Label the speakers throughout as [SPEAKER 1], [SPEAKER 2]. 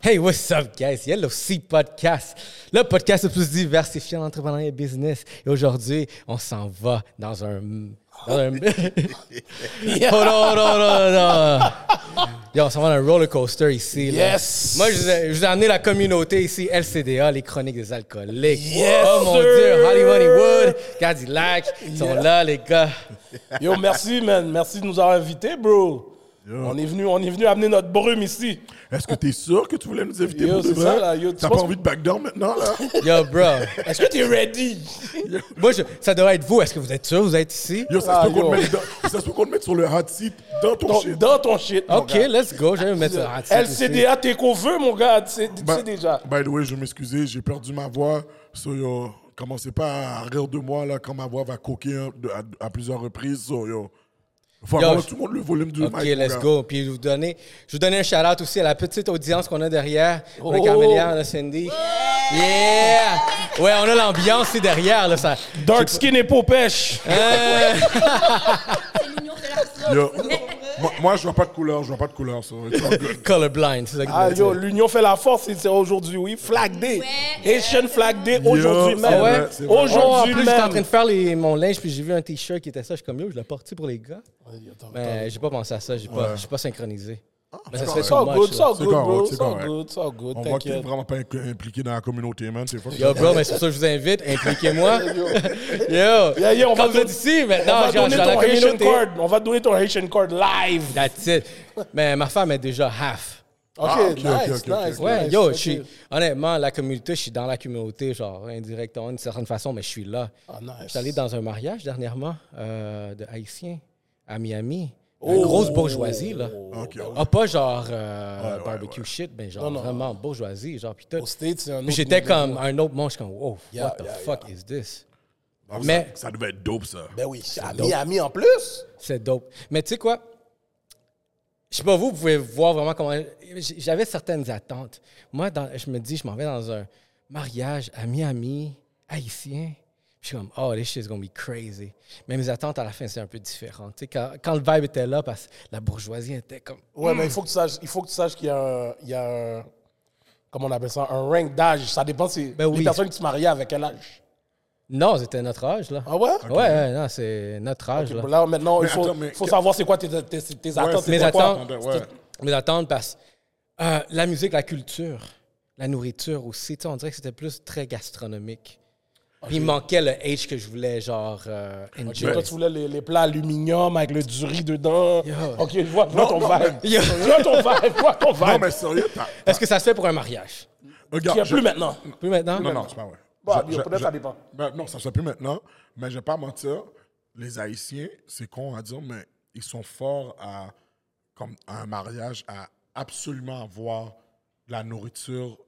[SPEAKER 1] Hey, what's up, guys? Yellow Sea Podcast, le podcast le plus diversifié en entrepreneuriat et business. Et aujourd'hui, on s'en va dans un. Dans un... oh non, non, non, non. Yo, on s'en va dans un roller coaster ici. là.
[SPEAKER 2] Yes.
[SPEAKER 1] Moi, je vous, ai, je vous ai amené la communauté ici, LCDA, les chroniques des alcooliques.
[SPEAKER 2] Yes,
[SPEAKER 1] oh mon
[SPEAKER 2] sir.
[SPEAKER 1] Dieu, Hollywood, Hollywood, Cadillac, ils sont là, les gars.
[SPEAKER 2] Yo, merci, man. Merci de nous avoir invités, bro. On est venu, on est venu amener notre brume ici.
[SPEAKER 3] Est-ce que t'es sûr que tu voulais nous éviter
[SPEAKER 2] Yo,
[SPEAKER 3] pour de
[SPEAKER 2] c'est ça,
[SPEAKER 3] vrai?
[SPEAKER 2] là, yo, tu
[SPEAKER 3] T'as
[SPEAKER 2] penses-
[SPEAKER 3] pas envie de back down maintenant, là?
[SPEAKER 1] Yo, bro.
[SPEAKER 2] Est-ce que t'es ready?
[SPEAKER 1] Moi, je- ça devrait être vous. Est-ce que vous êtes sûr que vous êtes ici?
[SPEAKER 3] Yo, ça
[SPEAKER 2] Ah,
[SPEAKER 3] se peut qu'on
[SPEAKER 2] yo.
[SPEAKER 3] te mette dans- ça se peut qu'on te mette sur le hot seat dans ton
[SPEAKER 2] Ton-
[SPEAKER 3] shit.
[SPEAKER 2] dans ton shit. mon
[SPEAKER 1] OK,
[SPEAKER 2] gars.
[SPEAKER 1] let's go. Je vais me mettre sur un
[SPEAKER 2] LCDA, t'es qu'on veut, mon gars. Tu sais, tu
[SPEAKER 3] Bah,
[SPEAKER 2] sais déjà.
[SPEAKER 3] By the way, je m'excuser, j'ai perdu ma voix. So, yo, commencez pas à rire de moi, là, quand ma voix va coquer hein, de- à, à plusieurs reprises. So, yo. Faut
[SPEAKER 1] Yo,
[SPEAKER 3] avoir
[SPEAKER 1] je-
[SPEAKER 3] tout le monde le volume du
[SPEAKER 1] OK,
[SPEAKER 3] mic, mon
[SPEAKER 1] let's
[SPEAKER 3] gars.
[SPEAKER 1] go. Puis je vous donner, je vous donner un shout-out aussi à la petite audience qu'on a derrière. On a
[SPEAKER 2] Oh.
[SPEAKER 1] Carmélière, là, Cindy. Yeah! Ouais, on a l'ambiance c'est derrière, là. Ça...
[SPEAKER 2] Dark skin et peau pêche.
[SPEAKER 3] Eh,
[SPEAKER 1] Euh,
[SPEAKER 4] C'est l'union de la
[SPEAKER 3] Yo. moi, moi, je vois pas de couleur, je vois pas de couleur. So, it's all good.
[SPEAKER 1] colorblind, c'est ça que je
[SPEAKER 2] Ah,
[SPEAKER 1] voulais
[SPEAKER 2] yo,
[SPEAKER 1] dire.
[SPEAKER 2] l'union fait la force, c'est- c'est aujourd'hui, oui. Flag Day.
[SPEAKER 4] Ouais.
[SPEAKER 2] Haitian Flag Day,
[SPEAKER 3] Yo,
[SPEAKER 2] aujourd'hui
[SPEAKER 3] c'est
[SPEAKER 2] même.
[SPEAKER 1] vrai,
[SPEAKER 3] c'est vrai.
[SPEAKER 1] Oh, Ah en
[SPEAKER 2] Aujourd'hui
[SPEAKER 1] plus, j'étais en train
[SPEAKER 2] même.
[SPEAKER 1] de faire les- mon linge, puis j'ai vu un t-shirt qui était ça. Je suis comme, yo, je l'ai porté pour les gars.
[SPEAKER 2] attends,
[SPEAKER 1] Mais j'ai pas pensé à ça. J'ai pas, j'ai pas synchronisé. Mais ça serait
[SPEAKER 2] Ah,
[SPEAKER 3] c'est
[SPEAKER 2] It's all
[SPEAKER 1] sur
[SPEAKER 2] good, it's all
[SPEAKER 1] moi.
[SPEAKER 3] C'est
[SPEAKER 2] good, bro.
[SPEAKER 3] correct, c'est
[SPEAKER 2] It's all
[SPEAKER 3] correct.
[SPEAKER 2] good, it's all good.
[SPEAKER 3] On voit que t'es
[SPEAKER 2] T'inquiète.
[SPEAKER 3] vraiment pas inc- impliqué dans la communauté, man. C'est fucking-
[SPEAKER 1] Yo, bro, mais c'est pour ça que je vous invite. Impliquez-moi. Yo,
[SPEAKER 2] Yeah, yeah, on
[SPEAKER 1] quand
[SPEAKER 2] va
[SPEAKER 1] vous êtes
[SPEAKER 2] don-
[SPEAKER 1] ici,
[SPEAKER 2] On va
[SPEAKER 1] maintenant, genre,
[SPEAKER 2] donner
[SPEAKER 1] dans la
[SPEAKER 2] ton Haitian
[SPEAKER 1] communauté.
[SPEAKER 2] card. On va donner ton Haitian card live.
[SPEAKER 1] That's it. Mais ma femme est déjà half.
[SPEAKER 2] Ok,
[SPEAKER 3] Ah, ok,
[SPEAKER 2] nice,
[SPEAKER 3] ok,
[SPEAKER 2] nice,
[SPEAKER 3] ok, ok.
[SPEAKER 2] nice.
[SPEAKER 1] Ouais, yo,
[SPEAKER 2] ok.
[SPEAKER 1] je suis, honnêtement, la communauté, je suis dans la communauté, genre, indirectement, d'une certaine façon, mais je suis là.
[SPEAKER 2] Ah,
[SPEAKER 1] Je
[SPEAKER 2] nice.
[SPEAKER 1] suis allé dans un mariage dernièrement euh, de Haïtiens à Miami.
[SPEAKER 2] Oh!
[SPEAKER 1] Une grosse bourgeoisie, là.
[SPEAKER 3] Ok,
[SPEAKER 1] Ah, pas genre euh,
[SPEAKER 3] ouais,
[SPEAKER 1] barbecue
[SPEAKER 3] ouais.
[SPEAKER 1] shit, mais genre
[SPEAKER 2] Non, non.
[SPEAKER 1] vraiment bourgeoisie, genre, pis tout.
[SPEAKER 2] Au States, c'est un autre
[SPEAKER 1] Puis j'étais
[SPEAKER 2] niveau.
[SPEAKER 1] comme un autre monde, je suis comme, wow,
[SPEAKER 2] Yeah,
[SPEAKER 1] what the
[SPEAKER 2] yeah,
[SPEAKER 1] fuck is this?
[SPEAKER 3] Ah, ça-
[SPEAKER 1] mais-
[SPEAKER 3] ça devait être dope, ça.
[SPEAKER 2] Ben oui, à Miami en plus.
[SPEAKER 1] C'est dope. Mais tu sais quoi? Je sais pas, vous, vous pouvez voir vraiment comment. j- J'avais certaines attentes. Moi, dans- je me dis, je m'en vais dans un mariage à Miami, haïtien. Je suis comme, oh, this shit's gonna be crazy. Mais mes attentes à la fin, c'est un peu différent. Tu sais, quand, quand le vibe était là, parce que la bourgeoisie était comme.
[SPEAKER 2] Ouais, mais il faut que tu saches, il faut que tu saches qu'il y a un, il y a un- comment on appelle ça, un rank d'âge. Ça dépend si
[SPEAKER 1] Ben oui.
[SPEAKER 2] les personnes qui se marient avec quel âge.
[SPEAKER 1] Non, c'était notre âge, là.
[SPEAKER 2] Ah ouais?
[SPEAKER 1] Ouais, ouais, non, c'est notre âge, là.
[SPEAKER 2] Là maintenant, il
[SPEAKER 3] Mais
[SPEAKER 2] faut,
[SPEAKER 3] attends, mais-
[SPEAKER 2] faut savoir c'est quoi tes, tes, tes- tes attentes.
[SPEAKER 1] mes
[SPEAKER 2] c'est quoi.
[SPEAKER 1] attentes.
[SPEAKER 3] Attendez, ouais.
[SPEAKER 1] mes attentes parce euh, la musique, la culture, la nourriture aussi, tu sais, on dirait que c'était plus très gastronomique.
[SPEAKER 3] Ah,
[SPEAKER 1] Puis Il manquait le H que je voulais, genre euh, enjoy.
[SPEAKER 2] Ok, Toi, tu voulais les, les plats aluminium avec le du riz dedans.
[SPEAKER 1] Yo.
[SPEAKER 2] Ok, je vois, je vois ton vibe.
[SPEAKER 1] Yo.
[SPEAKER 2] Je vois ton vibe, je vois ton
[SPEAKER 3] Non,
[SPEAKER 2] vibe.
[SPEAKER 3] mais sérieux, t'as...
[SPEAKER 1] Est-ce que ça se fait pour un mariage?
[SPEAKER 2] Qu'il
[SPEAKER 3] Regarde,
[SPEAKER 2] y a
[SPEAKER 3] je-
[SPEAKER 2] plus maintenant.
[SPEAKER 1] Plus maintenant?
[SPEAKER 3] Non, non, c'est pas vrai.
[SPEAKER 2] Bah,
[SPEAKER 3] Je-
[SPEAKER 2] bien,
[SPEAKER 3] je-
[SPEAKER 2] peut-être
[SPEAKER 3] je-
[SPEAKER 2] ça dépend.
[SPEAKER 3] Ben, non, ça se fait plus maintenant, mais je vais pas mentir. Les Haïtiens, c'est con à dire, mais ils sont forts à, comme à un mariage, à absolument avoir de la nourriture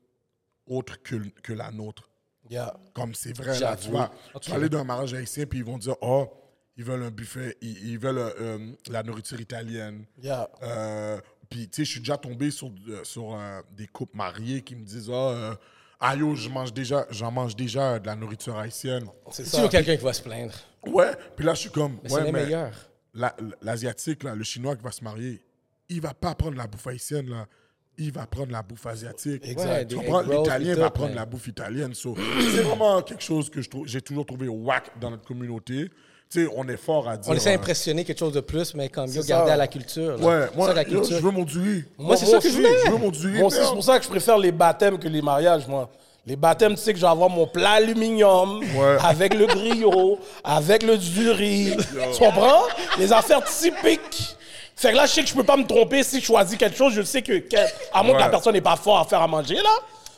[SPEAKER 3] autre que, l- que la nôtre.
[SPEAKER 2] Yeah.
[SPEAKER 3] Comme c'est vrai, là, tu vois. Tu vas aller dans un mariage haïtien, puis ils vont dire, oh, ils veulent un buffet, ils, ils veulent euh, euh, la nourriture italienne.
[SPEAKER 2] Yeah.
[SPEAKER 3] Euh, puis, tu sais, je suis déjà tombé sur, euh, sur euh, des couples mariés qui me disent, ah, euh, ah, yo, je mange déjà, j'en mange déjà euh, de la nourriture haïtienne.
[SPEAKER 2] C'est
[SPEAKER 1] C'est
[SPEAKER 2] ça.
[SPEAKER 1] toujours quelqu'un qui va se plaindre.
[SPEAKER 3] Ouais, puis là, je suis comme,
[SPEAKER 1] Mais
[SPEAKER 3] ouais,
[SPEAKER 1] c'est les
[SPEAKER 3] mais
[SPEAKER 1] meilleurs.
[SPEAKER 3] la- l'asiatique, là, le chinois qui va se marier, il va pas prendre la bouffe haïtienne, là. Il va prendre la bouffe asiatique.
[SPEAKER 1] Exact. Ouais,
[SPEAKER 3] Tu
[SPEAKER 1] des
[SPEAKER 3] comprends?
[SPEAKER 1] egg rolls,
[SPEAKER 3] L'italien
[SPEAKER 1] puis
[SPEAKER 3] va
[SPEAKER 1] tout,
[SPEAKER 3] prendre
[SPEAKER 1] ouais.
[SPEAKER 3] la bouffe italienne. So, c'est vraiment quelque chose que je trouve- j'ai toujours trouvé whack dans notre communauté. Tu sais, on est fort à dire.
[SPEAKER 1] On essaie
[SPEAKER 3] euh,
[SPEAKER 1] d'impressionner quelque chose de plus, mais comme yo,
[SPEAKER 2] ça.
[SPEAKER 1] garder à la culture. là.
[SPEAKER 3] Ouais,
[SPEAKER 1] C'est
[SPEAKER 3] moi,
[SPEAKER 1] ça, la
[SPEAKER 3] yo,
[SPEAKER 1] culture.
[SPEAKER 3] je veux mon du riz.
[SPEAKER 1] Moi, c'est ça que je
[SPEAKER 2] aussi,
[SPEAKER 1] voulais.
[SPEAKER 3] Je veux mon du riz,
[SPEAKER 2] Moi aussi, c'est
[SPEAKER 3] merde.
[SPEAKER 2] pour ça que je préfère les baptêmes que les mariages, moi. Les baptêmes, tu sais que je vais avoir mon plat aluminium
[SPEAKER 3] Ouais.
[SPEAKER 2] avec le griot, avec le du riz. Tu comprends? Les affaires typiques. Fait que là, je sais que je peux pas me tromper si je choisis quelque chose. Je sais que, que- à moins que la
[SPEAKER 3] Ouais.
[SPEAKER 2] personne n'est pas fort à faire à manger, là.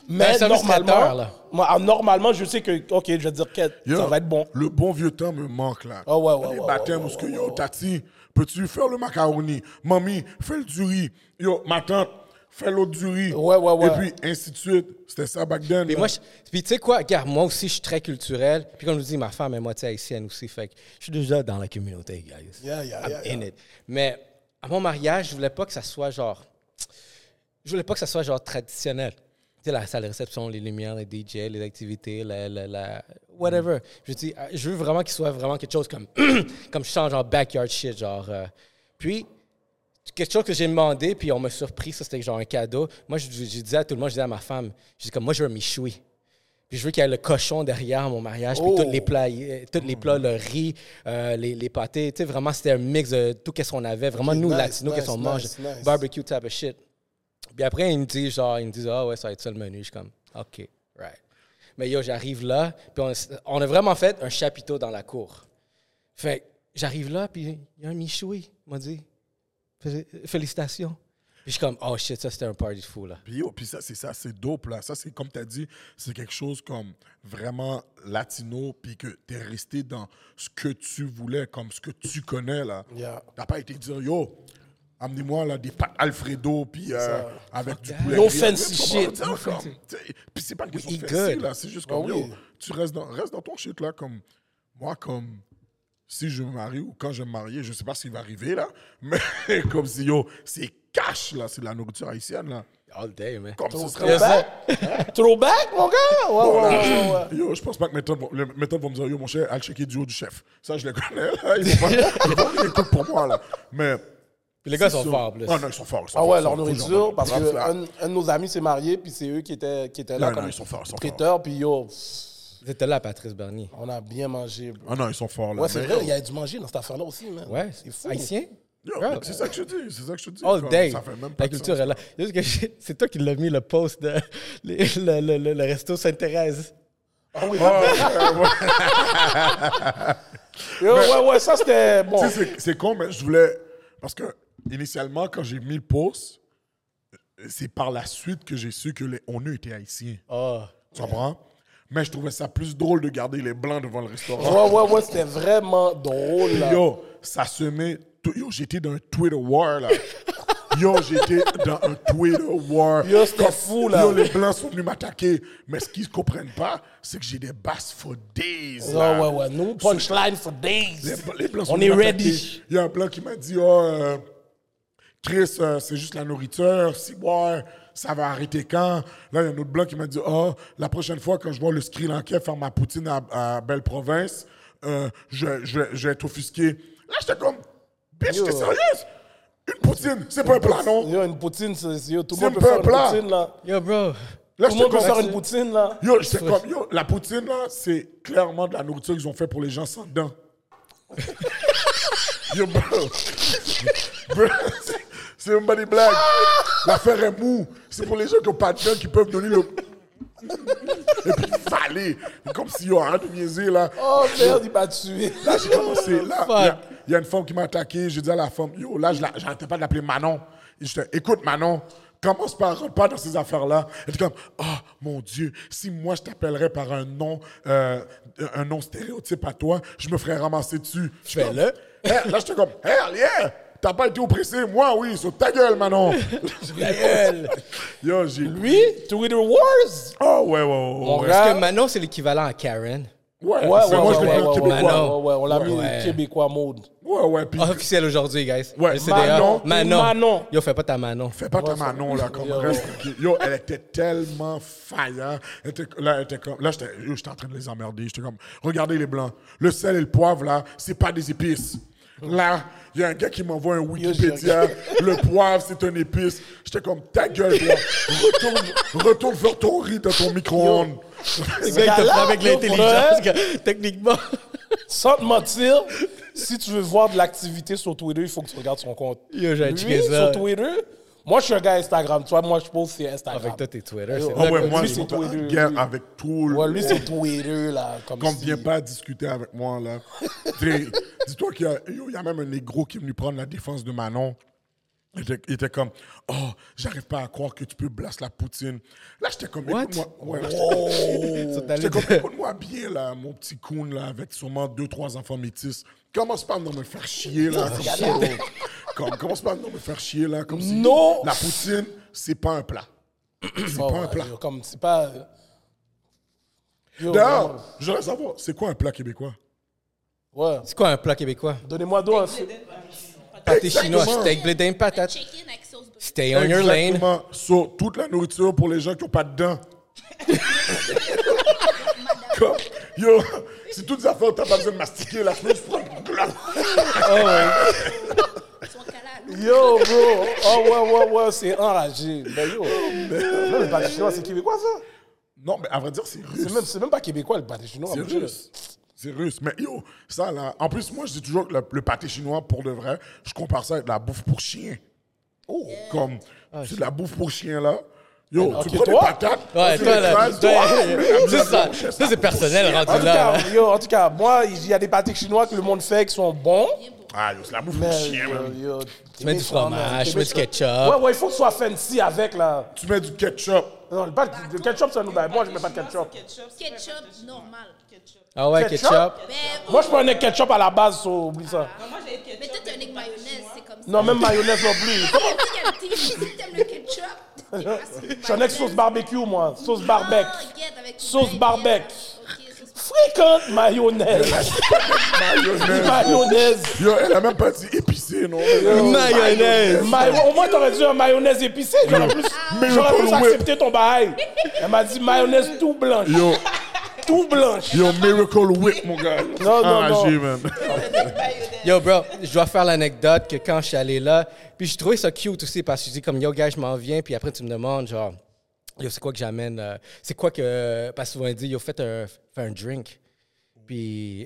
[SPEAKER 1] Ben,
[SPEAKER 2] Mais
[SPEAKER 1] ça veut dire traiteur,
[SPEAKER 2] normalement,
[SPEAKER 1] là.
[SPEAKER 2] moi, ah, normalement, je sais que, OK, je vais dire que
[SPEAKER 3] Yo,
[SPEAKER 2] ça va être bon.
[SPEAKER 3] Le bon vieux temps me manque là.
[SPEAKER 2] Ah ouais, ouais,
[SPEAKER 3] Les
[SPEAKER 2] ouais,
[SPEAKER 3] baptêmes
[SPEAKER 2] ouais,
[SPEAKER 3] où ce que yo, Tati, peux-tu faire le macaroni? Mamie, fais le du riz. Yo, ma tante, fais l'autre du riz.
[SPEAKER 2] Ouais, ouais, ouais.
[SPEAKER 3] Et puis, ainsi de suite. C'était ça back then.
[SPEAKER 1] Puis
[SPEAKER 3] là.
[SPEAKER 1] moi, je- puis tu sais quoi, regarde, moi aussi, je suis très culturel. Puis comme je vous dis, ma femme est moitié haïtienne aussi. Fait que je suis déjà dans la communauté, guys.
[SPEAKER 2] Yeah, yeah,
[SPEAKER 1] I'm
[SPEAKER 2] yeah,
[SPEAKER 1] in it. Mais à mon mariage, je voulais pas que ça soit genre. Je voulais pas que ça soit genre traditionnel. Tu sais, la salle de réception, les lumières, les DJ, les activités, la. la- la- whatever. Je dis, euh, je veux vraiment qu'il soit vraiment quelque chose comme. comme je sens, genre backyard shit, genre. euh. Puis, tu quelque chose que j'ai demandé, puis on m'a surpris, ça c'était genre un cadeau. Moi, je, je disais à tout le monde, je disais à ma femme, je dis comme moi, je veux un michoui. Puis je veux qu'il y ait le cochon derrière mon mariage,
[SPEAKER 2] Oh!
[SPEAKER 1] puis tous les plats, euh, tous les plats, le riz, euh, les, les pâtés. Tu sais, vraiment, c'était un mix de tout qu'est-ce qu'on avait. Vraiment,
[SPEAKER 2] Ok,
[SPEAKER 1] nous,
[SPEAKER 2] nice,
[SPEAKER 1] latinos, qu'est-ce qu'on
[SPEAKER 2] nice,
[SPEAKER 1] mange.
[SPEAKER 2] nice, nice.
[SPEAKER 1] Barbecue type of shit. Puis après, ils me disent, genre, ils me disent, ah ouais, ça va être ça le menu. Je suis comme, OK, right. Mais yo, j'arrive là, puis on, on a vraiment fait un chapiteau dans la cour. Fait que j'arrive là, puis il y a un Michoui, il m'a dit, Fé- félicitations. Puis je suis comme, oh shit, ça c'était un party de fou, là.
[SPEAKER 3] Puis, yo, puis ça, c'est ça, c'est dope, là. Ça, c'est comme tu as dit, c'est quelque chose comme vraiment latino, puis que tu es resté dans ce que tu voulais, comme ce que tu connais, là.
[SPEAKER 2] Yeah.
[SPEAKER 3] T'as pas été dire, yo, amenez-moi, là, des pâtes Alfredo, puis euh, avec du poulet.
[SPEAKER 2] No
[SPEAKER 3] grillé.
[SPEAKER 2] fancy
[SPEAKER 3] Tu comprends?
[SPEAKER 2] shit. No
[SPEAKER 3] Tu sais, comme, tu sais, Puis c'est pas une question de
[SPEAKER 1] eat
[SPEAKER 3] fancy,
[SPEAKER 1] good.
[SPEAKER 3] là. C'est juste comme,
[SPEAKER 2] Ah oui.
[SPEAKER 3] yo, tu restes dans, reste dans ton shit, là, comme moi, comme si je me marie ou quand je vais me marier, je sais pas s'il va arriver, là, mais comme si, yo, c'est cash, là, c'est de la nourriture haïtienne, là.
[SPEAKER 1] All day, man.
[SPEAKER 3] Comme ce serait
[SPEAKER 2] Throwback? Throwback, mon gars? Ouais, ouais, ouais, ouais, ouais.
[SPEAKER 3] Yo, je pense pas que mes vont, les méthodes vont me dire, yo, mon cher, allez checker du haut du chef. Ça, je les connais, là. Ils vont pas, ils vont rien écouter pour moi, là. Mais.
[SPEAKER 1] Puis les gars
[SPEAKER 3] c'est
[SPEAKER 1] sont
[SPEAKER 3] sûr-
[SPEAKER 1] forts, en plus.
[SPEAKER 3] Ah non, ils sont forts. ils sont
[SPEAKER 2] Ah
[SPEAKER 3] forts,
[SPEAKER 2] ouais,
[SPEAKER 3] ils sont
[SPEAKER 2] leur
[SPEAKER 3] forts,
[SPEAKER 2] nourriture,
[SPEAKER 3] ils
[SPEAKER 2] parce
[SPEAKER 3] sont
[SPEAKER 2] que
[SPEAKER 3] forts.
[SPEAKER 2] un, un de nos amis s'est marié, puis c'est eux qui étaient, qui étaient là
[SPEAKER 3] Non,
[SPEAKER 2] comme
[SPEAKER 3] non, ils sont forts, ils sont
[SPEAKER 2] traiteurs, puis yo, pff,
[SPEAKER 1] Vous étiez là, Patrice Bernier.
[SPEAKER 2] on a bien mangé. bro.
[SPEAKER 3] Ah non, ils sont forts, là.
[SPEAKER 2] Ouais, c'est
[SPEAKER 3] Mais
[SPEAKER 2] vrai,
[SPEAKER 3] yo,
[SPEAKER 2] il y a du manger dans cette affaire-là aussi, man.
[SPEAKER 1] Ouais,
[SPEAKER 2] c'est fou.
[SPEAKER 1] haïtien?
[SPEAKER 3] yo,
[SPEAKER 1] Bro.
[SPEAKER 3] mais C'est ça que je dis, c'est ça que je dis.
[SPEAKER 1] All
[SPEAKER 3] comme,
[SPEAKER 1] day.
[SPEAKER 3] Ça fait même pas
[SPEAKER 1] Oh, La
[SPEAKER 3] de sens.
[SPEAKER 1] culture est là. Juste que j'ai- c'est toi qui l'as mis le post de le, le- le- le- le resto Sainte-Thérèse.
[SPEAKER 2] Ah oui, Yo, ouais, ouais, ça c'était bon.
[SPEAKER 3] Tu sais, c'est- c'est con, mais je voulais. Parce que, initialement, quand j'ai mis le post, c'est par la suite que j'ai su que les honneurs étaient haïtiens.
[SPEAKER 1] Ah.
[SPEAKER 3] Tu comprends? Mais je trouvais ça plus drôle de garder les blancs devant le restaurant.
[SPEAKER 2] Ouais, ouais, ouais, c'était vraiment drôle, là.
[SPEAKER 3] Yo, ça se met. tout- Yo, j'étais dans un Twitter war, là. Yo, j'étais dans un Twitter war.
[SPEAKER 2] Yo, c'était
[SPEAKER 3] Comme-
[SPEAKER 2] fou, là.
[SPEAKER 3] Yo, les Blancs sont venus m'attaquer. Mais ce qu'ils ne comprennent pas, c'est que j'ai des basses for days.
[SPEAKER 2] Ah, Ouais,
[SPEAKER 3] là.
[SPEAKER 2] ouais, ouais, nous, punchline for days.
[SPEAKER 3] Les, les Blancs sont
[SPEAKER 2] On
[SPEAKER 3] venus
[SPEAKER 2] est
[SPEAKER 3] m'attaquer.
[SPEAKER 2] ready.
[SPEAKER 3] Il y a un Blanc qui m'a dit, oh, euh, Chris, euh, c'est juste la nourriture. Si boire, ça va arrêter quand? Là, il y a un autre Blanc qui m'a dit, oh, la prochaine fois, quand je vois le Sri Lankais faire ma poutine à, à Belle-Province, euh, je, je, je vais être offusqué. Là, j'étais comme, bitch, t'es sérieuse? Une poutine, c'est pas un plat, non?
[SPEAKER 2] Yo, une poutine, c'est, c'est- yo, tout le
[SPEAKER 3] C'est
[SPEAKER 2] monde peut
[SPEAKER 3] un
[SPEAKER 2] faire une
[SPEAKER 3] plat.
[SPEAKER 2] poutine, là.
[SPEAKER 1] Yo, bro.
[SPEAKER 3] Là,
[SPEAKER 2] Tout le
[SPEAKER 3] j'étais
[SPEAKER 2] monde peut
[SPEAKER 3] comme-
[SPEAKER 2] faire une poutine, là.
[SPEAKER 3] Yo, j'étais comme, yo, la poutine, là, c'est clairement de la nourriture qu'ils ont fait pour les gens sans dents. yo, bro. Bro, c'est- c'est même pas des blagues. L'affaire est mou. C'est pour les gens qui n'ont pas de dents qui peuvent donner le. Et puis, valer. Comme si, yo, arrête de niaiser, là.
[SPEAKER 2] Oh merde, il m'a tué.
[SPEAKER 3] Là, j'ai commencé. Là,
[SPEAKER 1] Fuck.
[SPEAKER 3] il y a- il y, a une femme qui m'a attaqué. J'ai dit à la femme, yo, là, je la- j'arrêtais pas de l'appeler Manon. Et J'étais, écoute, Manon, commence par rentre pas dans ces affaires-là. Elle était comme, ah, mon Dieu, si moi, je t'appellerais par un nom, euh, un nom stéréotype à toi, je me ferais ramasser dessus. Je suis comme,
[SPEAKER 1] Fais-le.
[SPEAKER 3] Hey, là, j'étais comme, hell yeah! T'as pas été oppressé, moi, oui, sur ta gueule, Manon! ta gueule! Yo, j'ai lui.
[SPEAKER 2] Lui, Twitter Wars.
[SPEAKER 3] Ah, ouais, ouais, ouais. ouais.
[SPEAKER 1] Parce que Manon, c'est l'équivalent à Karen.
[SPEAKER 3] Ouais,
[SPEAKER 2] Ouais,
[SPEAKER 3] c'est-
[SPEAKER 2] ouais,
[SPEAKER 3] moi, je
[SPEAKER 2] ouais,
[SPEAKER 3] l'ai
[SPEAKER 2] ouais,
[SPEAKER 3] fait en
[SPEAKER 2] ouais, ouais,
[SPEAKER 3] québécois.
[SPEAKER 2] ouais, ouais, on l'a mis
[SPEAKER 1] Ouais.
[SPEAKER 2] québécois mode.
[SPEAKER 3] Ouais, ouais, puis
[SPEAKER 1] Officiel aujourd'hui, guys.
[SPEAKER 3] Ouais,
[SPEAKER 1] Le CDA.
[SPEAKER 3] Manon.
[SPEAKER 1] Manon.
[SPEAKER 2] Manon.
[SPEAKER 1] Yo, fais pas ta Manon.
[SPEAKER 3] Fais pas ta Manon, là, comme reste. Yo, elle était tellement faillant. Elle était, là, elle était comme, là, j'étais, yo, j'étais en train de les emmerder. J'étais comme, regardez les blancs. Le sel et le poivre, là, c'est pas des épices. Là, il y a un gars qui m'envoie un Wikipédia. Le poivre, c'est une épice. J'étais comme, ta gueule, toi. Retourne, retourne faire ton riz dans ton micro-ondes.
[SPEAKER 1] Le gars, il te
[SPEAKER 2] Galard,
[SPEAKER 1] prend avec
[SPEAKER 2] yo,
[SPEAKER 1] l'intelligence, que- techniquement.
[SPEAKER 2] Sans te mentir, si tu veux voir de l'activité sur Twitter, il faut que tu regardes son compte.
[SPEAKER 1] Yo, j'ai un
[SPEAKER 2] Lui,
[SPEAKER 1] checké
[SPEAKER 2] sur
[SPEAKER 1] ça.
[SPEAKER 2] Twitter, moi je suis un gars Instagram, tu vois, moi je pose c'est Instagram.
[SPEAKER 1] Avec toi, t'es Twitter.
[SPEAKER 2] Yo.
[SPEAKER 1] c'est
[SPEAKER 3] Ah
[SPEAKER 1] vrai.
[SPEAKER 3] ouais,
[SPEAKER 2] Lui,
[SPEAKER 3] moi, je
[SPEAKER 2] c'est
[SPEAKER 3] suis
[SPEAKER 2] toi, lui.
[SPEAKER 3] en guerre avec tout le
[SPEAKER 2] Ouais, lui c'est Twitter là, comme
[SPEAKER 3] Qu'on ne
[SPEAKER 2] si-
[SPEAKER 3] vient pas discuter avec moi, là. Dis- Dis-toi qu'il y, a- yo, il y a même un négro qui est venu prendre la défense de Manon. Il était, il était comme, oh, j'arrive pas à croire que tu peux blasser la poutine. Là, j'étais comme,
[SPEAKER 1] What?
[SPEAKER 3] écoute-moi. Ouais, là,
[SPEAKER 2] Oh.
[SPEAKER 1] Sur ta
[SPEAKER 3] j'étais-
[SPEAKER 1] ligne.
[SPEAKER 3] j'étais comme, écoute-moi bien, là, mon petit coon, là, avec sûrement deux, trois enfants métis. Commence pas à me faire chier, là. comme ça. Comme- commence pas à me faire chier, là. Comme si
[SPEAKER 2] Non!
[SPEAKER 3] la poutine, c'est pas un plat. C'est
[SPEAKER 2] Oh,
[SPEAKER 3] pas un
[SPEAKER 2] ouais,
[SPEAKER 3] plat.
[SPEAKER 2] yo, comme c'est pas Yo,
[SPEAKER 3] D'ailleurs, je voudrais savoir, c'est quoi un plat québécois?
[SPEAKER 2] Ouais. ouais.
[SPEAKER 1] C'est quoi un plat québécois?
[SPEAKER 2] Donnez-moi d'autres.
[SPEAKER 1] Pâté chinois,
[SPEAKER 3] Exactement.
[SPEAKER 1] steak, blé d'Inde, patate.
[SPEAKER 4] Chicken avec sauce brune.
[SPEAKER 1] Stay on your lane.
[SPEAKER 3] Exactement. Sur toute la nourriture pour les gens qui n'ont pas de dents. Comme, yo, c'est toutes des affaires, t'as pas besoin de mastiquer la chose.
[SPEAKER 4] Ils sont calés à l'eau.
[SPEAKER 2] Yo, bro! Oh, ouais, ouais, ouais, c'est enragé. Ben, yo! Non, le pâté chinois, c'est québécois, ça?
[SPEAKER 3] Non, mais à vrai dire, c'est russe.
[SPEAKER 2] C'est même, c'est même pas québécois, le pâté chinois.
[SPEAKER 3] C'est
[SPEAKER 2] en vrai.
[SPEAKER 3] russe. C'est russe. Mais yo, ça là. En plus, moi, je dis toujours que le, le pâté chinois, pour de vrai, je compare ça avec de la bouffe pour chien. Oh, comme. c'est de la bouffe pour chien là. Yo,
[SPEAKER 2] Ok,
[SPEAKER 3] tu prends
[SPEAKER 2] toi?
[SPEAKER 3] des patates.
[SPEAKER 1] Ouais,
[SPEAKER 3] tu
[SPEAKER 1] toi,
[SPEAKER 3] les
[SPEAKER 1] là,
[SPEAKER 3] creuses,
[SPEAKER 1] toi,
[SPEAKER 3] toi,
[SPEAKER 1] ouais,
[SPEAKER 3] mais la
[SPEAKER 1] juste
[SPEAKER 3] bouffe
[SPEAKER 1] ça.
[SPEAKER 3] pour chien,
[SPEAKER 1] Ça, c'est
[SPEAKER 3] la bouffe
[SPEAKER 1] personnel,
[SPEAKER 3] pour chien.
[SPEAKER 2] En
[SPEAKER 1] rendu
[SPEAKER 2] tout,
[SPEAKER 1] là. hein.
[SPEAKER 2] cas, yo, en tout cas, moi, il y a des pâtés chinois que le monde fait qui sont bons.
[SPEAKER 3] Ah, yo, c'est la bouffe
[SPEAKER 2] Mais,
[SPEAKER 3] pour chien, man.
[SPEAKER 2] yo, yo,
[SPEAKER 1] Tu mets du fromage, tu mets du ketchup.
[SPEAKER 2] Ouais, ouais, il faut que ce soit fancy avec, là.
[SPEAKER 3] Tu mets du ketchup.
[SPEAKER 2] Non, le, pâté- le ketchup, ça nous donne. Moi, je mets pas de ketchup.
[SPEAKER 4] Ketchup normal.
[SPEAKER 1] Ah ouais,
[SPEAKER 2] Ketchup?
[SPEAKER 1] ketchup.
[SPEAKER 4] Ben,
[SPEAKER 2] Moi, je prends un ketchup à la base, so, oublie ça.
[SPEAKER 4] mais toi, t'es un avec mayonnaise, c'est comme ça.
[SPEAKER 2] Non, même mayonnaise non plus.
[SPEAKER 4] Comment tu t'aimes Si t'aimes le ketchup,
[SPEAKER 2] Je suis un ex sauce barbecue, moi. Sauce barbecue.
[SPEAKER 4] ah,
[SPEAKER 2] Sauce
[SPEAKER 4] Sauce
[SPEAKER 2] barbecue.
[SPEAKER 4] barbecue.
[SPEAKER 2] Fréquente mayonnaise. mayonnaise.
[SPEAKER 3] Yo, elle a même pas dit épicé, non?
[SPEAKER 1] Mayonnaise.
[SPEAKER 2] Mayo- Au moins, t'aurais dû un mayonnaise épicée. J'aurais plus,
[SPEAKER 3] Mais
[SPEAKER 2] j'aurais plus
[SPEAKER 3] Miracle Whip.
[SPEAKER 2] accepté ton bail. Elle m'a dit mayonnaise tout blanche.
[SPEAKER 3] Yo,
[SPEAKER 2] Tout blanche.
[SPEAKER 3] yo, Miracle Whip, mon gars.
[SPEAKER 2] non,
[SPEAKER 3] Enragé,
[SPEAKER 2] non.
[SPEAKER 3] man.
[SPEAKER 1] Yo, bro, je dois faire l'anecdote que quand je suis allé là, puis j'ai trouvé ça cute aussi parce que je dis comme, yo, gars, je m'en viens, puis après, tu me demandes, genre, yo, c'est quoi que j'amène? euh, c'est quoi que. euh, Parce que souvent, ils disent, yo, faites un, fais un drink. Puis.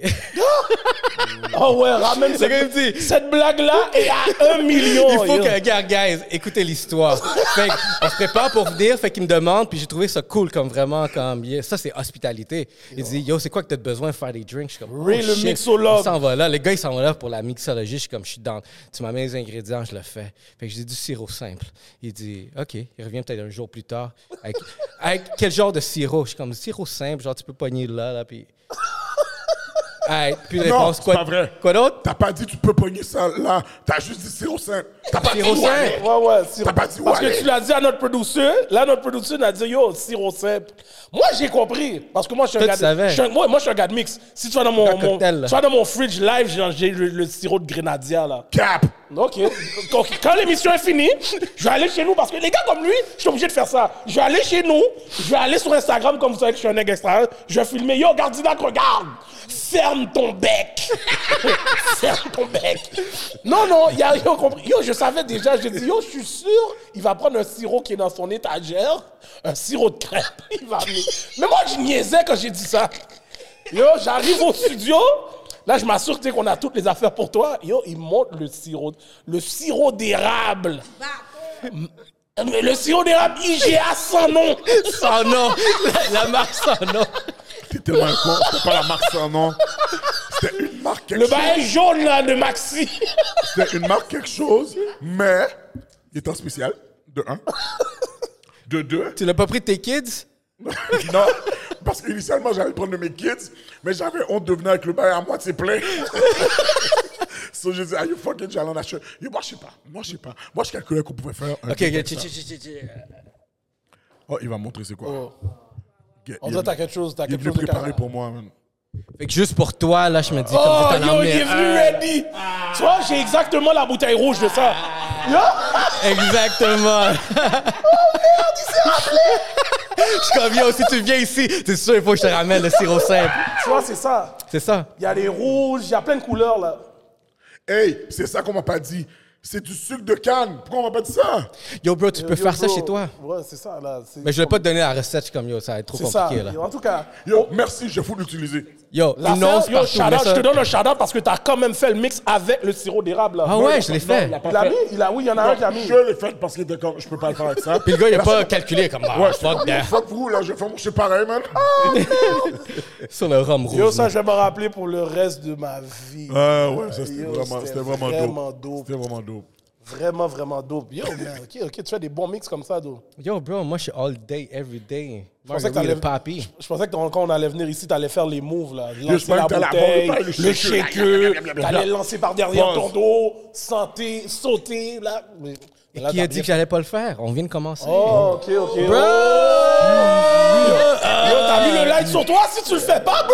[SPEAKER 2] Oh ouais, ramène
[SPEAKER 1] C'est comme
[SPEAKER 2] cette,
[SPEAKER 1] dit.
[SPEAKER 2] cette blague-là est à un million.
[SPEAKER 3] Oh,
[SPEAKER 1] Il faut
[SPEAKER 2] yo.
[SPEAKER 1] que, regarde, guys, écoutez l'histoire. Fait que, on se prépare pour venir, fait qu'il me demande, puis j'ai trouvé ça cool comme vraiment, comme, yeah, ça c'est hospitalité. Il dit, yo, c'est quoi que t'as besoin de faire des drinks? Je suis comme, oh,
[SPEAKER 2] Ray, le
[SPEAKER 1] shit.
[SPEAKER 2] mixologue.
[SPEAKER 1] On s'en va là. Le gars, il s'en va là pour la mixologie. Je suis comme, je suis dans. Tu m'amènes les ingrédients, je le fais. Fait que j'ai du sirop simple. Il dit, OK, il revient peut-être un jour plus tard. Avec, avec quel genre de sirop? Je suis comme, sirop simple, genre, tu peux pogner là, là, puis. Hey, puis
[SPEAKER 3] Non,
[SPEAKER 1] réponse,
[SPEAKER 3] c'est
[SPEAKER 1] quoi,
[SPEAKER 3] pas vrai.
[SPEAKER 1] quoi d'autre?
[SPEAKER 3] T'as pas dit tu peux pogner ça là. T'as juste dit c'est au sein. T'as pas dit
[SPEAKER 1] Sirop
[SPEAKER 3] ouais.
[SPEAKER 1] simple.
[SPEAKER 2] Ouais, ouais, sirop.
[SPEAKER 3] T'as pas dit
[SPEAKER 2] Parce
[SPEAKER 3] ouais.
[SPEAKER 2] que tu l'as dit à notre producteur. Là, notre producteur a dit Yo, sirop simple. Moi, j'ai compris. Parce que moi, je suis un
[SPEAKER 1] Toi,
[SPEAKER 2] gars
[SPEAKER 1] tu savais.
[SPEAKER 2] de, je suis un- moi, moi, je suis un gars de mix. Si tu vas dans mon,
[SPEAKER 1] Un
[SPEAKER 2] mon-
[SPEAKER 1] cocktail, là.
[SPEAKER 2] tu vas dans mon fridge live, j'ai- j'ai le, le sirop de grenadilla, là.
[SPEAKER 3] Cap.
[SPEAKER 2] OK. Donc, quand l'émission est finie, je vais aller chez nous. Parce que les gars comme lui, je suis obligé de faire ça. Je vais aller chez nous. Je vais aller sur Instagram, comme vous savez que je suis un nègre extra. Je vais filmer Yo, Gardinac, regarde. Ferme ton bec. Ferme ton bec. Non, non, il y a, yo, compris. Yo, je savais déjà, j'ai dit, yo, je suis sûr, il va prendre un sirop qui est dans son étagère, un sirop de crêpe, il va amener. Mais moi, je niaisais quand j'ai dit ça. Yo, j'arrive au studio, là, je m'assure tu sais, qu'on a toutes les affaires pour toi. Yo, il monte le sirop, le sirop d'érable. Mais le sirop d'érable IGA sans nom.
[SPEAKER 1] Sans nom! La, la marque sans nom!
[SPEAKER 3] T'es tellement con. C'était pas la marque sans nom. C'était une marque quelque
[SPEAKER 2] Le
[SPEAKER 3] chose.
[SPEAKER 2] bail jaune, là, de Maxi.
[SPEAKER 3] C'était une marque quelque chose, mais il était en spécial. De un. De deux.
[SPEAKER 1] Tu l'as pas pris de tes kids?
[SPEAKER 3] Non. Parce qu'initialement, j'allais le prendre de mes kids, mais j'avais honte de venir avec le bail à moitié plein. so, je dis, are you fucking, j'allais en acheter. Yo, moi, je sais pas. Moi, je sais pas. Moi, je calculais qu'on pouvait faire un.
[SPEAKER 1] Ok,
[SPEAKER 3] truc
[SPEAKER 1] ok,
[SPEAKER 3] comme
[SPEAKER 1] chi-
[SPEAKER 3] ça.
[SPEAKER 1] chi- chi- chi- chi.
[SPEAKER 3] Oh, il va me montrer c'est quoi. Get-
[SPEAKER 2] On
[SPEAKER 3] il
[SPEAKER 2] dirait
[SPEAKER 3] est-
[SPEAKER 2] que t'as quelque chose, t'as
[SPEAKER 3] Il est
[SPEAKER 2] quelque
[SPEAKER 3] venu
[SPEAKER 2] chose de
[SPEAKER 3] préparé
[SPEAKER 2] carré.
[SPEAKER 3] pour moi, man.
[SPEAKER 1] Fait que juste pour toi, là, je me dis, comme
[SPEAKER 2] Oh,
[SPEAKER 1] si t'en
[SPEAKER 2] yo, il
[SPEAKER 1] emmenais
[SPEAKER 2] est venu
[SPEAKER 1] un.
[SPEAKER 2] ready. Tu vois, j'ai exactement la bouteille rouge de ça. Yo,
[SPEAKER 1] Exactement! Oh merde, il s'est rappelé! Je suis comme, yo, si tu viens ici, c'est sûr, il faut que je te ramène le sirop simple.
[SPEAKER 2] tu vois, c'est ça.
[SPEAKER 1] C'est ça?
[SPEAKER 2] Il y a les rouges, il y a plein de couleurs, là.
[SPEAKER 3] Hey, c'est ça qu'on m'a pas dit. C'est du sucre de canne. Pourquoi on m'a pas dit ça?
[SPEAKER 1] Yo, bro, tu peux
[SPEAKER 2] Yo,
[SPEAKER 1] faire ça
[SPEAKER 2] bro.
[SPEAKER 1] chez toi.
[SPEAKER 2] Ouais, c'est ça, là. c'est-
[SPEAKER 1] Mais je vais pas te donner la recette, je suis comme, yo, ça va être trop
[SPEAKER 2] C'est ça.
[SPEAKER 1] compliqué, là.
[SPEAKER 2] En tout cas,
[SPEAKER 3] Yo, merci, je fous l'utiliser.
[SPEAKER 1] Yo, une
[SPEAKER 2] l'affaire-
[SPEAKER 1] once
[SPEAKER 2] yo,
[SPEAKER 1] partout,
[SPEAKER 2] shout-out,
[SPEAKER 1] mais
[SPEAKER 2] je te
[SPEAKER 1] ça...
[SPEAKER 2] donne un shout-out parce que t'as quand même fait le mix avec le sirop d'érable, là.
[SPEAKER 1] Ah ouais, je l'ai fait.
[SPEAKER 2] Il l'a mis, il a, oui, il y en a un qui a mis.
[SPEAKER 3] Je l'ai fait parce que était comme, je peux pas le faire avec ça.
[SPEAKER 1] Puis le gars, il a pas calculé, comme, ah,
[SPEAKER 3] Ouais,
[SPEAKER 1] fuck,
[SPEAKER 3] je
[SPEAKER 1] that.
[SPEAKER 3] fuck vous, là, je fais mon shit pareil, man. Ah!
[SPEAKER 1] Sur le rhum rouge.
[SPEAKER 2] Yo,
[SPEAKER 1] là.
[SPEAKER 2] ça, je Hein? vais m'en rappeler pour le reste de ma vie.
[SPEAKER 3] Ah ouais, ça c'était
[SPEAKER 2] Yo,
[SPEAKER 3] vraiment, c'était
[SPEAKER 2] c'était
[SPEAKER 3] vraiment,
[SPEAKER 2] vraiment
[SPEAKER 3] dope.
[SPEAKER 2] dope.
[SPEAKER 3] C'était vraiment dope.
[SPEAKER 2] Vraiment, vraiment dope. Yo, man, ok, ok, tu fais des bons mix comme ça, dope.
[SPEAKER 1] Yo, bro, moi, je suis all day, every day.
[SPEAKER 2] Je pensais
[SPEAKER 1] Marguerite,
[SPEAKER 2] que t'allais-
[SPEAKER 1] le papi.
[SPEAKER 2] Je pensais que ton- quand on allait venir ici, t'allais faire les moves là.
[SPEAKER 3] je
[SPEAKER 2] Lancer
[SPEAKER 3] pensais
[SPEAKER 2] la
[SPEAKER 3] que t'allais
[SPEAKER 2] bouteille,
[SPEAKER 3] aborder par le
[SPEAKER 2] le
[SPEAKER 3] shaker.
[SPEAKER 2] shaker, t'allais lancer par derrière
[SPEAKER 3] Pause.
[SPEAKER 2] ton dos, santé, sauter, là. Mais- mais là,
[SPEAKER 1] Qui a
[SPEAKER 2] t'as
[SPEAKER 1] dit que
[SPEAKER 2] bien-
[SPEAKER 1] j'allais pas le faire? On vient de commencer.
[SPEAKER 2] Oh, ok, ok.
[SPEAKER 1] Bro!
[SPEAKER 2] Oh, yo, t'as mis le light sur toi si tu le fais pas, bro!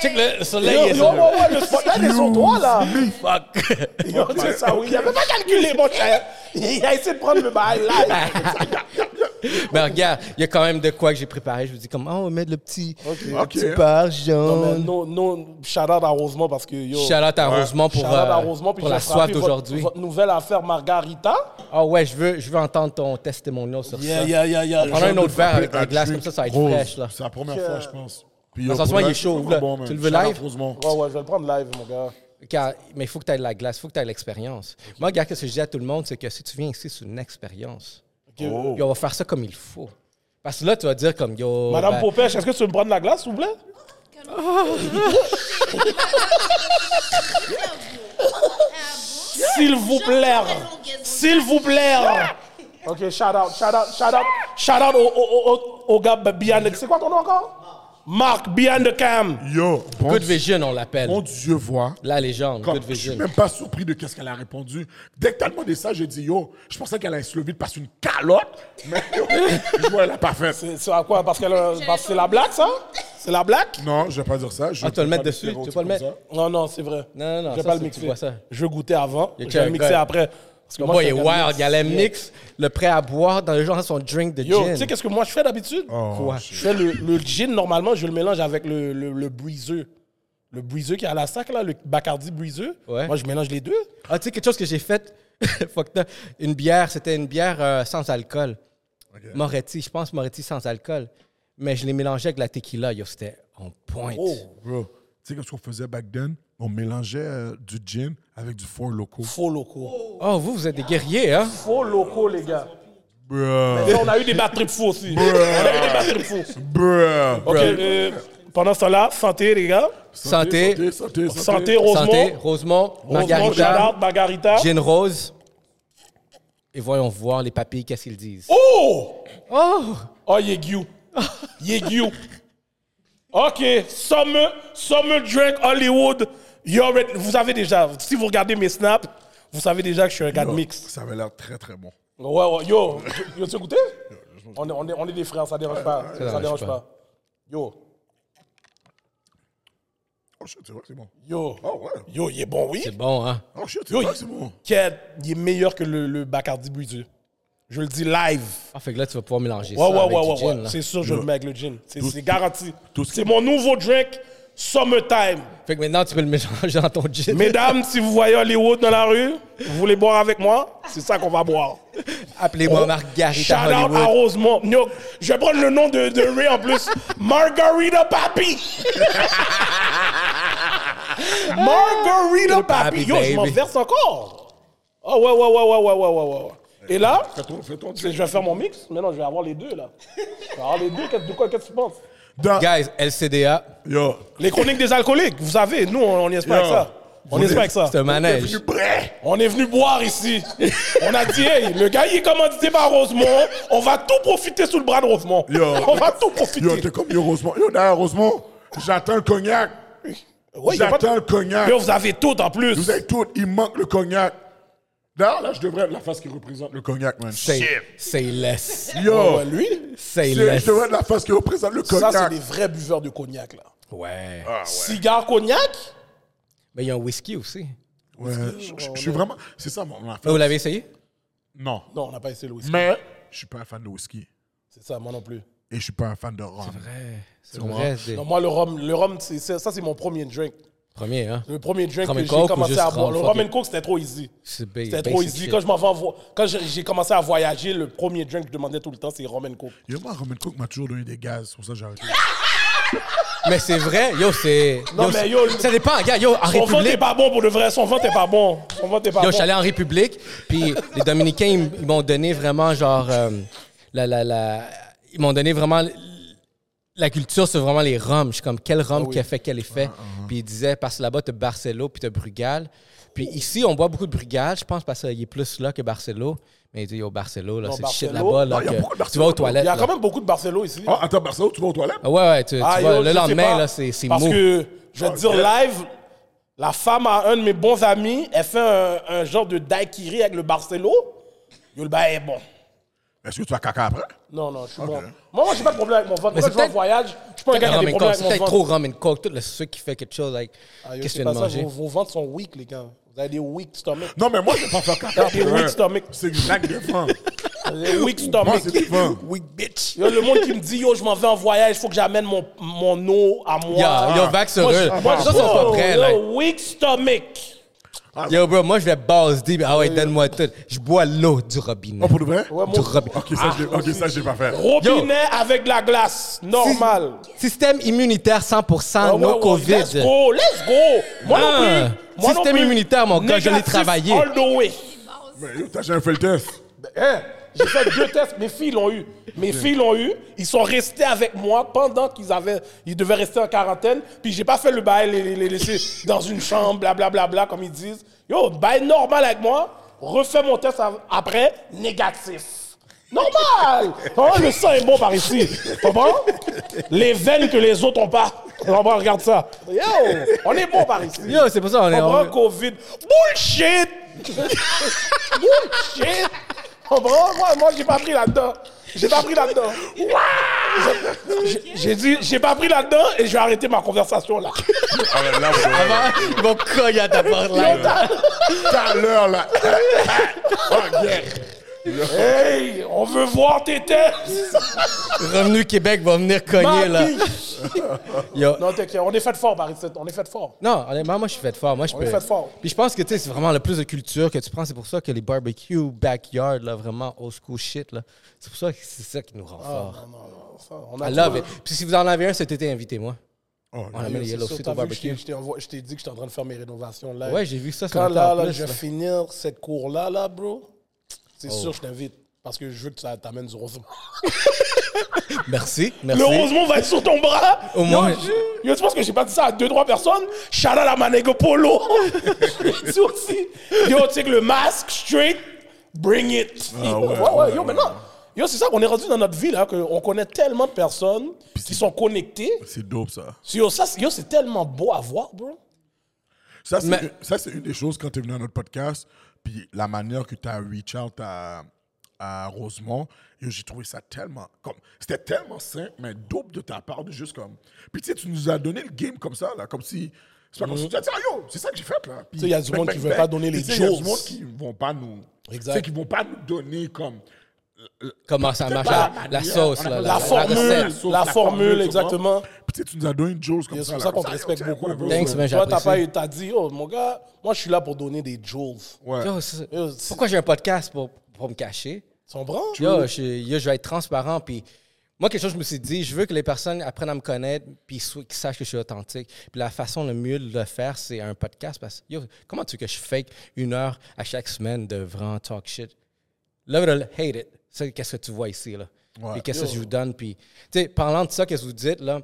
[SPEAKER 1] Check le soleil.
[SPEAKER 2] Yo,
[SPEAKER 1] est
[SPEAKER 2] yo,
[SPEAKER 1] sur-
[SPEAKER 2] ouais, ouais, le spotlight est sur toi, là!
[SPEAKER 1] Fuck.
[SPEAKER 2] Yo, c'est ça, oui. Il avait pas calculé, mon cher. Il a essayé de prendre le bail, là.
[SPEAKER 1] Mais regarde, il y a quand même de quoi que j'ai préparé. Je vous dis comme, oh, on va mettre le petit, le
[SPEAKER 3] Ok.
[SPEAKER 1] petit bar
[SPEAKER 2] Non, mais
[SPEAKER 1] jaune.
[SPEAKER 2] non, non, shout out à Rosemont parce que yo.
[SPEAKER 1] Shout-out à Rosemont pour,
[SPEAKER 2] shout-out
[SPEAKER 1] euh,
[SPEAKER 2] à Rosemont, puis
[SPEAKER 1] pour
[SPEAKER 2] je
[SPEAKER 1] la
[SPEAKER 2] vais
[SPEAKER 1] soif
[SPEAKER 2] frapper votre-
[SPEAKER 1] d'aujourd'hui.
[SPEAKER 2] Votre nouvelle affaire Margarita.
[SPEAKER 1] Ah ouais, je veux, je veux entendre ton testimonial sur ça.
[SPEAKER 2] yeah, yeah.
[SPEAKER 1] Prends un autre verre avec
[SPEAKER 3] Un
[SPEAKER 1] la glace,
[SPEAKER 3] drink
[SPEAKER 1] comme ça, ça va être
[SPEAKER 3] rose.
[SPEAKER 1] fraîche, là.
[SPEAKER 3] C'est la première fois, je pense. Puis,
[SPEAKER 1] Dans
[SPEAKER 3] yo,
[SPEAKER 1] ce
[SPEAKER 3] pour
[SPEAKER 1] soir, il
[SPEAKER 3] vrai,
[SPEAKER 1] est chaud,
[SPEAKER 3] c'est
[SPEAKER 1] là.
[SPEAKER 3] bon, man.
[SPEAKER 1] Tu le veux
[SPEAKER 3] Shout out
[SPEAKER 1] live?
[SPEAKER 3] Rosemont.
[SPEAKER 2] Ouais, ouais, je vais le prendre live, mon gars.
[SPEAKER 1] Car- mais il faut que tu aies de la glace, il faut que tu aies de l'expérience. Moi, regarde, ce que je dis à tout le monde, c'est que si tu viens ici, c'est une expérience.
[SPEAKER 3] Oh.
[SPEAKER 1] Yo, on va faire ça comme il faut. Parce que là, tu vas dire comme, yo...
[SPEAKER 2] Madame
[SPEAKER 1] ben,
[SPEAKER 2] Popèche, est-ce que tu veux me prendre de la glace, s'il vous plaît? S'il vous plaît. S'il vous plaît. hein. OK, shout out, shout out, shout out. Shout out au, au, au- au, au gars Beyond the- C'est quoi ton nom encore? Marc Beyond the Cam.
[SPEAKER 3] Yo, bon
[SPEAKER 1] Good
[SPEAKER 3] Dieu-
[SPEAKER 1] Vision, on l'appelle.
[SPEAKER 3] Mon Dieu, voit.
[SPEAKER 1] La légende,
[SPEAKER 3] Comme,
[SPEAKER 1] Good
[SPEAKER 3] je suis
[SPEAKER 1] Vision.
[SPEAKER 3] même pas surpris de qu'est-ce qu'elle a répondu. Dès que t'as demandé ça, j'ai dit yo, je pensais qu'elle allait se lever parce une calotte, mais yo, je vois elle a pas fait.
[SPEAKER 2] C'est- C'est à quoi? Parce que le- parce que c'est la blague, ça? C'est la blague?
[SPEAKER 3] Non, je vais pas dire ça. Je
[SPEAKER 1] Ah, tu vas le mettre
[SPEAKER 3] pas
[SPEAKER 1] dessus,
[SPEAKER 3] des
[SPEAKER 1] tu vas pas le mettre.
[SPEAKER 3] stéréotypes
[SPEAKER 2] Non, non, c'est vrai.
[SPEAKER 1] Non, non, non,
[SPEAKER 2] Je vais
[SPEAKER 1] ça, c'est-
[SPEAKER 2] pas le
[SPEAKER 1] tu
[SPEAKER 2] mixer.
[SPEAKER 1] vois ça.
[SPEAKER 2] Je vais goûter avant.
[SPEAKER 1] Il y a
[SPEAKER 2] Je vais
[SPEAKER 1] qu'un
[SPEAKER 2] le mixer
[SPEAKER 1] gars.
[SPEAKER 2] après. Parce que
[SPEAKER 1] Mon
[SPEAKER 2] moi,
[SPEAKER 1] boy
[SPEAKER 2] je
[SPEAKER 1] est
[SPEAKER 2] suis un
[SPEAKER 1] wild,
[SPEAKER 2] mix.
[SPEAKER 1] il y a le mix, le prêt à boire dans le genre son drink de
[SPEAKER 2] Yo,
[SPEAKER 1] gin. Oh.
[SPEAKER 2] tu sais qu'est-ce que moi je fais d'habitude?
[SPEAKER 3] comme ça.
[SPEAKER 1] Quoi?
[SPEAKER 2] Je fais le, le gin, normalement, je le mélange avec le, le, le briseux. Le briseux qui est à la sac, là, le Bacardi briseux.
[SPEAKER 1] Ouais.
[SPEAKER 2] Moi, je mélange les deux.
[SPEAKER 1] Ah, tu sais, quelque chose que j'ai fait, fuck that. une bière, c'était une bière euh, sans alcool. Moretti, je pense Moretti sans alcool. Mais je l'ai mélangé avec la tequila, yo, c'était en pointe.
[SPEAKER 2] Oh,
[SPEAKER 3] Bro, tu sais qu'est-ce qu'on faisait back then? On mélangeait euh, du gin avec du four loco.
[SPEAKER 2] faux locaux.
[SPEAKER 1] Oh, vous, vous êtes des guerriers, hein?
[SPEAKER 2] Faux locaux, les gars.
[SPEAKER 3] Bro,
[SPEAKER 2] Et on a eu des batteries faux aussi. on a eu des batteries faux.
[SPEAKER 3] bro.
[SPEAKER 2] Ok, euh, pendant ce temps-là, santé, les gars.
[SPEAKER 1] Santé,
[SPEAKER 3] santé, santé, santé.
[SPEAKER 2] Santé, Rosemont.
[SPEAKER 1] santé, Rosemont,
[SPEAKER 2] Rosemont,
[SPEAKER 1] Margarita,
[SPEAKER 2] Charlotte, Margarita.
[SPEAKER 1] Gin Rose. Et voyons voir les papilles, qu'est-ce qu'ils disent.
[SPEAKER 2] Oh!
[SPEAKER 1] Oh!
[SPEAKER 2] Oh, Yegyu. Yegyu. OK. Summer, summer Drink Hollywood. You already- vous avez déjà, si vous regardez mes snaps, vous savez déjà que je suis un gars de mix.
[SPEAKER 3] Ça avait l'air très très bon.
[SPEAKER 2] Ouais, ouais, yo, yo, tu as goûté? On est, on, est, on est des frères, ça dérange pas. Ça,
[SPEAKER 1] dérange
[SPEAKER 2] dérange pas.
[SPEAKER 1] pas.
[SPEAKER 2] Yo,
[SPEAKER 3] Oh shit, c'est vrai que c'est bon.
[SPEAKER 2] yo,
[SPEAKER 3] Oh ouais.
[SPEAKER 2] yo, il est bon, oui?
[SPEAKER 1] C'est bon, hein?
[SPEAKER 3] Oh shit, c'est
[SPEAKER 2] Yo,
[SPEAKER 3] vrai
[SPEAKER 2] il,
[SPEAKER 3] que c'est bon.
[SPEAKER 2] Quel- il est meilleur que le, le Bacardi Budu. Je le dis live.
[SPEAKER 1] Ah, fait que là, tu vas pouvoir mélanger
[SPEAKER 2] Ouais,
[SPEAKER 1] ça
[SPEAKER 2] ouais,
[SPEAKER 1] avec
[SPEAKER 2] ouais,
[SPEAKER 1] du
[SPEAKER 2] ouais,
[SPEAKER 1] gin,
[SPEAKER 2] ouais.
[SPEAKER 1] là.
[SPEAKER 2] C'est sûr, je le mets avec le gin. C'est c'est garanti.
[SPEAKER 3] tout ce-
[SPEAKER 2] C'est mon nouveau drink, Summertime.
[SPEAKER 1] Fait que maintenant, tu peux le mélanger dans ton gin.
[SPEAKER 2] Mesdames, si vous voyez Hollywood dans la rue, vous voulez boire avec moi, c'est ça qu'on va boire.
[SPEAKER 1] Appelez-moi Margarita
[SPEAKER 2] Oh, Shout out à
[SPEAKER 1] Hollywood.
[SPEAKER 2] Rosemont. Yo, je vais prendre le nom de, de Ray en plus. Margarita Papi. Margarita Papi.
[SPEAKER 1] Papi,
[SPEAKER 2] Yo, je m'en
[SPEAKER 1] baby.
[SPEAKER 2] verse encore. Oh, ouais, ouais, ouais, ouais, ouais, ouais, ouais, ouais. Et là,
[SPEAKER 3] Fais ton, fais ton
[SPEAKER 2] je vais faire mon mix. Maintenant, je vais avoir les deux, là. Je vais avoir les deux. Qu'est-ce- De quoi, qu'est-ce que tu penses?
[SPEAKER 3] Dans-
[SPEAKER 1] Guys, LCDA,
[SPEAKER 3] Yo,
[SPEAKER 2] Les chroniques des alcooliques, vous savez, nous, on n'y est pas
[SPEAKER 3] Yo.
[SPEAKER 2] avec ça. On n'y est pas avec ça.
[SPEAKER 1] c'est un manège.
[SPEAKER 3] je suis prêt.
[SPEAKER 2] On est venu boire ici. On a dit, hey, le gars, il est commandité par Rosemont. On va tout profiter sous le bras de Rosemont.
[SPEAKER 3] Yo.
[SPEAKER 2] On va tout profiter.
[SPEAKER 3] Yo, t'es comme yo, Rosemont. Yo, d'ailleurs, Rosemont, j'attends le cognac.
[SPEAKER 2] Ouais, y a pas de-
[SPEAKER 3] j'attends le cognac.
[SPEAKER 2] Yo, vous avez tout en plus.
[SPEAKER 3] Vous êtes tous, il manque le cognac. D'ailleurs, là, je devrais être la face qui représente le cognac, man.
[SPEAKER 1] Say, say less.
[SPEAKER 3] Yo,
[SPEAKER 2] Ah Ouais, lui,
[SPEAKER 1] Say
[SPEAKER 3] c'est-
[SPEAKER 1] less.
[SPEAKER 3] je devrais être la face qui représente le
[SPEAKER 2] ça,
[SPEAKER 3] cognac. Ah
[SPEAKER 2] c'est des vrais buveurs de cognac, là.
[SPEAKER 1] Ouais.
[SPEAKER 2] Ah. Cigare cognac?
[SPEAKER 1] Mais il y a un whisky aussi.
[SPEAKER 3] Ouais, je- je je suis vraiment. C'est ça, mon
[SPEAKER 2] Ah.
[SPEAKER 3] affaire.
[SPEAKER 1] Vous l'avez essayé?
[SPEAKER 3] Non.
[SPEAKER 2] Non, on n'a pas essayé le whisky.
[SPEAKER 3] Mais je suis pas un fan de whisky.
[SPEAKER 2] C'est ça, moi non plus.
[SPEAKER 3] Et je suis pas un fan de rhum.
[SPEAKER 1] C'est vrai. c'est
[SPEAKER 2] Non, moi, le rhum, le rhum c'est, c'est- ça, c'est mon premier drink.
[SPEAKER 1] Premier, hein?
[SPEAKER 2] Le premier drink
[SPEAKER 1] Rhum and
[SPEAKER 2] que j'ai
[SPEAKER 1] Coke ou
[SPEAKER 2] commencé
[SPEAKER 1] juste
[SPEAKER 2] à boire.
[SPEAKER 1] rhum,
[SPEAKER 2] Le
[SPEAKER 1] fuck
[SPEAKER 2] rhum
[SPEAKER 1] it.
[SPEAKER 2] and coke, c'était trop easy.
[SPEAKER 1] C'est ba-
[SPEAKER 2] C'était trop
[SPEAKER 1] basic
[SPEAKER 2] easy.
[SPEAKER 1] shit.
[SPEAKER 2] Quand, je m'en vais en vo- Quand j'ai j'ai commencé à voyager, le premier drink que je demandais tout le temps, c'est rhum and coke.
[SPEAKER 3] Yo, moi, Roman Cook m'a toujours donné des gaz. C'est pour ça que j'ai arrêté.
[SPEAKER 1] Mais c'est vrai, yo, c'est.
[SPEAKER 2] Non, mais yo,
[SPEAKER 1] c'est- Ça dépend, gars, yo, en
[SPEAKER 2] Son vent, t'es
[SPEAKER 1] République.
[SPEAKER 2] pas bon pour de vrai. Son vent, t'es pas bon. Son vent, t'es pas
[SPEAKER 1] Yo, je
[SPEAKER 2] bon.
[SPEAKER 1] suis allé en République, puis les Dominicains, ils m- ils m'ont donné vraiment, genre. euh, la, la, la, ils m'ont donné vraiment. l- La culture, c'est vraiment les rhums. Je suis comme, quel
[SPEAKER 2] Ah
[SPEAKER 1] rhum qui a fait quel effet? Puis ils disaient, parce que là-bas, t'as Barcelo, puis t'as Brugal. Puis ici, on boit beaucoup de Brugal. Je pense parce qu'il est plus là que Barcelo. Mais ils disent, yo, Barcelo, là,
[SPEAKER 2] Non,
[SPEAKER 1] c'est le shit
[SPEAKER 2] Barcelo-
[SPEAKER 1] là-bas. Là,
[SPEAKER 3] Non, il y a
[SPEAKER 1] que
[SPEAKER 3] beaucoup de
[SPEAKER 1] tu vas
[SPEAKER 3] Barcelo,
[SPEAKER 1] aux
[SPEAKER 3] bro.
[SPEAKER 1] toilettes.
[SPEAKER 2] Il y a
[SPEAKER 1] là.
[SPEAKER 2] quand même beaucoup de Barcelo ici.
[SPEAKER 3] Ah, attends, Barcelone, tu vas aux toilettes?
[SPEAKER 1] Ah Ouais, ouais, tu, tu
[SPEAKER 2] Ah,
[SPEAKER 1] vois,
[SPEAKER 2] yo,
[SPEAKER 1] le
[SPEAKER 2] je sais
[SPEAKER 1] lendemain,
[SPEAKER 2] pas.
[SPEAKER 1] là, c'est c'est mou.
[SPEAKER 2] Parce que, je vais te dire live, la femme à un de mes bons amis, elle fait un, un genre de daiquiri avec le Barcelo. Yo, le bail est bon.
[SPEAKER 3] Est-ce que tu vas caca après?
[SPEAKER 2] Non, non, je suis bon. Moi, moi, j'ai pas de problème avec mon ventre. Quand
[SPEAKER 1] c'est
[SPEAKER 2] je vais en
[SPEAKER 1] peut-être-
[SPEAKER 2] voyage, je suis pas un gars qui a
[SPEAKER 1] Rum
[SPEAKER 2] des
[SPEAKER 1] and
[SPEAKER 2] problèmes
[SPEAKER 1] Coke,
[SPEAKER 2] avec
[SPEAKER 1] c'est
[SPEAKER 2] mon
[SPEAKER 1] peut-être
[SPEAKER 2] ventre.
[SPEAKER 1] trop rum and coke, tout le sucre qui fait quelque chose. Like,
[SPEAKER 2] Ah,
[SPEAKER 1] Qu'est-ce
[SPEAKER 2] yo,
[SPEAKER 1] que
[SPEAKER 2] c'est
[SPEAKER 1] tu
[SPEAKER 2] pas
[SPEAKER 1] viens de
[SPEAKER 2] ça,
[SPEAKER 1] manger?
[SPEAKER 2] Vos, vos ventres sont weak, les gars. Vous avez des weak stomachs.
[SPEAKER 3] Non, mais moi, je vais pas faire caca.
[SPEAKER 2] Des
[SPEAKER 3] pour
[SPEAKER 2] weak
[SPEAKER 3] vrai.
[SPEAKER 2] stomach.
[SPEAKER 3] C'est une blague de femme.
[SPEAKER 2] Weak stomach.
[SPEAKER 3] Moi, c'est pas.
[SPEAKER 1] Weak bitch.
[SPEAKER 2] Yo, le monde qui me dit, yo, je m'en vais en voyage, faut que j'amène mon, mon eau à moi.
[SPEAKER 1] Yo, yo, vax sur
[SPEAKER 2] Moi,
[SPEAKER 1] eux.
[SPEAKER 2] je- moi,
[SPEAKER 1] Ça, ils sont pas
[SPEAKER 2] yo,
[SPEAKER 1] prêts,
[SPEAKER 2] yo,
[SPEAKER 1] là.
[SPEAKER 2] Weak stomach.
[SPEAKER 1] Yo, bro, moi, je vais base deep. Ah ouais, donne-moi tout. Je bois l'eau du robinet.
[SPEAKER 3] Oh, pour de vrai?
[SPEAKER 1] Du robinet.
[SPEAKER 3] Ok, ça, je l'ai- ok, ça, je l'ai pas fait.
[SPEAKER 2] Robinet avec de la glace. Normal.
[SPEAKER 1] Système immunitaire 100%,
[SPEAKER 2] Ah, ouais,
[SPEAKER 1] no
[SPEAKER 2] ouais,
[SPEAKER 1] COVID.
[SPEAKER 2] Let's go, let's go. Moi non
[SPEAKER 1] Ah,
[SPEAKER 2] plus. Moi non
[SPEAKER 1] système
[SPEAKER 2] plus.
[SPEAKER 1] immunitaire, mon gars, je l'ai
[SPEAKER 2] Négatif
[SPEAKER 1] travaillé.
[SPEAKER 2] All the way.
[SPEAKER 3] Mais yo, t'as jamais fait le test.
[SPEAKER 2] Hein, J'ai fait deux tests, mes filles l'ont eu. Mes filles l'ont eu. Ils sont restés avec moi pendant qu'ils avaient, ils devaient rester en quarantaine. Puis j'ai pas fait le bail, les, les- les laisser dans une chambre, blablabla, bla, bla, comme ils disent. Yo, bail normal avec moi. Refais mon test av- après, négatif. Normal! Oh, le sang est bon par ici. Comment? Les veines que les autres ont pas. Vraiment, regarde ça. Yo, on est bon par ici.
[SPEAKER 1] Yo, c'est pour ça, on est-
[SPEAKER 2] Comprends,
[SPEAKER 1] on-
[SPEAKER 2] COVID. Bullshit! Bullshit! Comprends? Moi, moi j'ai pas pris là-dedans. J'ai pas pris là-dedans. Ouah! J'ai- J'ai dit, j'ai pas pris là-dedans et je vais arrêter ma conversation là.
[SPEAKER 3] Ah, ben là, pour de vrai.
[SPEAKER 1] Ils vont cogner à ta porte, là.
[SPEAKER 3] Tout à l'heure, là. Ah, Oh, yeah.
[SPEAKER 2] Hey, on veut voir tes tests!
[SPEAKER 1] Revenu Québec va venir cogner, là.
[SPEAKER 2] Mamie!
[SPEAKER 1] Yo.
[SPEAKER 2] Non, t'inquiète, on est fait fort par ici. On est fait fort.
[SPEAKER 1] Non, honnêtement, moi, je suis fait fort. Moi, je peux.
[SPEAKER 2] est fait fort.
[SPEAKER 1] Puis je pense que, tu sais, c'est vraiment le plus de culture que tu prends. C'est pour ça que les barbecues backyard, là, vraiment old school shit, là. C'est pour ça que c'est ça qui nous
[SPEAKER 2] Ah,
[SPEAKER 1] rend fort.
[SPEAKER 2] Ça, on a
[SPEAKER 1] I love it. Puis si vous en avez un cet été, invitez-moi.
[SPEAKER 3] Oh,
[SPEAKER 1] On amène les
[SPEAKER 2] C'est
[SPEAKER 1] Ah, yellow
[SPEAKER 2] sûr,
[SPEAKER 1] feet
[SPEAKER 2] t'as
[SPEAKER 1] au
[SPEAKER 2] vu, je t'ai-
[SPEAKER 1] barbecue.
[SPEAKER 2] je t'ai envoyé- je t'ai dit que j'étais en train de faire mes rénovations là.
[SPEAKER 1] Ouais, j'ai vu ça sur
[SPEAKER 2] Quand
[SPEAKER 1] le
[SPEAKER 2] là,
[SPEAKER 1] temps
[SPEAKER 2] là,
[SPEAKER 1] plus,
[SPEAKER 2] je vais
[SPEAKER 1] là. Oh.
[SPEAKER 2] finir cette cour là, là, bro. C'est sûr, je t'invite. Parce que je veux que ça t'amène du rosement.
[SPEAKER 1] Merci.
[SPEAKER 2] Le
[SPEAKER 1] Merci.
[SPEAKER 2] rosement va être sur ton bras.
[SPEAKER 1] Au moins.
[SPEAKER 2] Yo, je- yo, tu penses que j'ai pas dit ça à deux, trois personnes? Chala la manego polo. Je l'ai dit aussi. Yo, tu sais que le masque straight, bring it.
[SPEAKER 3] Ah ouais,
[SPEAKER 2] ouais,
[SPEAKER 3] ouais,
[SPEAKER 2] yo, maintenant. Yo, c'est ça qu'on est rendu dans notre vie là, qu'on connaît tellement de personnes qui sont connectées.
[SPEAKER 3] C'est dope, ça.
[SPEAKER 2] Yo, ça, c'est- yo, c'est tellement beau à voir, bro.
[SPEAKER 3] Ça, c'est
[SPEAKER 1] Mais-
[SPEAKER 3] une- ça, c'est une des choses quand tu es venu à notre podcast, puis la manière que tu as reach out à, à Rosemont, et j'ai trouvé ça tellement. comme C'était tellement simple, mais dope de ta part, de juste comme. Puis tu sais, tu nous as donné le game comme ça, là, comme si. C'est pas comme si tu as dit, ah yo, c'est ça que j'ai fait, là. Puis
[SPEAKER 2] Mhm. Tu sais, il y a du
[SPEAKER 3] bang,
[SPEAKER 2] monde
[SPEAKER 3] bang,
[SPEAKER 2] qui veut
[SPEAKER 3] bang.
[SPEAKER 2] pas donner les
[SPEAKER 3] Puis tu sais, Il y a
[SPEAKER 2] choses.
[SPEAKER 3] du monde qui ne vont pas nous.
[SPEAKER 2] Exact.
[SPEAKER 3] Tu sais, qui vont pas nous donner comme.
[SPEAKER 1] Comment ça marche?
[SPEAKER 2] Bah,
[SPEAKER 3] pas
[SPEAKER 1] La,
[SPEAKER 3] la
[SPEAKER 1] la
[SPEAKER 3] manière,
[SPEAKER 1] sauce,
[SPEAKER 3] on a
[SPEAKER 1] là. la-
[SPEAKER 3] pas la
[SPEAKER 1] la
[SPEAKER 2] formule.
[SPEAKER 1] recette.
[SPEAKER 3] sauce,
[SPEAKER 2] la formule,
[SPEAKER 3] tu vois.
[SPEAKER 2] exactement.
[SPEAKER 3] Puis tu sais, tu nous as donné une chose comme
[SPEAKER 2] Et
[SPEAKER 3] ça.
[SPEAKER 2] C'est pour
[SPEAKER 3] là,
[SPEAKER 2] ça qu'on
[SPEAKER 3] comme
[SPEAKER 2] te
[SPEAKER 3] ça,
[SPEAKER 2] respecte
[SPEAKER 3] yo, tiens,
[SPEAKER 2] beaucoup.
[SPEAKER 3] whatever.
[SPEAKER 2] bro.
[SPEAKER 1] Thanks, man,
[SPEAKER 2] Toi, t'as
[SPEAKER 1] j'apprécie.
[SPEAKER 2] pas eu, t'as dit, oh mon gars, moi je suis là pour donner des jewels.
[SPEAKER 3] Ouais.
[SPEAKER 1] Yo, c'est-
[SPEAKER 2] Yo, c'est-
[SPEAKER 1] Pourquoi j'ai un podcast pour, pour me cacher?
[SPEAKER 2] Tu comprends?
[SPEAKER 1] Yo, je, yo, je vais être transparent. Puis moi, quelque chose, je me suis dit, je veux que les personnes apprennent à me connaître puis so- qu'ils sachent que je suis authentique. Puis la façon le mieux de le faire, c'est un podcast. Parce que, yo, comment tu veux que je fake une heure à chaque semaine de vraiment talk shit? Love it or hate it. C'est qu'est-ce que tu vois ici, là.
[SPEAKER 3] Ouais.
[SPEAKER 1] Puis qu'est-ce que je vous donne. Puis, tu sais, parlant de ça, qu'est-ce que vous dites, là?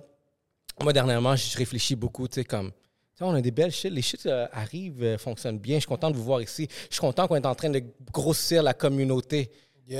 [SPEAKER 1] Moi, dernièrement, je réfléchis beaucoup, tu sais, comme. tu sais, On a des belles shit. Les shit euh, arrivent, euh, fonctionnent bien. Je suis content de vous voir ici. Je suis content qu'on est en train de grossir la communauté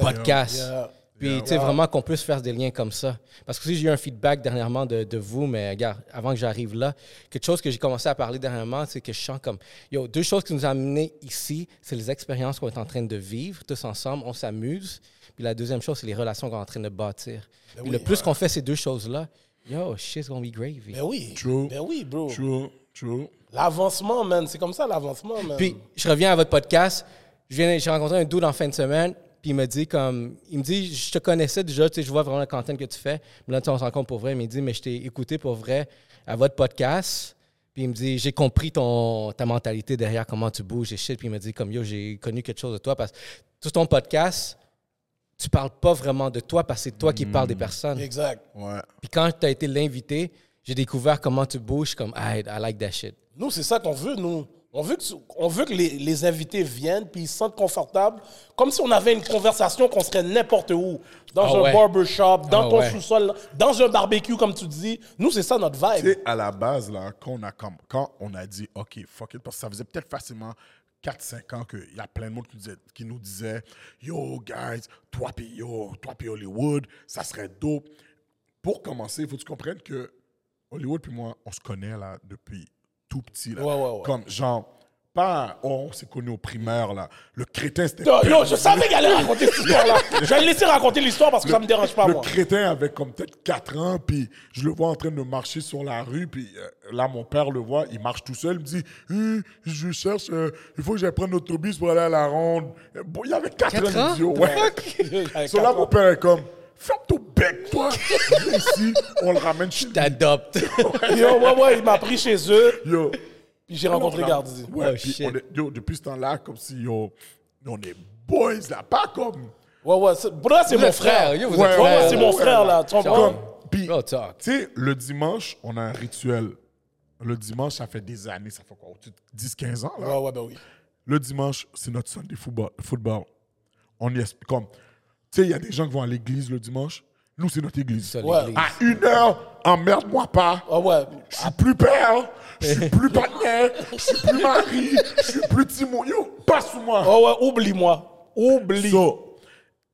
[SPEAKER 1] podcast.
[SPEAKER 2] Yeah.
[SPEAKER 1] Puis, tu sais, vraiment qu'on puisse faire des liens comme ça. Parce que si j'ai eu un feedback dernièrement de, de vous, mais regarde, avant que j'arrive là, quelque chose que j'ai commencé à parler dernièrement, c'est que je sens comme, yo, deux choses qui nous ont amenés ici, c'est les expériences qu'on est en train de vivre, tous ensemble, on s'amuse. Puis la deuxième chose, c'est les relations qu'on est en train de bâtir.
[SPEAKER 2] Ben
[SPEAKER 1] Puis le plus qu'on fait ces deux choses-là, yo, shit's gonna be gravy.
[SPEAKER 2] Ben oui.
[SPEAKER 3] True.
[SPEAKER 2] Ben oui, bro.
[SPEAKER 3] True, true.
[SPEAKER 2] L'avancement, man. C'est comme ça, l'avancement, man.
[SPEAKER 1] Puis je reviens à votre podcast. Je viens, j'ai rencontré un dude en fin de semaine, puis il me dit comme, il me dit, je te connaissais déjà, tu sais, je vois vraiment le content que tu fais. Mais là, tu sais, on se rencontre pour vrai. Il me dit, mais je t'ai écouté pour vrai à votre podcast. Puis il me dit, j'ai compris ton, ta mentalité derrière comment tu bouges et shit. Puis il me dit, comme yo, j'ai connu quelque chose de toi parce que tout ton podcast, tu parles pas vraiment de toi parce que c'est toi qui parles des personnes.
[SPEAKER 2] Exact.
[SPEAKER 3] Ouais.
[SPEAKER 1] Puis quand tu as été l'invité, j'ai découvert comment tu bouges comme, ah, I like that shit.
[SPEAKER 2] Nous, c'est ça qu'on veut, nous. On veut que, tu- on veut que les, les invités viennent puis ils se sentent confortables, comme si on avait une conversation qu'on serait n'importe où, dans
[SPEAKER 1] Ah
[SPEAKER 2] un
[SPEAKER 1] ouais.
[SPEAKER 2] barbershop, dans
[SPEAKER 1] Ah
[SPEAKER 2] ton
[SPEAKER 1] ouais.
[SPEAKER 2] sous-sol, dans un barbecue, comme tu dis. Nous, c'est ça notre vibe.
[SPEAKER 3] Tu sais, à la base, là, quand on a, comme, quand on a dit, OK, fuck it, parce que ça faisait peut-être facilement 4-5 ans qu'il y a plein de monde qui nous, disait, qui nous disait, Yo, guys, toi pis yo, toi pis Hollywood, ça serait dope. Pour commencer, il faut que tu comprennes que Hollywood puis moi, on se connaît, là, depuis tout petit. Là.
[SPEAKER 2] Ouais, ouais, ouais.
[SPEAKER 3] Comme, genre, pas- pas. Oh, on s'est connus au primaire, là. Le crétin, c'était.
[SPEAKER 2] Yo, je savais qu'elle allait raconter cette histoire-là. Je vais le laisser raconter l'histoire parce que ça me dérange pas,
[SPEAKER 3] le
[SPEAKER 2] moi.
[SPEAKER 3] crétin avait comme peut-être 4 ans, puis je le vois en train de marcher sur la rue, puis euh, là, mon père le voit, il marche tout seul, il me dit Hum, Je cherche, euh, il faut que j'aille prendre l'autobus pour aller à la ronde. Euh, Bon, il avait 4
[SPEAKER 1] Quatre
[SPEAKER 3] ans,
[SPEAKER 1] ans?
[SPEAKER 3] l'idiot, ouais.
[SPEAKER 2] Avec
[SPEAKER 3] So là,
[SPEAKER 2] quatre
[SPEAKER 3] mon
[SPEAKER 2] ans.
[SPEAKER 3] père est comme Ferme ton bec, toi Viens ici, on le ramène chez
[SPEAKER 1] T'adoptes.
[SPEAKER 2] Yo, ouais, ouais, il m'a pris chez eux,
[SPEAKER 3] Yo.
[SPEAKER 2] puis j'ai rencontré
[SPEAKER 3] Non,
[SPEAKER 2] Gardi.
[SPEAKER 3] Ouais,
[SPEAKER 1] Oh,
[SPEAKER 3] puis
[SPEAKER 1] shit.
[SPEAKER 3] on est- yo, depuis ce temps-là, comme si, yo, on est boys, là, pas comme.
[SPEAKER 2] Ouais, ouais, c'est- Bro, c'est
[SPEAKER 1] Vous
[SPEAKER 2] mon
[SPEAKER 1] êtes
[SPEAKER 2] frère.
[SPEAKER 1] frères, yo, vous
[SPEAKER 2] Ouais,
[SPEAKER 1] êtes
[SPEAKER 2] ouais,
[SPEAKER 1] frères.
[SPEAKER 2] c'est mon frère, là, tu comprends?
[SPEAKER 3] Comme, puis,
[SPEAKER 1] Real talk.
[SPEAKER 3] tu sais, le dimanche, on a un rituel. Le dimanche, ça fait des années, ça fait quoi, au-dessus de 10-15 ans, là.
[SPEAKER 2] Ouais, ouais, ben oui.
[SPEAKER 3] Le dimanche, c'est notre Sunday football. football. On y est, comme, tu sais, il y a des gens qui vont à l'église le dimanche. Nous, c'est notre église.
[SPEAKER 1] Ça,
[SPEAKER 2] Ouais.
[SPEAKER 1] l'église.
[SPEAKER 3] À une heure, emmerde-moi pas.
[SPEAKER 2] Ah ouais.
[SPEAKER 3] Je suis plus père, je suis plus partenaire, je suis plus mari, je suis plus timon. Yo, passe sous moi.
[SPEAKER 2] Ah ouais, oublie-moi. Oublie.
[SPEAKER 3] So,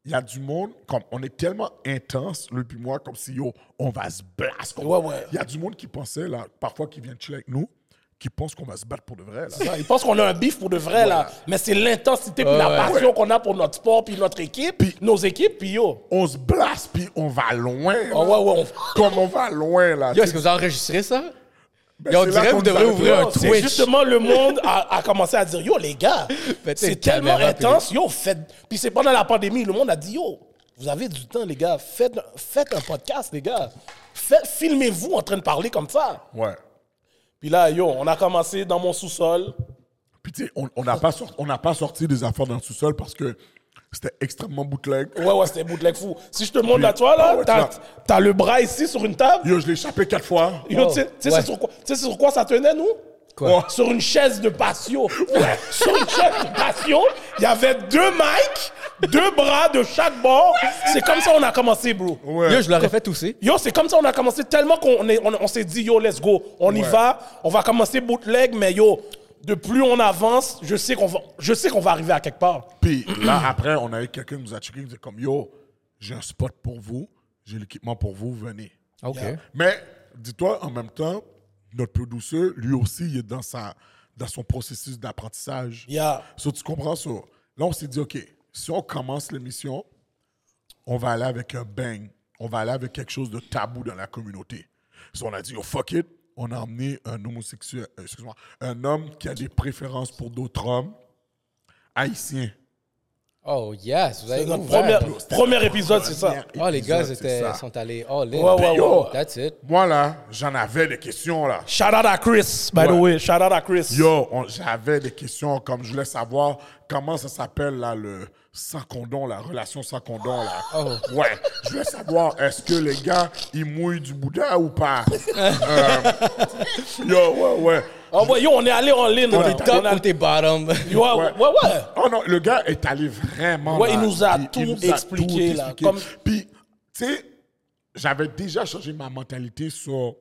[SPEAKER 3] il y a du monde, comme on est tellement intense, lui puis moi, comme si yo, on va se blast. comme-
[SPEAKER 2] Ouais, ouais.
[SPEAKER 3] Il y a du monde qui pensait, là, parfois qui vient chiller avec nous, qui pense qu'on va se battre pour de vrai. Là.
[SPEAKER 2] Ouais, Ils pensent qu'on a un bif pour de vrai, là. Mais c'est l'intensité puis
[SPEAKER 1] Ouais,
[SPEAKER 2] la
[SPEAKER 1] ouais.
[SPEAKER 2] passion qu'on a pour notre sport, puis notre équipe, puis nos équipes, puis yo.
[SPEAKER 3] On se blast, puis on va loin. là.
[SPEAKER 2] Ah ouais, ouais,
[SPEAKER 3] Comme on va loin, là.
[SPEAKER 1] Yo,
[SPEAKER 3] tu
[SPEAKER 1] est-ce
[SPEAKER 3] sais.
[SPEAKER 1] que vous enregistrez ça?
[SPEAKER 3] Ben,
[SPEAKER 1] Yo, on
[SPEAKER 3] c'est là
[SPEAKER 1] dirait que vous
[SPEAKER 3] qu'on
[SPEAKER 1] devrez
[SPEAKER 3] nous
[SPEAKER 1] ouvrir
[SPEAKER 3] arrête.
[SPEAKER 1] un
[SPEAKER 2] on...
[SPEAKER 1] Twitch.
[SPEAKER 2] C'est justement le monde a, a commencé à dire, yo, les gars,
[SPEAKER 1] Mettez
[SPEAKER 2] c'est
[SPEAKER 1] une
[SPEAKER 2] tellement
[SPEAKER 1] caméra, puis-
[SPEAKER 2] intense, yo, faites... Puis c'est pendant la pandémie, le monde a dit, yo, vous avez du temps, les gars, faites, faites un podcast, les gars. Faites- Filmez-vous en train de parler comme ça.
[SPEAKER 3] Ouais.
[SPEAKER 2] Puis là, yo, on a commencé dans mon sous-sol.
[SPEAKER 3] Puis tu sais, on on n'a pas, sorti- on n'a pas sorti des affaires dans le sous-sol parce que c'était extrêmement bootleg.
[SPEAKER 2] Ouais, ouais, c'était bootleg fou. Si je te montre à toi, là,
[SPEAKER 3] Ah ouais,
[SPEAKER 2] t'as-
[SPEAKER 3] tu l'as.
[SPEAKER 2] t'as le bras ici sur une table.
[SPEAKER 3] Yo, je l'ai échappé quatre fois.
[SPEAKER 2] Yo, tu sais- tu sais,
[SPEAKER 1] ouais.
[SPEAKER 2] c'est sur quoi- tu sais, c'est sur quoi ça tenait, nous?
[SPEAKER 1] Quoi?
[SPEAKER 3] Ouais.
[SPEAKER 2] Sur une chaise de patio. sur une chaise de patio, il y avait deux mics, deux bras de chaque bord. c'est comme ça on a commencé, bro.
[SPEAKER 3] Ouais.
[SPEAKER 1] Yo, je l'aurais fait tousser.
[SPEAKER 2] Yo, c'est comme ça on a commencé tellement qu'on est- on, on s'est dit, yo, let's go. On y
[SPEAKER 3] Ouais.
[SPEAKER 2] va, on va commencer bootleg, mais yo, de plus on avance, je sais qu'on va, je sais qu'on va arriver à quelque part.
[SPEAKER 3] Puis là, après, on avait quelqu'un qui nous a checké, qui disait comme Yo, j'ai un spot pour vous, j'ai l'équipement pour vous, venez.
[SPEAKER 1] OK.
[SPEAKER 3] Mais dis-toi, en même temps, notre plus douceur, lui aussi, il est dans, sa, dans son processus d'apprentissage.
[SPEAKER 2] Yeah.
[SPEAKER 3] So, tu comprends ça? Là, on s'est dit, OK, si on commence l'émission, on va aller avec un bang. On va aller avec quelque chose de tabou dans la communauté. So, on a dit, oh, fuck it. On a emmené un homosexuel, euh, excuse-moi, un homme qui a des préférences pour d'autres hommes haïtiens.
[SPEAKER 1] Oh, yes. Vous avez
[SPEAKER 2] C'est notre
[SPEAKER 1] ouvert.
[SPEAKER 2] première-
[SPEAKER 1] bro.
[SPEAKER 3] C'était
[SPEAKER 2] Premier
[SPEAKER 3] notre
[SPEAKER 2] épisode, Ah, c'est ça.
[SPEAKER 3] premier
[SPEAKER 1] Oh, les gars
[SPEAKER 3] épisode, c'est
[SPEAKER 1] étaient,
[SPEAKER 3] ça.
[SPEAKER 1] sont allés all in.
[SPEAKER 2] Ouais, ouais,
[SPEAKER 3] Yo.
[SPEAKER 2] ouais.
[SPEAKER 3] ouais.
[SPEAKER 1] That's it.
[SPEAKER 3] Moi, là, j'en avais des questions, là.
[SPEAKER 2] Shout out à Chris, by the
[SPEAKER 3] Ouais.
[SPEAKER 2] way. Shout out à Chris.
[SPEAKER 3] Yo, on- j'avais des questions comme je voulais savoir comment ça s'appelle là le sans condom, la relation sans condom là. Ouais, je voulais savoir est-ce que les gars ils mouillent du Bouddha ou pas. Euh, yo, ouais, ouais.
[SPEAKER 2] Ah ouais, yo, on est allé en ligne. là.
[SPEAKER 3] est
[SPEAKER 1] Top
[SPEAKER 2] On a-
[SPEAKER 1] ou t'es bottom?
[SPEAKER 2] Yo, ouais, ouais, ouais.
[SPEAKER 3] Oh non, le gars est allé vraiment.
[SPEAKER 2] Ouais,
[SPEAKER 3] là.
[SPEAKER 2] il nous a tout
[SPEAKER 3] tout
[SPEAKER 2] expliqué, là,
[SPEAKER 3] expliqué.
[SPEAKER 2] comme-
[SPEAKER 3] Puis, tu sais, j'avais déjà changé ma mentalité sur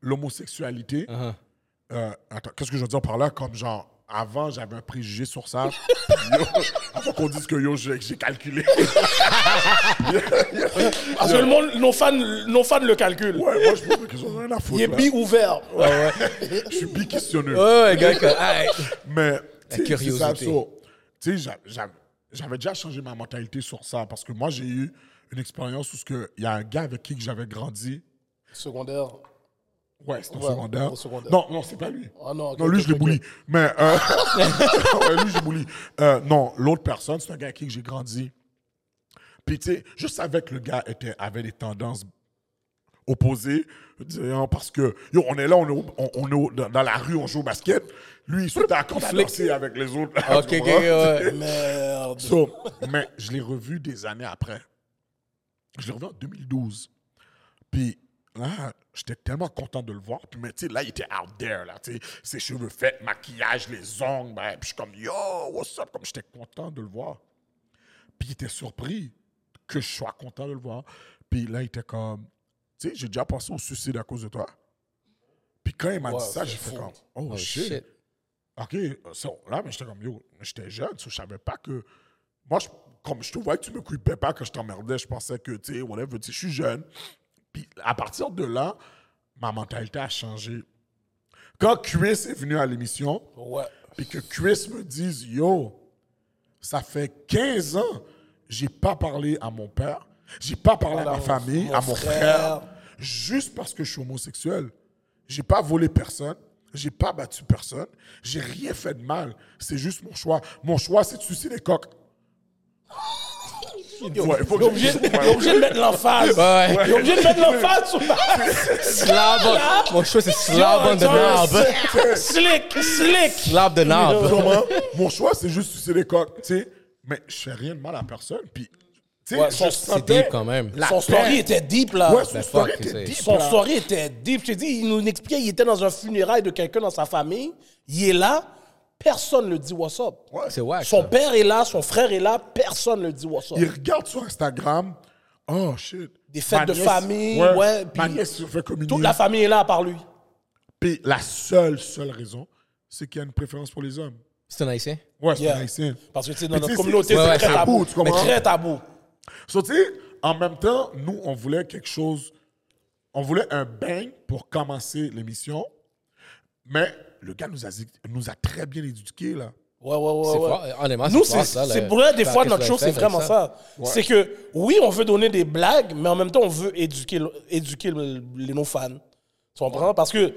[SPEAKER 3] l'homosexualité.
[SPEAKER 2] Uh-huh.
[SPEAKER 3] Euh, attends, qu'est-ce que je veux dire par là? Comme genre, avant, j'avais un préjugé sur ça. Puis, yo, avant qu'on dise que yo, j'ai j'ai calculé.
[SPEAKER 2] Parce que le monde, nos fans, nos fans le calculent.
[SPEAKER 3] Ouais, moi, je pense que j'en ai rien à foutre.
[SPEAKER 2] Il est
[SPEAKER 3] là.
[SPEAKER 2] bi ouvert.
[SPEAKER 3] Je suis bi-questionneux.
[SPEAKER 1] Oh, les gars, que- hey.
[SPEAKER 3] Mais tu sais,
[SPEAKER 1] curiosité.
[SPEAKER 3] c'est ça, so, tu sais, j'a- j'a- j'avais déjà changé ma mentalité sur ça parce que moi j'ai eu une expérience où ce que- il y a un gars avec qui que j'avais grandi.
[SPEAKER 2] Secondaire.
[SPEAKER 3] Ouais, c'était au,
[SPEAKER 2] Ouais,
[SPEAKER 3] secondaire.
[SPEAKER 2] au secondaire.
[SPEAKER 3] Non, non, c'est pas lui.
[SPEAKER 2] Ah non, ok,
[SPEAKER 3] non, lui
[SPEAKER 2] ok,
[SPEAKER 3] je l'ai
[SPEAKER 2] ok.
[SPEAKER 3] bouli. Mais euh, ouais, lui je l'ai bouli. Euh, non, l'autre personne, c'est un gars avec qui que j'ai grandi. Puis tu sais, je savais que le gars était avait des tendances opposé disant, parce que yo, on est là, on est, au- on, on est au- dans, dans la rue, on joue au basket. Lui, il saute à danser avec les autres.
[SPEAKER 1] OK, OK,
[SPEAKER 3] Tu
[SPEAKER 1] OK,
[SPEAKER 3] comprends?
[SPEAKER 1] ouais.
[SPEAKER 2] Merde.
[SPEAKER 3] So, mais je l'ai revu des années après. Je l'ai revu en 2012. Puis là, j'étais tellement content de le voir. Puis mais, tu sais, là, il était out there. Là, tu sais, ses cheveux faits, maquillage, les ongles. ben, puis je suis comme, yo, what's up? Comme j'étais content de le voir. Puis il était surpris que je sois content de le voir. Puis là, il était comme, tu sais, j'ai déjà pensé au suicide à cause de toi. Puis quand il m'a dit ça, j'ai fait comme, oh,
[SPEAKER 1] Oh,
[SPEAKER 3] shit.
[SPEAKER 1] shit.
[SPEAKER 3] OK, euh, so, là, mais j'étais comme, yo, j'étais jeune, so, je savais pas que. Moi, je- comme je te voyais, que tu me coupais pas que je t'emmerdais, je pensais que, tu sais, whatever, tu sais, je suis jeune. Puis à partir de là, ma mentalité a changé. Quand QS est venu à l'émission,
[SPEAKER 2] Ouais.
[SPEAKER 3] puis que Chris me dise Yo, ça fait 15 ans, j'ai pas parlé à mon père, j'ai pas parlé à ma famille, à mon frère. juste parce que je suis homosexuel. J'ai pas volé personne, j'ai pas battu personne, j'ai rien fait de mal. C'est juste mon choix. Mon choix, c'est de sucer les coques. Ouais, faut que
[SPEAKER 2] Il est obligé, il est obligé de mettre l'emphase.
[SPEAKER 1] Ouais, ouais.
[SPEAKER 2] Il est obligé de mettre l'emphase sur la...
[SPEAKER 1] Slab on- Mon show, c'est slab on the knob.
[SPEAKER 2] Slick, slick.
[SPEAKER 1] Slab the
[SPEAKER 3] Tu
[SPEAKER 1] knob.
[SPEAKER 3] comprends? hein. Mon choix, c'est juste sucer les coques, tu sais. Mais je fais rien de mal à personne. Puis, tu sais,
[SPEAKER 2] Ouais,
[SPEAKER 3] je
[SPEAKER 2] son-
[SPEAKER 3] sentais
[SPEAKER 1] C'est deep quand même.
[SPEAKER 3] la
[SPEAKER 2] Son story
[SPEAKER 3] peine.
[SPEAKER 2] était deep, là.
[SPEAKER 3] Ouais, son
[SPEAKER 1] Ben,
[SPEAKER 3] story
[SPEAKER 1] fuck,
[SPEAKER 3] était
[SPEAKER 1] c'est-
[SPEAKER 3] deep,
[SPEAKER 2] Son
[SPEAKER 3] là.
[SPEAKER 2] story était deep. Je te dis, il nous expliquait, il était dans un funérail de quelqu'un dans sa famille. Il est là, personne ne le dit what's up.
[SPEAKER 3] Ouais.
[SPEAKER 1] C'est wack.
[SPEAKER 2] Son
[SPEAKER 1] ça.
[SPEAKER 2] père est là, son frère est là, personne ne le dit what's up.
[SPEAKER 3] Il regarde sur Instagram. Oh, shit.
[SPEAKER 2] Des fêtes
[SPEAKER 3] Ma
[SPEAKER 2] de
[SPEAKER 3] nièce-
[SPEAKER 2] famille, ouais,
[SPEAKER 3] ma
[SPEAKER 2] puis-
[SPEAKER 3] nièce se fait communier.
[SPEAKER 2] Toute la famille est là par lui.
[SPEAKER 3] Puis la seule, seule raison, c'est qu'il y a une préférence pour les hommes.
[SPEAKER 1] C'est un haïtien.
[SPEAKER 3] Ouais, c'est hein.
[SPEAKER 2] Yeah.
[SPEAKER 3] un haïtien.
[SPEAKER 2] Parce que tu sais, dans
[SPEAKER 3] Mais
[SPEAKER 2] notre
[SPEAKER 3] tu sais,
[SPEAKER 2] communauté, c'est
[SPEAKER 1] Ouais, ouais,
[SPEAKER 2] très
[SPEAKER 1] c'est
[SPEAKER 2] tabou.
[SPEAKER 3] tabou, tu comprends?
[SPEAKER 2] Mais très tabou.
[SPEAKER 3] So, tu sais, en même temps, nous, on voulait quelque chose. On voulait un bang pour commencer l'émission. Mais le gars nous a, nous a très bien éduqués, là.
[SPEAKER 2] Ouais, ouais, ouais.
[SPEAKER 1] Ah, C'est
[SPEAKER 2] ouais.
[SPEAKER 1] fort. Honnêtement,
[SPEAKER 2] Nous,
[SPEAKER 1] fort,
[SPEAKER 2] c'est
[SPEAKER 1] ça,
[SPEAKER 2] c'est
[SPEAKER 1] le-
[SPEAKER 2] pour vrai, des
[SPEAKER 1] faire
[SPEAKER 2] fois,
[SPEAKER 1] que
[SPEAKER 2] notre
[SPEAKER 1] tu
[SPEAKER 2] show,
[SPEAKER 1] le
[SPEAKER 2] c'est
[SPEAKER 1] fais
[SPEAKER 2] vraiment
[SPEAKER 1] comme
[SPEAKER 2] ça. C'est que, oui, on veut donner des blagues, mais en même temps, on veut éduquer, le- éduquer le- les non-fans. Tu comprends? Parce que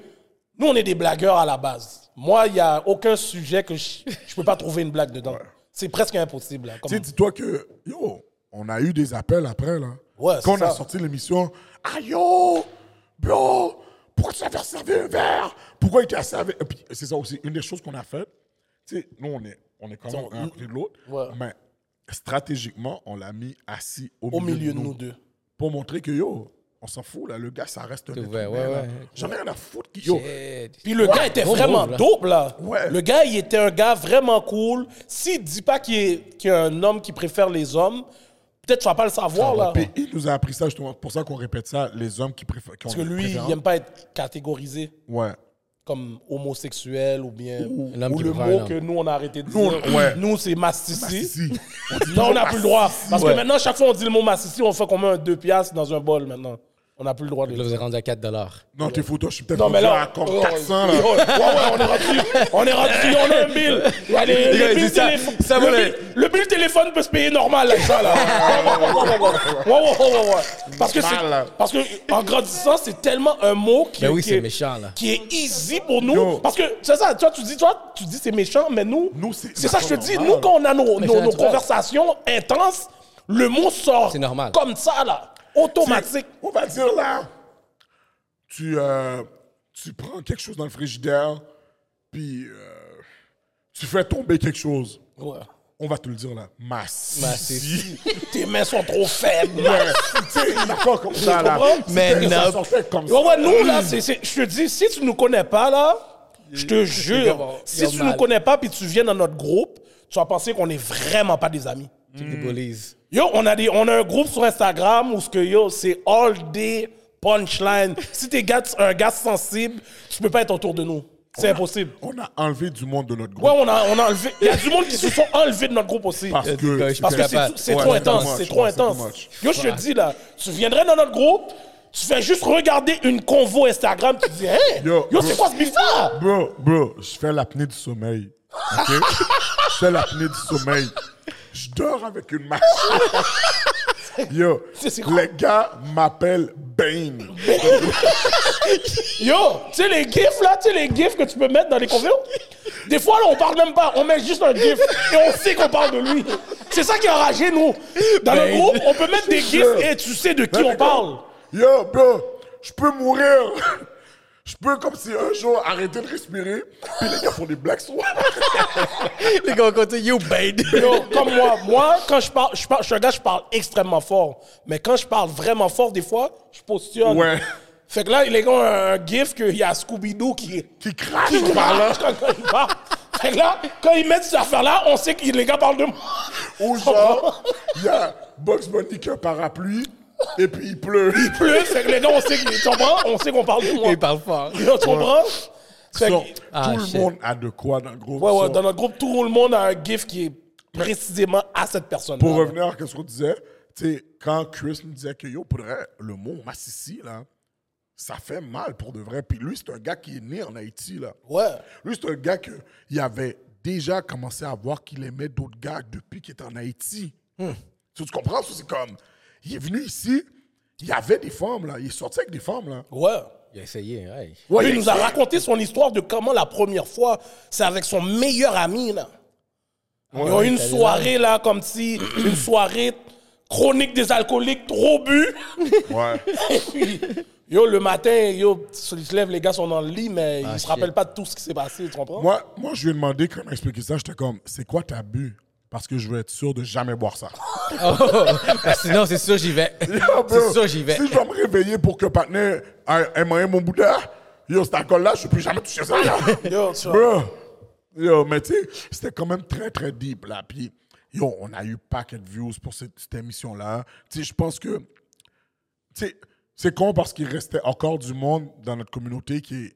[SPEAKER 2] nous, on est des blagueurs à la base. Moi, il n'y a aucun sujet que je ne peux pas trouver une blague dedans. C'est presque impossible. là, comme-
[SPEAKER 3] Tu sais, dis-toi que, yo, on a eu des appels après, là.
[SPEAKER 2] Ouais,
[SPEAKER 3] Quand
[SPEAKER 2] c'est
[SPEAKER 3] on a
[SPEAKER 2] ça.
[SPEAKER 3] sorti l'émission, ah yo, bro, pourquoi tu vas faire servir un verre? Pourquoi il t'a servi? Et puis, c'est ça aussi, une des choses qu'on a faites, tu sais, nous, on est, on est quand même un après l'autre,
[SPEAKER 2] Ouais.
[SPEAKER 3] mais stratégiquement, on l'a mis assis au,
[SPEAKER 2] au milieu de nous deux.
[SPEAKER 3] Pour montrer que, yo, on s'en fout, là, le gars, ça reste un être
[SPEAKER 1] ouvert,
[SPEAKER 3] humain,
[SPEAKER 1] ouais,
[SPEAKER 3] là.
[SPEAKER 1] ouais.
[SPEAKER 3] J'en ai rien à foutre, qui, yo.
[SPEAKER 1] Shit.
[SPEAKER 2] Puis le gars était
[SPEAKER 1] Gros
[SPEAKER 2] vraiment
[SPEAKER 1] move, là.
[SPEAKER 2] dope, là.
[SPEAKER 3] Ouais.
[SPEAKER 2] Le gars, il était un gars vraiment cool. S'il ne dit pas qu'il est, qu'il est un homme qui préfère les hommes, peut-être tu ne vas pas le savoir, là.
[SPEAKER 3] Puis il nous a appris ça, justement, pour ça qu'on répète ça, les hommes qui préfèrent.
[SPEAKER 2] Parce que lui, il n'aime pas être catégorisé.
[SPEAKER 3] Ouais.
[SPEAKER 2] comme homosexuel ou bien ou,
[SPEAKER 1] Un homme qui
[SPEAKER 2] le
[SPEAKER 1] préfère un
[SPEAKER 2] mot
[SPEAKER 1] homme.
[SPEAKER 2] que nous on a arrêté de dire.
[SPEAKER 3] Nous, on- ouais.
[SPEAKER 2] Nous c'est mastici.
[SPEAKER 3] Si.
[SPEAKER 2] Là on n'a plus le droit parce
[SPEAKER 1] Ouais.
[SPEAKER 2] que maintenant chaque fois on dit le mot mastici, on fait qu'on met un deux piastres dans un bol maintenant. On n'a plus le droit de
[SPEAKER 1] Là,
[SPEAKER 2] le
[SPEAKER 1] vous
[SPEAKER 2] dire.
[SPEAKER 1] êtes rendu à 4 dollars.
[SPEAKER 3] Non, t'es fou, toi, je suis peut-être
[SPEAKER 2] Non mais
[SPEAKER 3] rendu
[SPEAKER 2] là
[SPEAKER 3] à encore
[SPEAKER 2] oh,
[SPEAKER 3] 400, là.
[SPEAKER 2] ouais, ouais, on est rendu on est rendu on a un bill. Ouais, les-
[SPEAKER 1] Il a
[SPEAKER 2] le,
[SPEAKER 1] dit
[SPEAKER 2] bill
[SPEAKER 1] ça,
[SPEAKER 2] téléphone-
[SPEAKER 1] ça
[SPEAKER 2] le,
[SPEAKER 1] voulait-
[SPEAKER 2] bill, le bill téléphone peut se payer normal avec ça là. Ouais, ouais, ouais, ouais, ouais. Parce que c'est-
[SPEAKER 3] Normal, là.
[SPEAKER 2] parce que en grandissant c'est tellement un mot qui
[SPEAKER 1] Ben oui,
[SPEAKER 2] qui
[SPEAKER 1] c'est
[SPEAKER 2] est-
[SPEAKER 1] méchant, là.
[SPEAKER 2] qui est easy pour nous.
[SPEAKER 3] Yo.
[SPEAKER 2] Parce que, c'est ça, toi, tu dis, toi, tu dis c'est méchant, mais nous,
[SPEAKER 3] Nous, c'est-
[SPEAKER 2] c'est ça, je te
[SPEAKER 3] normal.
[SPEAKER 2] dis, nous, quand on a nos,
[SPEAKER 1] Mais
[SPEAKER 2] nos-
[SPEAKER 1] c'est
[SPEAKER 2] nos
[SPEAKER 1] naturel.
[SPEAKER 2] conversations intenses, le mot sort.
[SPEAKER 1] C'est normal.
[SPEAKER 2] Comme ça, là. Automatique.
[SPEAKER 3] On va dire là, tu, euh, tu prends quelque chose dans le frigidaire, puis euh, tu fais tomber quelque chose.
[SPEAKER 2] Ouais.
[SPEAKER 3] On va te le dire là. Massif.
[SPEAKER 1] Massif.
[SPEAKER 2] Tes mains sont trop faibles. là.
[SPEAKER 3] C'est une affaire comme ça là.
[SPEAKER 2] comprends?
[SPEAKER 3] Si
[SPEAKER 1] Mais
[SPEAKER 3] t'as-
[SPEAKER 1] non.
[SPEAKER 3] ça sortait comme ça.
[SPEAKER 2] Ouais, ouais, nous, là, c'est- c'est- je te dis, si tu nous connais pas, là, je te
[SPEAKER 1] gars
[SPEAKER 2] jure,
[SPEAKER 1] vont- ils
[SPEAKER 2] si
[SPEAKER 1] ont
[SPEAKER 2] tu
[SPEAKER 1] mal.
[SPEAKER 2] nous connais pas puis tu viens dans notre groupe, tu vas penser qu'on est vraiment pas des amis.
[SPEAKER 1] Des bullies.
[SPEAKER 2] Yo, on a, des, on a un groupe sur Instagram où ce que yo, c'est all day punchline. Si t'es gars, un gars sensible, tu peux pas être autour de nous. C'est impossible.
[SPEAKER 3] On a enlevé du monde de notre groupe.
[SPEAKER 2] Ouais, on a, on a enlevé. Il y a du monde qui se sont enlevés de notre groupe aussi.
[SPEAKER 3] Parce
[SPEAKER 1] Yo,
[SPEAKER 3] que,
[SPEAKER 1] je suis
[SPEAKER 2] Parce que
[SPEAKER 1] pas
[SPEAKER 2] c'est
[SPEAKER 1] capable.
[SPEAKER 2] tout- c'est
[SPEAKER 3] Ouais,
[SPEAKER 2] trop
[SPEAKER 3] c'est
[SPEAKER 2] intense.
[SPEAKER 3] too much,
[SPEAKER 2] C'est trop
[SPEAKER 3] ouais, c'est too
[SPEAKER 2] intense.
[SPEAKER 3] much.
[SPEAKER 2] Yo, je te dis là, tu viendrais dans notre groupe, tu fais juste regarder une convo Instagram, tu dis, hey, yo,
[SPEAKER 3] Yo,
[SPEAKER 2] c'est
[SPEAKER 3] bro.
[SPEAKER 2] quoi ce bizarre?
[SPEAKER 3] Bro, bro, je fais l'apnée du sommeil. OK? je fais l'apnée du sommeil. Je dors avec une machine. Yo,
[SPEAKER 2] C'est- c'est quoi?
[SPEAKER 3] les gars m'appellent Bane.
[SPEAKER 2] Yo, tu sais les gifs là, tu sais les gifs que tu peux mettre dans les convos Des fois là, on parle même pas, on met juste un gif et on sait qu'on parle de lui. C'est ça qui a enragé nous. Dans le
[SPEAKER 1] Ben,
[SPEAKER 2] groupe, on peut mettre des gifs
[SPEAKER 3] sûr.
[SPEAKER 2] et tu sais de qui
[SPEAKER 3] Là,
[SPEAKER 2] on
[SPEAKER 3] t'es
[SPEAKER 2] parle.
[SPEAKER 3] comme, Yo, bro, je peux mourir. Je peux, comme si un jour, arrêter de respirer. Puis les gars font des blagues sur moi.
[SPEAKER 1] Les gars, on continue. You bait.
[SPEAKER 2] Yo, comme moi, moi quand je parle, je parle, je suis un gars, je parle extrêmement fort. Mais quand je parle vraiment fort, des fois, je positionne.
[SPEAKER 3] Ouais.
[SPEAKER 2] Fait que là, les gars ont un, un gif qu'il y a Scooby-Doo qui est.
[SPEAKER 3] Qui crachent
[SPEAKER 2] qui
[SPEAKER 3] par là.
[SPEAKER 2] parle quand, quand il parle. Fait que là, quand ils mettent cette affaire-là, on sait que les gars parlent de moi.
[SPEAKER 3] Ou genre, il y a Bugs Bunny qui a un parapluie. Et puis il pleut.
[SPEAKER 2] plus, fait que les gars, on sait que- tu comprends? On sait qu'on parle de moi.
[SPEAKER 1] Il parle fort.
[SPEAKER 2] Tu comprends? Fait que-
[SPEAKER 3] So,
[SPEAKER 1] Ah,
[SPEAKER 3] tout
[SPEAKER 1] shit.
[SPEAKER 3] le monde a de quoi dans le groupe.
[SPEAKER 2] ouais, ouais,
[SPEAKER 3] So,
[SPEAKER 2] dans notre groupe, tout le monde a un gif qui est précisément à cette personne.
[SPEAKER 3] Pour revenir à ce qu'on disait, tu sais, quand Chris nous disait que yo, pour de vrai, le mot massissi, là, ça fait mal pour de vrai. Puis lui, c'est un gars qui est né en Haïti, là.
[SPEAKER 2] Ouais.
[SPEAKER 3] Lui, c'est un gars que il y avait déjà commencé à voir qu'il aimait d'autres gars depuis qu'il était en Haïti. Tu, tu comprends? C'est comme, il est venu ici, il y avait des femmes, là. Il est sorti avec des femmes, là.
[SPEAKER 2] Ouais.
[SPEAKER 1] Il a essayé, ouais.
[SPEAKER 3] Ouais,
[SPEAKER 2] Lui,
[SPEAKER 3] il
[SPEAKER 2] il nous a raconté son histoire de comment la première fois, c'est avec son meilleur ami, là. Ils ont eu une
[SPEAKER 1] t'as
[SPEAKER 2] soirée, là, comme si, une soirée chronique des alcooliques, trop bu.
[SPEAKER 3] Ouais.
[SPEAKER 2] Yo, le matin, yo, ils se lèvent, les gars sont dans le lit, mais
[SPEAKER 3] Ah,
[SPEAKER 2] ils se
[SPEAKER 1] shit.
[SPEAKER 2] rappellent pas de tout ce qui s'est passé, tu comprends?
[SPEAKER 3] Moi, moi, je lui ai demandé quand il m'a expliqué ça, j'étais comme, c'est quoi ta bu? Parce que je veux être sûr de jamais boire ça.
[SPEAKER 1] Ah, sinon, c'est sûr, j'y vais.
[SPEAKER 2] Ah,
[SPEAKER 1] c'est sûr, j'y vais.
[SPEAKER 3] Si je dois me réveiller pour que partner aille manger mon Bouddha, yo, cet alcool-là, je ne peux jamais toucher ça. là.
[SPEAKER 2] Yo, tu vois.
[SPEAKER 3] Bro. Yo, mais tu sais, c'était quand même très, très deep, là. Puis, yo, on a eu paquet de views pour cette, cette émission-là. Tu sais, je pense que. Tu sais, c'est con parce qu'il restait encore du monde dans notre communauté qui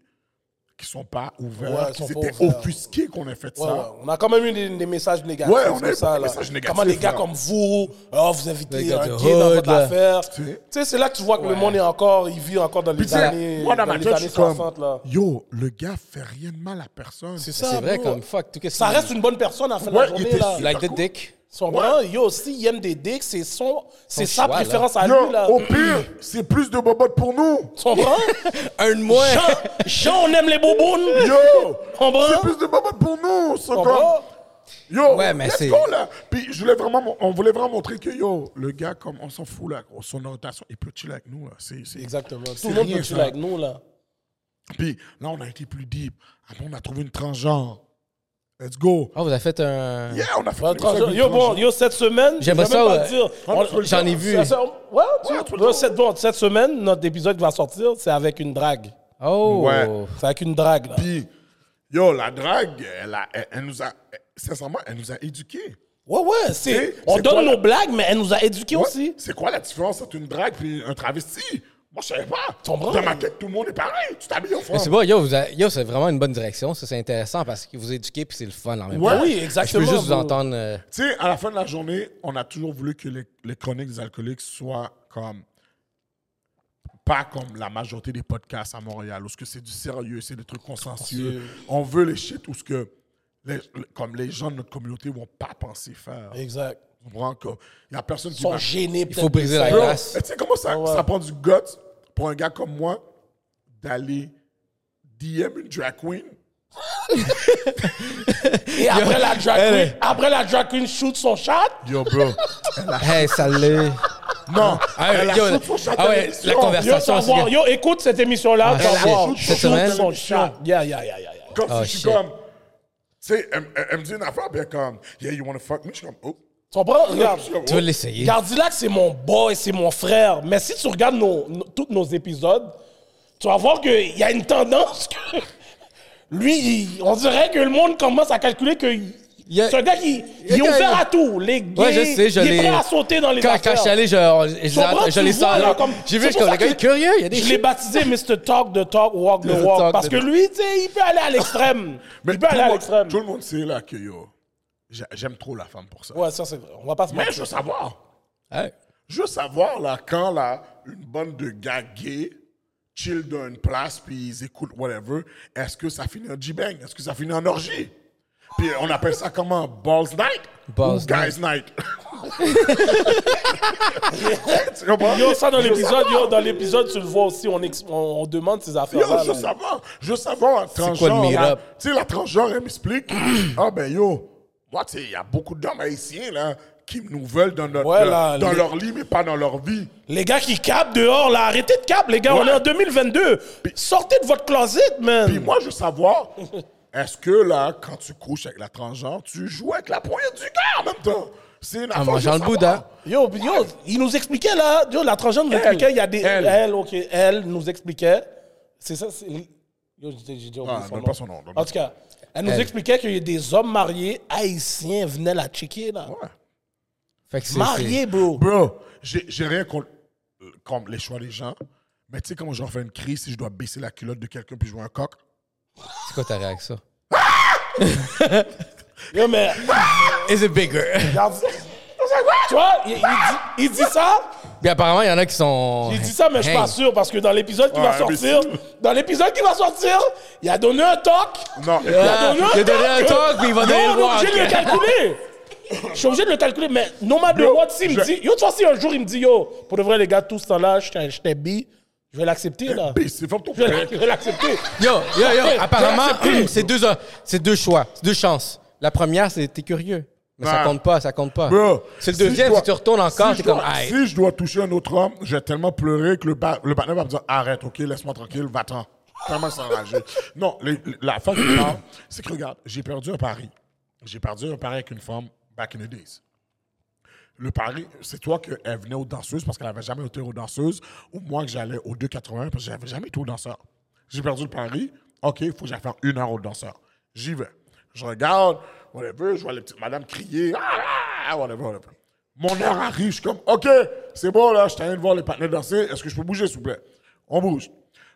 [SPEAKER 3] qui sont pas ouverts,
[SPEAKER 2] Ouais,
[SPEAKER 3] qui
[SPEAKER 2] sont pas
[SPEAKER 3] s'étaient
[SPEAKER 2] ouverts.
[SPEAKER 3] offusqués qu'on ait fait
[SPEAKER 2] Ouais,
[SPEAKER 3] ça.
[SPEAKER 2] ouais. On a quand même eu des, des messages négatifs.
[SPEAKER 3] Ouais, on a eu
[SPEAKER 2] comme
[SPEAKER 3] des
[SPEAKER 2] ça, là.
[SPEAKER 3] messages négatifs,
[SPEAKER 2] Comment les gars
[SPEAKER 3] là.
[SPEAKER 2] comme vous, oh, vous
[SPEAKER 1] Les
[SPEAKER 2] invitez
[SPEAKER 1] gars
[SPEAKER 2] un
[SPEAKER 1] de
[SPEAKER 2] gay dans
[SPEAKER 1] hood,
[SPEAKER 2] votre
[SPEAKER 1] là.
[SPEAKER 2] affaire.
[SPEAKER 3] Tu
[SPEAKER 2] Tu
[SPEAKER 3] sais.
[SPEAKER 2] sais, c'est là que tu vois que le monde est encore, il vit encore dans
[SPEAKER 3] Puis
[SPEAKER 2] les
[SPEAKER 3] tu sais,
[SPEAKER 2] années,
[SPEAKER 3] moi, dans ma
[SPEAKER 2] les
[SPEAKER 3] tête, je
[SPEAKER 2] années
[SPEAKER 3] suis comme,
[SPEAKER 2] 60, là.
[SPEAKER 3] yo, le gars fait rien de mal à personne.
[SPEAKER 2] C'est ça,
[SPEAKER 1] C'est vrai,
[SPEAKER 2] bro.
[SPEAKER 1] comme fuck, tout qu'est-ce
[SPEAKER 2] Ça
[SPEAKER 1] qu'il-
[SPEAKER 2] reste une bonne personne à la fin de
[SPEAKER 3] Ouais,
[SPEAKER 2] la
[SPEAKER 3] il
[SPEAKER 2] journée,
[SPEAKER 3] était
[SPEAKER 2] là.
[SPEAKER 3] sûr.
[SPEAKER 1] Like the dick.
[SPEAKER 2] Son grand, yo, s'il aime des dicks, c'est son, c'est
[SPEAKER 1] Son
[SPEAKER 2] sa
[SPEAKER 1] choix, là.
[SPEAKER 2] préférence à
[SPEAKER 3] Yo,
[SPEAKER 2] lui, là.
[SPEAKER 3] au pire, c'est plus de bobottes pour nous.
[SPEAKER 2] Tu comprends?
[SPEAKER 1] Un de moins.
[SPEAKER 2] Jean, Jean, on aime les bobounes.
[SPEAKER 3] Yo,
[SPEAKER 2] Comprends?
[SPEAKER 3] c'est plus de bobottes pour nous.
[SPEAKER 2] Tu
[SPEAKER 3] C'est comme-
[SPEAKER 2] comprends?
[SPEAKER 3] Yo,
[SPEAKER 1] Ouais, mais
[SPEAKER 3] let's
[SPEAKER 1] c'est-
[SPEAKER 3] go, là. Puis je voulais vraiment, mon- on voulait vraiment montrer que yo, le gars, comme on s'en fout là, son orientation, il peut chiller avec nous là. C'est, c'est-
[SPEAKER 2] Exactement.
[SPEAKER 3] c'est
[SPEAKER 2] Tout le monde
[SPEAKER 3] rien,
[SPEAKER 2] peut tuer
[SPEAKER 3] ça.
[SPEAKER 2] avec nous, là.
[SPEAKER 3] Puis là, on a été plus deep. Après, on a trouvé une transgenre. Let's go.
[SPEAKER 1] Ah, vous avez fait un.
[SPEAKER 3] Yeah, on a fait
[SPEAKER 2] Ouais,
[SPEAKER 3] une
[SPEAKER 2] transgenre.
[SPEAKER 3] transgenre.
[SPEAKER 2] Yo, bon, yo, cette semaine,
[SPEAKER 1] J'aimerais
[SPEAKER 2] je vais même
[SPEAKER 1] ça, ouais.
[SPEAKER 2] pas le dire.
[SPEAKER 1] Ouais, tu peux le J'en ai dire. vu.
[SPEAKER 2] Ça, ça, ouais, tu-
[SPEAKER 3] Ouais, tu peux le dire.
[SPEAKER 2] cette, bon, cette semaine, notre épisode qui va sortir, c'est avec une drague.
[SPEAKER 1] Oh.
[SPEAKER 3] Ouais.
[SPEAKER 2] C'est avec une drague, là.
[SPEAKER 3] Puis yo, la drague, elle, a- elle- elle nous a, elle- sincèrement, elle nous a éduqués.
[SPEAKER 2] Ouais, ouais, c'est.
[SPEAKER 3] C'est-
[SPEAKER 2] On
[SPEAKER 3] c'est
[SPEAKER 2] donne
[SPEAKER 3] quoi,
[SPEAKER 2] nos
[SPEAKER 3] là?
[SPEAKER 2] blagues, mais elle nous a éduqués
[SPEAKER 3] Ouais,
[SPEAKER 2] aussi.
[SPEAKER 3] C'est quoi la différence entre une drague et un travesti? Moi, je savais pas.
[SPEAKER 2] Ton bras.
[SPEAKER 3] Dans ma tête, tout le monde est pareil. Tu t'habilles au fond.
[SPEAKER 1] Mais c'est bon, yo, vous avez- yo, c'est vraiment une bonne direction. Ça, c'est intéressant parce que vous éduquez puis c'est le fun en même
[SPEAKER 3] Ouais.
[SPEAKER 1] temps.
[SPEAKER 2] Ah Oui,
[SPEAKER 1] Je
[SPEAKER 2] exactement.
[SPEAKER 1] peux juste vous
[SPEAKER 2] bro.
[SPEAKER 1] entendre. euh,
[SPEAKER 3] Tu sais, à la fin de la journée, on a toujours voulu que les, les chroniques des alcooliques soient comme. Pas comme la majorité des podcasts à Montréal, où ce que c'est du sérieux, c'est des trucs consensueux. On veut les shit où ce que. les- comme les gens de notre communauté vont pas penser faire.
[SPEAKER 2] Exact.
[SPEAKER 3] Tu comprends? Comme, Il y a personne
[SPEAKER 2] Ils
[SPEAKER 3] qui
[SPEAKER 2] sont
[SPEAKER 3] va-
[SPEAKER 2] gênés,
[SPEAKER 1] Il faut briser la
[SPEAKER 3] Bro,
[SPEAKER 1] glace.
[SPEAKER 3] Tu sais comment ça,
[SPEAKER 2] Ouais.
[SPEAKER 3] ça prend du guts pour un gars comme moi d'aller DM une drag queen?
[SPEAKER 2] Et après la drag
[SPEAKER 1] Elle
[SPEAKER 2] queen,
[SPEAKER 1] est-
[SPEAKER 2] après la drag queen shoot son chat,
[SPEAKER 3] Yo, bro.
[SPEAKER 1] Hey, salut.
[SPEAKER 3] non.
[SPEAKER 1] Ah,
[SPEAKER 3] elle a
[SPEAKER 1] yo,
[SPEAKER 3] shoot son chat
[SPEAKER 1] ah
[SPEAKER 3] à
[SPEAKER 1] ouais,
[SPEAKER 3] l'émission.
[SPEAKER 1] la conversation.
[SPEAKER 2] yo,
[SPEAKER 1] Ça, ça,
[SPEAKER 2] t'en
[SPEAKER 1] c'est
[SPEAKER 2] voir.
[SPEAKER 1] bien.
[SPEAKER 2] Yo, écoute cette émission-là,
[SPEAKER 1] elle
[SPEAKER 2] t'en
[SPEAKER 1] a-
[SPEAKER 2] voir.
[SPEAKER 1] Ah, cette
[SPEAKER 2] Shoot
[SPEAKER 1] semaine?
[SPEAKER 2] son chat. Yeah, yeah, yeah, yeah, yeah.
[SPEAKER 3] Comme
[SPEAKER 1] Oh,
[SPEAKER 3] si je suis
[SPEAKER 1] shit.
[SPEAKER 3] comme. Tu sais, elle, elle- elle me dit une affaire, puis elle est comme, yeah, you wanna fuck me? Je suis comme, oh.
[SPEAKER 2] Tu comprends? Regarde.
[SPEAKER 3] Je suis comme, oh.
[SPEAKER 1] Tu veux l'essayer?
[SPEAKER 2] Gardilac, c'est mon boy, c'est mon frère. Mais si tu regardes nos, nos- tous nos épisodes, tu vas voir qu'il y a une tendance que. Lui, il- on dirait que le monde commence à calculer que.
[SPEAKER 1] Il y a-
[SPEAKER 2] C'est un gars qui
[SPEAKER 1] il y a-
[SPEAKER 2] il est ouvert à tout. Les gays,
[SPEAKER 1] Ouais, je sais, je
[SPEAKER 2] il est
[SPEAKER 1] l'ai-
[SPEAKER 2] prêt à sauter dans les
[SPEAKER 1] Quand, quand
[SPEAKER 2] affaires.
[SPEAKER 1] je suis allé, je, je,
[SPEAKER 2] Tu comprends?
[SPEAKER 1] je, je
[SPEAKER 2] Tu
[SPEAKER 1] les
[SPEAKER 2] vois,
[SPEAKER 1] sens
[SPEAKER 2] là,
[SPEAKER 1] là.
[SPEAKER 2] comme-
[SPEAKER 1] J'ai
[SPEAKER 2] c'est
[SPEAKER 1] vu, je
[SPEAKER 2] pour
[SPEAKER 1] comme
[SPEAKER 2] ça
[SPEAKER 1] le gars
[SPEAKER 2] que
[SPEAKER 1] est curieux. Il y a des
[SPEAKER 2] Je l'ai
[SPEAKER 1] choses.
[SPEAKER 2] baptisé Mr. Talk the Talk, Walk the
[SPEAKER 1] Mr.
[SPEAKER 2] Walk.
[SPEAKER 1] Talk
[SPEAKER 2] Parce
[SPEAKER 1] the
[SPEAKER 2] que
[SPEAKER 1] Talk.
[SPEAKER 2] lui, tu sais, il peut aller à l'extrême.
[SPEAKER 3] Mais
[SPEAKER 2] Il peut
[SPEAKER 3] tout
[SPEAKER 2] aller à
[SPEAKER 3] le monde-
[SPEAKER 2] l'extrême.
[SPEAKER 3] Tout le monde sait, là, que yo, j'a- j'aime trop la femme pour ça.
[SPEAKER 2] Ouais, ça, c'est vrai. On va pas se
[SPEAKER 3] Mais
[SPEAKER 2] mentir.
[SPEAKER 3] je veux savoir.
[SPEAKER 1] Ouais.
[SPEAKER 3] Je veux savoir, là, quand, là, une bande de gars gays chill dans une place, puis ils écoutent whatever, est-ce que ça finit en G-Bang? Est-ce que ça finit en orgie? Puis on appelle ça comment? Balls Night?
[SPEAKER 1] Balls
[SPEAKER 3] Ou Guys Night? tu comprends?
[SPEAKER 2] Yo, ça dans
[SPEAKER 3] Je veux
[SPEAKER 2] l'épisode,
[SPEAKER 3] savoir.
[SPEAKER 2] yo, dans l'épisode, tu le vois aussi, on, ex- on, on demande ces
[SPEAKER 3] Yo,
[SPEAKER 2] affaires-là.
[SPEAKER 3] je veux
[SPEAKER 2] là.
[SPEAKER 3] savoir. Je veux savoir la transgenre.
[SPEAKER 1] quoi le
[SPEAKER 3] là.
[SPEAKER 1] miracle?
[SPEAKER 3] Tu sais, la transgenre, elle m'explique. ah ben yo, moi, tu sais, il y a beaucoup d'hommes haïtiens, là, qui nous veulent dans, notre,
[SPEAKER 2] Ouais,
[SPEAKER 3] dans-
[SPEAKER 2] là,
[SPEAKER 3] dans
[SPEAKER 2] les-
[SPEAKER 3] leur lit, mais pas dans leur vie.
[SPEAKER 2] Les gars qui capent dehors, là, arrêtez de cap, les gars, on
[SPEAKER 3] Ouais.
[SPEAKER 2] est en 2022. Sortez de votre closet, man.
[SPEAKER 3] Puis moi, je veux savoir, est-ce que là, quand tu couches avec la transgenre, tu joues avec la poignée du gars en même temps? C'est une affaire.
[SPEAKER 1] mangeant
[SPEAKER 3] je veux
[SPEAKER 1] le
[SPEAKER 3] savoir.
[SPEAKER 1] Bouddha.
[SPEAKER 2] Yo, puis yo, il nous expliquait là, yo, la transgenre nous expliquait, il y a des.
[SPEAKER 3] Elle.
[SPEAKER 2] Elle, ok, elle nous expliquait. C'est ça, c'est. Yo, j'ai j'ai déjà oublié
[SPEAKER 3] Ah,
[SPEAKER 2] son,
[SPEAKER 3] donne
[SPEAKER 2] nom.
[SPEAKER 3] pas son nom, donne
[SPEAKER 2] En
[SPEAKER 3] pas
[SPEAKER 2] tout cas, elle nous
[SPEAKER 1] Elle.
[SPEAKER 2] expliquait qu'il y a des hommes mariés haïtiens venaient la checker là.
[SPEAKER 3] Ouais.
[SPEAKER 1] Fait que c'est-
[SPEAKER 2] Mariés, bro.
[SPEAKER 3] Bro, j'ai j'ai rien contre euh, comme les choix des gens, mais tu sais comment je vais faire une crise si je dois baisser la culotte de quelqu'un puis jouer un coq?
[SPEAKER 1] c'est- C'est quoi ta réaction?
[SPEAKER 2] Yo, mais.
[SPEAKER 1] Is it bigger?
[SPEAKER 2] Regarde ça. Tu vois, il, il dit, il dit ça,
[SPEAKER 1] Puis apparemment, il y en a qui sont.
[SPEAKER 2] J'ai dit ça, mais je suis
[SPEAKER 1] Hey.
[SPEAKER 2] pas sûr parce que dans l'épisode qui
[SPEAKER 3] Ouais,
[SPEAKER 2] va
[SPEAKER 3] mais
[SPEAKER 2] sortir, dans l'épisode qui va sortir, il a donné un talk.
[SPEAKER 3] Non, écoute,
[SPEAKER 1] Ah, Il a donné un talk, puis il va
[SPEAKER 2] Yo,
[SPEAKER 1] donner
[SPEAKER 2] on
[SPEAKER 1] le
[SPEAKER 2] est obligé de le
[SPEAKER 1] walk.
[SPEAKER 2] calculer. Je suis obligé de le calculer, mais no matter what, s'il me
[SPEAKER 3] je-
[SPEAKER 2] dit, yo, toi, si un jour il me dit, yo, pour de vrai, les gars, tout ce temps-là, j'étais j'étais bi, je vais l'accepter, là.
[SPEAKER 3] pisse, c'est forme ton
[SPEAKER 2] Je
[SPEAKER 3] père.
[SPEAKER 2] vais je vais l'accepter.
[SPEAKER 1] Yo, yo, yo,
[SPEAKER 2] Ok,
[SPEAKER 1] apparemment,
[SPEAKER 2] j'ai accepté.
[SPEAKER 1] c'est deux, c'est deux choix, c'est deux chances. La première, c'est t'es curieux. Mais ça
[SPEAKER 3] Ouais.
[SPEAKER 1] compte pas, ça compte pas.
[SPEAKER 3] Bro,
[SPEAKER 1] C'est le
[SPEAKER 3] si je
[SPEAKER 1] deuxième, si,
[SPEAKER 3] dois-
[SPEAKER 1] tu retournes encore,
[SPEAKER 3] si
[SPEAKER 1] t'es
[SPEAKER 3] je dois-
[SPEAKER 1] comme, aïe.
[SPEAKER 3] Si je dois toucher un autre homme, j'ai tellement pleuré que le, ba- le partenaire va me dire arrête, ok, laisse-moi tranquille, va-t'en. Comment s'enrager? Non, les- les- la fin qui parle, c'est que regarde, j'ai perdu un pari. J'ai perdu un pari avec une femme back in the days. Le pari, c'est toi qu'elle venait aux danseuses parce qu'elle n'avait jamais été aux danseuses, ou moi que j'allais aux 2,80 parce que j'avais jamais été aux danseurs. J'ai perdu le pari. OK, il faut que j'aille faire une heure aux danseurs. J'y vais. Je regarde, whatever, je vois les petites madames crier, ah, ah, whatever, whatever. Mon heure arrive, je suis comme, OK, c'est bon, là, je suis en train de voir les partenaires danser, est-ce que je peux bouger, s'il vous plaît? On bouge.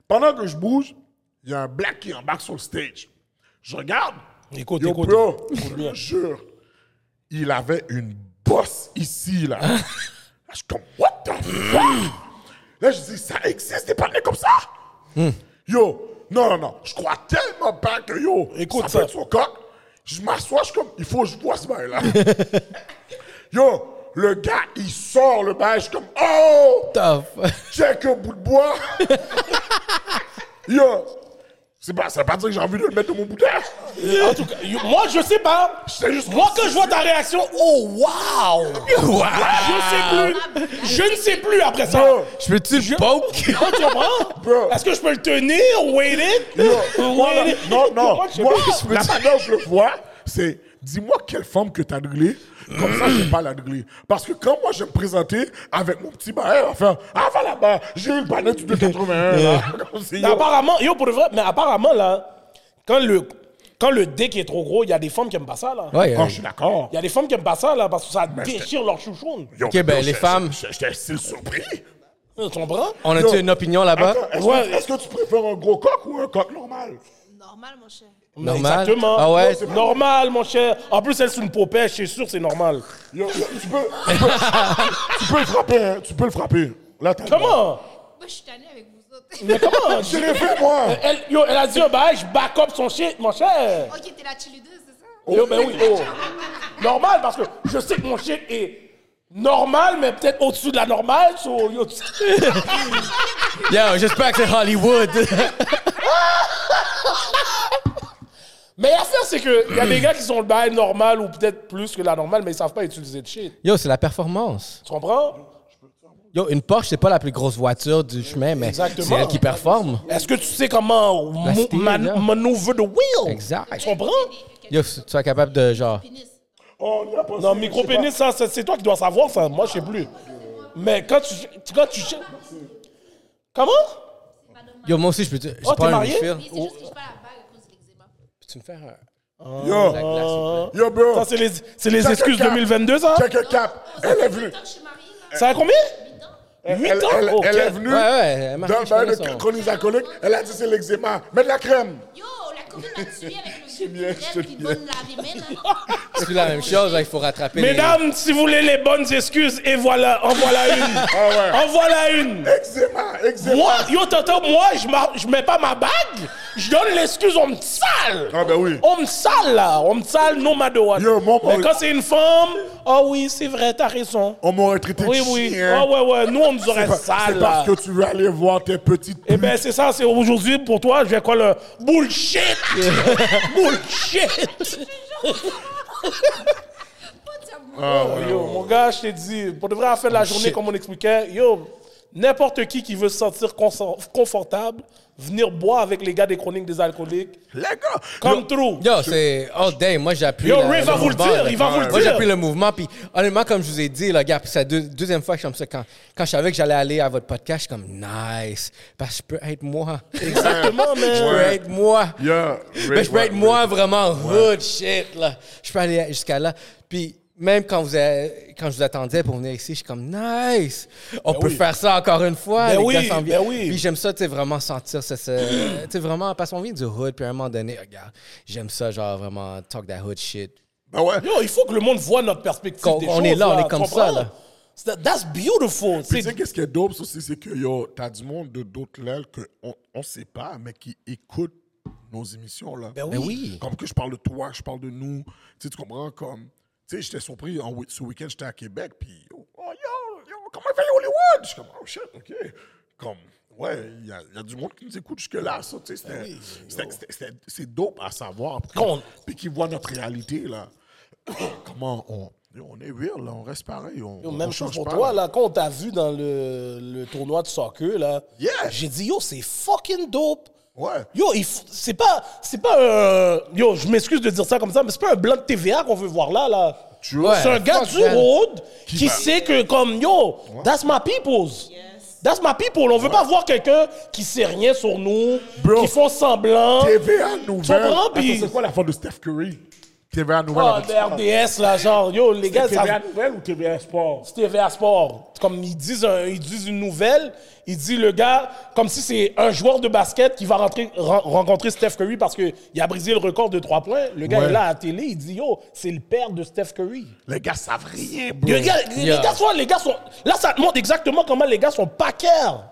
[SPEAKER 3] Pendant que je bouge, il y a un black qui embarque sur le stage. Je regarde.
[SPEAKER 2] Écoute,
[SPEAKER 3] Yo,
[SPEAKER 2] écoute.
[SPEAKER 3] bro, je te jure il avait une bosse ici, là. là je suis comme, what the fuck? Là, je dis, ça existe des partenaires comme ça?
[SPEAKER 2] Hmm.
[SPEAKER 3] Yo, non, non, non. Je crois tellement pas que yo,
[SPEAKER 2] Écoute
[SPEAKER 3] ça,
[SPEAKER 2] ça.
[SPEAKER 3] peut être son coq. Je m'assois, je suis comme, il faut que je bois ce bail-là. yo, le gars, il sort le bail, je suis comme, oh!
[SPEAKER 1] Tough.
[SPEAKER 3] check un bout de bois. Yo, c'est pas, ça veut pas dire que j'ai envie de le mettre dans mon boudin.
[SPEAKER 2] En tout cas, yo, moi, je sais pas.
[SPEAKER 3] C'est juste-
[SPEAKER 2] Moi, quand je vois ta réaction, oh, wow! Je sais plus. Je ne sais plus après ça.
[SPEAKER 3] Ah. Bro,
[SPEAKER 1] Je peux-tu le poke?
[SPEAKER 2] Ah, tu comprends?
[SPEAKER 3] Bro.
[SPEAKER 2] Est-ce que je peux le tenir? Wait it?
[SPEAKER 3] Moi,
[SPEAKER 2] Wait
[SPEAKER 3] là-
[SPEAKER 2] it?
[SPEAKER 3] non, non.
[SPEAKER 2] Moi, je sais
[SPEAKER 3] Moi,
[SPEAKER 2] pas.
[SPEAKER 3] la manière dont je le vois, c'est dis-moi quelle femme que t'as drillée. Comme ça, je sais pas la driller. Parce que quand moi, je vais me présenter avec mon petit bail, à faire Ah, va là-bas, j'ai eu le banane du 281. là. Comme si,
[SPEAKER 2] Mais
[SPEAKER 3] yo.
[SPEAKER 2] apparemment, yo, pour de vrai, mais apparemment, là, quand le, quand le deck est trop gros, il y a des femmes qui aiment pas ça, là. Il
[SPEAKER 1] Ouais,
[SPEAKER 3] Oh,
[SPEAKER 1] euh,
[SPEAKER 3] je suis d'accord.
[SPEAKER 2] y a des femmes qui aiment pas ça, là, parce que ça déchire leur chouchoune.
[SPEAKER 3] Yo,
[SPEAKER 1] Ok, ben,
[SPEAKER 3] yo,
[SPEAKER 1] les
[SPEAKER 3] j'étais-
[SPEAKER 1] femmes.
[SPEAKER 3] j'étais- J'étais style surpris.
[SPEAKER 2] Tu comprends?
[SPEAKER 1] on
[SPEAKER 3] Yo.
[SPEAKER 1] a-tu une opinion là-bas?
[SPEAKER 3] Attends, Est-ce
[SPEAKER 2] Ouais.
[SPEAKER 3] que, est-ce que tu préfères un gros coq ou un coq normal?
[SPEAKER 4] Normal, mon cher.
[SPEAKER 1] Normal.
[SPEAKER 2] Exactement.
[SPEAKER 1] Ah ouais?
[SPEAKER 2] C'est normal, mon cher. En plus, elle, c'est une popée, je suis sûr, c'est normal.
[SPEAKER 3] Yo, yo, tu, peux, tu, peux, tu peux le frapper, hein, tu peux le frapper. Là, t'as le droit.
[SPEAKER 2] Comment?
[SPEAKER 4] Moi, je suis tannée avec vous autres.
[SPEAKER 2] Mais comment?
[SPEAKER 3] Je l'ai fait, moi.
[SPEAKER 2] elle, yo, elle a dit, un bail, je back up son shit, mon cher.
[SPEAKER 4] ok, t'es la chilideuse, c'est ça?
[SPEAKER 2] Yo, ben oui, oh. Normal, parce que je sais que mon shit est normal, mais peut-être au-dessus de la normale. so, yo, tu-
[SPEAKER 1] Yo, j'espère que c'est Hollywood.
[SPEAKER 2] Mais l'affaire, c'est qu'il y a des gars qui sont le bail normal ou peut-être plus que la normale, mais ils savent pas utiliser de shit.
[SPEAKER 1] Yo, c'est la performance.
[SPEAKER 2] Tu comprends?
[SPEAKER 1] Yo, une Porsche, c'est pas la plus grosse voiture du chemin, mais c'est
[SPEAKER 2] Exactement.
[SPEAKER 1] elle qui performe.
[SPEAKER 2] Est-ce que tu sais comment
[SPEAKER 1] La
[SPEAKER 2] mou-
[SPEAKER 1] style,
[SPEAKER 2] man-
[SPEAKER 1] là.
[SPEAKER 2] manœuvre de wheel?
[SPEAKER 1] Exact.
[SPEAKER 2] Tu comprends?
[SPEAKER 1] Yo, tu sois capable de genre.
[SPEAKER 4] Pénis.
[SPEAKER 3] Oh, on y a pensé,
[SPEAKER 2] Non,
[SPEAKER 3] mais je sais pas.
[SPEAKER 2] micro-pénis, ça, c'est c'est toi qui dois savoir ça. Moi, je sais plus. Mais quand tu. tu- Quand tu Comment?
[SPEAKER 1] Yo, moi aussi, je peux te.
[SPEAKER 2] Oh, t'es marié?
[SPEAKER 4] Mais c'est juste
[SPEAKER 3] Oh.
[SPEAKER 4] que je suis pas la bague à cause de l'eczéma.
[SPEAKER 1] Peux-tu me faire un.
[SPEAKER 3] Yo,
[SPEAKER 1] la glace, s'il te plaît?
[SPEAKER 3] yo, bro.
[SPEAKER 2] Ça, c'est les, c'est les
[SPEAKER 3] Check
[SPEAKER 2] excuses
[SPEAKER 3] le cap.
[SPEAKER 2] 2022, ça?
[SPEAKER 3] Check le cap. Elle est venue.
[SPEAKER 4] Tant que je suis mariée, là,
[SPEAKER 2] Ça a combien?
[SPEAKER 4] huit ans,
[SPEAKER 2] 8
[SPEAKER 3] Elle,
[SPEAKER 2] ans?
[SPEAKER 3] elle-
[SPEAKER 2] Ok.
[SPEAKER 3] elle est venue.
[SPEAKER 1] Ouais, ouais, elle marche,
[SPEAKER 3] Dans
[SPEAKER 1] je
[SPEAKER 3] le bail
[SPEAKER 1] connais
[SPEAKER 3] de
[SPEAKER 1] son-
[SPEAKER 3] chronique alcoolique, elle a dit c'est l'eczéma. Mets de la crème.
[SPEAKER 4] Yo, la COVID l'a tué avec le vieux
[SPEAKER 3] bien,
[SPEAKER 4] Pirel
[SPEAKER 3] c'est
[SPEAKER 4] qui
[SPEAKER 3] bien.
[SPEAKER 4] donne la rimaine. hein.
[SPEAKER 1] C'est la même chose, là, il faut rattraper. les-
[SPEAKER 2] Mesdames, si vous voulez les bonnes excuses, et voilà, en voilà une.
[SPEAKER 3] Ah ouais.
[SPEAKER 2] En voilà une.
[SPEAKER 3] Eczéma, eczéma.
[SPEAKER 2] Moi, yo, t'entends, moi, je, mar- je mets pas ma bague, je donne l'excuse, on me sale.
[SPEAKER 3] Ah ben oui.
[SPEAKER 2] On me sale, là. On me sale, no matter what.
[SPEAKER 3] Yo, mon-
[SPEAKER 2] Mais quand c'est une femme, oh oui, c'est vrai, t'as raison.
[SPEAKER 3] On m'aurait traité
[SPEAKER 2] Oui,
[SPEAKER 3] de
[SPEAKER 2] oui.
[SPEAKER 3] chien.
[SPEAKER 2] Oh, ouais, ouais, nous, on nous aurait
[SPEAKER 3] Oh, C'est pas-
[SPEAKER 2] sale,
[SPEAKER 3] C'est
[SPEAKER 2] là.
[SPEAKER 3] parce que tu veux aller voir tes petites
[SPEAKER 2] Eh ben, c'est ça, c'est aujourd'hui, pour toi, je vais quoi, le bullshit. bullshit.
[SPEAKER 3] Ah.
[SPEAKER 2] Oh, Yo, mon gars, je t'ai dit, pour de vrai, à la fin de la journée,
[SPEAKER 1] Oh. shit.
[SPEAKER 2] comme on expliquait, yo, n'importe qui qui veut se sentir consen- confortable, venir boire avec les gars des chroniques des alcooliques,
[SPEAKER 3] Les gars.
[SPEAKER 2] comme true.
[SPEAKER 1] Yo, c'est all day. Moi, j'appuie.
[SPEAKER 2] Yo,
[SPEAKER 1] le-
[SPEAKER 2] Ray
[SPEAKER 1] le
[SPEAKER 2] va vous le
[SPEAKER 1] mouvement,
[SPEAKER 2] dire,
[SPEAKER 1] là.
[SPEAKER 2] il va vous le
[SPEAKER 1] Moi,
[SPEAKER 2] dire.
[SPEAKER 1] j'appuie le mouvement. Puis, honnêtement, comme je vous ai dit, là, gars, puis c'est la deux- deuxième fois que je suis comme ça. Quand, quand je savais que j'allais aller à votre podcast, je suis comme nice. Parce que je peux être moi.
[SPEAKER 2] Exactement,
[SPEAKER 1] Je
[SPEAKER 2] man.
[SPEAKER 1] peux être moi.
[SPEAKER 3] Yeah,
[SPEAKER 1] Ben, je peux être moi vraiment hood shit, là. Je peux aller jusqu'à là. Puis, même quand vous, avez- quand je vous attendais pour venir ici, je suis comme nice. On peut faire ça encore une fois.
[SPEAKER 2] Ben
[SPEAKER 1] les
[SPEAKER 2] oui,
[SPEAKER 1] gars s'en viennent.
[SPEAKER 2] ben oui.
[SPEAKER 1] Puis j'aime ça, tu sais, vraiment sentir ce. ce- tu sais, vraiment, parce qu'on vient du hood, puis à un moment donné, regarde, j'aime ça, genre vraiment talk that hood shit.
[SPEAKER 3] Ben ouais.
[SPEAKER 2] Yo, il faut que le monde voit notre perspective.
[SPEAKER 1] Qu'on-
[SPEAKER 2] des
[SPEAKER 1] on est
[SPEAKER 2] choses,
[SPEAKER 1] là, on est comme
[SPEAKER 2] comprends?
[SPEAKER 1] ça, là.
[SPEAKER 2] C'est- That's beautiful.
[SPEAKER 3] Puis
[SPEAKER 2] C'est-
[SPEAKER 3] tu sais, qu'est-ce qui est dope aussi, c'est que yo, t'as du monde de d'autres lèvres qu'on on sait pas, mais qui écoute nos émissions là.
[SPEAKER 2] Ben
[SPEAKER 1] Ben
[SPEAKER 2] oui.
[SPEAKER 1] oui.
[SPEAKER 3] Comme que je parle de toi, je parle de nous. Tu sais, tu comprends? Comme, tu sais, j'étais surpris. En, ce week-end, j'étais à Québec, puis yo, oh, yo, yo, comment il fait Hollywood? Je suis comme, oh shit, OK. Comme, ouais, il y, a- il y a du monde qui nous écoute jusque-là, ça, tu sais. c'était- c'était- c'était- c'était- C'est dope à savoir. Puis,
[SPEAKER 2] Qu'on-
[SPEAKER 3] puis qui voit notre réalité, là. comment on. yo, on est real, là, on reste pareil. On,
[SPEAKER 2] Yo,
[SPEAKER 3] on
[SPEAKER 2] même chose
[SPEAKER 3] change
[SPEAKER 2] pour
[SPEAKER 3] pas,
[SPEAKER 2] toi, là, quand on t'a vu dans le, le tournoi de soccer, là,
[SPEAKER 3] Yeah.
[SPEAKER 2] j'ai dit, yo, c'est fucking dope.
[SPEAKER 3] Ouais.
[SPEAKER 2] Yo, il f- c'est pas, c'est pas un- yo, je m'excuse de dire ça comme ça, mais c'est pas un blanc de TVA qu'on veut voir là, là.
[SPEAKER 3] Tu vois?
[SPEAKER 2] c'est un gars
[SPEAKER 1] fuck
[SPEAKER 2] du
[SPEAKER 1] that.
[SPEAKER 2] road qui sait que, comme, yo, that's my people's. That's my people. On veut pas voir quelqu'un qui sait rien sur nous,
[SPEAKER 3] Bro.
[SPEAKER 2] qui font semblant.
[SPEAKER 3] TVA Nouvelle.
[SPEAKER 2] Hein? comprends, puis-
[SPEAKER 3] Attends, C'est quoi la faute de Steph Curry? TVA Nouvelle.
[SPEAKER 2] Ah,
[SPEAKER 3] avec-
[SPEAKER 2] de RDS, là, genre, yo, les gars, ça, TVA
[SPEAKER 3] Nouvelle ou TVA Sport?
[SPEAKER 2] C'est TVA Sport. Comme ils disent, un- ils disent une nouvelle, ils disent le gars, comme si c'est un joueur de basket qui va rentrer, ren- rencontrer Steph Curry parce qu'il a brisé le record de trois points. Le gars
[SPEAKER 3] Ouais.
[SPEAKER 2] est là à la télé, il dit Yo, c'est le père de Steph Curry.
[SPEAKER 3] Les gars savent rien, bro.
[SPEAKER 2] Le gars- les,
[SPEAKER 1] Yeah.
[SPEAKER 2] gars sont, les gars sont. Là, ça te montre exactement comment les gars sont pas care.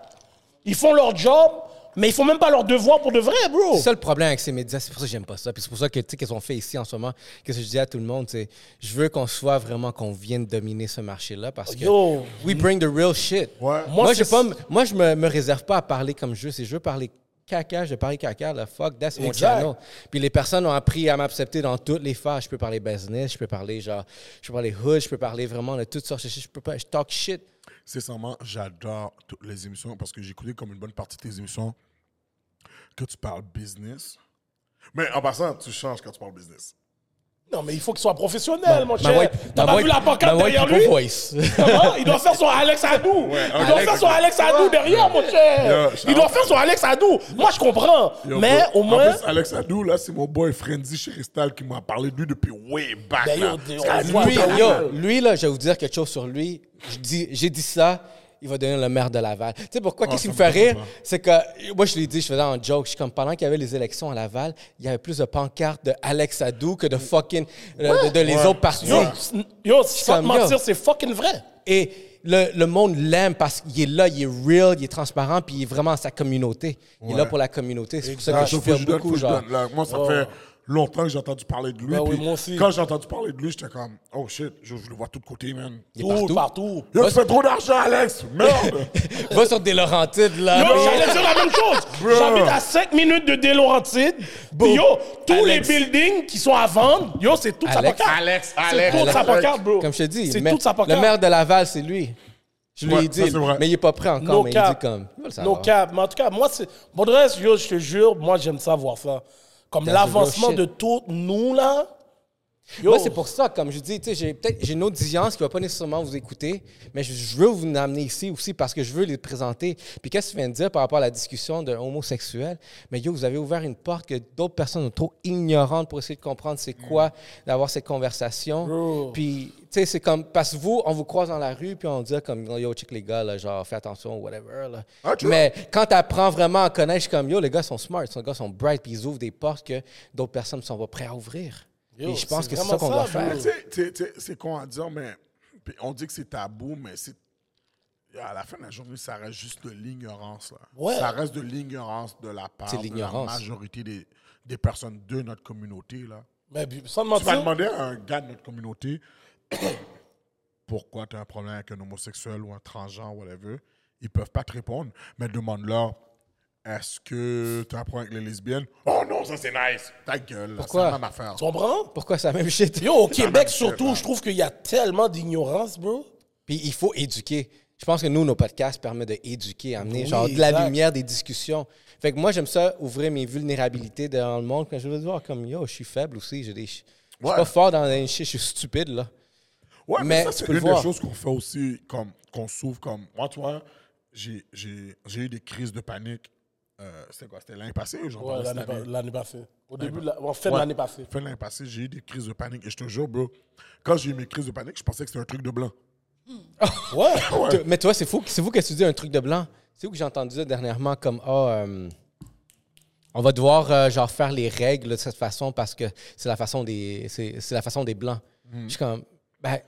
[SPEAKER 2] Ils font leur job, mais ils font même pas leur devoir pour de vrai, bro.
[SPEAKER 1] C'est ça le problème avec ces médias, c'est pour ça que j'aime pas ça. Puis c'est pour ça que, tu sais, qu'est-ce qu'on fait ici en ce moment, qu'est-ce que je dis à tout le monde, c'est je veux qu'on soit vraiment, qu'on vienne dominer ce marché-là parce que
[SPEAKER 2] Oh, Yo.
[SPEAKER 1] we bring the real shit.
[SPEAKER 3] Ouais.
[SPEAKER 1] Moi,
[SPEAKER 2] Moi,
[SPEAKER 1] j'ai
[SPEAKER 2] c'est-
[SPEAKER 1] pas, m- moi, je me, me réserve pas à parler comme je veux, c'est je veux parler caca, je parle caca, la fuck, that's mon
[SPEAKER 2] Exact.
[SPEAKER 1] channel. Puis les personnes ont appris à m'accepter dans toutes les phases. Je peux parler business, je peux parler genre, je peux parler hood, je peux parler vraiment de toutes sortes de shit, je peux pas, je talk shit.
[SPEAKER 3] Sincèrement, j'adore toutes les émissions parce que j'ai écouté comme une bonne partie de tes émissions que tu parles business. Mais en passant, tu changes quand tu parles business.
[SPEAKER 2] Non, mais il faut qu'il soit professionnel, mon
[SPEAKER 1] Ma
[SPEAKER 2] cher.
[SPEAKER 1] wife-
[SPEAKER 2] T'as
[SPEAKER 1] ma
[SPEAKER 2] pas
[SPEAKER 1] wife-
[SPEAKER 2] vu la pancarte
[SPEAKER 1] ma wife
[SPEAKER 2] derrière
[SPEAKER 1] people
[SPEAKER 2] lui
[SPEAKER 1] voice.
[SPEAKER 2] Comment? Il doit faire son Alex Adou. il doit
[SPEAKER 3] Alex-
[SPEAKER 2] faire son Alex Adou derrière, mon cher.
[SPEAKER 3] Yo, je-
[SPEAKER 2] il doit faire son Alex Adou. Moi, je comprends.
[SPEAKER 3] Yo,
[SPEAKER 2] mais
[SPEAKER 3] bro,
[SPEAKER 2] au moins.
[SPEAKER 3] En plus, Alex Adou, là, c'est mon boy Frenzy Chéristal qui m'a parlé de lui depuis way back.
[SPEAKER 2] Ben, yo,
[SPEAKER 3] là.
[SPEAKER 2] on
[SPEAKER 3] Parce qu'elle
[SPEAKER 2] voit-
[SPEAKER 3] dit-
[SPEAKER 1] lui, yo, lui, là, je vais vous dire quelque chose sur lui. Je dis- J'ai dit ça, il va devenir le maire de Laval. Tu sais pourquoi? Qu'est-ce qui
[SPEAKER 3] Ah, ça
[SPEAKER 1] me fait
[SPEAKER 3] me
[SPEAKER 1] rire?
[SPEAKER 3] dérange pas.
[SPEAKER 1] C'est que, moi, je l'ai dit, je faisais en joke. Je suis comme, pendant qu'il y avait les élections à Laval, il y avait plus de pancartes de Alex Adou que de fucking, euh, de, de les autres partis.
[SPEAKER 2] Yo, c'est- yo, sans te
[SPEAKER 1] comme, yo.
[SPEAKER 2] mentir, c'est fucking vrai.
[SPEAKER 1] Et le, le monde l'aime parce qu'il est là, il est real, il est transparent, puis il est vraiment sa communauté. Il est là
[SPEAKER 3] Ouais.
[SPEAKER 1] pour la communauté. C'est pour ça
[SPEAKER 3] Ah,
[SPEAKER 1] que je
[SPEAKER 3] faut que
[SPEAKER 1] fais
[SPEAKER 3] je donne, faut
[SPEAKER 1] beaucoup,
[SPEAKER 3] que je
[SPEAKER 1] genre.
[SPEAKER 3] donne. Là, moi, ça fait longtemps que j'ai entendu parler de lui.
[SPEAKER 2] Ben oui,
[SPEAKER 3] puis
[SPEAKER 2] moi aussi.
[SPEAKER 3] Quand j'ai entendu parler de lui, j'étais comme, oh shit, je, je le vois de tous côtés, man.
[SPEAKER 1] est
[SPEAKER 2] Tout,
[SPEAKER 1] partout.
[SPEAKER 2] partout.
[SPEAKER 3] Yo, tu fais trop d'argent, Alex! Merde!
[SPEAKER 1] Va sur des Laurentides,
[SPEAKER 3] Ah,
[SPEAKER 1] là.
[SPEAKER 2] Yo,
[SPEAKER 1] puis-
[SPEAKER 2] j'allais dire la même chose. J'habite à 5 minutes de Délaurentide. Yo, tous
[SPEAKER 1] Alex.
[SPEAKER 2] les buildings qui sont à vendre, yo, c'est toute sa
[SPEAKER 1] Alex.
[SPEAKER 2] pancarte.
[SPEAKER 3] Alex,
[SPEAKER 2] C'est toute sa pancarte, bro.
[SPEAKER 1] Comme je te dis,
[SPEAKER 2] c'est
[SPEAKER 1] mais-
[SPEAKER 2] toute sa
[SPEAKER 1] le
[SPEAKER 2] pancarte.
[SPEAKER 1] maire de Laval, c'est lui. Je lui
[SPEAKER 3] Ouais,
[SPEAKER 1] ai dit,
[SPEAKER 3] ça, c'est vrai.
[SPEAKER 1] mais il n'est pas prêt encore,
[SPEAKER 2] No
[SPEAKER 1] mais il
[SPEAKER 2] cap.
[SPEAKER 1] dit comme... il va le
[SPEAKER 2] No
[SPEAKER 1] savoir.
[SPEAKER 2] cap. Mais en tout cas, moi, c'est. Bon, de reste, yo, je te jure, moi, j'aime ça voir ça. Comme
[SPEAKER 1] That's
[SPEAKER 2] l'avancement
[SPEAKER 1] the real
[SPEAKER 2] de
[SPEAKER 1] shit.
[SPEAKER 2] tous nous, là. Yo,
[SPEAKER 1] Moi, c'est pour ça, comme je dis, tu sais, j'ai peut-être j'ai une audience qui ne va pas nécessairement vous écouter, mais je, je veux vous amener ici aussi parce que je veux les présenter. Puis qu'est-ce que tu viens de dire par rapport à la discussion de homosexuel? Mais yo, vous avez ouvert une porte que d'autres personnes sont trop ignorantes pour essayer de comprendre c'est quoi d'avoir cette conversation. Puis, tu sais, c'est comme... Parce que vous, on vous croise dans la rue, puis on dit comme, yo, check les gars, là, genre, fais attention, whatever, là.
[SPEAKER 3] Ah, tu vois.
[SPEAKER 1] mais quand tu apprends vraiment à connaître, je suis comme, yo, les gars sont smart, les gars sont bright, puis ils ouvrent des portes que d'autres personnes ne sont pas prêtes à ouvrir.
[SPEAKER 2] Yo,
[SPEAKER 1] Et je pense
[SPEAKER 2] c'est
[SPEAKER 1] que c'est ça
[SPEAKER 2] vraiment
[SPEAKER 1] qu'on
[SPEAKER 2] ça,
[SPEAKER 1] doit faire.
[SPEAKER 2] bro.
[SPEAKER 3] Mais tu sais, tu sais, tu sais, c'est con à dire, mais puis on dit que c'est tabou, mais c'est à la fin de la journée, ça reste juste de l'ignorance. là.
[SPEAKER 2] Ouais.
[SPEAKER 3] Ça reste de l'ignorance de la part
[SPEAKER 1] C'est
[SPEAKER 3] de la
[SPEAKER 1] l'ignorance.
[SPEAKER 3] majorité des, des personnes de notre communauté. Là.
[SPEAKER 2] Mais puis, sans te
[SPEAKER 3] Tu vas
[SPEAKER 2] mentir.
[SPEAKER 3] demander à un gars de notre communauté pourquoi tu as un problème avec un homosexuel ou un transgenre, whatever. Ils peuvent pas te répondre, mais demande-leur est-ce que tu as un problème avec les lesbiennes Oh non, ça c'est nice Ta gueule, là, c'est
[SPEAKER 1] Pourquoi?
[SPEAKER 3] la même affaire.
[SPEAKER 2] Tu comprends?
[SPEAKER 1] Pourquoi c'est la même shit?
[SPEAKER 2] Yo, au Québec,
[SPEAKER 3] mais c'est
[SPEAKER 2] surtout,
[SPEAKER 3] vrai.
[SPEAKER 2] je trouve qu'il y a tellement d'ignorance, bro.
[SPEAKER 1] Puis il faut éduquer. Je pense que nous, nos podcasts permettent d'éduquer, amener
[SPEAKER 2] Oui,
[SPEAKER 1] genre de la
[SPEAKER 2] exact.
[SPEAKER 1] lumière, des discussions. Fait que moi, j'aime ça, ouvrir mes vulnérabilités dans le monde. Quand je veux voir comme, yo, je suis faible aussi, j'ai des... ch- Je
[SPEAKER 3] Ouais.
[SPEAKER 1] suis pas fort dans les shit, je suis stupide, là.
[SPEAKER 3] Ouais,
[SPEAKER 1] Mais
[SPEAKER 3] mais, ça,
[SPEAKER 1] tu
[SPEAKER 3] c'est
[SPEAKER 1] peux le
[SPEAKER 3] une des
[SPEAKER 1] voir.
[SPEAKER 3] choses qu'on fait aussi, comme qu'on s'ouvre comme. Moi, tu vois, j'ai j'ai- j'ai eu des crises de panique. Euh, c'était quoi? C'était l'année passée ou j'en
[SPEAKER 2] Ouais,
[SPEAKER 3] parlais cette
[SPEAKER 2] l'année
[SPEAKER 3] année?
[SPEAKER 2] pas- l'année passée. Au début, de la- en fin de
[SPEAKER 3] Ouais.
[SPEAKER 2] l'année passée.
[SPEAKER 3] Fin de l'année passée, j'ai eu des crises de panique. Et je te jure, bro, quand j'ai eu mes crises de panique, je pensais que c'était un truc de blanc.
[SPEAKER 2] Ouais.
[SPEAKER 1] T- Mais toi, c'est fou, c'est vous qui tu dit un truc de blanc. C'est vous que j'ai entendu ça dernièrement comme, ah, euh, on va devoir euh, genre faire les règles de cette façon parce que c'est la façon
[SPEAKER 2] Mm.
[SPEAKER 1] des, c'est, c'est la façon des blancs. Je suis comme, ben,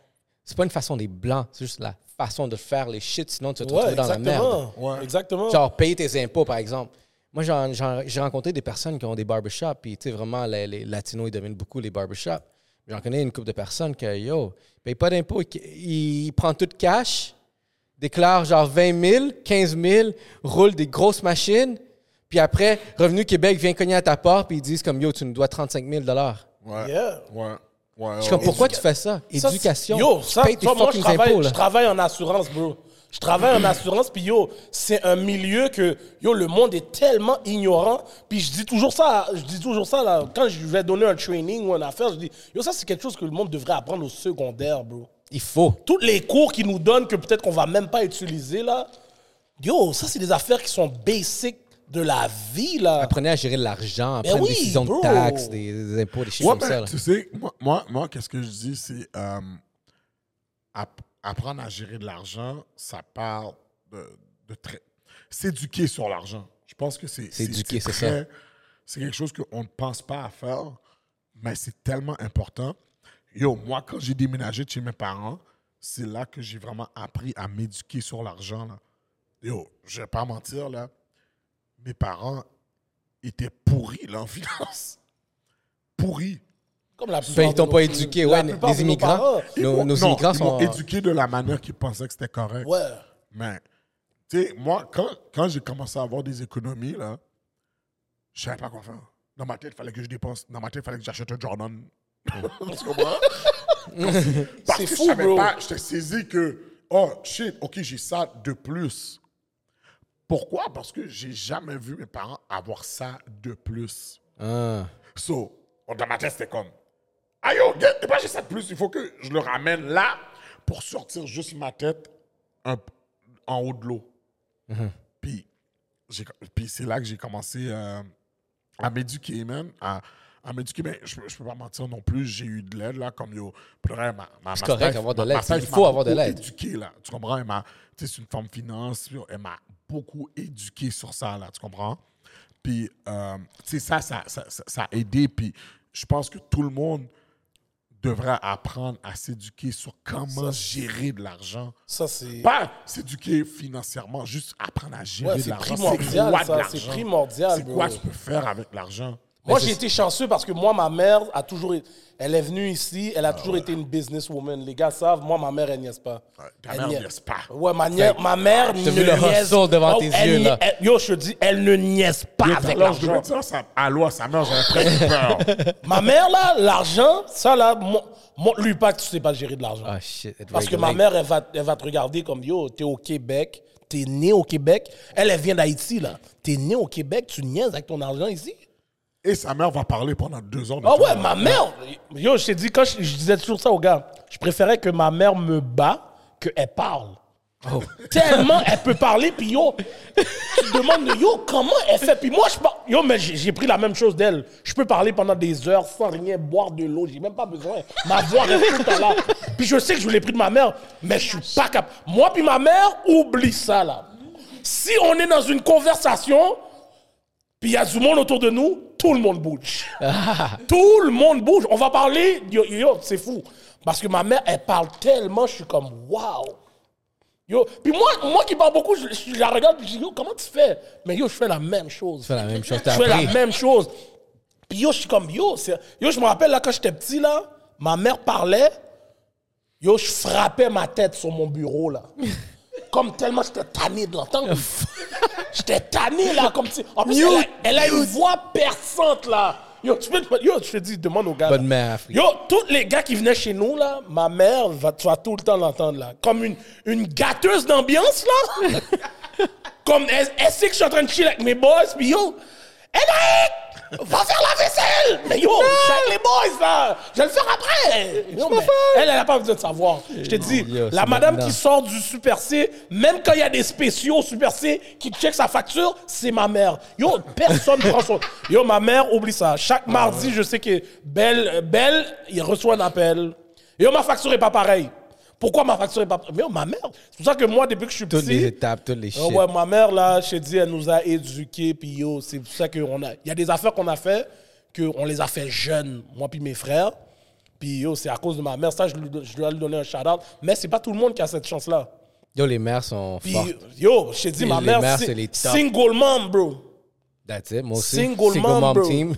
[SPEAKER 1] c'est pas une façon des blancs, c'est juste la façon de faire les shit, sinon tu vas te
[SPEAKER 2] Ouais,
[SPEAKER 1] retrouver dans la merde.
[SPEAKER 2] exactement.
[SPEAKER 3] Ouais.
[SPEAKER 2] Exactement.
[SPEAKER 1] Genre, payer tes impôts, par exemple. Moi, j'en- j'en- j'ai rencontré des personnes qui ont des barbershops, puis tu sais, vraiment, les, les latinos, ils dominent beaucoup les barbershops. J'en connais une couple de personnes que, yo, paye pas d'impôts, ils, ils prennent tout cash, déclarent genre 20 000, 15 000, roulent des grosses machines, puis après, Revenu Québec vient cogner à ta porte, puis ils disent comme, yo, tu nous dois 35 000
[SPEAKER 3] Ouais.
[SPEAKER 2] Yeah.
[SPEAKER 3] Ouais. Ouais.
[SPEAKER 1] Je
[SPEAKER 3] ouais,
[SPEAKER 1] suis comme,
[SPEAKER 3] ouais.
[SPEAKER 1] pourquoi tu fais ça?
[SPEAKER 2] Oh, Ça,
[SPEAKER 1] Éducation.
[SPEAKER 2] c'est- Yo, ça,
[SPEAKER 1] tu payes
[SPEAKER 2] tu
[SPEAKER 1] tes
[SPEAKER 2] vois, moi, je
[SPEAKER 1] fucking
[SPEAKER 2] travaille,
[SPEAKER 1] impôts, là.
[SPEAKER 2] je travaille en assurance, bro. Je travaille en assurance, puis yo, c'est un milieu que, yo, le monde est tellement ignorant. Puis je dis toujours ça, je dis toujours ça, là, quand je vais donner un training ou une affaire, je dis, yo, ça, c'est quelque chose que le monde devrait apprendre au secondaire, bro.
[SPEAKER 1] Il faut.
[SPEAKER 2] Tous les cours qu'ils nous donnent, que peut-être qu'on va même pas utiliser, là, yo, ça, c'est des affaires qui sont basic de la vie, là.
[SPEAKER 1] Apprenez à gérer l'argent, apprenez
[SPEAKER 2] Ben oui,
[SPEAKER 1] des décisions
[SPEAKER 2] bro.
[SPEAKER 1] de taxes, des, des impôts, des choses
[SPEAKER 3] Ouais,
[SPEAKER 1] comme
[SPEAKER 3] ben,
[SPEAKER 1] ça. là.
[SPEAKER 3] tu sais, moi, moi, moi, qu'est-ce que je dis, c'est euh, app- apprendre à gérer de l'argent, ça part de, de très. S'éduquer sur l'argent. Je pense que c'est.
[SPEAKER 1] S'éduquer, c'est
[SPEAKER 3] très- C'est quelque chose qu'on ne pense pas à faire, mais c'est tellement important. Yo, moi, quand j'ai déménagé de chez mes parents, c'est là que j'ai vraiment appris à m'éduquer sur l'argent. là. Yo, je vais pas mentir, là. Mes parents étaient pourris, là, en finance. Pourris.
[SPEAKER 2] Comme la
[SPEAKER 1] Ben,
[SPEAKER 2] plupart
[SPEAKER 1] ils t'ont
[SPEAKER 2] de
[SPEAKER 1] pas
[SPEAKER 2] nos-
[SPEAKER 1] éduqué,
[SPEAKER 2] la
[SPEAKER 1] ouais, les
[SPEAKER 2] plupart de
[SPEAKER 1] les
[SPEAKER 2] nos
[SPEAKER 1] immigrants.
[SPEAKER 2] parents.
[SPEAKER 3] Ils
[SPEAKER 1] Nos,
[SPEAKER 3] m'ont-
[SPEAKER 1] nos
[SPEAKER 3] non,
[SPEAKER 1] immigrants
[SPEAKER 3] ils
[SPEAKER 1] sont.
[SPEAKER 3] m'ont éduqué de la manière qu'ils pensaient que c'était correct.
[SPEAKER 2] Ouais.
[SPEAKER 3] Mais, tu sais, moi, quand, quand j'ai commencé à avoir des économies, là, je savais pas quoi faire. Dans ma tête, il fallait que je dépense. Dans ma tête, il fallait que j'achète un Jordan. tu comprends? Comme si- Parce
[SPEAKER 2] Oh. C'est
[SPEAKER 3] que
[SPEAKER 2] fou,
[SPEAKER 3] je savais
[SPEAKER 2] bro.
[SPEAKER 3] pas, j'étais saisi que, oh, shit, OK, j'ai ça de plus. Pourquoi? Parce que j'ai jamais vu mes parents avoir ça de plus.
[SPEAKER 1] Ah.
[SPEAKER 3] So, dans ma tête, c'était comme, ah yo, get, eh ben, j'ai ça de plus, il faut que je le ramène là pour sortir juste ma tête un p- en haut de l'eau.
[SPEAKER 1] Mhm.
[SPEAKER 3] Puis, j'ai co- Puis c'est là que j'ai commencé euh, à m'éduquer, man, à, à m'éduquer. Mais je, peux- je peux pas mentir non plus, j'ai eu de l'aide, là, comme yo, pour vrai, ma, ma
[SPEAKER 1] C'est
[SPEAKER 3] ma
[SPEAKER 1] correct
[SPEAKER 3] staff-
[SPEAKER 1] d'avoir de
[SPEAKER 3] ma-
[SPEAKER 1] l'aide,
[SPEAKER 3] ma staff
[SPEAKER 1] il faut
[SPEAKER 3] m'a
[SPEAKER 1] avoir de
[SPEAKER 3] beaucoup
[SPEAKER 1] l'aide.
[SPEAKER 3] éduqué, là, tu comprends? Elle m'a, tu sais, c'est une femme finance, puis elle m'a beaucoup éduqué sur ça, là, tu comprends? Puis, euh, tu sais, ça ça, ça, ça, ça a aidé. Puis, je pense que tout le monde devrait apprendre à s'éduquer sur comment gérer de l'argent.
[SPEAKER 2] Ça, c'est.
[SPEAKER 3] Pas s'éduquer financièrement, juste apprendre à gérer
[SPEAKER 2] Ouais,
[SPEAKER 3] de
[SPEAKER 2] c'est
[SPEAKER 3] l'argent.
[SPEAKER 2] primordial,
[SPEAKER 3] quoi de
[SPEAKER 2] ça,
[SPEAKER 3] l'argent?
[SPEAKER 2] c'est primordial,
[SPEAKER 3] C'est
[SPEAKER 2] bro.
[SPEAKER 3] quoi tu peux faire avec l'argent?
[SPEAKER 2] Moi, j'ai été chanceux parce que moi, ma mère a toujours. é- Elle est venue ici,
[SPEAKER 1] Ah
[SPEAKER 2] elle a toujours été une businesswoman. Les gars savent, moi, ma mère, elle niaise pas.
[SPEAKER 3] ta
[SPEAKER 2] Elle
[SPEAKER 3] mère niaise pas.
[SPEAKER 2] Ouais, ma, nièce- ma mère ne
[SPEAKER 1] t'ai vu le
[SPEAKER 2] niaise
[SPEAKER 1] hustle devant
[SPEAKER 2] Oh,
[SPEAKER 1] tes
[SPEAKER 2] elle
[SPEAKER 1] yeux,
[SPEAKER 2] ni-
[SPEAKER 1] là.
[SPEAKER 2] elle- yo, je te dis, elle ne niaise pas avec
[SPEAKER 3] Alors, je devais
[SPEAKER 2] l'argent.
[SPEAKER 3] dire ça à loi, sa mère, j'avais presque peur.
[SPEAKER 2] Ma mère, là, l'argent, ça, là, mon- montre-lui pas que tu sais pas gérer de l'argent.
[SPEAKER 1] Ah, shit. it
[SPEAKER 2] Parce que ma
[SPEAKER 1] regulate.
[SPEAKER 2] mère, elle va, elle va te regarder comme Yo, t'es au Québec, t'es né au Québec. Elle, elle vient d'Haïti, là. T'es né au Québec, tu niaises avec ton argent ici.
[SPEAKER 3] Et sa mère va parler pendant deux ans. de
[SPEAKER 2] Ah
[SPEAKER 3] toi.
[SPEAKER 2] ouais, ma mère. Yo, je t'ai dit, quand je, je disais toujours ça aux gars, je préférais que ma mère me bat qu'elle parle. Tellement elle peut parler, puis yo, tu te demandes, yo, comment elle fait? Puis moi, je parle. Yo, mais j'ai j'ai pris la même chose d'elle. Je peux parler pendant des heures sans rien boire de l'eau. J'ai même pas besoin. Ma voix est tout le temps là. Puis je sais que je l'ai pris de ma mère, mais je suis pas capable. Moi, puis ma mère, oublie ça là. Si on est dans une conversation, puis il y a du monde autour de nous, tout le monde bouge. Tout le monde bouge. On va parler. Yo, yo, yo, c'est fou. Parce que ma mère, elle parle tellement, je suis comme, waouh. Yo. Puis moi, moi qui parle beaucoup, je, je la regarde, puis je dis, yo, comment tu fais Mais yo, je fais la même chose.
[SPEAKER 1] Tu fais la même chose,
[SPEAKER 2] Je
[SPEAKER 1] t'as
[SPEAKER 2] fais
[SPEAKER 1] appris.
[SPEAKER 2] la même chose. Puis yo, je suis comme, yo, c'est- yo, je me rappelle là, quand j'étais petit, là, ma mère parlait, yo, je frappais ma tête sur mon bureau, là. comme tellement j'étais tanné de l'entendre. j'étais tanné, là, comme si. En plus, elle a, elle a une voix perçante, là. Yo, tu peux, te- yo, je te dis, demande aux gars. là.
[SPEAKER 1] Bonne mère, Afrique.
[SPEAKER 2] Yo, tous les gars qui venaient chez nous, là, ma mère, va, tu vas tout le temps l'entendre, là. Comme une, une gâteuse d'ambiance, là. comme, elle, elle sait que je suis en train de chiller avec mes boys, puis yo, Henrik, va faire la vaisselle! Mais yo, c'est avec les boys, là. Je vais le faire après. Yo, mais elle, elle n'a pas besoin de savoir. Je te dis,
[SPEAKER 1] Yo,
[SPEAKER 2] la
[SPEAKER 1] c'est
[SPEAKER 2] madame
[SPEAKER 1] maintenant.
[SPEAKER 2] qui sort du Super C, même quand il y a des spéciaux au Super C qui check sa facture, c'est ma mère. Yo, personne prend son. Yo, ma mère, oublie ça. Chaque mardi, je sais que Belle, euh, Belle, il reçoit un appel. Yo, ma facture est pas pareille. Pourquoi ma facture est pas pareille? Mais yo, ma mère. C'est pour ça que moi, depuis que je suis
[SPEAKER 1] Toutes les
[SPEAKER 2] petit.
[SPEAKER 1] étapes, toutes les shit.
[SPEAKER 2] Ah ouais, ma mère, là, je te dis, elle nous a éduqués, puis yo, c'est pour ça qu'on a... Il y a des affaires qu'on a fait, qu'on les a fait jeunes, moi puis mes frères. Puis yo, c'est à cause de ma mère, ça, je, lui do- je dois lui donner un shout-out. Mais c'est pas tout le monde qui a cette chance-là.
[SPEAKER 1] Yo, les mères sont
[SPEAKER 2] Puis,
[SPEAKER 1] fortes.
[SPEAKER 2] yo, je te dis,
[SPEAKER 1] Bah. Les-
[SPEAKER 2] ma
[SPEAKER 1] les
[SPEAKER 2] mère,
[SPEAKER 1] mères,
[SPEAKER 2] si-
[SPEAKER 1] c'est les top.
[SPEAKER 2] single mom, bro.
[SPEAKER 1] That's it, moi aussi.
[SPEAKER 2] Single mom, bro.
[SPEAKER 1] team.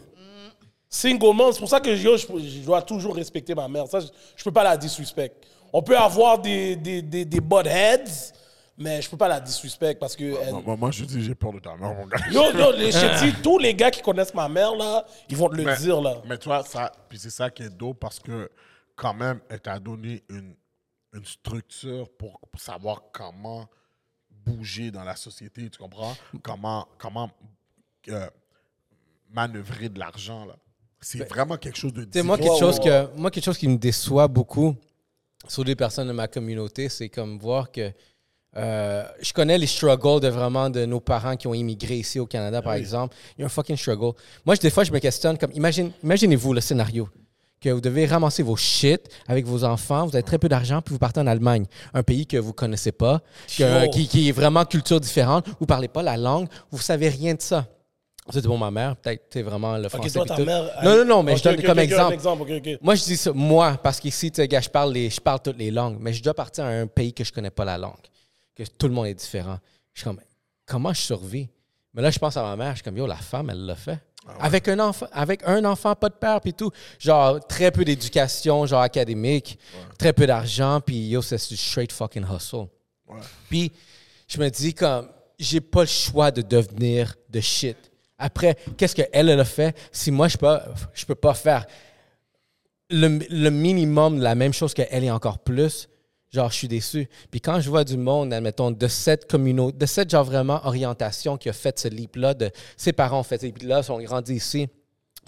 [SPEAKER 2] Single mom, c'est pour ça que yo, je, je dois toujours respecter ma mère. Ça, je, je peux pas la disrespect. On peut avoir des, des, des, des butt heads, mais je peux pas la disrespect parce que...
[SPEAKER 1] Bah,
[SPEAKER 2] elle-
[SPEAKER 3] Moi, moi, je dis, j'ai peur de ta mère, mon gars.
[SPEAKER 2] Yo, yo, les- je te dis, tous les gars qui connaissent ma mère, là, ils vont te le
[SPEAKER 3] mais,
[SPEAKER 2] dire, là.
[SPEAKER 1] Ah,
[SPEAKER 3] Mais toi, ça, puis c'est ça qui est dope parce que quand même, elle t'a donné une, une structure pour, pour savoir comment bouger dans la société, tu comprends? Comment, comment euh, manœuvrer de l'argent, là. C'est vraiment quelque chose de
[SPEAKER 1] Tu sais, Ben, moi,
[SPEAKER 3] différent.
[SPEAKER 1] quelque chose que, moi, quelque chose qui me déçoit beaucoup sur des personnes de ma communauté, c'est comme voir que euh, je connais les struggles de vraiment de nos parents qui ont immigré ici au Canada,
[SPEAKER 2] Ah
[SPEAKER 1] par exemple. Il y a un fucking struggle. Moi, je- des fois, je me questionne comme, imagine, imaginez-vous le scénario que vous devez ramasser vos shit avec vos enfants, vous avez très peu d'argent, puis vous partez en Allemagne, un pays que vous connaissez pas, que-
[SPEAKER 2] Yo.
[SPEAKER 1] qui, qui est vraiment culture différente, vous parlez pas la langue, vous savez rien de ça. Vous êtes bon, ma mère, peut-être, c'est vraiment le
[SPEAKER 2] Ok,
[SPEAKER 1] français.
[SPEAKER 2] toi,
[SPEAKER 1] puis
[SPEAKER 2] ta
[SPEAKER 1] tout.
[SPEAKER 2] mère...
[SPEAKER 1] non, non,
[SPEAKER 2] elle-
[SPEAKER 1] non, mais
[SPEAKER 2] Ok,
[SPEAKER 1] je donne
[SPEAKER 2] ok,
[SPEAKER 1] comme
[SPEAKER 2] ok,
[SPEAKER 1] exemple.
[SPEAKER 2] Un exemple, ok, ok.
[SPEAKER 1] Moi, je dis ça, moi, parce qu'ici, tu sais, gars, je parle, les, je parle toutes les langues, mais je dois partir à un pays que je connais pas la langue, que tout le monde est différent. Je suis comme, comment je survis? Mais là, je pense à ma mère, je suis comme, yo, la femme, elle l'a fait. Avec un enfant, avec un enfant, pas de père, puis tout. Genre, très peu d'éducation, genre académique, très peu d'argent, puis yo, c'est du straight fucking hustle. Puis, je me dis comme, j'ai pas le choix de devenir de shit. Après, qu'est-ce qu'elle, elle a fait si moi, je peux, je peux pas faire? le, le minimum de la même chose qu'elle et encore plus, genre, je suis déçu. Puis quand je vois du monde, admettons, de cette communauté, de cette, genre, vraiment orientation qui a fait ce leap-là, de ses parents ont fait ce leap-là, sont grandis ici,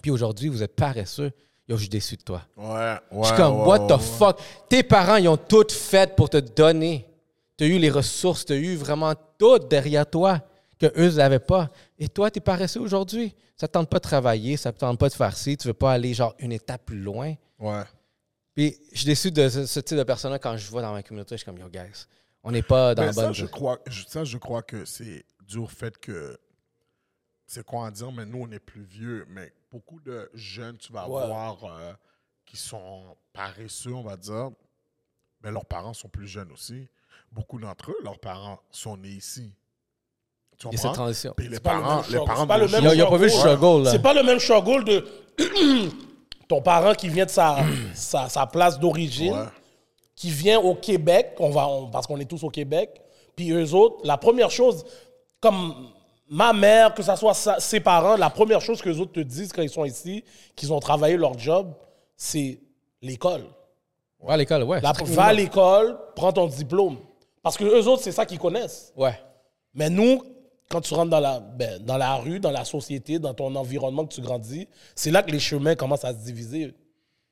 [SPEAKER 1] puis aujourd'hui, vous êtes paresseux, yo, je suis déçu de toi.
[SPEAKER 3] Ouais, ouais,
[SPEAKER 1] je suis comme,
[SPEAKER 3] ouais,
[SPEAKER 1] what
[SPEAKER 3] ouais,
[SPEAKER 1] the
[SPEAKER 3] ouais.
[SPEAKER 1] fuck? Tes parents, ils ont tout fait pour te donner. Tu as eu les ressources, tu as eu vraiment tout derrière toi que eux n'avaient pas. Et toi, tu es paresseux aujourd'hui. Ça te tente pas de travailler, ça te tente pas de faire ci, tu veux pas aller, genre, une étape plus loin.
[SPEAKER 3] Ouais.
[SPEAKER 1] Puis je suis déçu de ce, ce type de personne-là quand je vois dans ma communauté. Je suis comme, yo, guys, on n'est pas dans
[SPEAKER 3] Ben,
[SPEAKER 1] la
[SPEAKER 3] ça,
[SPEAKER 1] bonne.
[SPEAKER 3] je crois, je- ça, je crois que c'est dû au fait que. C'est quoi à dire, mais nous, on est plus vieux. Mais beaucoup de jeunes, tu vas
[SPEAKER 2] Ouais.
[SPEAKER 3] voir, euh, qui sont paresseux, on va dire. Mais leurs parents sont plus jeunes aussi. Beaucoup d'entre eux, leurs parents sont nés ici. Tu
[SPEAKER 1] Il y a cette
[SPEAKER 3] comprends?
[SPEAKER 1] transition.
[SPEAKER 3] Puis les
[SPEAKER 2] pas le
[SPEAKER 3] parents,
[SPEAKER 2] même
[SPEAKER 3] les
[SPEAKER 2] genre,
[SPEAKER 3] parents
[SPEAKER 2] c'est pas
[SPEAKER 3] de
[SPEAKER 2] le
[SPEAKER 3] nos
[SPEAKER 2] même
[SPEAKER 1] Yo,
[SPEAKER 3] jours-
[SPEAKER 1] ils n'ont pas vu le struggle, là.
[SPEAKER 2] C'est pas le même struggle de ton parent qui vient de sa, sa, sa place d'origine,
[SPEAKER 3] Ouais.
[SPEAKER 2] qui vient au Québec, on va, on- parce qu'on est tous au Québec, puis eux autres, la première chose, comme ma mère, que ce soit sa- ses parents, la première chose que les autres te disent quand ils sont ici, qu'ils ont travaillé leur job, c'est l'école.
[SPEAKER 1] Va à l'école, ouais.
[SPEAKER 2] La- va à l'école, prends ton diplôme. Parce que eux autres, c'est ça qu'ils connaissent.
[SPEAKER 1] Ouais.
[SPEAKER 2] Mais nous, quand tu rentres dans la, ben, dans la rue, dans la société, dans ton environnement que tu grandis, c'est là que les chemins commencent à se diviser.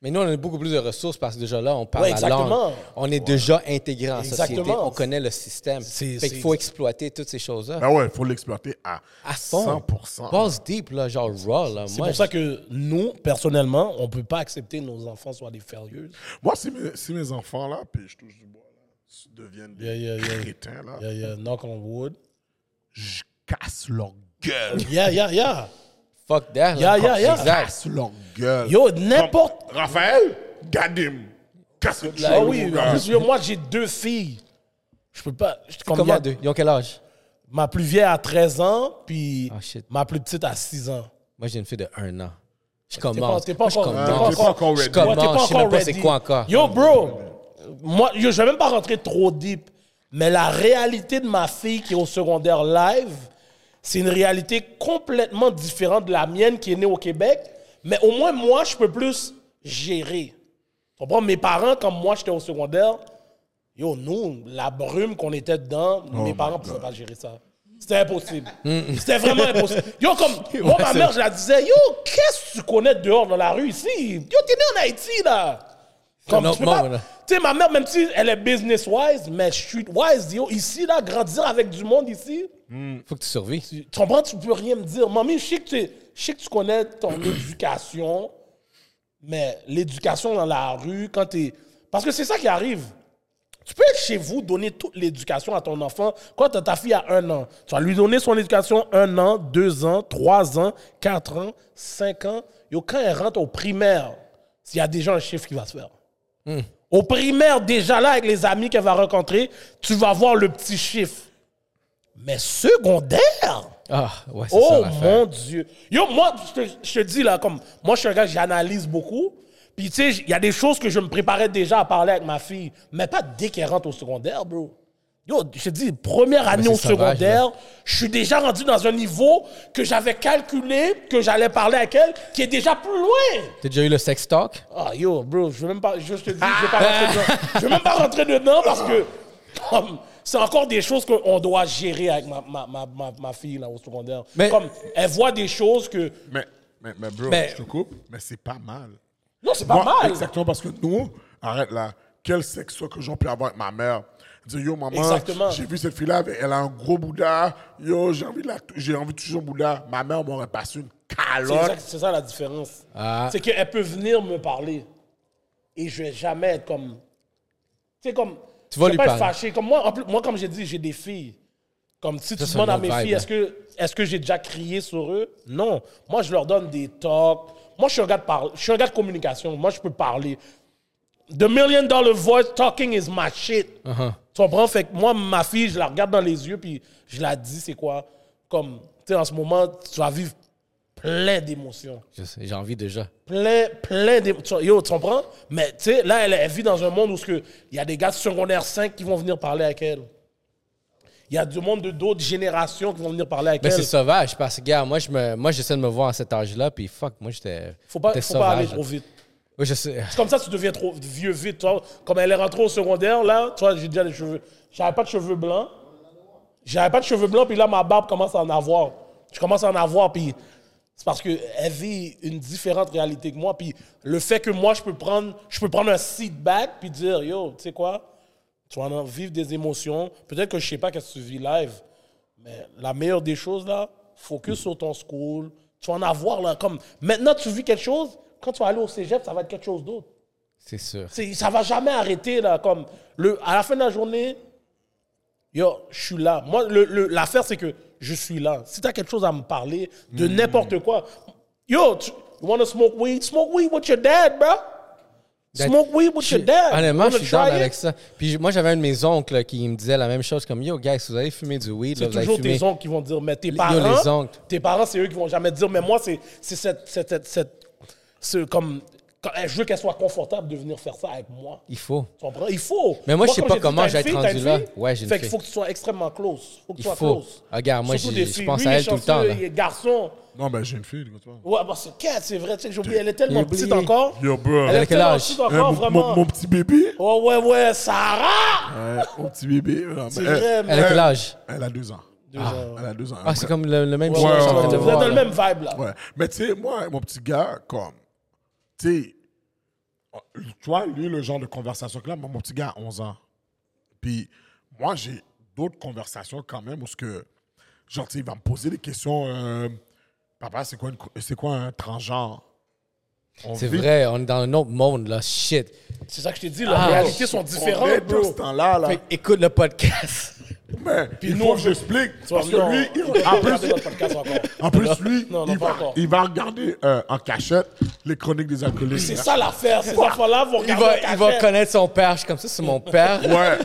[SPEAKER 1] Mais nous, on a beaucoup plus de ressources parce que déjà là, on parle
[SPEAKER 2] Ouais,
[SPEAKER 1] la
[SPEAKER 2] exactement.
[SPEAKER 1] langue. On est déjà intégré en société.
[SPEAKER 2] Exactement.
[SPEAKER 1] On connaît le système.
[SPEAKER 2] C'est-
[SPEAKER 1] Fait
[SPEAKER 2] c'est-
[SPEAKER 1] qu'il faut exploiter toutes ces choses-là.
[SPEAKER 3] Ben ouais, il faut l'exploiter à,
[SPEAKER 1] À fond.
[SPEAKER 3] 100%.
[SPEAKER 1] Balls deep, là, genre raw, là.
[SPEAKER 2] C'est
[SPEAKER 1] Moi,
[SPEAKER 2] pour ça que nous, personnellement, on ne peut pas accepter que nos enfants soient des férieuses.
[SPEAKER 3] Moi, si mes, si mes enfants, là, puis je touche du bois, là, deviennent des
[SPEAKER 2] Yeah, yeah, yeah.
[SPEAKER 3] crétins, là,
[SPEAKER 2] Yeah, yeah, knock on wood.
[SPEAKER 3] je casse leur gueule.
[SPEAKER 2] Yeah, yeah, yeah.
[SPEAKER 1] fuck that.
[SPEAKER 2] Yeah,
[SPEAKER 1] là.
[SPEAKER 2] yeah, yeah.
[SPEAKER 1] Exact.
[SPEAKER 3] casse leur gueule.
[SPEAKER 2] Yo, n'importe.
[SPEAKER 3] Comme Raphaël, gadim. Casse le
[SPEAKER 2] Ah oui, en plus, yo, moi, j'ai deux filles. Je peux pas. je- comme il y
[SPEAKER 1] Comment
[SPEAKER 2] a-
[SPEAKER 1] deux? Ils ont quel âge?
[SPEAKER 2] Ma plus vieille a 13 ans, puis
[SPEAKER 1] Ah, shit.
[SPEAKER 2] ma plus petite a 6 ans.
[SPEAKER 1] Moi, j'ai une fille de un an. Je
[SPEAKER 2] Moi,
[SPEAKER 1] commence.
[SPEAKER 2] T'es
[SPEAKER 1] Moi,
[SPEAKER 2] pas
[SPEAKER 1] je
[SPEAKER 2] encore t'es pas
[SPEAKER 1] commence.
[SPEAKER 3] t'es pas encore
[SPEAKER 2] encore
[SPEAKER 3] ready.
[SPEAKER 2] t'es pas
[SPEAKER 1] Je commence, je sais même
[SPEAKER 2] encore
[SPEAKER 1] pas c'est
[SPEAKER 2] ready.
[SPEAKER 1] quoi encore.
[SPEAKER 2] Yo, bro, moi, yo, je vais même pas rentrer trop deep, mais la réalité de ma fille qui est au secondaire live, c'est une réalité complètement différente de la mienne qui est née au Québec, mais au moins, moi, je peux plus gérer. Tu comprends? Mes parents, quand moi, j'étais au secondaire, yo, nous, la brume qu'on était dedans, mes parents ne pouvaient pas gérer ça. C'était impossible. C'était vraiment impossible. Yo, comme, moi, ma
[SPEAKER 1] c'est-
[SPEAKER 2] mère, je la disais, yo, qu'est-ce que tu connais dehors dans la rue ici? Yo, t'es né en Haïti, là. Comme,
[SPEAKER 1] un
[SPEAKER 2] tu peux
[SPEAKER 1] autre
[SPEAKER 2] pas-
[SPEAKER 1] monde, là.
[SPEAKER 2] tu sais, ma mère, même si elle est business-wise, mais street-wise, yo, ici, là, grandir avec du monde ici,
[SPEAKER 1] Faut que tu survives.
[SPEAKER 2] tu comprends, tu peux rien me dire. Mamie, je sais que tu, es- je sais que tu connais ton éducation, mais l'éducation dans la rue, quand tu es. Parce que c'est ça qui arrive. Tu peux être chez vous, donner toute l'éducation à ton enfant. Quand t'as ta fille à un an, tu vas lui donner son éducation un an, deux ans, trois ans, quatre ans, cinq ans. Yo, quand elle rentre au primaire, il y a déjà un chiffre qui va se faire. Au primaire, déjà là, avec les amis qu'elle va rencontrer, tu vas voir le petit chiffre. Mais secondaire,
[SPEAKER 1] Ah, ouais, c'est ça
[SPEAKER 2] oh
[SPEAKER 1] l'affaire.
[SPEAKER 2] mon Dieu. Yo, moi, je te, je te dis là, comme moi, je suis un gars, j'analyse beaucoup. Puis, tu sais, il y a des choses que je me préparais déjà à parler avec ma fille, mais pas dès qu'elle rentre au secondaire, bro. Yo, je te dis, première année
[SPEAKER 1] Ah, c'est
[SPEAKER 2] au
[SPEAKER 1] sauvage,
[SPEAKER 2] secondaire, je suis déjà rendu dans un niveau que j'avais calculé que j'allais parler avec elle, qui est déjà plus loin.
[SPEAKER 1] T'as déjà eu le sex talk?
[SPEAKER 2] Ah, yo, bro, je veux même pas. Je te dis, je vais pas rentrer dedans. Je veux même pas rentrer dedans parce que comme, c'est encore des choses qu'on doit gérer avec ma, ma, ma, ma, ma fille là, au secondaire.
[SPEAKER 1] Mais-
[SPEAKER 2] Comme, elle voit des choses que.
[SPEAKER 3] Mais, mais, mais bro,
[SPEAKER 1] Mais-
[SPEAKER 3] je te coupe, mais c'est pas mal.
[SPEAKER 2] Non, c'est pas
[SPEAKER 3] Moi,
[SPEAKER 2] mal.
[SPEAKER 3] Exactement, parce que nous, arrête là, quel sexe soit que j'en peux avoir avec ma mère. Dire, yo, maman,
[SPEAKER 2] Exactement.
[SPEAKER 3] j'ai vu cette fille-là, avec- elle a un gros bouddha. Yo, j'ai envie, de la tou- j'ai envie de toucher son bouddha. Ma mère m'aurait passé une
[SPEAKER 2] C'est
[SPEAKER 3] calotte.
[SPEAKER 2] exact- c'est ça la différence.
[SPEAKER 1] Ah.
[SPEAKER 2] C'est qu'elle peut venir me parler et je vais jamais être comme. Tu sais, comme.
[SPEAKER 1] Tu vas
[SPEAKER 2] je vais
[SPEAKER 1] lui
[SPEAKER 2] pas être
[SPEAKER 1] parler.
[SPEAKER 2] fâché. Comme moi, en plus, moi, comme j'ai dit, j'ai des filles. Comme si tu
[SPEAKER 1] c'est
[SPEAKER 2] demandes
[SPEAKER 1] une
[SPEAKER 2] à
[SPEAKER 1] autre
[SPEAKER 2] mes
[SPEAKER 1] vibe, hein.
[SPEAKER 2] filles, est-ce que, est que j'ai déjà crié sur eux? Non. Moi, je leur donne des talks. Moi, je suis un gars de, parle- je suis un gars de communication. Moi, je peux parler. The million dollar voice talking is my shit.
[SPEAKER 1] Uh-huh.
[SPEAKER 2] Tu comprends? Fait que moi, ma fille, je la regarde dans les yeux, puis je la dis, c'est quoi? Comme, tu sais, en ce moment, tu vas vivre plein d'émotions.
[SPEAKER 1] Je sais, J'ai envie déjà. Ben,
[SPEAKER 2] Plein, plein d'émotions. Yo, tu comprends? Mais, tu sais, là, elle, elle vit dans un monde où ce que- il y a des gars de secondaire 5 qui vont venir parler avec elle. Il y a du monde de d'autres générations qui vont venir parler avec
[SPEAKER 1] Mais c'est
[SPEAKER 2] elle.
[SPEAKER 1] sauvage parce que, gars, moi, je me, moi, j'essaie de me voir à cet âge-là, puis fuck, moi, j'étais.
[SPEAKER 2] Faut pas,
[SPEAKER 1] j'étais
[SPEAKER 2] faut pas aller
[SPEAKER 1] sauvage.
[SPEAKER 2] trop vite.
[SPEAKER 1] Oui, je sais.
[SPEAKER 2] C'est comme ça que tu deviens trop vieux vite. Toi. Comme elle est rentrée au secondaire, là, toi, j'ai déjà les cheveux. J'avais pas de cheveux blancs. J'avais pas de cheveux blancs, puis là, ma barbe commence à en avoir. Je commence à en avoir, puis c'est parce qu'elle vit une différente réalité que moi. Puis le fait que moi, je peux prendre, je peux prendre un seat back, puis dire, yo, tu sais quoi, tu vas en vivre des émotions. Peut-être que je sais pas qu'est-ce que tu vis live, mais la meilleure des choses, là, focus sur ton school. Tu vas en avoir, là, comme maintenant, tu vis quelque chose, quand tu vas aller au cégep, ça va être quelque chose d'autre.
[SPEAKER 1] C'est sûr.
[SPEAKER 2] C'est- ça va jamais arrêter là comme le à la fin de la journée yo je suis là moi le- le- l'affaire c'est que je suis là si t'as quelque chose à me parler de
[SPEAKER 1] Hmm.
[SPEAKER 2] n'importe quoi yo tu you wanna smoke weed smoke weed with your dad bro smoke weed with your dad
[SPEAKER 1] Honnêtement,
[SPEAKER 2] Wanna
[SPEAKER 1] je suis down
[SPEAKER 2] try it?
[SPEAKER 1] avec ça. Puis moi, j'avais un de mes oncles qui me disait la même chose comme Yo, guys, si vous avez fumé du weed, là,
[SPEAKER 2] c'est
[SPEAKER 1] vous avez
[SPEAKER 2] toujours
[SPEAKER 1] fumé.
[SPEAKER 2] tes oncles qui vont dire mais tes
[SPEAKER 1] Les- yo,
[SPEAKER 2] parents
[SPEAKER 1] les oncles.
[SPEAKER 2] tes parents c'est eux qui vont jamais dire mais moi c'est c'est cette cette cette, cette- ce, comme quand- je veux qu'elle soit confortable de venir faire ça avec moi
[SPEAKER 1] Il faut.
[SPEAKER 2] Tu comprends? Il faut.
[SPEAKER 1] Mais moi, je sais
[SPEAKER 2] comme
[SPEAKER 1] pas
[SPEAKER 2] j'ai dit,
[SPEAKER 1] comment
[SPEAKER 2] t'as
[SPEAKER 1] je vais être
[SPEAKER 2] une fille, t'as
[SPEAKER 1] rendu
[SPEAKER 2] une
[SPEAKER 1] là.
[SPEAKER 2] fille.
[SPEAKER 1] Ouais, j'ai une
[SPEAKER 2] Fait qu'il
[SPEAKER 1] fille.
[SPEAKER 2] faut que tu sois extrêmement close. Faut que tu
[SPEAKER 1] Il
[SPEAKER 2] sois
[SPEAKER 1] faut.
[SPEAKER 2] close.
[SPEAKER 1] Regarde, moi,
[SPEAKER 2] Surtout
[SPEAKER 1] j'ai-
[SPEAKER 2] des
[SPEAKER 1] je
[SPEAKER 2] filles.
[SPEAKER 1] pense
[SPEAKER 2] Lui,
[SPEAKER 1] à
[SPEAKER 2] il est
[SPEAKER 1] elle tout le temps,
[SPEAKER 2] chanceux,
[SPEAKER 1] là.
[SPEAKER 2] il est garçon.
[SPEAKER 3] Non, ben j'ai une fille, écoute-moi.
[SPEAKER 2] Ouais, bah, c'est qu'est-ce, c'est vrai. Tu sais que j'ai oublié, elle est
[SPEAKER 1] J'ai
[SPEAKER 2] tellement
[SPEAKER 1] oublié.
[SPEAKER 2] petite encore.
[SPEAKER 3] Yo, bro.
[SPEAKER 2] Elle
[SPEAKER 1] Elle
[SPEAKER 2] est
[SPEAKER 1] a quel
[SPEAKER 2] tellement
[SPEAKER 1] âge?
[SPEAKER 2] petite
[SPEAKER 3] Hein,
[SPEAKER 2] encore,
[SPEAKER 3] mon, mon-
[SPEAKER 2] vraiment.
[SPEAKER 3] mon petit bébé.
[SPEAKER 2] Ouais, ouais, ouais, Sarah!
[SPEAKER 3] Ouais, mon petit bébé. euh,
[SPEAKER 2] C'est
[SPEAKER 3] elle-
[SPEAKER 2] vrai,
[SPEAKER 1] Elle a
[SPEAKER 2] mais.
[SPEAKER 1] quel âge
[SPEAKER 3] Elle a deux ans.
[SPEAKER 2] ans.
[SPEAKER 3] Elle a deux ans.
[SPEAKER 1] Ah, c'est comme le, le même
[SPEAKER 2] Ouais,
[SPEAKER 1] chose.
[SPEAKER 2] ouais,
[SPEAKER 1] que je suis en train
[SPEAKER 2] ouais,
[SPEAKER 1] de
[SPEAKER 2] Vous êtes
[SPEAKER 1] voir,
[SPEAKER 2] dans le
[SPEAKER 1] là.
[SPEAKER 2] même vibe, là.
[SPEAKER 3] Ouais. Mais tu sais, moi, mon petit gars, comme. Tu sais. Tu vois, lui, le genre de conversation que là, moi, mon petit gars a 11 ans. Puis, moi, j'ai d'autres conversations quand même où ce que. Genre, tu sais, il va me poser des questions. euh, Papa, c'est quoi, une co- c'est quoi un transgenre? On
[SPEAKER 1] C'est
[SPEAKER 3] vit-
[SPEAKER 1] vrai, on est dans un autre monde, là. Shit.
[SPEAKER 2] C'est ça que je t'ai dit, là.
[SPEAKER 1] Ah,
[SPEAKER 2] Les réalités
[SPEAKER 1] je
[SPEAKER 2] sont
[SPEAKER 3] On est
[SPEAKER 2] différentes,
[SPEAKER 3] dans ce
[SPEAKER 2] Oh, bro.
[SPEAKER 3] temps-là, là.
[SPEAKER 1] Fait que écoute le podcast.
[SPEAKER 3] Mais il
[SPEAKER 2] nous,
[SPEAKER 3] faut
[SPEAKER 2] on-
[SPEAKER 3] que j'explique.
[SPEAKER 2] Tu vois,
[SPEAKER 3] Parce que
[SPEAKER 2] non,
[SPEAKER 3] lui,
[SPEAKER 2] on peut
[SPEAKER 3] il,
[SPEAKER 2] pas
[SPEAKER 3] en
[SPEAKER 2] regarder
[SPEAKER 3] plus,
[SPEAKER 2] notre podcast encore.
[SPEAKER 3] en plus, lui,
[SPEAKER 2] Non, non,
[SPEAKER 3] il,
[SPEAKER 2] pas
[SPEAKER 3] va,
[SPEAKER 2] encore.
[SPEAKER 3] il va regarder euh, en cachette les chroniques des alcooliques.
[SPEAKER 2] C'est ça l'affaire. Ces enfants-là vont
[SPEAKER 1] Il
[SPEAKER 2] regarder.
[SPEAKER 1] va,
[SPEAKER 2] la
[SPEAKER 1] il va
[SPEAKER 2] cachette.
[SPEAKER 1] connaître son père. Je suis comme ça, c'est mon père.
[SPEAKER 3] Ouais.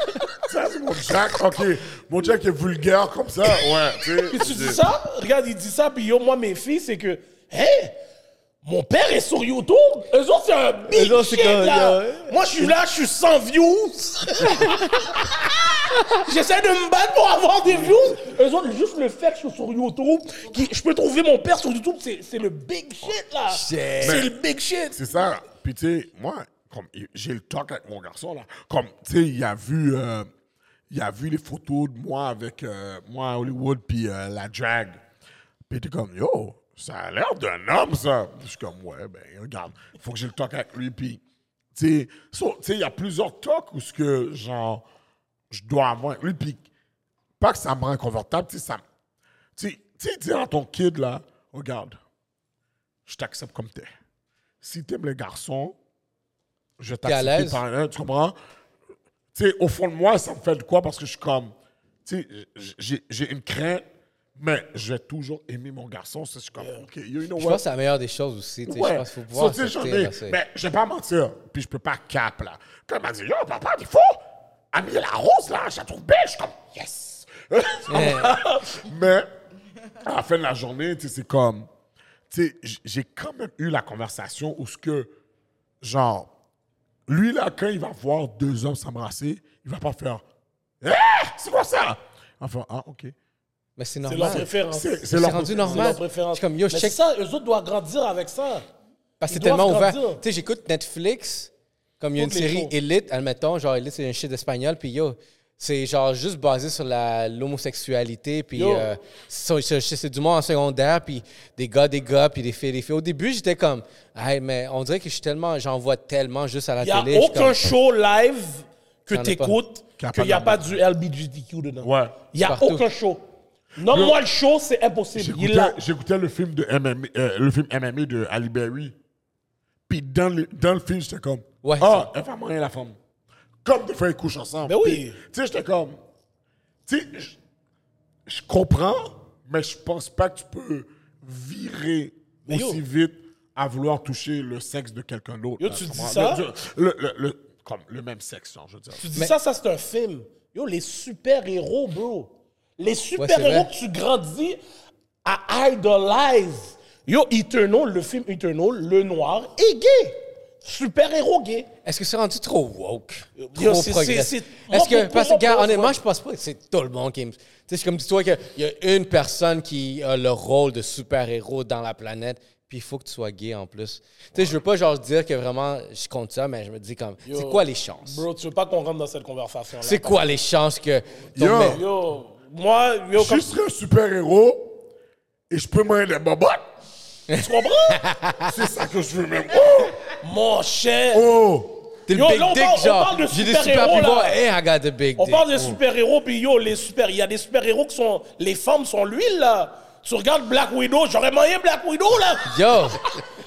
[SPEAKER 3] ça, c'est mon Jack. OK. Mon Jack est vulgaire comme ça. Ouais.
[SPEAKER 2] Puis tu dis ça, regarde, il dit ça, puis yo, moi, mes filles, c'est que, hé, mon père est sur YouTube. Eux autres, c'est un big
[SPEAKER 1] Eux autres, c'est
[SPEAKER 2] shit,
[SPEAKER 1] comme,
[SPEAKER 2] là.
[SPEAKER 1] euh,
[SPEAKER 2] Moi, je suis là, je suis sans views. J'essaie de me battre pour avoir des views. Eux autres, juste le fait que je suis sur YouTube, qui, je peux trouver mon père sur YouTube, c'est c'est le big shit, là. C'est le big shit.
[SPEAKER 3] C'est ça. Puis, tu sais, moi, comme il- j'ai le talk avec mon garçon, là. Comme, tu sais, il a vu. euh, il a vu les photos de moi avec euh, moi à Hollywood puis euh, la drag. Puis il était comme, yo, ça a l'air d'un homme, ça. Puis je suis comme, ouais, ben, regarde, faut que j'ai le talk avec lui. Puis, tu sais, so, tu sais, il y a plusieurs talks où ce que, genre, je dois avoir avec lui. Puis, pas que ça me rend inconfortable, tu sais, ça. Tu sais, tu sais, dire à ton kid, là, regarde, je t'accepte comme t'es. Si t'aimes les garçons, je vais
[SPEAKER 1] à
[SPEAKER 3] t'accepter
[SPEAKER 1] l'aise?
[SPEAKER 3] par là, tu comprends? Tu sais, au fond de moi, ça me fait de quoi parce que je suis comme, tu sais, j- j'ai j'ai une crainte, Mais je vais toujours aimer mon garçon. Ça, je suis comme, OK, you know
[SPEAKER 1] Je pense
[SPEAKER 3] what?
[SPEAKER 1] que c'est la meilleure des choses aussi. tu sais. Je pense qu'il faut
[SPEAKER 3] So,
[SPEAKER 1] pouvoir
[SPEAKER 3] tu sais, j'en
[SPEAKER 1] accepter,
[SPEAKER 3] ai-
[SPEAKER 1] là, c'est-
[SPEAKER 2] Ben,
[SPEAKER 3] Mais je vais pas mentir. Puis je peux pas cap, là. Quand elle m'a dit, yo, papa, il faut. Elle m'a mis la rose, là. Je la trouve belle. Je suis comme, yes.
[SPEAKER 1] Eh.
[SPEAKER 3] mais à la fin de la journée, tu sais, c'est comme. Tu sais, j- j'ai quand même eu la conversation où ce que, genre, lui, là, quand il va voir deux hommes s'embrasser, il va pas faire. Eh, c'est quoi ça? Enfin, ah, OK.
[SPEAKER 1] Mais c'est
[SPEAKER 2] C'est leur
[SPEAKER 1] normal.
[SPEAKER 2] préférence.
[SPEAKER 3] C'est-
[SPEAKER 2] C'est
[SPEAKER 3] C'est leur
[SPEAKER 1] rendu
[SPEAKER 3] préférence.
[SPEAKER 1] normal.
[SPEAKER 2] leur préférence.
[SPEAKER 1] Je suis comme, yo, je
[SPEAKER 2] Mais
[SPEAKER 1] check-
[SPEAKER 2] ça, eux autres doivent grandir avec ça.
[SPEAKER 1] Parce que c'est
[SPEAKER 2] Ils doivent
[SPEAKER 1] tellement ouvert. Tu
[SPEAKER 2] grandir.
[SPEAKER 1] sais, j'écoute Netflix, comme il y a une
[SPEAKER 2] Toutes les
[SPEAKER 1] série
[SPEAKER 2] choses.
[SPEAKER 1] Elite, admettons, genre Elite, c'est un shit espagnol, puis yo, c'est genre juste basé sur la- l'homosexualité, puis
[SPEAKER 2] Yo.
[SPEAKER 1] euh, c'est c'est- c'est du monde en secondaire, puis des gars, des gars, puis des filles, des filles. Au début, j'étais comme, hey, mais on dirait que je suis tellement, j'en vois tellement juste à la
[SPEAKER 2] Il n'y a
[SPEAKER 1] télé. je suis
[SPEAKER 2] aucun
[SPEAKER 1] comme-
[SPEAKER 2] show live que
[SPEAKER 1] Y'en a
[SPEAKER 2] tu écoutes
[SPEAKER 3] pas.
[SPEAKER 2] qu'il n'y a pas du LBGTQ dedans.
[SPEAKER 3] Ouais.
[SPEAKER 2] Il n'y a
[SPEAKER 1] Partout.
[SPEAKER 2] aucun show. Nomme-moi le show, c'est impossible. Il est
[SPEAKER 3] J'écoutais,
[SPEAKER 2] là.
[SPEAKER 3] j'écoutais le film de MMA, euh, le film MMA de Ali Berry. Puis dans le, dans le film, j'étais comme,
[SPEAKER 1] Ouais,
[SPEAKER 3] ah, elle va marier la femme. Comme des fois, ils couchent ensemble.
[SPEAKER 2] Ben oui.
[SPEAKER 3] Puis, Tu sais, j'étais comme, tu sais, je- je comprends, mais je pense pas que tu peux virer
[SPEAKER 2] Mais yo.
[SPEAKER 3] aussi vite à vouloir toucher le sexe de quelqu'un d'autre.
[SPEAKER 2] Yo,
[SPEAKER 3] là,
[SPEAKER 2] tu dis
[SPEAKER 3] comprends?
[SPEAKER 2] ça?
[SPEAKER 3] Le, le- le- le- comme le même sexe, genre, je veux dire.
[SPEAKER 2] Tu dis
[SPEAKER 1] Mais-
[SPEAKER 2] ça, ça c'est un film. Yo, les super-héros, bro. Les super-héros
[SPEAKER 1] vrai.
[SPEAKER 2] que tu grandis à idolize. Yo, Eternal, le film Eternal, le noir est gay. Super-héros gay.
[SPEAKER 1] Est-ce que c'est rendu trop woke?
[SPEAKER 2] Yo,
[SPEAKER 1] trop
[SPEAKER 2] c'est-
[SPEAKER 1] progressif?
[SPEAKER 2] c'est- c'est-
[SPEAKER 1] Est-ce
[SPEAKER 2] moi,
[SPEAKER 1] que,
[SPEAKER 2] pour-
[SPEAKER 1] parce que,
[SPEAKER 2] pour moi,
[SPEAKER 1] gars,
[SPEAKER 2] pour moi,
[SPEAKER 1] honnêtement,
[SPEAKER 2] moi-
[SPEAKER 1] je pense pas que c'est tout le monde qui aime. Tu sais, c'est comme dis-toi qu'il y a une personne qui a le rôle de super-héros dans la planète, puis il faut que tu sois gay en plus. Tu sais, je veux pas genre dire que vraiment je compte ça, mais je me dis comme, c'est quoi les chances?
[SPEAKER 2] Bro, tu veux pas qu'on rentre dans cette conversation-là?
[SPEAKER 1] C'est quoi les chances que. ton
[SPEAKER 3] Yo.
[SPEAKER 1] mec-
[SPEAKER 2] Yo, moi, yo,
[SPEAKER 3] Je
[SPEAKER 2] comme
[SPEAKER 3] serais un super-héros et je peux marier des bobottes.
[SPEAKER 2] tu comprends?
[SPEAKER 3] C'est ça que je veux même. Oh!
[SPEAKER 2] Mon cher.
[SPEAKER 3] Oh!
[SPEAKER 1] T'es le
[SPEAKER 2] Yo,
[SPEAKER 1] big
[SPEAKER 2] là, on
[SPEAKER 1] dick,
[SPEAKER 2] parle- on
[SPEAKER 1] genre.
[SPEAKER 2] parle de
[SPEAKER 1] J'ai des
[SPEAKER 2] super-héros, là.
[SPEAKER 1] super-pouvoirs. Hey, I got the big
[SPEAKER 2] On
[SPEAKER 1] dick.
[SPEAKER 2] parle des super-héros, puis yo, les super, il y a des super-héros qui sont, les femmes sont l'huile, là. Tu regardes Black Widow, j'aurais moyen Black Widow, là.
[SPEAKER 1] Yo!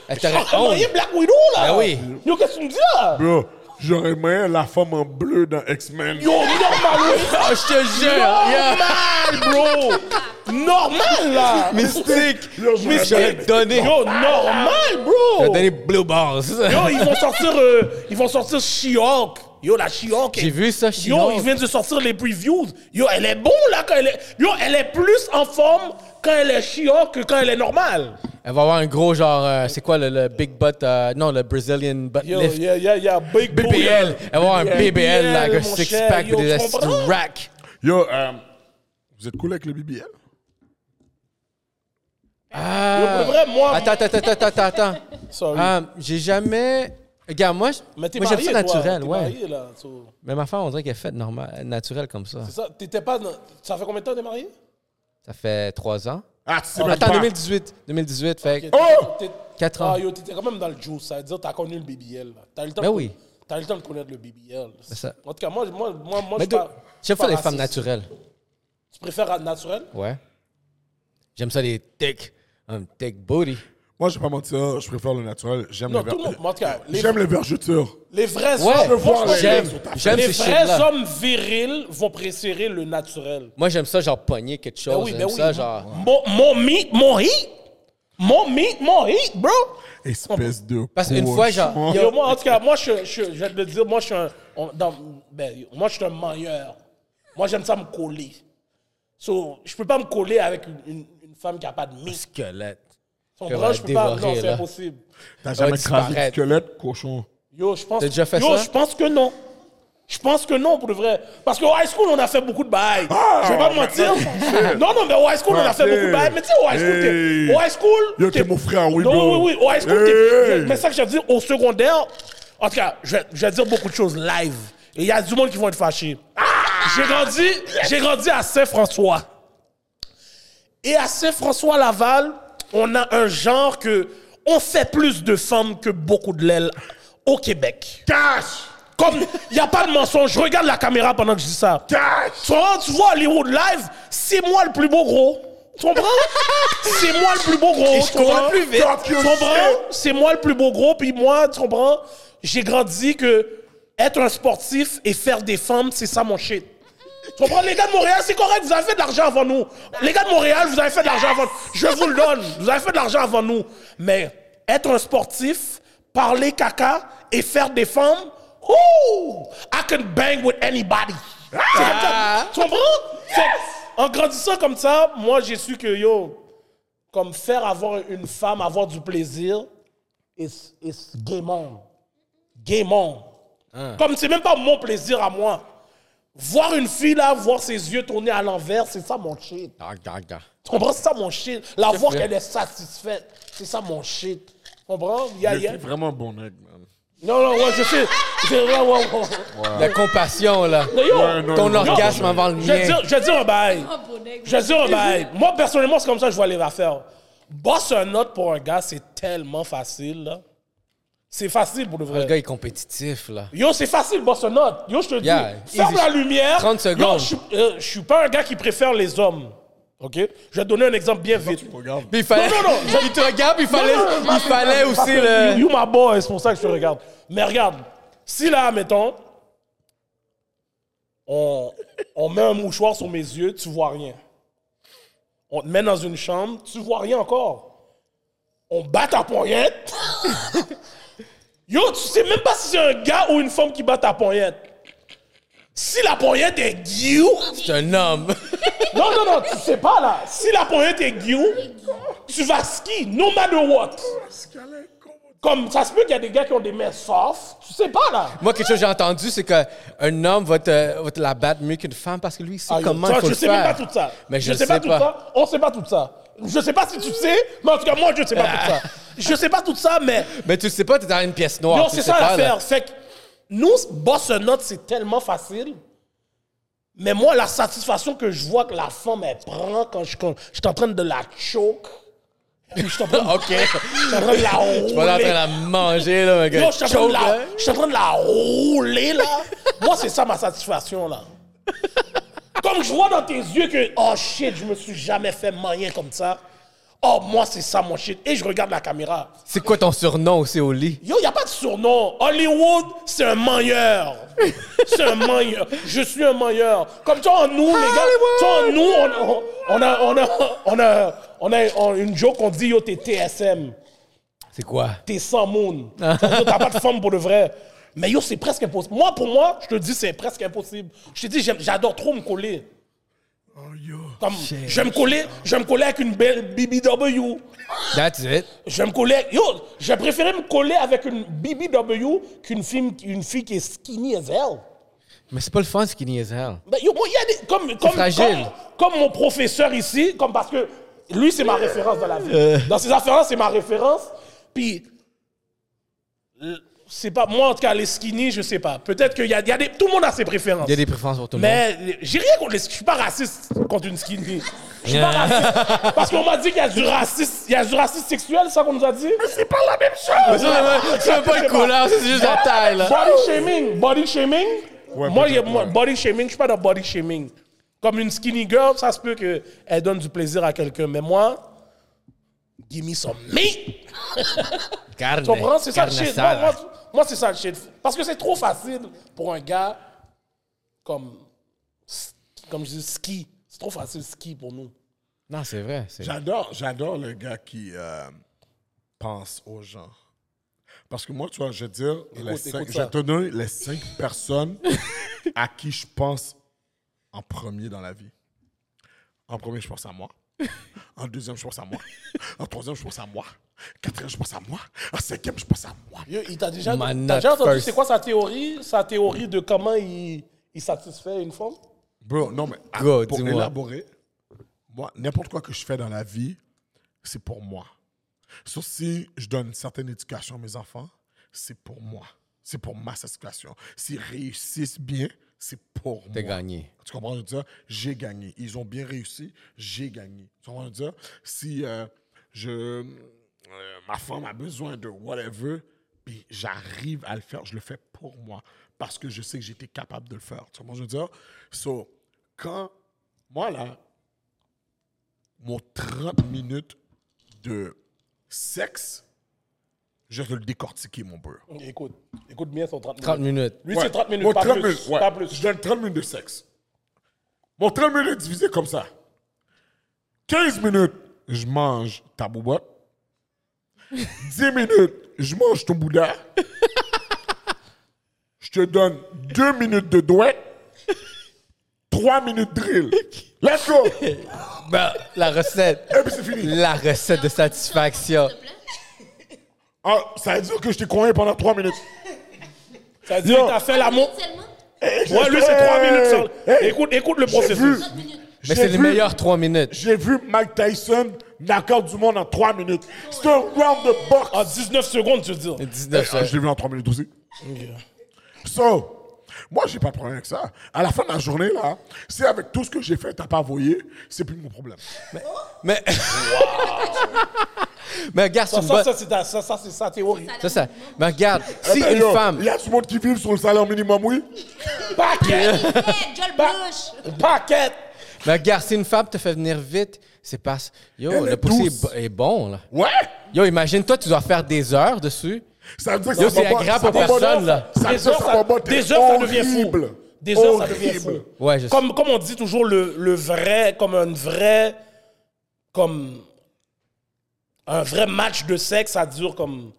[SPEAKER 1] Elle t'aurait
[SPEAKER 2] J'aurais
[SPEAKER 1] honte.
[SPEAKER 2] moyen Black Widow, là.
[SPEAKER 1] Ben oui.
[SPEAKER 2] Yo, qu'est-ce que tu me dis, là?
[SPEAKER 3] Bro, j'aurais aimé la femme en bleu dans X-Men.
[SPEAKER 2] Yo, normal,
[SPEAKER 1] Ah, je te jure! yeah.
[SPEAKER 2] oui. normal, bro. Normal, là.
[SPEAKER 1] Mystique!
[SPEAKER 3] Yo, je
[SPEAKER 1] Mais je l'ai
[SPEAKER 3] l'aime.
[SPEAKER 1] donné!
[SPEAKER 2] Yo, normal,
[SPEAKER 1] J'aurais
[SPEAKER 2] bro.
[SPEAKER 1] donné Blue Balls!
[SPEAKER 2] Yo, ils vont sortir, euh, ils vont sortir She-Hulk. Yo, la She-Hulk.
[SPEAKER 1] J'ai
[SPEAKER 2] est-
[SPEAKER 1] vu ça, chez
[SPEAKER 2] Yo, ils viennent de sortir les previews. Yo, elle est bon là quand elle est. Yo, elle est plus en forme quand elle est chiante que quand elle est normale.
[SPEAKER 1] Elle va avoir un gros genre, euh, c'est quoi le, le big butt, euh, non, le Brazilian butt lift.
[SPEAKER 2] yeah, yeah, yeah, big
[SPEAKER 1] BBL. Elle va avoir un BBL, là, avec un
[SPEAKER 2] mon
[SPEAKER 1] six
[SPEAKER 2] cher,
[SPEAKER 1] pack,
[SPEAKER 2] yo,
[SPEAKER 1] des
[SPEAKER 2] tu
[SPEAKER 1] astis
[SPEAKER 2] comprends?
[SPEAKER 1] rack.
[SPEAKER 3] Yo, euh, vous êtes cool avec le BBL?
[SPEAKER 1] Ah.
[SPEAKER 2] pour vrai, moi-
[SPEAKER 1] Attends, attends, attends, attends, attends, attends.
[SPEAKER 2] Sorry.
[SPEAKER 1] Ah, J'ai jamais. Regarde, moi, je-
[SPEAKER 2] Mais t'es
[SPEAKER 1] moi j'aime
[SPEAKER 2] marié,
[SPEAKER 1] ça
[SPEAKER 2] toi,
[SPEAKER 1] naturel,
[SPEAKER 2] t'es
[SPEAKER 1] ouais.
[SPEAKER 2] marié, là, so-
[SPEAKER 1] Mais ma femme, on dirait qu'elle est faite normal, naturelle comme ça.
[SPEAKER 2] C'est ça, t'étais pas. dans- Ça fait combien de temps t'es marié?
[SPEAKER 1] Ça fait trois ans.
[SPEAKER 3] Ah,
[SPEAKER 2] Oh,
[SPEAKER 3] tu sais même
[SPEAKER 1] Attends,
[SPEAKER 3] pas.
[SPEAKER 1] 2018. 2018, fait.
[SPEAKER 3] Oh!
[SPEAKER 2] T'es-
[SPEAKER 1] Quatre
[SPEAKER 2] Ah,
[SPEAKER 1] ans.
[SPEAKER 2] yo, t'étais quand même dans le juice, ça veut dire t'as connu le BBL. là. T'as eu le temps.
[SPEAKER 1] Ben
[SPEAKER 2] de-
[SPEAKER 1] oui.
[SPEAKER 2] T'as eu le temps de connaître le BBL.
[SPEAKER 1] ça-
[SPEAKER 2] En tout cas, moi, moi, moi, moi
[SPEAKER 1] Mais
[SPEAKER 2] je
[SPEAKER 1] d'où-
[SPEAKER 2] pas-
[SPEAKER 1] j'aime
[SPEAKER 2] pas
[SPEAKER 1] ça les
[SPEAKER 2] raciste.
[SPEAKER 1] femmes naturelles.
[SPEAKER 2] Tu préfères naturel?
[SPEAKER 1] Ouais. J'aime ça les thick, un thick booty.
[SPEAKER 3] Moi, je vais pas mentir, je préfère le naturel. J'aime
[SPEAKER 2] Non,
[SPEAKER 3] les,
[SPEAKER 2] tout le monde.
[SPEAKER 3] ver-
[SPEAKER 2] En tout cas, les,
[SPEAKER 3] J'aime les vergetures.
[SPEAKER 2] les vrais
[SPEAKER 1] Ouais,
[SPEAKER 2] hommes.
[SPEAKER 3] voir
[SPEAKER 2] franchement,
[SPEAKER 3] les-
[SPEAKER 1] j'aime,
[SPEAKER 3] sur ta
[SPEAKER 1] j'aime
[SPEAKER 2] Les
[SPEAKER 1] ces
[SPEAKER 2] vrais
[SPEAKER 1] shit-là.
[SPEAKER 2] hommes virils vont préférer le naturel.
[SPEAKER 1] Moi, j'aime ça, genre, pogner quelque chose.
[SPEAKER 2] Ben oui, ben
[SPEAKER 1] j'aime
[SPEAKER 2] oui.
[SPEAKER 1] ça, genre...
[SPEAKER 2] Mon, mon meat, mon hit. Mon meat, mon hit, bro.
[SPEAKER 3] Espèce de.
[SPEAKER 1] Parce qu'une fois, genre,
[SPEAKER 3] cochon.
[SPEAKER 2] Yo, moi, en tout cas, moi, je, je, je vais te le dire, moi, je suis un. on- dans- ben, moi, je suis un meilleur. Moi, j'aime ça me coller. So, je peux pas me coller avec une, une- une femme qui a pas de meat.
[SPEAKER 1] Squelette.
[SPEAKER 2] Son
[SPEAKER 1] que
[SPEAKER 2] bras,
[SPEAKER 1] va
[SPEAKER 2] je peux pas.
[SPEAKER 1] dévorer,
[SPEAKER 2] Non, c'est
[SPEAKER 1] là.
[SPEAKER 2] impossible.
[SPEAKER 1] va
[SPEAKER 3] T'as
[SPEAKER 2] oh,
[SPEAKER 3] jamais crasé de
[SPEAKER 1] disparaître.
[SPEAKER 3] squelette, cochon.
[SPEAKER 2] Yo, je pense.
[SPEAKER 1] T'as déjà fait
[SPEAKER 2] yo,
[SPEAKER 1] ça?
[SPEAKER 2] je pense que non. Je pense que non, pour de vrai. Parce qu'au high school, on a fait beaucoup de bails.
[SPEAKER 3] Ah,
[SPEAKER 2] je vais pas
[SPEAKER 3] mais
[SPEAKER 2] mentir.
[SPEAKER 3] non.
[SPEAKER 2] Non, non, mais au high school, on a fait
[SPEAKER 3] Ok.
[SPEAKER 2] beaucoup de bails. Mais tu sais, au high school, t'es-
[SPEAKER 3] Hey.
[SPEAKER 2] au high school.
[SPEAKER 3] Yo, t'es mon frère, oui,
[SPEAKER 2] Non,
[SPEAKER 3] bro.
[SPEAKER 2] oui, oui. Au high school, t'es-
[SPEAKER 3] Hey.
[SPEAKER 2] je- Mais ça que je veux dire, au secondaire, en tout cas, je vais, je vais dire beaucoup de choses live. Et il y a du monde qui vont être fâchés.
[SPEAKER 3] Ah!
[SPEAKER 2] J'ai grandi, j'ai grandi à Saint-François. Et à Saint-François-Laval, on a un genre que on fait plus de femmes que beaucoup de l'aile au Québec.
[SPEAKER 3] Cash!
[SPEAKER 2] Comme il n'y a pas de mensonge, je regarde la caméra pendant que je dis ça.
[SPEAKER 3] Cash!
[SPEAKER 2] Tu vois, tu vois Hollywood Live, c'est moi le plus beau gros. Tu comprends? C'est moi le plus beau gros.
[SPEAKER 1] Et je
[SPEAKER 2] tu comprends?
[SPEAKER 1] cours le plus vite.
[SPEAKER 2] Tu comprends? C'est moi le plus beau gros, puis moi, tu comprends? J'ai grandi que être un sportif et faire des femmes, c'est ça mon shit. Tu comprends? Les gars de Montréal, c'est correct, vous avez fait de l'argent avant nous. Les gars de Montréal, vous avez fait de l'argent avant nous. Je vous le donne, vous avez fait de l'argent avant nous. Mais être un sportif, parler caca et faire des femmes, ouh, I can bang with anybody. C'est comme ça. Tu comprends? Fait que, En grandissant comme ça, moi, j'ai su que, yo, comme faire avoir une femme, avoir du plaisir, it's, it's game on. Game on.
[SPEAKER 1] Hein.
[SPEAKER 2] Comme c'est même pas mon plaisir à moi. Voir une fille là, voir ses yeux tourner à l'envers, c'est ça mon shit.
[SPEAKER 1] Dark, dark, dark.
[SPEAKER 2] Tu comprends? C'est ça mon shit. La voir
[SPEAKER 1] vrai.
[SPEAKER 2] qu'elle est satisfaite, c'est ça mon shit. Tu comprends? Yeah,
[SPEAKER 3] Il
[SPEAKER 2] yeah.
[SPEAKER 3] est vraiment bon mec, man.
[SPEAKER 2] Non, non, ouais, je sais. Je- ouais, ouais, ouais. Ah.
[SPEAKER 1] La compassion, là.
[SPEAKER 2] Mais yo,
[SPEAKER 3] Ouais, non,
[SPEAKER 1] Ton
[SPEAKER 3] non,
[SPEAKER 1] orgasme
[SPEAKER 3] non.
[SPEAKER 1] avant le
[SPEAKER 2] je vais
[SPEAKER 1] mien.
[SPEAKER 2] dire, je vais dire un bail.
[SPEAKER 4] Oh, bon nègre.
[SPEAKER 2] Je vais dire un bail. ben, Moi, personnellement, c'est comme ça que je vois les affaires. Boss un autre pour un gars, c'est tellement facile. là. C'est facile pour de
[SPEAKER 1] Le
[SPEAKER 2] vrai.
[SPEAKER 1] gars est compétitif, là.
[SPEAKER 2] Yo, c'est facile, boss un autre. Yo, je te
[SPEAKER 1] Yeah,
[SPEAKER 2] dis, ferme
[SPEAKER 1] easy.
[SPEAKER 2] la lumière.
[SPEAKER 1] 30
[SPEAKER 2] Yo,
[SPEAKER 1] secondes.
[SPEAKER 2] je suis- euh, je suis pas un gars qui préfère les hommes. OK? Je vais te donner un exemple bien vite.
[SPEAKER 3] Regarde.
[SPEAKER 1] Puis il fallait.
[SPEAKER 2] Non, non, non, je-
[SPEAKER 1] Il te regarde, puis il fallait,
[SPEAKER 2] Non, non, non,
[SPEAKER 1] il fallait
[SPEAKER 2] parce
[SPEAKER 1] aussi
[SPEAKER 2] que
[SPEAKER 1] le.
[SPEAKER 2] You, you my boy, c'est pour ça que je te regarde. Mais regarde, si là, mettons, on, on met un mouchoir sur mes yeux, tu vois rien. On te met dans une chambre, tu vois rien encore. On bat ta poignette. Yo, tu sais même pas si c'est un gars ou une femme qui bat ta poignette. Si la poignette est guillou,
[SPEAKER 1] C'est un homme.
[SPEAKER 2] non, non, non, tu sais pas là. Si la poignette est guillou, tu vas ski, no matter what. Comme ça se peut qu'il y a des gars qui ont des mains soft, tu sais pas là.
[SPEAKER 1] Moi, quelque chose que j'ai entendu, c'est qu'un homme va te, va te la battre mieux qu'une femme parce que lui, il sait
[SPEAKER 2] Ah, yo,
[SPEAKER 1] comment
[SPEAKER 2] ça,
[SPEAKER 1] il faut
[SPEAKER 2] je
[SPEAKER 1] le
[SPEAKER 2] sais
[SPEAKER 1] faire.
[SPEAKER 2] même pas tout ça.
[SPEAKER 1] Mais je
[SPEAKER 2] sais pas, tout ça. On sait pas tout ça. Je sais pas si tu sais, mais en tout cas moi je sais pas tout ça. Je sais pas tout ça, mais
[SPEAKER 1] Mais tu le sais pas, t'es dans une pièce noire.
[SPEAKER 2] non,
[SPEAKER 1] Oh, tu
[SPEAKER 2] c'est
[SPEAKER 1] sais
[SPEAKER 2] ça
[SPEAKER 1] pas, là.
[SPEAKER 2] l'affaire. Fait que nous boss note c'est tellement facile. Mais moi la satisfaction que je vois que la femme elle prend quand je quand je suis en train de la choke, puis je suis en train de-
[SPEAKER 1] OK.
[SPEAKER 2] je suis en train de la
[SPEAKER 1] Tu vas en train de
[SPEAKER 2] rouler.
[SPEAKER 1] la manger, là, mon gars.
[SPEAKER 2] Yo, je suis en train de
[SPEAKER 1] Choke,
[SPEAKER 2] la-
[SPEAKER 1] là.
[SPEAKER 2] je suis en train de la rouler, là. Moi, c'est ça ma satisfaction, là. Comme je vois dans tes yeux que, oh shit, je me suis jamais fait manier comme ça. Oh, moi, c'est ça mon shit. Et je regarde la caméra.
[SPEAKER 1] C'est quoi ton surnom aussi au lit?
[SPEAKER 2] Yo, y a pas de surnom. Hollywood, c'est un manieur. C'est un manieur. Je suis un manieur. Comme toi, en nous, les gars, toi, en nous, on, on a, on a, on a, on a, on a une joke qu'on dit, yo, t'es TSM
[SPEAKER 1] C'est quoi?
[SPEAKER 2] t'es sans moon. Ça veut dire que T'as pas de femme pour de vrai. Mais yo, c'est presque impossible. Moi, pour moi, je te dis, c'est presque impossible. Je te dis, j'aime- j'adore trop me coller.
[SPEAKER 3] Oh, yo.
[SPEAKER 2] Comme, je vais me coller, je vais me coller avec une belle BBW.
[SPEAKER 1] That's it.
[SPEAKER 2] Je vais me coller, yo, j'ai préféré me coller avec une BBW qu'une fille, une fille qui est skinny as hell.
[SPEAKER 1] Mais c'est pas le fun, skinny as hell.
[SPEAKER 2] Ben, yo, moi, il y a des, comme, comme,
[SPEAKER 1] fragile.
[SPEAKER 2] Comme, comme mon professeur ici, comme parce que lui, c'est ma référence dans la
[SPEAKER 1] Euh.
[SPEAKER 2] vie. Dans ses affaires, c'est ma référence. Puis, l- c'est pas moi, en tout cas, les skinny, je sais pas. Peut-être qu'il y a, il y a des, tout le monde a ses préférences.
[SPEAKER 1] Il y a des préférences pour tout le monde.
[SPEAKER 2] Mais euh, j'ai rien contre les skinny. Je suis pas raciste contre une skinny. Je suis pas raciste. Parce qu'on m'a dit qu'il y a du racisme, il y a du racisme sexuel, c'est ça qu'on nous a dit.
[SPEAKER 3] C'est pas la même chose!
[SPEAKER 1] C'est même- c'est même pas une couleur, c'est juste la taille, là.
[SPEAKER 2] Body shaming, body shaming.
[SPEAKER 3] Ouais,
[SPEAKER 2] moi,
[SPEAKER 3] peut-être,
[SPEAKER 2] j'ai- moi,
[SPEAKER 3] ouais.
[SPEAKER 2] body shaming, je suis pas dans body shaming. Comme une skinny girl, ça se peut qu'elle donne du plaisir à quelqu'un. Mais moi, give me some meat.
[SPEAKER 1] Carne.
[SPEAKER 2] Tu comprends? C'est ça le
[SPEAKER 1] carne
[SPEAKER 2] shit. Moi,
[SPEAKER 1] sale.
[SPEAKER 2] moi, moi, c'est ça le shit. Parce que c'est trop facile pour un gars comme, comme je dis, ski. C'est trop facile, ski pour nous.
[SPEAKER 1] Non, c'est vrai. c'est-
[SPEAKER 3] J'adore, j'adore le gars qui euh, pense aux gens. Parce que moi, tu vois, je vais dire, les
[SPEAKER 2] écoute
[SPEAKER 3] cinq- je
[SPEAKER 2] ça.
[SPEAKER 3] vais te donner les cinq personnes à qui je pense en premier dans la vie. En premier, je pense à moi. En deuxième, je pense à moi. En troisième, je pense à moi. Quatrième, je pense à moi. En cinquième, je pense à moi.
[SPEAKER 2] Yo, il t'a déjà,
[SPEAKER 1] Man,
[SPEAKER 2] t'as
[SPEAKER 1] not
[SPEAKER 2] déjà entendu,
[SPEAKER 1] first.
[SPEAKER 2] c'est quoi sa théorie? Sa théorie de comment il, il satisfait une femme?
[SPEAKER 3] Bro, non, mais à-
[SPEAKER 1] Go,
[SPEAKER 3] pour
[SPEAKER 1] dis-moi.
[SPEAKER 3] élaborer, moi, n'importe quoi que je fais dans la vie, c'est pour moi. Sauf si je donne une certaine éducation à mes enfants, c'est pour moi. C'est pour ma satisfaction. S'ils réussissent bien, c'est pour moi.
[SPEAKER 1] T'as gagné.
[SPEAKER 3] Tu comprends je veux dire? J'ai gagné. Ils ont bien réussi, j'ai gagné. Tu comprends je veux dire? Si euh, je, euh, ma femme a besoin de whatever, puis j'arrive à le faire, je le fais pour moi parce que je sais que j'étais capable de le faire. Tu comprends je veux dire? So, quand moi là, mon 30 minutes de sexe, je vais te le décortiquer, mon beurre.
[SPEAKER 2] Écoute, écoute bien son 30 minutes.
[SPEAKER 1] 30 minutes.
[SPEAKER 2] Lui,
[SPEAKER 3] Ouais.
[SPEAKER 2] c'est 30 minutes,
[SPEAKER 3] Moi,
[SPEAKER 2] pas,
[SPEAKER 3] 30
[SPEAKER 2] plus,
[SPEAKER 3] minutes, ouais.
[SPEAKER 2] pas plus.
[SPEAKER 3] Je donne 30 minutes de sexe. Mon 30 minutes divisé comme ça. 15 minutes, je mange ta bouba. 10 minutes, je mange ton bouddha. Je te donne 2 minutes de douette. 3 minutes drill. Let's go! Et
[SPEAKER 1] Ben, la recette.
[SPEAKER 3] puis c'est fini.
[SPEAKER 1] La recette de satisfaction.
[SPEAKER 3] Ah, ça veut dire que je t'ai coin pendant 3 minutes.
[SPEAKER 2] Ça veut dire que t'as fait l'amour.
[SPEAKER 4] Seulement
[SPEAKER 2] Ouais, lui, c'est trois
[SPEAKER 3] Hey,
[SPEAKER 2] minutes. ça.
[SPEAKER 3] hey,
[SPEAKER 2] Écoute, écoute le
[SPEAKER 3] J'ai vu,
[SPEAKER 2] processus.
[SPEAKER 1] Mais c'est
[SPEAKER 3] j'ai
[SPEAKER 1] les
[SPEAKER 3] vu-
[SPEAKER 1] meilleures trois minutes.
[SPEAKER 3] j'ai vu Mike Tyson knock-out du monde en 3 minutes. C'est un round de boxe.
[SPEAKER 2] En 19 secondes, tu veux dire.
[SPEAKER 1] 19
[SPEAKER 3] Ah,
[SPEAKER 1] heures.
[SPEAKER 3] je l'ai vu en 3 minutes aussi. So, moi, j'ai pas de problème avec ça. À la fin de la journée, là, si avec tout ce que j'ai fait, t'as pas voyé, c'est plus mon problème.
[SPEAKER 1] Mais. Mais regarde, c'est
[SPEAKER 2] Ça,
[SPEAKER 1] une
[SPEAKER 2] ça,
[SPEAKER 1] bonne.
[SPEAKER 2] ça, c'est ta, ça, ça, c'est sa théorie.
[SPEAKER 1] Ça, ça. Mais regarde, si
[SPEAKER 3] Eh ben,
[SPEAKER 1] une
[SPEAKER 3] yo,
[SPEAKER 1] femme.
[SPEAKER 3] Il y a du monde qui vit sur le salaire minimum, oui.
[SPEAKER 2] Paquet!
[SPEAKER 4] Hey, Eh, Joel Bush.
[SPEAKER 2] Paquet!
[SPEAKER 1] Mais regarde, si une femme te fait venir vite, c'est parce. Yo,
[SPEAKER 3] Elle
[SPEAKER 1] le
[SPEAKER 3] est
[SPEAKER 1] poussé est,
[SPEAKER 3] douce.
[SPEAKER 1] bo- est bon, là.
[SPEAKER 3] Ouais!
[SPEAKER 1] Yo, imagine-toi, tu dois faire des heures dessus.
[SPEAKER 3] Ça veut dire que
[SPEAKER 1] Yo,
[SPEAKER 3] ça
[SPEAKER 1] c'est
[SPEAKER 3] va pas-
[SPEAKER 1] agréable
[SPEAKER 3] ça
[SPEAKER 1] aux
[SPEAKER 3] va pas-
[SPEAKER 1] personnes, là.
[SPEAKER 3] Ça veut
[SPEAKER 2] Des
[SPEAKER 3] dire
[SPEAKER 2] heures,
[SPEAKER 3] que ça va pas-
[SPEAKER 2] ça, des heures, ça devient fou.
[SPEAKER 3] horrible.
[SPEAKER 2] Des heures, ça devient fou.
[SPEAKER 3] Horrible.
[SPEAKER 1] Ouais, je
[SPEAKER 2] Comme, comme on dit toujours, le, le vrai, comme un vrai, comme un vrai match de sexe, ça dure comme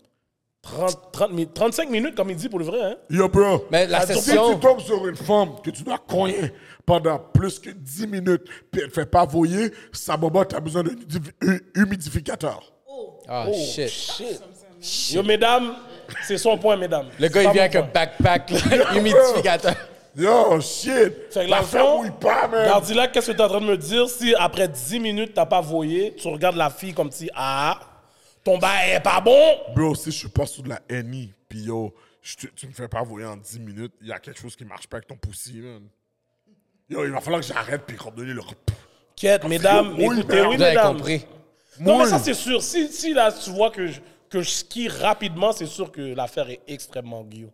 [SPEAKER 2] 30, 30 minutes, 35 minutes, comme il dit pour le vrai. Hein?
[SPEAKER 3] Yo, bro.
[SPEAKER 1] Mais la
[SPEAKER 3] si
[SPEAKER 1] session-
[SPEAKER 3] tu tombes sur une femme que tu dois cogner pendant plus que 10 minutes, puis elle te fait pas voyer, ça bobote, t'as besoin d'un humidi- hu- humidificateur.
[SPEAKER 1] Ah, shit.
[SPEAKER 2] Yo, mesdames, c'est son point, mesdames.
[SPEAKER 1] Le
[SPEAKER 2] C'est
[SPEAKER 1] gars,
[SPEAKER 2] pas
[SPEAKER 1] il vient
[SPEAKER 2] mon
[SPEAKER 1] avec un
[SPEAKER 2] point.
[SPEAKER 1] backpack, là, humidificateur.
[SPEAKER 3] Yo, shit!
[SPEAKER 2] Fait que dans
[SPEAKER 3] la
[SPEAKER 2] le
[SPEAKER 3] femme
[SPEAKER 2] fond,
[SPEAKER 3] mouille pas, man!
[SPEAKER 2] Gardila, qu'est-ce que tu es en train de me dire si après 10 minutes, t'as pas voyé, tu regardes la fille comme si, ah, ton bail est pas bon.
[SPEAKER 3] Bro, si je suis pas sur de la NI, pis yo, je te- tu me fais pas voyer en 10 minutes, il y a quelque chose qui marche pas avec ton pussy, man. Yo, il va falloir que j'arrête pis redonner le rep-
[SPEAKER 2] Quête, mesdames,
[SPEAKER 3] oui,
[SPEAKER 2] écoutez,
[SPEAKER 3] merde.
[SPEAKER 2] oui,
[SPEAKER 1] Vous avez
[SPEAKER 2] mesdames.
[SPEAKER 1] compris.
[SPEAKER 2] Non, mais
[SPEAKER 3] Mouille.
[SPEAKER 2] ça, c'est sûr. Si, si là, tu vois que je, que je skie rapidement, c'est sûr que l'affaire est extrêmement guillot.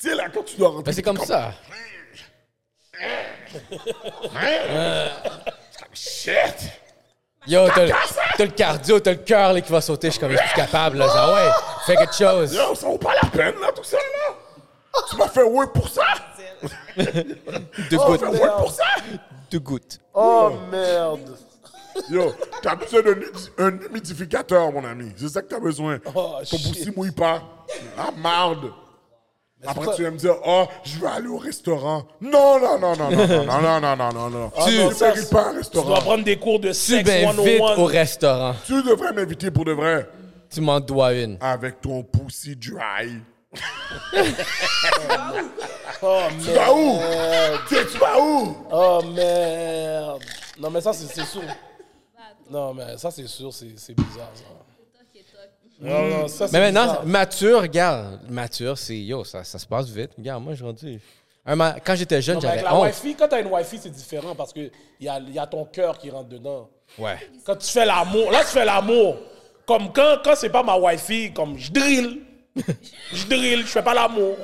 [SPEAKER 3] Tu sais, là, quand tu dois rentrer. Hein?
[SPEAKER 1] Mais c'est comme
[SPEAKER 3] t'es
[SPEAKER 1] ça.
[SPEAKER 3] Hein?
[SPEAKER 1] Euh.
[SPEAKER 3] Shit!
[SPEAKER 1] Yo, t'as t'as le cardio, t'as le cœur là, qui va sauter. Je suis comme, je suis plus capable. Là. Genre, ouais, fais quelque chose.
[SPEAKER 3] Yo, ça vaut pas la peine, là, tout ça, là! Tu m'as fait ouais pour ça!
[SPEAKER 1] Deux
[SPEAKER 3] Tu m'as fait
[SPEAKER 1] gouttes.
[SPEAKER 3] ouais pour ça!
[SPEAKER 1] Deux gouttes.
[SPEAKER 2] Oh merde!
[SPEAKER 3] Yo, t'as besoin d'un humi- un humidificateur, mon ami. C'est ça que t'as besoin.
[SPEAKER 2] Oh,
[SPEAKER 3] Ton
[SPEAKER 2] shit.
[SPEAKER 3] poussi mouille pas. La marde. Après, tu vas me dire, oh, je vais aller au restaurant. Non, non, non, non, non, non, non, non, non, non, non.
[SPEAKER 1] Tu-
[SPEAKER 3] ne
[SPEAKER 2] Ah, ça,
[SPEAKER 3] mérites pas un
[SPEAKER 2] Tu dois
[SPEAKER 3] restaurant.
[SPEAKER 2] prendre des cours de
[SPEAKER 1] Tu
[SPEAKER 2] sexe
[SPEAKER 1] m'invites au
[SPEAKER 2] 101.
[SPEAKER 1] restaurant.
[SPEAKER 3] Tu devrais m'inviter pour de vrai
[SPEAKER 1] Tu m'en dois une.
[SPEAKER 3] avec ton poussi dry.
[SPEAKER 2] Oh
[SPEAKER 3] Tu
[SPEAKER 2] merde!
[SPEAKER 3] vas où? Tu tu vas où?
[SPEAKER 2] Oh merde! Non, mais ça, c'est c'est sûr. Non, mais ça, c'est sûr, c'est c'est bizarre. Ça. Non, non, ça, c'est
[SPEAKER 1] Mais
[SPEAKER 2] bizarre.
[SPEAKER 1] maintenant, mature, regarde. Mature, c'est yo, ça, ça se passe vite. Regarde, moi, je suis rendu. Un ma- Quand j'étais jeune,
[SPEAKER 2] Non, mais avec
[SPEAKER 1] j'avais
[SPEAKER 2] la
[SPEAKER 1] honte.
[SPEAKER 2] wifi, quand t'as une wifi, c'est différent parce qu'il y a, y a ton cœur qui rentre dedans.
[SPEAKER 1] Ouais.
[SPEAKER 2] Quand tu fais l'amour, là tu fais l'amour. Comme quand, quand c'est pas ma wifi, comme je drill. Je drill, je fais pas l'amour.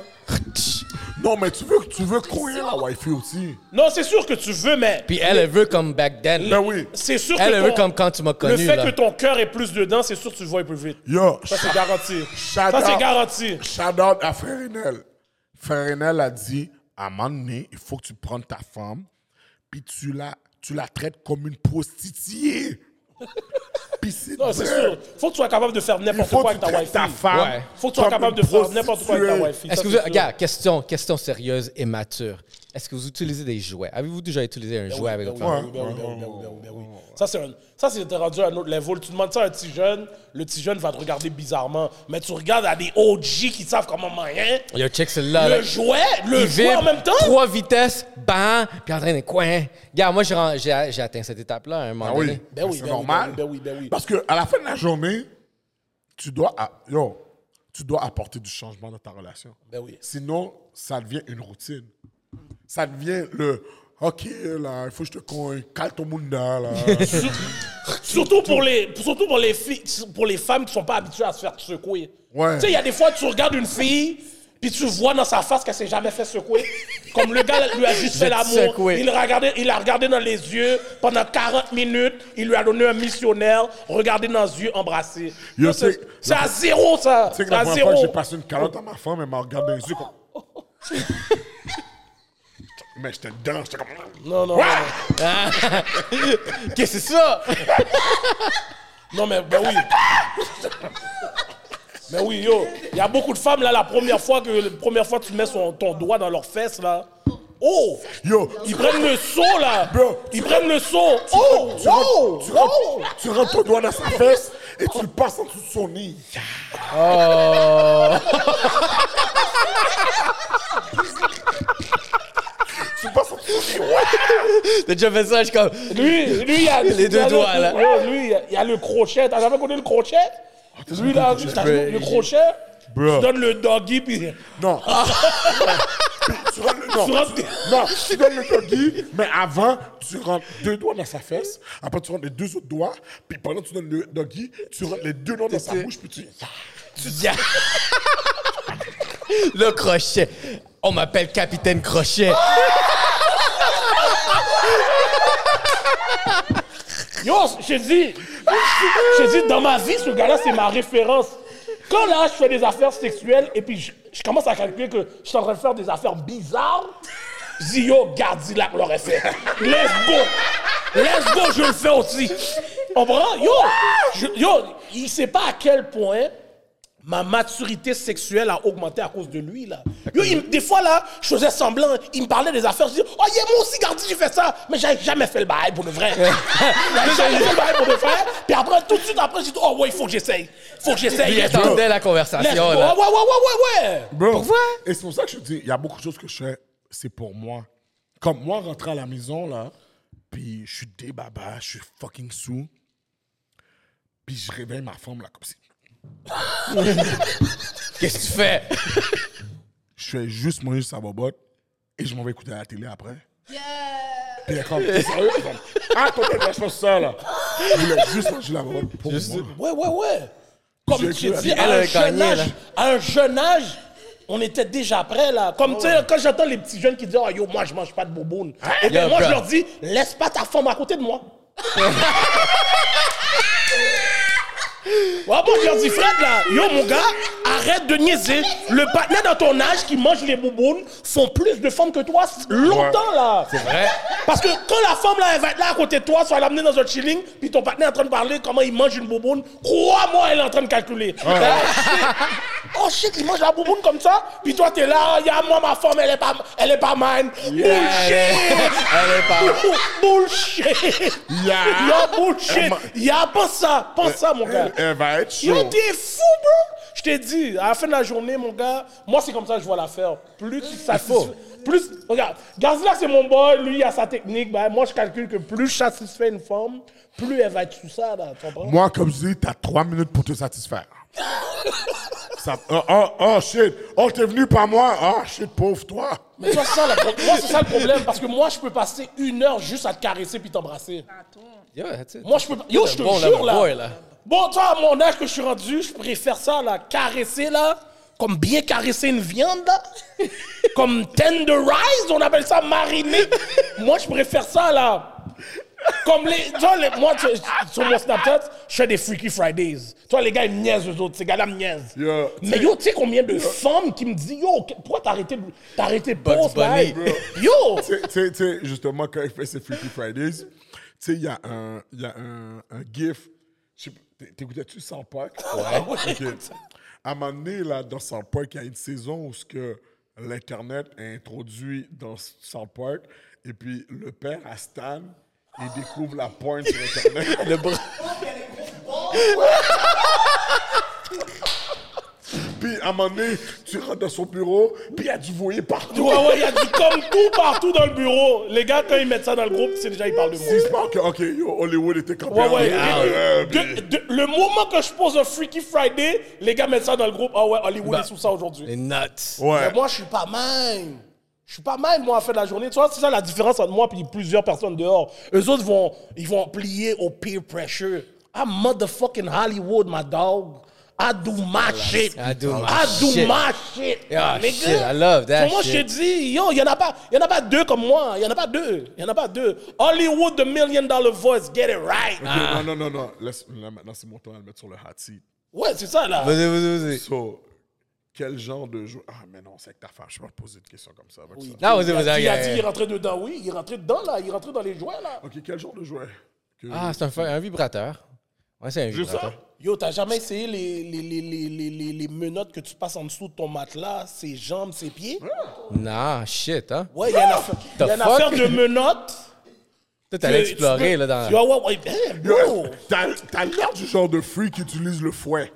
[SPEAKER 3] Non, mais tu veux que tu veux courir la wifi aussi.
[SPEAKER 2] Non, c'est sûr que tu veux, mais
[SPEAKER 1] Puis elle, elle veut comme back then.
[SPEAKER 3] Ben oui.
[SPEAKER 2] c'est sûr
[SPEAKER 1] Elle,
[SPEAKER 2] que.
[SPEAKER 1] elle
[SPEAKER 2] ton-
[SPEAKER 1] veut comme quand tu m'as
[SPEAKER 2] Le
[SPEAKER 1] connu.
[SPEAKER 2] fait
[SPEAKER 1] là. Ah,
[SPEAKER 2] que ton cœur est plus dedans, c'est sûr que tu le vois plus vite.
[SPEAKER 3] Yo,
[SPEAKER 2] Ça, c'est garanti.
[SPEAKER 3] Shout
[SPEAKER 2] ça, c'est
[SPEAKER 3] out.
[SPEAKER 2] garanti.
[SPEAKER 3] Shout out à Frère Renel. Frère Renel a dit à un moment donné, il faut que tu prennes ta femme, puis tu la, tu la traites comme une prostituée. puis c'est
[SPEAKER 2] Non, c'est
[SPEAKER 3] vrai.
[SPEAKER 2] sûr. Faut que tu sois capable de faire
[SPEAKER 3] Il
[SPEAKER 2] n'importe
[SPEAKER 3] faut
[SPEAKER 2] quoi
[SPEAKER 3] que tu
[SPEAKER 2] avec ta
[SPEAKER 3] traites
[SPEAKER 2] wifi.
[SPEAKER 3] ta femme.
[SPEAKER 1] Ouais.
[SPEAKER 2] Faut que tu sois
[SPEAKER 3] comme
[SPEAKER 2] capable de
[SPEAKER 3] une
[SPEAKER 2] faire n'importe quoi avec ta
[SPEAKER 3] prostituée.
[SPEAKER 2] wifi.
[SPEAKER 1] Est-ce
[SPEAKER 2] ça,
[SPEAKER 1] que vous,
[SPEAKER 2] c'est sûr.
[SPEAKER 1] regarde, question, question sérieuse et mature. Est-ce que vous utilisez des jouets? Avez-vous déjà utilisé un jouet avec
[SPEAKER 2] Ben oui,
[SPEAKER 1] votre
[SPEAKER 2] ben
[SPEAKER 3] Ah
[SPEAKER 1] femme?
[SPEAKER 2] oui, ben oui, ben oui, ben oui, ben oui, ben oui. Ça, c'est un- Ça, c'est t'es rendu à un autre level. Tu demandes ça à un petit jeune, le petit jeune va te regarder bizarrement. Mais tu regardes à des OG qui savent comment manier.
[SPEAKER 1] Yo, check celle-là. là.
[SPEAKER 2] Le jouet, le
[SPEAKER 1] Il
[SPEAKER 2] jouet
[SPEAKER 1] vibre,
[SPEAKER 2] en même temps.
[SPEAKER 1] Trois vitesses, bam, puis en train de coin. Regarde, moi, j'ai ren- j'ai j'ai atteint cette étape-là à un moment
[SPEAKER 3] Ah oui,
[SPEAKER 1] donné.
[SPEAKER 2] Ben oui,
[SPEAKER 3] c'est
[SPEAKER 2] ben oui,
[SPEAKER 3] normal.
[SPEAKER 2] ben oui, ben oui, ben oui.
[SPEAKER 3] Parce qu'à la fin de la journée, tu dois, a- yo, tu dois apporter du changement dans ta relation.
[SPEAKER 2] Ben oui.
[SPEAKER 3] Sinon, ça devient une routine. Ça devient le OK, là, il faut que je te cogne, cale ton munda, là.
[SPEAKER 2] Surtout pour les, surtout pour les filles, pour les femmes qui sont pas habituées à se faire secouer.
[SPEAKER 3] Ouais.
[SPEAKER 2] Tu sais, il y a des fois tu regardes une fille. Puis tu vois dans sa face qu'elle s'est jamais fait secouer. Comme le gars lui a juste fait
[SPEAKER 1] J'ai
[SPEAKER 2] l'amour.
[SPEAKER 1] secoué.
[SPEAKER 2] Il, l'a regardé- il l'a regardé dans les yeux pendant 40 minutes. Il lui a donné un missionnaire. Regardé dans les yeux, embrassé.
[SPEAKER 3] Yo,
[SPEAKER 2] Non, C'est
[SPEAKER 3] c'est-
[SPEAKER 2] c'est à zéro, ça.
[SPEAKER 3] Tu sais que
[SPEAKER 2] C'est
[SPEAKER 3] la
[SPEAKER 2] à
[SPEAKER 3] première fois que
[SPEAKER 2] zéro.
[SPEAKER 3] j'ai passé une calotte à ma femme, elle m'a regardé dans les yeux comme. mais j'étais dedans, j'étais comme.
[SPEAKER 2] Non, non. non, non.
[SPEAKER 1] Qu'est-ce que c'est ça?
[SPEAKER 2] Non, mais ben oui. mais oui, yo. Il y a beaucoup de femmes, là, la première fois que, la première fois que tu mets son- ton doigt dans leurs fesses, là. Oh!
[SPEAKER 3] Yo,
[SPEAKER 2] Ils prennent le saut, là.
[SPEAKER 3] Bro.
[SPEAKER 2] Ils prennent le saut. Oh!
[SPEAKER 3] tu, rentres, tu, rentres, tu rentres ton doigt dans sa fesse et tu le passes en dessous de son nez.
[SPEAKER 2] Oh.
[SPEAKER 3] tu le passes en dessous de son nez.
[SPEAKER 1] T'as déjà fait ça? Je suis comme.
[SPEAKER 2] Lui, lui, il y a.
[SPEAKER 1] Les deux
[SPEAKER 2] il y a le-
[SPEAKER 1] doigts, là.
[SPEAKER 2] Yo, lui, il y a- il y a le crochet. T'as jamais connu le crochet?
[SPEAKER 1] Ah,
[SPEAKER 2] Lui, là, t'as-
[SPEAKER 1] crochet?
[SPEAKER 2] le crochet.
[SPEAKER 3] Bro.
[SPEAKER 2] Tu donnes le doggy, puis.
[SPEAKER 3] Non. tu rentres le non.
[SPEAKER 2] Tu rentres-
[SPEAKER 3] Non, tu donnes le doggy, mais avant, tu rentres deux doigts dans sa fesse, après tu rentres les deux autres doigts, puis pendant que tu donnes le doggy, tu rentres les deux doigts dans sa bouche, puis tu. ah.
[SPEAKER 1] Tu dis. Le crochet. On m'appelle Capitaine Crochet.
[SPEAKER 2] Ah, Yo, je te dis, je te dis, dans ma vie, ce gars-là, c'est ma référence. Quand là, je fais des affaires sexuelles et puis je, je commence à calculer que je suis en train de faire des affaires bizarres, je dis yo, Gardilac l'aurait fait. Let's go! Let's go, je le fais aussi. On prend, yo, je- yo, il sait pas à quel point ma maturité sexuelle a augmenté à cause de lui, là. Yo, il- des fois, là, je faisais semblant, il me parlait des affaires, je dis, oh yeah, moi aussi, Gardi, j'ai fait ça, mais j'avais jamais fait le bail pour le vrai. J'avais jamais fait le bail pour le vrai, puis après, tout de suite, après, j'ai dit, oh ouais, il faut que j'essaye, faut que j'essaye.
[SPEAKER 1] Il
[SPEAKER 2] let's go.
[SPEAKER 1] attendait la
[SPEAKER 2] Let's go.
[SPEAKER 1] conversation,
[SPEAKER 2] Ouais, ouais,
[SPEAKER 1] là.
[SPEAKER 2] ouais, ouais, ouais.
[SPEAKER 3] Bro.
[SPEAKER 1] Pourquoi?
[SPEAKER 3] Et c'est pour ça que je te dis, il y a beaucoup de choses que je fais, c'est pour moi. Comme moi, rentrer à la maison, là, puis je suis débaba, je suis fucking sous, puis je réveille ma femme, là, comme si.
[SPEAKER 1] Qu'est-ce que tu fais?
[SPEAKER 3] Je fais juste manger sa bobotte et je m'en vais écouter à la télé après.
[SPEAKER 4] euh, Yeah.
[SPEAKER 3] Puis elle est comme, t'es sérieux? Elle est comme, Ah, toi, t'es vachement ça, là. Je voulais juste manger la bobotte pour moi.
[SPEAKER 2] Ouais, ouais, ouais. Comme
[SPEAKER 3] J'ai
[SPEAKER 2] tu
[SPEAKER 3] cru-
[SPEAKER 2] dis,
[SPEAKER 3] elle
[SPEAKER 2] à un,
[SPEAKER 1] avait
[SPEAKER 2] jeune
[SPEAKER 1] gagné,
[SPEAKER 2] âge,
[SPEAKER 1] là.
[SPEAKER 2] à un jeune âge, on était déjà prêts, là.
[SPEAKER 1] Oh.
[SPEAKER 2] Comme, tu sais, quand j'entends les petits jeunes qui disent « Oh, yo, moi, je mange pas de bouboune. Et bien,
[SPEAKER 1] Yo,
[SPEAKER 2] moi, je
[SPEAKER 1] bro.
[SPEAKER 2] leur dis « Laisse pas ta femme à côté de moi. » Ouais, moi, je leur dis « Fred, là, yo, mon gars, arrête de niaiser. Le partenaire dans ton âge qui mange les boubounes font plus de femmes que toi longtemps, là. »
[SPEAKER 1] Vrai?
[SPEAKER 2] Parce que quand la femme là, elle va être là à côté de toi, soit l'amener dans un chilling, puis ton partenaire est en train de parler comment il mange une bouboune, crois-moi, elle est en train de calculer. Oh, shit. Oh shit, il mange la bouboune comme ça, puis toi t'es là, il y a moi, ma femme, elle est pas, elle est pas mine. Bullshit!
[SPEAKER 1] Elle est pas.
[SPEAKER 2] Bullshit!
[SPEAKER 3] Yeah.
[SPEAKER 2] Yo, bullshit! Y'a pas ça, pas
[SPEAKER 1] Euh,
[SPEAKER 2] ça, mon gars.
[SPEAKER 3] Elle, elle va être
[SPEAKER 2] Yo,
[SPEAKER 3] chaud.
[SPEAKER 2] t'es fou, bro! Je t'ai dit, à la fin de la journée, mon gars, moi, c'est comme ça que je vois l'affaire. Plus tu satisfais. Plus, regarde, Garcilac, c'est mon boy, lui, il a sa technique. Ben, moi, je calcule que plus je satisfais une femme, plus elle va être sous ça, là, tu comprends?
[SPEAKER 3] Moi, comme je dis, t'as trois minutes pour te satisfaire. Ça- oh, oh, oh, shit. Oh, t'es venu par moi. Oh, shit, pauvre toi.
[SPEAKER 2] Mais tu vois, c'est ça, le pro- moi, c'est ça le problème, parce que moi, je peux passer une heure juste à te caresser puis t'embrasser.
[SPEAKER 1] Yo, that's it.
[SPEAKER 2] Moi, je peux pas. Yo, je te
[SPEAKER 1] Bon, là,
[SPEAKER 2] jure,
[SPEAKER 1] le
[SPEAKER 2] là.
[SPEAKER 1] boy, là.
[SPEAKER 2] Bon, toi, à mon âge que je suis rendu, je préfère ça, là, caresser, là, comme bien caresser une viande, là. comme tenderize, on appelle ça mariner. Moi, je préfère ça, là. Comme les. Toi, les- moi, tu- sur mon Snapchat, je fais des Freaky Fridays. Toi, les gars, ils me niaisent, eux autres. Ces gars-là me niaisent.
[SPEAKER 3] Yeah.
[SPEAKER 2] Mais yo, tu sais combien de femmes qui me disent Yo, que- pourquoi t'as arrêté, de- t'as arrêté
[SPEAKER 1] Bugs
[SPEAKER 2] pause, là,
[SPEAKER 1] Bunny.
[SPEAKER 2] hey? Yo
[SPEAKER 3] Tu sais- tu sais- tu sais, justement, quand il fait ses Freaky Fridays, tu sais, il y a un, il y a un, un gif. Je sais pas, t'é- T'écoutais-tu Sans Park? Ah
[SPEAKER 2] Ouais.
[SPEAKER 3] Ok. À un moment donné, là, dans Sans Park, il y a une saison où ce que l'Internet a introduit dans Sans Park, et puis le père à Stan, il découvre la pointe sur Internet.
[SPEAKER 1] Le bras.
[SPEAKER 3] Puis à un moment donné, tu rentres dans son bureau, puis il y a du voyer partout.
[SPEAKER 2] Ouais, ouais, il y a du comme tout partout dans le bureau. Les gars, quand ils mettent ça dans le groupe, c'est déjà, ils parlent de moi.
[SPEAKER 3] Il se parle que, OK, yo, Hollywood était
[SPEAKER 2] Ouais,
[SPEAKER 3] campé.
[SPEAKER 2] ouais.
[SPEAKER 3] Euh, puis-
[SPEAKER 2] De- de- le moment que je pose un Freaky Friday, les gars mettent ça dans le groupe. Ah ouais, Hollywood
[SPEAKER 1] Bah.
[SPEAKER 2] est sous ça aujourd'hui.
[SPEAKER 1] Les nuts.
[SPEAKER 3] ouais.
[SPEAKER 2] Mais moi, je suis pas même. Je suis pas mal, moi, à la fin de la journée. Tu vois, c'est ça la différence entre moi et plusieurs personnes dehors. Eux autres vont, ils vont plier au peer pressure. I'm motherfucking Hollywood, my dog. I do my shit.
[SPEAKER 1] I do my
[SPEAKER 2] do
[SPEAKER 1] shit.
[SPEAKER 2] my shit.
[SPEAKER 1] Yeah,
[SPEAKER 2] Nigga.
[SPEAKER 1] shit, I love that
[SPEAKER 2] So moi, je
[SPEAKER 1] shit.
[SPEAKER 2] te dis, yo, il y en a pas, il y en a pas deux comme moi. Il y en a pas deux. Il y en a pas deux. Hollywood, the million dollar voice, get it right.
[SPEAKER 1] Ah.
[SPEAKER 3] Ok, Non, non, non, non. Laisse, là, maintenant, c'est mon temps à le mettre sur le hot seat.
[SPEAKER 2] Ouais, c'est ça, là.
[SPEAKER 1] Vas-y, vas-y, vas-y.
[SPEAKER 3] So, Quel genre de jeu? Ah, mais non, c'est avec ta femme. Je peux pas te poser de questions comme ça. avec ça.
[SPEAKER 1] Non, vas-y,
[SPEAKER 2] Il a,
[SPEAKER 1] vas-y.
[SPEAKER 2] dit- il a
[SPEAKER 1] euh,
[SPEAKER 2] dit, il est rentré dedans, oui. Il est rentré dedans, là. Il est rentré dans les joints, là.
[SPEAKER 3] OK, quel genre de jouet? Que-
[SPEAKER 1] Ah, c'est un, fa- un vibrateur. Ouais, c'est un
[SPEAKER 3] Juste
[SPEAKER 1] vibrateur.
[SPEAKER 2] Yo, t'as jamais essayé les, les, les, les, les, les- les menottes que tu passes en dessous de ton matelas, ses jambes, ses pieds?
[SPEAKER 1] Non, shit, hein?
[SPEAKER 2] Ouais, il y a une affaire, il y a une
[SPEAKER 1] The fuck?
[SPEAKER 2] affaire de menottes.
[SPEAKER 1] Toi, t'allais
[SPEAKER 2] Tu- tu
[SPEAKER 1] explorer,
[SPEAKER 2] peux-
[SPEAKER 1] là, dans...
[SPEAKER 2] Tu vois, ouais, ouais, ben,
[SPEAKER 3] Yo,
[SPEAKER 2] bro.
[SPEAKER 3] T'as t'as l'air du genre de freak qui utilise le fouet.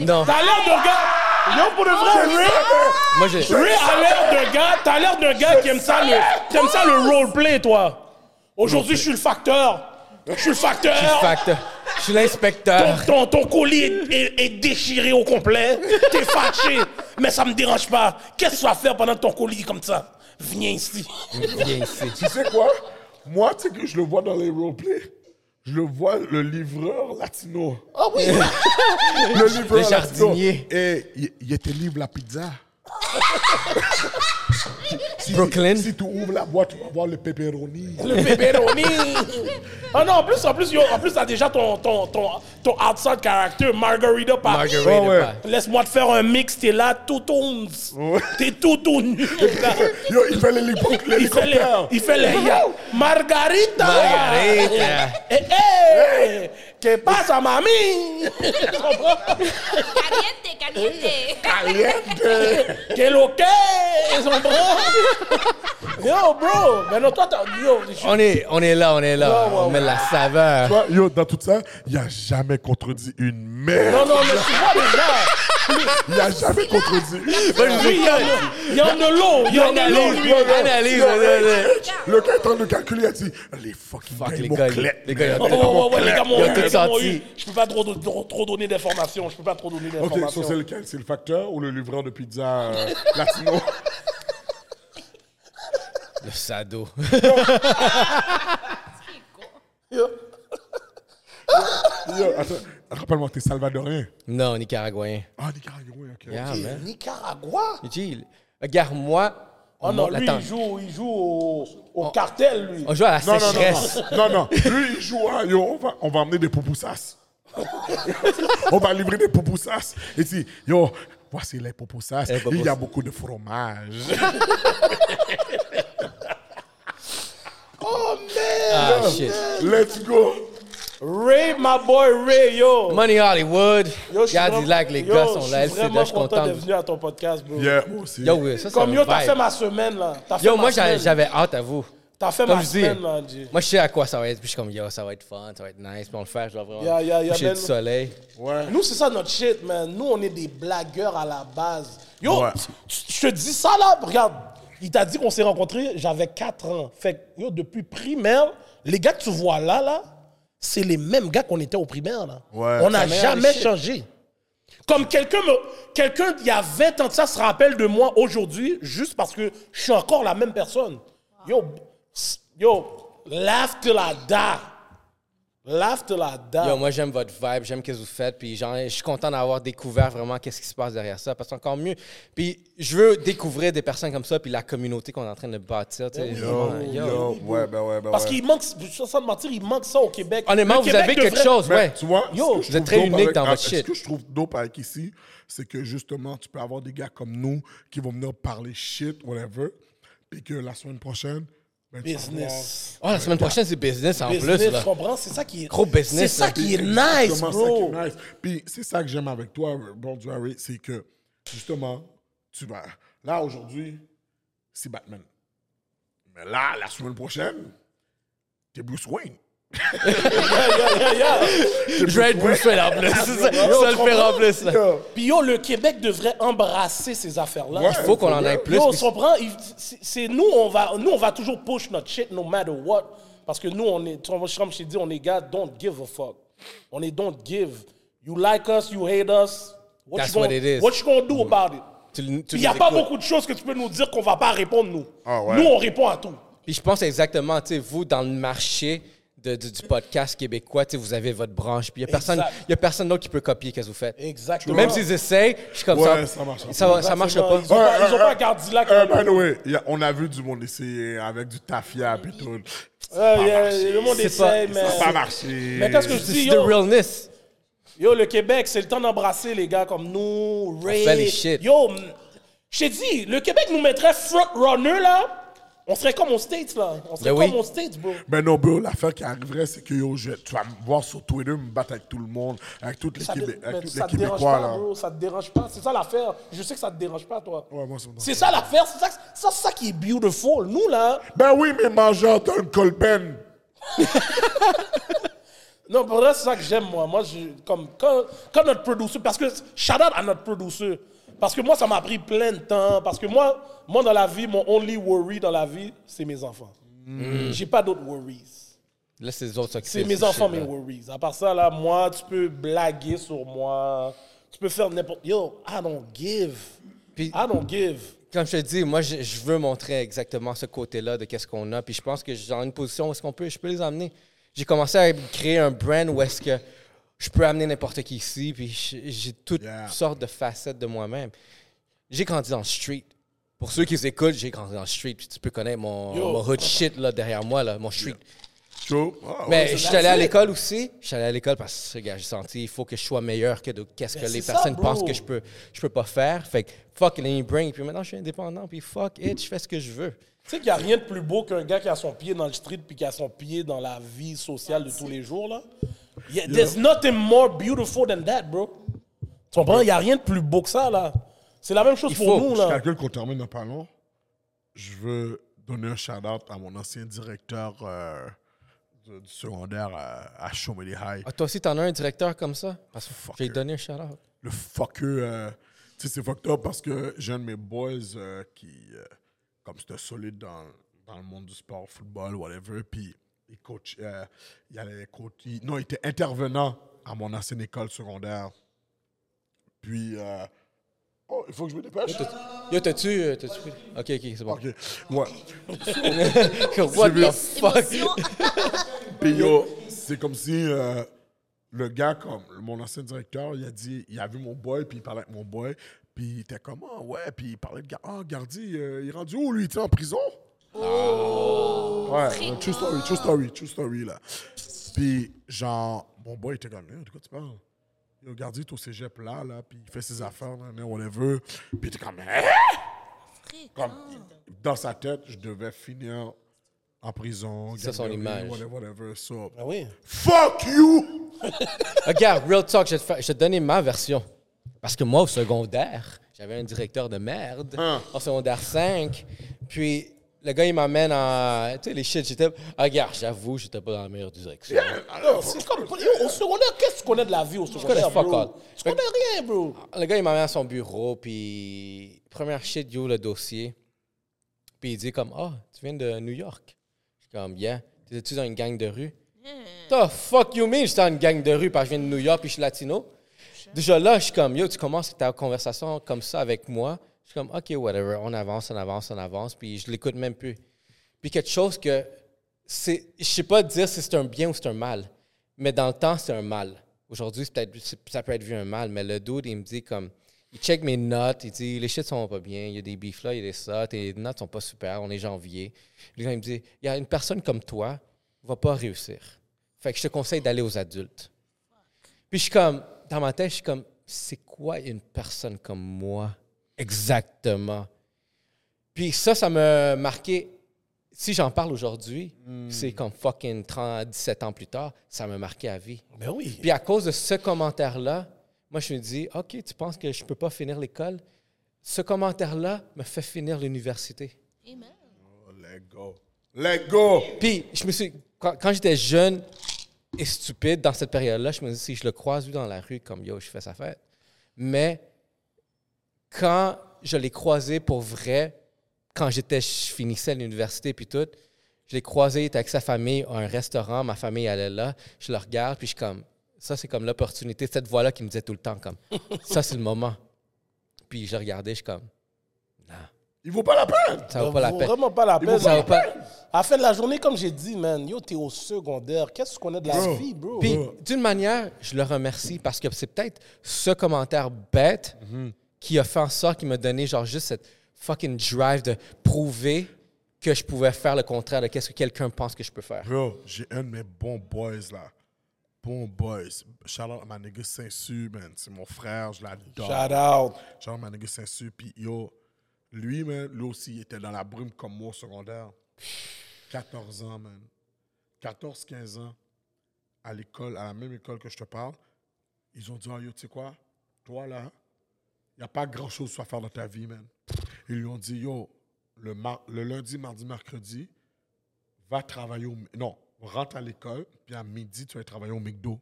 [SPEAKER 1] Non,
[SPEAKER 2] T'as l'air d'un gars. Yo, pour de vrai, Ray,
[SPEAKER 1] moi, j'ai...
[SPEAKER 2] Ray a l'air d'un gars. T'as l'air d'un gars qui aime ça le, qui aime ça
[SPEAKER 3] Ah!
[SPEAKER 2] le roleplay, toi. Aujourd'hui, je suis le facteur. Je suis le facteur.
[SPEAKER 1] Fact. Je suis
[SPEAKER 2] Ton,
[SPEAKER 1] l'inspecteur.
[SPEAKER 2] ton, ton colis est, est- est déchiré au complet. T'es fâché. Mais ça me dérange pas. Qu'est-ce que tu vas faire pendant que ton colis est comme ça? Viens ici.
[SPEAKER 1] Viens ici.
[SPEAKER 3] Tu sais quoi? Moi, tu sais que je le vois dans les roleplays. Je le vois, le livreur latino.
[SPEAKER 2] Ah oui!
[SPEAKER 3] Le livreur
[SPEAKER 1] Le jardinier.
[SPEAKER 3] Et il était livre la pizza. Si-
[SPEAKER 1] Brooklyn.
[SPEAKER 3] Si tu ouvres la boîte, tu vas voir le pepperoni.
[SPEAKER 2] Le pepperoni. Ah non, en plus, en plus, yo, en plus, t'as déjà ton, ton, ton, ton outside character, Margarita Paris.
[SPEAKER 1] Margarita
[SPEAKER 3] Ah ouais.
[SPEAKER 1] Pie.
[SPEAKER 2] Laisse-moi te faire un mix, t'es là, tout tourne. T'es tout tourne.
[SPEAKER 3] Yo, il fait l'hélico-
[SPEAKER 2] Il fait les.
[SPEAKER 3] l'hélicoptère.
[SPEAKER 2] Il fait les. ya- Margarita!
[SPEAKER 1] Margarita.
[SPEAKER 2] Eh, eh! Que pasa, mami? Tu comprends?
[SPEAKER 4] Caliente, caliente.
[SPEAKER 2] Que lo que? Tu comprends? Yo, bro! Mais non, toi, t'as. Yo, je suis-
[SPEAKER 1] On est, on est là, on est là.
[SPEAKER 2] Ouais, ouais,
[SPEAKER 1] on met la saveur.
[SPEAKER 3] Toi, Yo, dans tout ça, il n'y a jamais contredit une
[SPEAKER 2] Non,
[SPEAKER 3] merde.
[SPEAKER 2] non, mais tu vois déjà.
[SPEAKER 3] Il n'y a jamais contredit une merde.
[SPEAKER 2] Lui, il y en a- il y en a l'eau. Il y en a l'eau.
[SPEAKER 1] Analyse,
[SPEAKER 2] lui.
[SPEAKER 1] analyse.
[SPEAKER 3] Non,
[SPEAKER 1] ouais, ouais.
[SPEAKER 3] Le gars est en train de calculer, il a dit les fucking
[SPEAKER 1] Fuck, les gars,
[SPEAKER 3] démoclètes,
[SPEAKER 1] les gars, ils ont
[SPEAKER 2] Ouais, ouais, Oh, ouais, ouais, les gars m'ont
[SPEAKER 1] Ils ont
[SPEAKER 2] eu,
[SPEAKER 1] tout
[SPEAKER 2] les gars m'ont
[SPEAKER 1] senti.
[SPEAKER 2] eu. Je peux pas trop, trop, trop donner d'informations. Je peux pas trop donner
[SPEAKER 3] Ok,
[SPEAKER 2] d'informations.
[SPEAKER 3] so c'est lequel C'est le facteur ou le livreur de pizza euh, latino
[SPEAKER 1] Le sado.
[SPEAKER 3] Yo, attends, Rappelle-moi, t'es salvadorien.
[SPEAKER 1] Non, Nicaraguayen.
[SPEAKER 3] Ah, Nicaragoué, ok.
[SPEAKER 1] Yeah,
[SPEAKER 2] Ok,
[SPEAKER 1] man.
[SPEAKER 2] Nicaragua.
[SPEAKER 1] Gilles, Regarde-moi.
[SPEAKER 2] Oh
[SPEAKER 1] on
[SPEAKER 2] non,
[SPEAKER 1] monte la
[SPEAKER 2] lui,
[SPEAKER 1] tente.
[SPEAKER 2] il joue, il joue au, au cartel, lui.
[SPEAKER 1] On joue à la
[SPEAKER 3] Non, non, non,
[SPEAKER 1] sécheresse.
[SPEAKER 3] non. non, non. Lui, il joue à yo, on va, on va emmener des poupousas. on va livrer des poupousas. Et dit, yo, voici les poupousas.
[SPEAKER 1] Les
[SPEAKER 3] Il y
[SPEAKER 1] pupusas.
[SPEAKER 3] a beaucoup de fromage.
[SPEAKER 2] Oh, man!
[SPEAKER 1] Ah, shit.
[SPEAKER 3] Let's go.
[SPEAKER 2] Ray, my boy Ray, yo.
[SPEAKER 1] Money Hollywood.
[SPEAKER 2] Yo, je suis
[SPEAKER 1] Regarde,
[SPEAKER 2] vraiment-
[SPEAKER 1] dis là que les
[SPEAKER 2] yo,
[SPEAKER 1] gars sont là.
[SPEAKER 2] Je suis
[SPEAKER 1] LCD, je
[SPEAKER 2] vraiment
[SPEAKER 1] suis
[SPEAKER 2] content
[SPEAKER 1] content.
[SPEAKER 2] d'être venu à ton podcast, bro.
[SPEAKER 3] Yeah, moi aussi.
[SPEAKER 1] Yo, oui, ça, c'est
[SPEAKER 2] Comme
[SPEAKER 1] un
[SPEAKER 2] yo, t'as
[SPEAKER 1] vibe.
[SPEAKER 2] fait ma semaine, là. T'as fait
[SPEAKER 1] Yo,
[SPEAKER 2] ma
[SPEAKER 1] moi, j'a-
[SPEAKER 2] semaine.
[SPEAKER 1] j'avais hâte à vous.
[SPEAKER 2] T'as fait
[SPEAKER 1] Comme
[SPEAKER 2] ma
[SPEAKER 1] je dis,
[SPEAKER 2] semaine, là, Jay.
[SPEAKER 1] moi, je sais à quoi ça va être. Puis je suis comme, yo, ça va être fun, ça va être nice. Puis on le fait, je dois vraiment.
[SPEAKER 2] Yeah, yeah, yeah,
[SPEAKER 1] coucher
[SPEAKER 2] man.
[SPEAKER 1] du soleil.
[SPEAKER 2] Nous, c'est ça notre shit, man. Nous, on est des blagueurs à la base. Yo,
[SPEAKER 3] Ouais.
[SPEAKER 2] tu- je te dis ça là, regarde. Il t'a dit qu'on s'est rencontrés, j'avais 4 ans. Fait que, yo, depuis primaire, les gars que tu vois là, là, c'est les mêmes gars qu'on était au primaire, là.
[SPEAKER 3] Ouais.
[SPEAKER 2] On n'a
[SPEAKER 1] meilleure
[SPEAKER 2] jamais
[SPEAKER 1] shit.
[SPEAKER 2] changé. Comme quelqu'un, me- quelqu'un il y a 20 ans de ça se rappelle de moi aujourd'hui, juste parce que je suis encore la même personne. Yo, s- yo, laugh till I die. Laugh till I die.
[SPEAKER 1] Yo, moi, j'aime votre vibe, j'aime ce que vous faites. Puis, genre, je suis content d'avoir découvert vraiment qu'est-ce qui se passe derrière ça. Parce que c'est encore mieux. Puis, je veux découvrir des personnes comme ça, puis la communauté qu'on est en train de bâtir. tu sais. Vraiment, Oh, euh, yo.
[SPEAKER 3] Oh, ouais, ben ouais, ben
[SPEAKER 2] Parce qu'il manque, sans sans te mentir, il manque ça au Québec.
[SPEAKER 1] Honnêtement,
[SPEAKER 2] Le
[SPEAKER 1] vous
[SPEAKER 2] Québec
[SPEAKER 1] avez quelque
[SPEAKER 2] devrait-
[SPEAKER 1] chose,
[SPEAKER 3] Mais
[SPEAKER 1] ouais.
[SPEAKER 3] Tu vois,
[SPEAKER 2] Yo,
[SPEAKER 3] ce que je
[SPEAKER 1] vous êtes
[SPEAKER 3] trouve
[SPEAKER 1] très
[SPEAKER 3] dope
[SPEAKER 1] unique
[SPEAKER 3] avec-
[SPEAKER 1] dans
[SPEAKER 3] ah,
[SPEAKER 1] votre
[SPEAKER 3] Ce
[SPEAKER 1] shit.
[SPEAKER 3] que je trouve dope avec ici, c'est que justement, tu peux avoir des gars comme nous qui vont venir parler shit, whatever, puis que la semaine prochaine, ben, tu vas
[SPEAKER 2] Business.
[SPEAKER 1] Oh, la semaine prochaine, c'est business en plus.
[SPEAKER 2] Business,
[SPEAKER 1] Là.
[SPEAKER 2] tu comprends? C'est ça qui est.
[SPEAKER 1] Gros business,
[SPEAKER 2] C'est ça
[SPEAKER 1] là.
[SPEAKER 2] qui est
[SPEAKER 3] voir
[SPEAKER 2] nice,
[SPEAKER 3] comment
[SPEAKER 2] bro.
[SPEAKER 3] ça qui est nice. Puis c'est ça que j'aime avec toi, bon Dieu, Harry, c'est que justement, tu vas. Là, aujourd'hui, c'est Batman. Mais là, la semaine prochaine, t'es Bruce Wayne.
[SPEAKER 1] Je vais être Bruce Wayne en plus. Ça, ça le fait en plus. là.
[SPEAKER 3] Euh,
[SPEAKER 2] Puis yo, le Québec devrait embrasser ces affaires-là.
[SPEAKER 3] Ouais.
[SPEAKER 1] Il faut qu'on en ait plus.
[SPEAKER 2] Yo, on
[SPEAKER 1] puis-
[SPEAKER 2] s'en prend. il- c'est- C'est nous, on va, nous, on va toujours push notre shit no matter what. Parce que nous, on est, tu vois, comme je t'ai dit, on est gars, don't give a fuck. On est don't give. You like us, you hate us. What
[SPEAKER 1] That's
[SPEAKER 2] you
[SPEAKER 1] what
[SPEAKER 2] gonna-
[SPEAKER 1] it is.
[SPEAKER 2] What you gonna do about it?
[SPEAKER 1] tu le- tu
[SPEAKER 2] Il n'y a
[SPEAKER 1] nous
[SPEAKER 2] pas
[SPEAKER 1] écoutes.
[SPEAKER 2] beaucoup de choses que tu peux nous dire qu'on va pas répondre, nous.
[SPEAKER 3] Ah ouais.
[SPEAKER 2] Nous, on répond à tout.
[SPEAKER 1] Puis je pense exactement, tu sais, vous, dans le marché de- du, du podcast québécois, tu sais, vous avez votre branche, puis il n'y a personne,
[SPEAKER 2] Exact.
[SPEAKER 1] y a personne d'autre qui peut copier ce que vous faites.
[SPEAKER 2] Exactement.
[SPEAKER 1] Même s'ils essayent, je suis comme
[SPEAKER 3] Ouais,
[SPEAKER 1] ça.
[SPEAKER 3] ça marche pas.
[SPEAKER 1] Ça, va- ça marche pas.
[SPEAKER 2] Ils ont pas, ils ont pas un Gardilac.
[SPEAKER 3] Euh, by the way, y a- on a vu du monde essayer avec du tafia et tout.
[SPEAKER 2] Euh, y
[SPEAKER 3] bah,
[SPEAKER 2] a- le monde
[SPEAKER 1] C'est pas-
[SPEAKER 2] essaie, mais.
[SPEAKER 3] Ça n'a pas marché.
[SPEAKER 2] Mais qu'est-ce que je
[SPEAKER 1] C'est
[SPEAKER 2] dis,
[SPEAKER 1] the
[SPEAKER 2] yo,
[SPEAKER 1] realness.
[SPEAKER 2] yo, le Québec, c'est le temps d'embrasser les gars comme nous, Ray.
[SPEAKER 1] fait les shit.
[SPEAKER 2] Yo, m- je t'ai dit, le Québec nous mettrait front runner là, on serait comme aux States là. On serait
[SPEAKER 1] Ben oui.
[SPEAKER 2] comme aux States, bro.
[SPEAKER 3] Mais Ben non, bro, l'affaire qui arriverait, c'est que yo, je, tu vas me voir sur Twitter me battre avec tout le monde, avec tous les,
[SPEAKER 2] Ça, te-
[SPEAKER 3] Québé-
[SPEAKER 2] mais
[SPEAKER 3] avec tous les
[SPEAKER 2] ça te dérange
[SPEAKER 3] Québécois.
[SPEAKER 2] pas,
[SPEAKER 3] Là.
[SPEAKER 2] bro. Ça te dérange pas. C'est ça l'affaire. Je sais que ça te dérange pas, toi.
[SPEAKER 3] Ouais, moi, ça me dérange
[SPEAKER 2] c'est ça l'affaire. C'est ça, ça, c'est ça qui est beautiful. Nous là.
[SPEAKER 3] Ben oui, mais mangeur d'un colben.
[SPEAKER 2] Non, pour vrai, c'est ça que j'aime, moi. Moi, je, comme, quand, quand notre producer, parce que, shout out à notre producer. Parce que moi, ça m'a pris plein de temps. Parce que moi, moi, dans la vie, mon only worry dans la vie, c'est mes enfants. J'ai pas d'autres worries.
[SPEAKER 1] Là, c'est les autres ça qui
[SPEAKER 2] Mm. C'est
[SPEAKER 1] fait
[SPEAKER 2] mes
[SPEAKER 1] ce
[SPEAKER 2] enfants, mes
[SPEAKER 1] shit-là.
[SPEAKER 2] worries. À part ça, là, moi, tu peux blaguer sur moi. Tu peux faire n'importe. Yo, I don't give.
[SPEAKER 1] Puis-
[SPEAKER 2] I don't give.
[SPEAKER 1] Comme je te dis, moi, je, je veux montrer exactement ce côté-là de qu'est-ce qu'on a. Puis je pense que j'ai une position où est-ce qu'on peut, je peux les emmener. J'ai commencé à créer un brand où est-ce que je peux amener n'importe qui ici. Puis je- j'ai toutes
[SPEAKER 3] Yeah.
[SPEAKER 1] sortes de facettes de moi-même. J'ai grandi dans le street. Pour ceux qui écoutent, j'ai grandi dans le street. Puis tu peux connaître mon,
[SPEAKER 2] Yo.
[SPEAKER 1] mon hood shit là, derrière moi, là, mon street.
[SPEAKER 3] Chaud. Ah, ouais.
[SPEAKER 1] Mais je suis allé à l'école aussi. Je suis allé à l'école parce que, gars, j'ai senti il faut que je sois meilleur que de qu'est-ce que
[SPEAKER 2] c'est
[SPEAKER 1] les
[SPEAKER 2] ça,
[SPEAKER 1] personnes
[SPEAKER 2] bro.
[SPEAKER 1] pensent que je peux, je peux pas faire. Fait que fuck les brain. Puis maintenant, je suis indépendant. Puis fuck it, je fais ce que je veux.
[SPEAKER 2] Tu sais qu'il n'y a rien de plus beau qu'un gars qui a son pied dans le street puis qui a son pied dans la vie sociale de tous les jours, là. Yeah, there's nothing more beautiful than that, bro. Tu comprends? Il n'y a rien de plus beau que ça, là. C'est la même chose
[SPEAKER 1] Il
[SPEAKER 2] pour
[SPEAKER 1] faut.
[SPEAKER 2] nous,
[SPEAKER 3] Je
[SPEAKER 2] là.
[SPEAKER 3] calcule qu'on termine dans pas long. Je veux donner un shout-out à mon ancien directeur euh, de- du secondaire euh, à, à Chomeli High.
[SPEAKER 1] Ah, toi aussi, t'en as un directeur comme ça? Parce que
[SPEAKER 3] Fucker.
[SPEAKER 1] j'ai donné un shout-out.
[SPEAKER 3] le fucker. euh, tu sais, c'est fucked up parce que j'ai un de mes boys euh, qui, euh, comme c'était solide dans, dans le monde du sport, football, whatever, puis il coach, euh, il allait coach- il- non, il était intervenant à mon ancienne école secondaire. Puis, euh, oh, il faut que je me dépêche.
[SPEAKER 1] Yo, t'as-tu. euh, t'as-tu pris- Ok, ok, c'est bon.
[SPEAKER 3] Ok, ouais.
[SPEAKER 1] What
[SPEAKER 3] vu.
[SPEAKER 1] the fuck?
[SPEAKER 4] Émotion.
[SPEAKER 3] Puis yo, c'est comme si euh, le gars, comme mon ancien directeur, il a dit, il a vu mon boy, puis il parlait avec mon boy, puis il était comme, ah ouais, puis il parlait de Gar- ah, Gardi, euh, il est rendu où, lui, il était en prison? ouais, euh, true story, true story, true story, là. Puis genre, mon boy était comme, Yo, de quoi tu parles? Yo, Gardi est au cégep là, là, puis il fait ses affaires, là, là, whatever. Puis il était comme, Hein? Comme, dans sa tête, je devais finir en prison.
[SPEAKER 1] C'est son
[SPEAKER 3] garderie,
[SPEAKER 1] image.
[SPEAKER 3] Whatever, whatever. So,
[SPEAKER 2] Ah oui.
[SPEAKER 3] Fuck you!
[SPEAKER 1] Regarde, real talk, je vais, te faire- je vais te donner ma version. Parce que moi, au secondaire, j'avais un directeur de merde. En secondaire 5. Puis, le gars, il m'amène en. Tu sais, les shit, j'étais. Ah, regarde, j'avoue, j'étais pas dans la meilleure direction.
[SPEAKER 2] Yo,
[SPEAKER 3] Oh,
[SPEAKER 2] c'est comme- yo, au secondaire, qu'est-ce que tu connais de la vie au secondaire,
[SPEAKER 1] fuck all.
[SPEAKER 2] bro? Tu connais rien, bro.
[SPEAKER 1] Le gars, il m'amène à son bureau, puis. Première shit, yo, le dossier. Puis, il dit comme, ah, tu viens de New York. Je suis comme, yeah. T'étais-tu dans une gang de rue? The fuck you mean? J'étais dans une gang de rue parce que je viens de New York puis je suis latino. Déjà là, je suis comme, yo, tu commences ta conversation comme ça avec moi. Je suis comme, OK, whatever, on avance, on avance, on avance, puis je l'écoute même plus. Puis quelque chose que, c'est, je sais pas dire si c'est un bien ou c'est un mal, mais dans le temps, c'est un mal. Aujourd'hui, c'est peut-être- c'est- ça peut être vu un mal, mais le dude, il me dit comme, il check mes notes, il dit, les shit sont pas bien, il y a des beefs là, il y a des ça, tes notes sont pas super, on est janvier. Le gars, il me dit, il y a une personne comme toi, va pas réussir. Fait que je te conseille d'aller aux adultes. Puis je suis comme, dans ma tête, je suis comme, c'est quoi une personne comme moi exactement? Puis ça, ça m'a marqué. Si j'en parle aujourd'hui, c'est comme fucking 30, 17 ans plus tard, ça m'a marqué à vie.
[SPEAKER 2] Ben oui.
[SPEAKER 1] Puis à cause de ce commentaire-là, moi, je me dis, OK, tu penses que je peux pas finir l'école? Ce commentaire-là me fait finir l'université.
[SPEAKER 3] Let go. Let go!
[SPEAKER 1] Puis, je me suis. Quand, quand j'étais jeune et stupide dans cette période-là, je me dis si je le croise lui dans la rue, comme yo, je fais sa fête. Mais quand je l'ai croisé pour vrai, quand j'étais, je finissais l'université puis tout, je l'ai croisé, il était avec sa famille à un restaurant, ma famille allait là, je le regarde puis je suis comme, ça c'est comme l'opportunité, cette voix-là qui me disait tout le temps comme, ça c'est le moment. Puis je le regardais, je suis comme, non,
[SPEAKER 3] Il vaut pas la peine.
[SPEAKER 1] Ça vaut pas la
[SPEAKER 2] vaut
[SPEAKER 1] peine.
[SPEAKER 2] Ah, vraiment pas la
[SPEAKER 3] Il
[SPEAKER 2] peine.
[SPEAKER 3] vaut pas
[SPEAKER 1] la peine.
[SPEAKER 2] À la fin de la journée, comme j'ai dit, man, yo, t'es au secondaire. Qu'est-ce qu'on a de la
[SPEAKER 3] Bro.
[SPEAKER 2] vie, bro?
[SPEAKER 1] Puis, d'une manière, je le remercie parce que c'est peut-être ce commentaire bête qui a fait en sorte qu'il m'a donné, genre, juste cette fucking drive de prouver que je pouvais faire le contraire de qu'est-ce que quelqu'un pense que je peux faire.
[SPEAKER 3] Bro, j'ai un de mes bons boys là. Bon boys. Shout out à ma nigga Saint-Su, man. C'est mon frère, je l'adore.
[SPEAKER 2] Shout out.
[SPEAKER 3] Genre, ma nigga Saint-Su, puis yo, lui, man, lui aussi, il était dans la brume comme moi au secondaire. 14 ans, man. 14, 15 ans, à l'école, à la même école que je te parle, ils ont dit, Ah, yo, tu sais quoi, toi là, il n'y a pas grand chose à faire dans ta vie, man. Ils lui ont dit, yo, le, mar- le lundi, mardi, mercredi, va travailler au. Non, rentre à l'école, puis à midi, tu vas travailler au McDo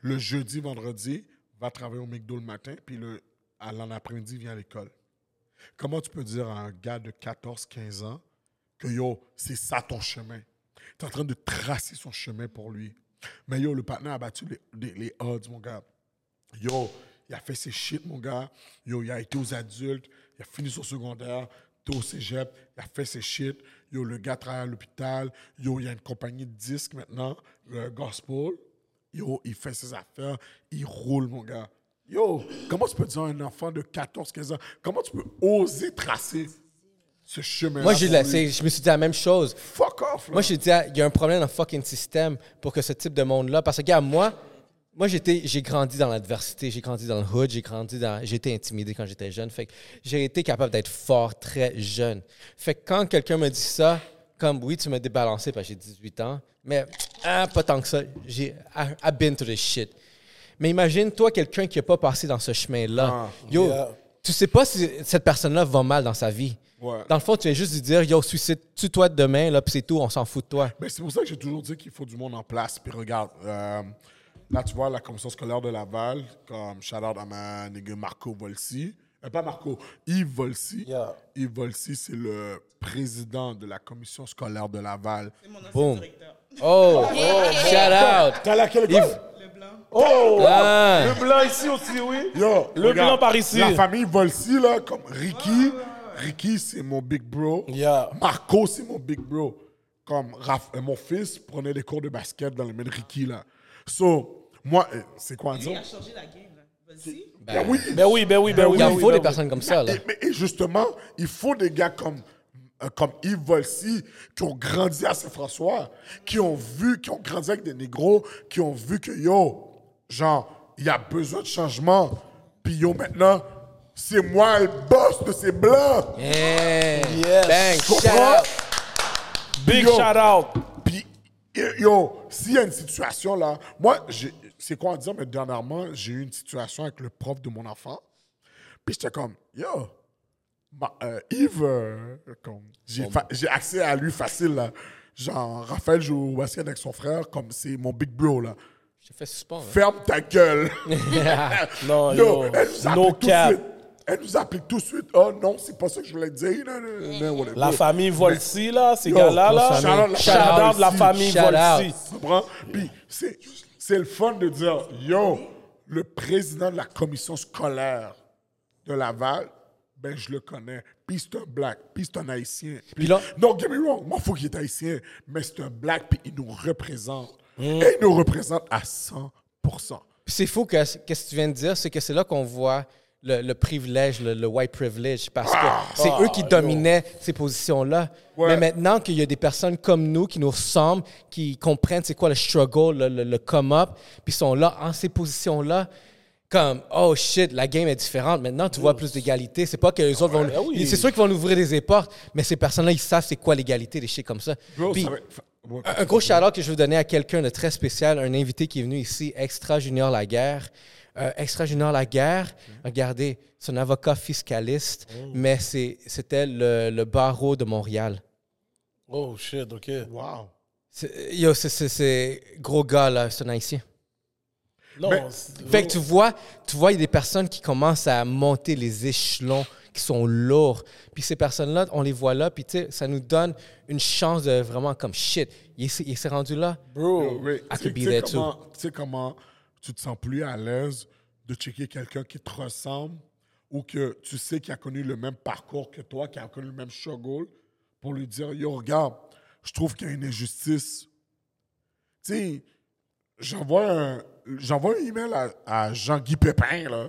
[SPEAKER 3] le jeudi, vendredi, va travailler au McDo le matin, puis le, à l'en après-midi, vient à l'école. Comment tu peux dire à un gars de 14, 15 ans que yo, c'est ça ton chemin? Tu es en train de tracer son chemin pour lui. Mais yo, le partenaire a battu les, les, les odds, mon gars. Yo, il a fait ses shit, mon gars. Yo, il a été aux adultes, il a fini son secondaire, t'es au cégep, il a fait ses shit. Yo, le gars travaille à l'hôpital. Yo, il y a une compagnie de disques maintenant, le gospel. Yo, il fait ses affaires, il roule, mon gars. Yo, comment tu peux dire à un enfant de 14, 15 ans, comment tu peux oser tracer ce chemin
[SPEAKER 1] Moi, j'ai laissé, je me suis dit la même chose.
[SPEAKER 3] Fuck off, là.
[SPEAKER 1] Moi, j'ai dit, ah, il y a un problème dans le fucking système pour que ce type de monde-là. Parce que, regarde, moi, moi j'étais, j'ai grandi dans l'adversité, j'ai grandi dans le hood, j'ai grandi dans. J'ai été intimidé quand j'étais jeune. Fait que j'ai été capable d'être fort très jeune. Fait que quand quelqu'un me dit ça, comme oui, tu m'as débalancé parce que j'ai 18 ans, mais ah, pas tant que ça. J'ai, I- I've been through this shit. Mais imagine-toi quelqu'un qui n'a pas passé dans ce chemin-là. Yo,
[SPEAKER 2] yeah.
[SPEAKER 1] tu sais pas si cette personne-là va mal dans sa vie.
[SPEAKER 3] Ouais.
[SPEAKER 1] Dans le fond, tu viens juste lui dire, yo, suicide, tue-toi demain, là, puis c'est tout, on s'en fout de toi.
[SPEAKER 3] Ben, c'est pour ça que j'ai toujours dit qu'il faut du monde en place. Puis regarde, euh, là, tu vois, la commission scolaire de Laval, comme shout-out à ma nigga Marco Volsi. Euh, pas Marco, Yves Volsi.
[SPEAKER 2] Yeah.
[SPEAKER 3] Yves Volsi, c'est le président de la commission scolaire de Laval.
[SPEAKER 1] Boum. Oh, shout out.
[SPEAKER 2] T'as laquelle
[SPEAKER 1] Yves.
[SPEAKER 2] Oh!
[SPEAKER 1] Ah.
[SPEAKER 2] Le blanc ici aussi, oui.
[SPEAKER 3] Yo,
[SPEAKER 2] Le blanc par ici.
[SPEAKER 3] La famille Volsi, là, comme Ricky. Ricky, c'est mon big bro.
[SPEAKER 2] Yeah.
[SPEAKER 3] Marco, c'est mon big bro. Comme Raph- euh, mon fils prenait des cours de basket dans le même Ricky, là. So, moi, euh, c'est quoi à
[SPEAKER 5] Il
[SPEAKER 3] dire?
[SPEAKER 5] a changé la game, là. Vas-y.
[SPEAKER 3] Ben oui,
[SPEAKER 2] Ben oui, ben oui, ben oui.
[SPEAKER 1] Il en
[SPEAKER 2] ben oui,
[SPEAKER 1] faut
[SPEAKER 2] ben
[SPEAKER 1] des
[SPEAKER 2] oui.
[SPEAKER 1] personnes comme ça, là.
[SPEAKER 3] Et, mais- et justement, il faut des gars comme, euh, comme Yves Volsi qui ont grandi à Saint-François, qui ont vu, qui ont grandi avec des négros, qui ont vu que yo, genre, il y a besoin de changement. Puis yo, maintenant, c'est moi le boss de ces blancs.
[SPEAKER 1] Yeah.
[SPEAKER 2] Yes.
[SPEAKER 1] Bang,
[SPEAKER 3] Tu
[SPEAKER 1] shout
[SPEAKER 3] comprends?
[SPEAKER 1] out.
[SPEAKER 2] Big
[SPEAKER 3] Yo.
[SPEAKER 2] shout out.
[SPEAKER 3] Puis, euh, yo, s'il y a une situation là, moi, j'ai- c'est quoi à dire, mais dernièrement, j'ai eu une situation avec le prof de mon enfant. Puis j'étais comme, yo, ma- euh, Yves, euh, comme, j'ai fa- j'ai accès à lui facile là. Genre, Raphaël joue au basket avec son frère, comme c'est mon big bro là.
[SPEAKER 1] J'ai fait suspendre.
[SPEAKER 3] Ferme ta gueule.
[SPEAKER 2] Non, yo.
[SPEAKER 3] elle nous applique
[SPEAKER 2] No
[SPEAKER 3] tout de
[SPEAKER 2] cap.
[SPEAKER 3] suite. Elle nous applique tout de suite. Oh non, c'est pas ça que je voulais dire. Non, non, non, non, whatever.
[SPEAKER 2] Eh. La famille Volsi, là, ces
[SPEAKER 3] Yo,
[SPEAKER 2] gars-là,
[SPEAKER 3] grosse
[SPEAKER 2] là.
[SPEAKER 3] famille.
[SPEAKER 2] Shout out de la
[SPEAKER 3] Shout out
[SPEAKER 2] famille
[SPEAKER 1] Volsi. Shout
[SPEAKER 2] Volsi.
[SPEAKER 1] out.
[SPEAKER 3] Tu comprends? Puis c'est, c'est le fun de dire, yo, le président de la commission scolaire de Laval, ben je le connais. Puis c'est un black, puis c'est un haïtien. Puis,
[SPEAKER 1] Puis là-
[SPEAKER 3] non, get me wrong, moi, faut qu'il est haïtien, mais c'est un black, puis il nous représente.
[SPEAKER 1] Mm.
[SPEAKER 3] Et il nous représente à 100
[SPEAKER 1] Puis c'est fou que ce que tu viens de dire, c'est que c'est là qu'on voit le, le privilège, le, le white privilege, parce que c'est eux qui dominaient ces positions-là.
[SPEAKER 3] Ah, Ouais.
[SPEAKER 1] Mais maintenant qu'il y a des personnes comme nous qui nous ressemblent, qui comprennent c'est quoi le struggle, le, le- le come-up, puis sont là en ces positions-là, comme oh shit, la game est différente. Maintenant, tu vois plus d'égalité. C'est pas que les autres
[SPEAKER 2] Ouais,
[SPEAKER 1] vont.
[SPEAKER 3] ben
[SPEAKER 2] oui.
[SPEAKER 1] C'est sûr qu'ils vont nous ouvrir des portes, mais ces personnes-là, ils savent c'est quoi l'égalité, des shit comme ça.
[SPEAKER 3] Bro,
[SPEAKER 1] Puis-
[SPEAKER 3] ça va être- ouais.
[SPEAKER 1] un gros shout-out que je veux donner à quelqu'un de très spécial, un invité qui est venu ici, Extra Junior Laguerre. Euh, Extra Junior Laguerre, regardez, c'est un avocat fiscaliste,
[SPEAKER 3] Oh.
[SPEAKER 1] mais c'est- c'était le, le barreau de Montréal.
[SPEAKER 2] Oh, shit, OK.
[SPEAKER 3] Wow.
[SPEAKER 1] C'est- Yo, c'est- c'est c'est gros gars, là, c'est un haïtien.
[SPEAKER 2] Non,
[SPEAKER 3] Mais-
[SPEAKER 2] c'est-
[SPEAKER 1] Fait que tu vois, tu vois, il y a des personnes qui commencent à monter les échelons qui sont lourds. Puis ces personnes-là, on les voit là, puis tu sais, ça nous donne une chance de vraiment comme shit. Il s'est il s'est rendu là.
[SPEAKER 3] Yo,
[SPEAKER 2] bro.
[SPEAKER 3] oui.
[SPEAKER 1] I
[SPEAKER 3] Tu-
[SPEAKER 1] could be
[SPEAKER 3] tu sais
[SPEAKER 1] there too.
[SPEAKER 3] comment- Tu sais comment tu te sens plus à l'aise de checker quelqu'un qui te ressemble ou que tu sais qu'il a connu le même parcours que toi, qu'il a connu le même struggle, pour lui dire Yo, regarde, je trouve qu'il y a une injustice. Tu sais, j'envoie un, j'envoie un email à, à Jean-Guy Pépin, là.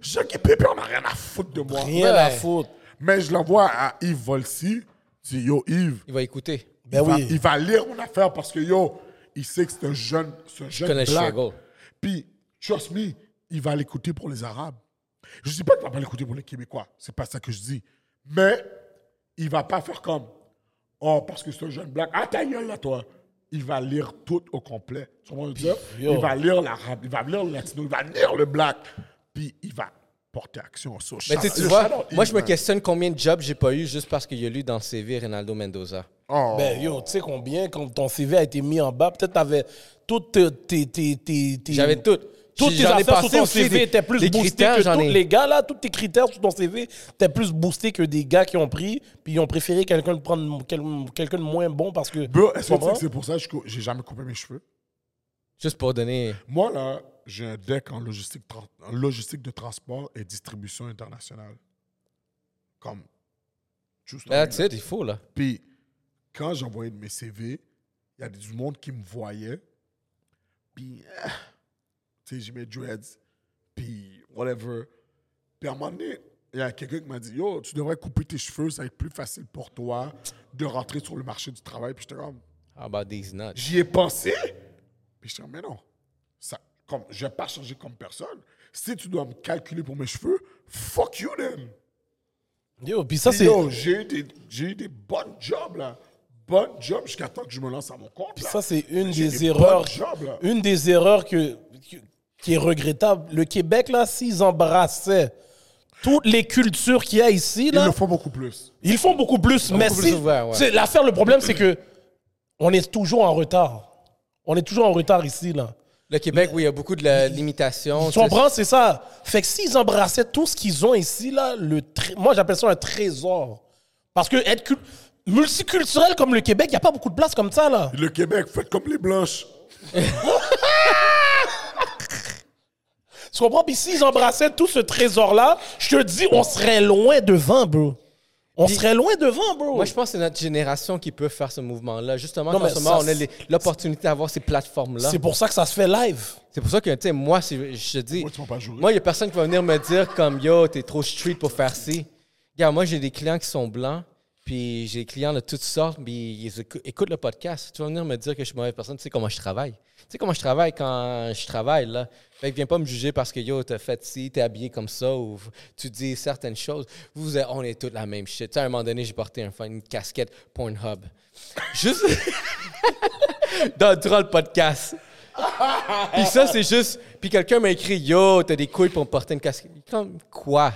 [SPEAKER 3] Jean-Guy Pépin, on n'a rien à foutre de moi.
[SPEAKER 2] Rien à
[SPEAKER 1] Ouais.
[SPEAKER 2] foutre.
[SPEAKER 3] Mais je l'envoie à Yves Volsi. Je dis Yo, Yves,
[SPEAKER 1] Il va écouter.
[SPEAKER 2] Ben
[SPEAKER 3] il, va,
[SPEAKER 2] oui.
[SPEAKER 3] il va lire mon affaire parce que yo, il sait que c'est un jeune, ce jeune
[SPEAKER 1] connais
[SPEAKER 3] black.
[SPEAKER 1] Chicago.
[SPEAKER 3] Puis, trust me, il va l'écouter pour les Arabes. Je dis pas qu'il va pas l'écouter pour les Québécois. C'est pas ça que je dis. Mais il va pas faire comme oh parce que c'est un jeune black. Ah ta gueule là toi. Il va lire tout au complet. Tu comprends ce que je veux dire?
[SPEAKER 2] yo.
[SPEAKER 3] Il va lire l'arabe, il va lire le latino, il va lire le black. Puis il va porter action sur
[SPEAKER 1] Mais tu sais, tu vois, moi, je me questionne combien de jobs j'ai pas eu juste parce qu'il y a lu dans le CV Ronaldo Mendoza.
[SPEAKER 3] Oh.
[SPEAKER 2] Ben, yo, tu sais combien, quand ton CV a été mis en bas, peut-être t'avais toutes tes. tes- tes- tes- tes-
[SPEAKER 1] J'avais tout.
[SPEAKER 2] Toutes
[SPEAKER 1] J'ai-
[SPEAKER 2] tes
[SPEAKER 1] j'en ai
[SPEAKER 2] affaires sur
[SPEAKER 1] passé
[SPEAKER 2] ton
[SPEAKER 1] aussi
[SPEAKER 2] CV
[SPEAKER 1] des-
[SPEAKER 2] étaient plus
[SPEAKER 1] des
[SPEAKER 2] boostées
[SPEAKER 1] critères,
[SPEAKER 2] que
[SPEAKER 1] j'en
[SPEAKER 2] tous
[SPEAKER 1] ai-
[SPEAKER 2] les gars, là. Tous tes critères sur ton CV étaient plus boostés que des gars qui ont pris, puis ils ont préféré quelqu'un de, prendre quel- quelqu'un de moins bon parce que.
[SPEAKER 3] Bro, est-ce que tu sais
[SPEAKER 2] comprends?
[SPEAKER 3] que c'est pour ça que je cou- j'ai jamais coupé mes cheveux?
[SPEAKER 1] Juste pour donner.
[SPEAKER 3] Moi, là, j'ai un deck en logistique, tran- en logistique de transport et distribution internationale. Comme. Juste en
[SPEAKER 1] Là, tu
[SPEAKER 3] ligne,
[SPEAKER 1] sais,
[SPEAKER 3] là.
[SPEAKER 1] il faut, là.
[SPEAKER 3] Puis, quand j'envoyais de mes CV, il y a du monde qui me voyait. Puis, ah, tu sais, j'ai mes dreads. Puis, whatever. Puis, à un moment donné, il y a quelqu'un qui m'a dit Yo, tu devrais couper tes cheveux, ça va être plus facile pour toi de rentrer sur le marché du travail. Puis, j'étais comme.
[SPEAKER 1] Ah, bah, these nuts.
[SPEAKER 3] J'y ai pensé. Puis je dis, mais non. Ça, comme, je vais pas changer comme personne. Si tu dois me calculer pour mes cheveux, fuck you then.
[SPEAKER 2] Yo, puis ça,
[SPEAKER 3] Puis
[SPEAKER 2] c'est.
[SPEAKER 3] Yo, j'ai eu des, j'ai eu des bonnes jobs là. Bonnes jobs jusqu'à temps que je me lance à mon compte.
[SPEAKER 2] Puis
[SPEAKER 3] là.
[SPEAKER 2] ça, c'est une
[SPEAKER 3] J'ai
[SPEAKER 2] des
[SPEAKER 3] des
[SPEAKER 2] erreurs.
[SPEAKER 3] bonnes jobs, là.
[SPEAKER 2] une des erreurs que, que- qui est regrettable. Le Québec, là, s'ils embrassaient toutes les cultures qu'il y a ici,
[SPEAKER 3] Ils
[SPEAKER 2] là,
[SPEAKER 3] le font beaucoup plus.
[SPEAKER 2] ils font beaucoup plus. mais
[SPEAKER 1] beaucoup
[SPEAKER 2] si-
[SPEAKER 1] plus ouvert, ouais.
[SPEAKER 2] c'est- l'affaire, le problème, c'est que on est toujours en retard. On est toujours en retard ici, là.
[SPEAKER 1] Le Québec, oui, il y a beaucoup de la- limitations.
[SPEAKER 2] Tu comprends, c'est ça. Fait que s'ils embrassaient tout ce qu'ils ont ici, là, le tré- moi j'appelle ça un trésor. Parce que être cul- multiculturel comme le Québec, il n'y a pas beaucoup de place comme ça, là.
[SPEAKER 3] Le Québec, faites comme les Blanches.
[SPEAKER 2] Tu comprends? Puis s'ils embrassaient tout ce trésor-là, je te dis, on serait loin devant, bro. On serait loin devant, bro.
[SPEAKER 1] Moi, je pense que c'est notre génération qui peut faire ce mouvement-là. Justement,
[SPEAKER 2] Non,
[SPEAKER 1] en
[SPEAKER 2] mais
[SPEAKER 1] ce moment,
[SPEAKER 2] ça,
[SPEAKER 1] on a les- l'opportunité d'avoir ces plateformes-là.
[SPEAKER 2] C'est pour ça que ça se fait live.
[SPEAKER 1] C'est pour ça que, tu sais, moi, si- je te dis,
[SPEAKER 3] Moi, tu m'as pas joué.
[SPEAKER 1] moi, il n'y a personne qui va venir me dire comme, yo, t'es trop street pour faire ci. Regarde, moi, j'ai des clients qui sont blancs, puis j'ai des clients de toutes sortes, puis ils écou- écoutent le podcast. Tu vas venir me dire que je suis mauvaise personne, tu sais comment je travaille. Tu sais comment je travaille quand je travaille, là. Fait que viens pas me juger parce que, yo, t'as fait ci, t'es habillé comme ça, ou f- tu dis certaines choses. Vous, êtes- on est toutes la même shit. Tu sais, à un moment donné, j'ai porté un- une casquette Pornhub. Juste... dans, durant le podcast. Puis ça, c'est juste. Puis quelqu'un m'a écrit Yo, t'as des couilles pour me porter une casquette. Comme quoi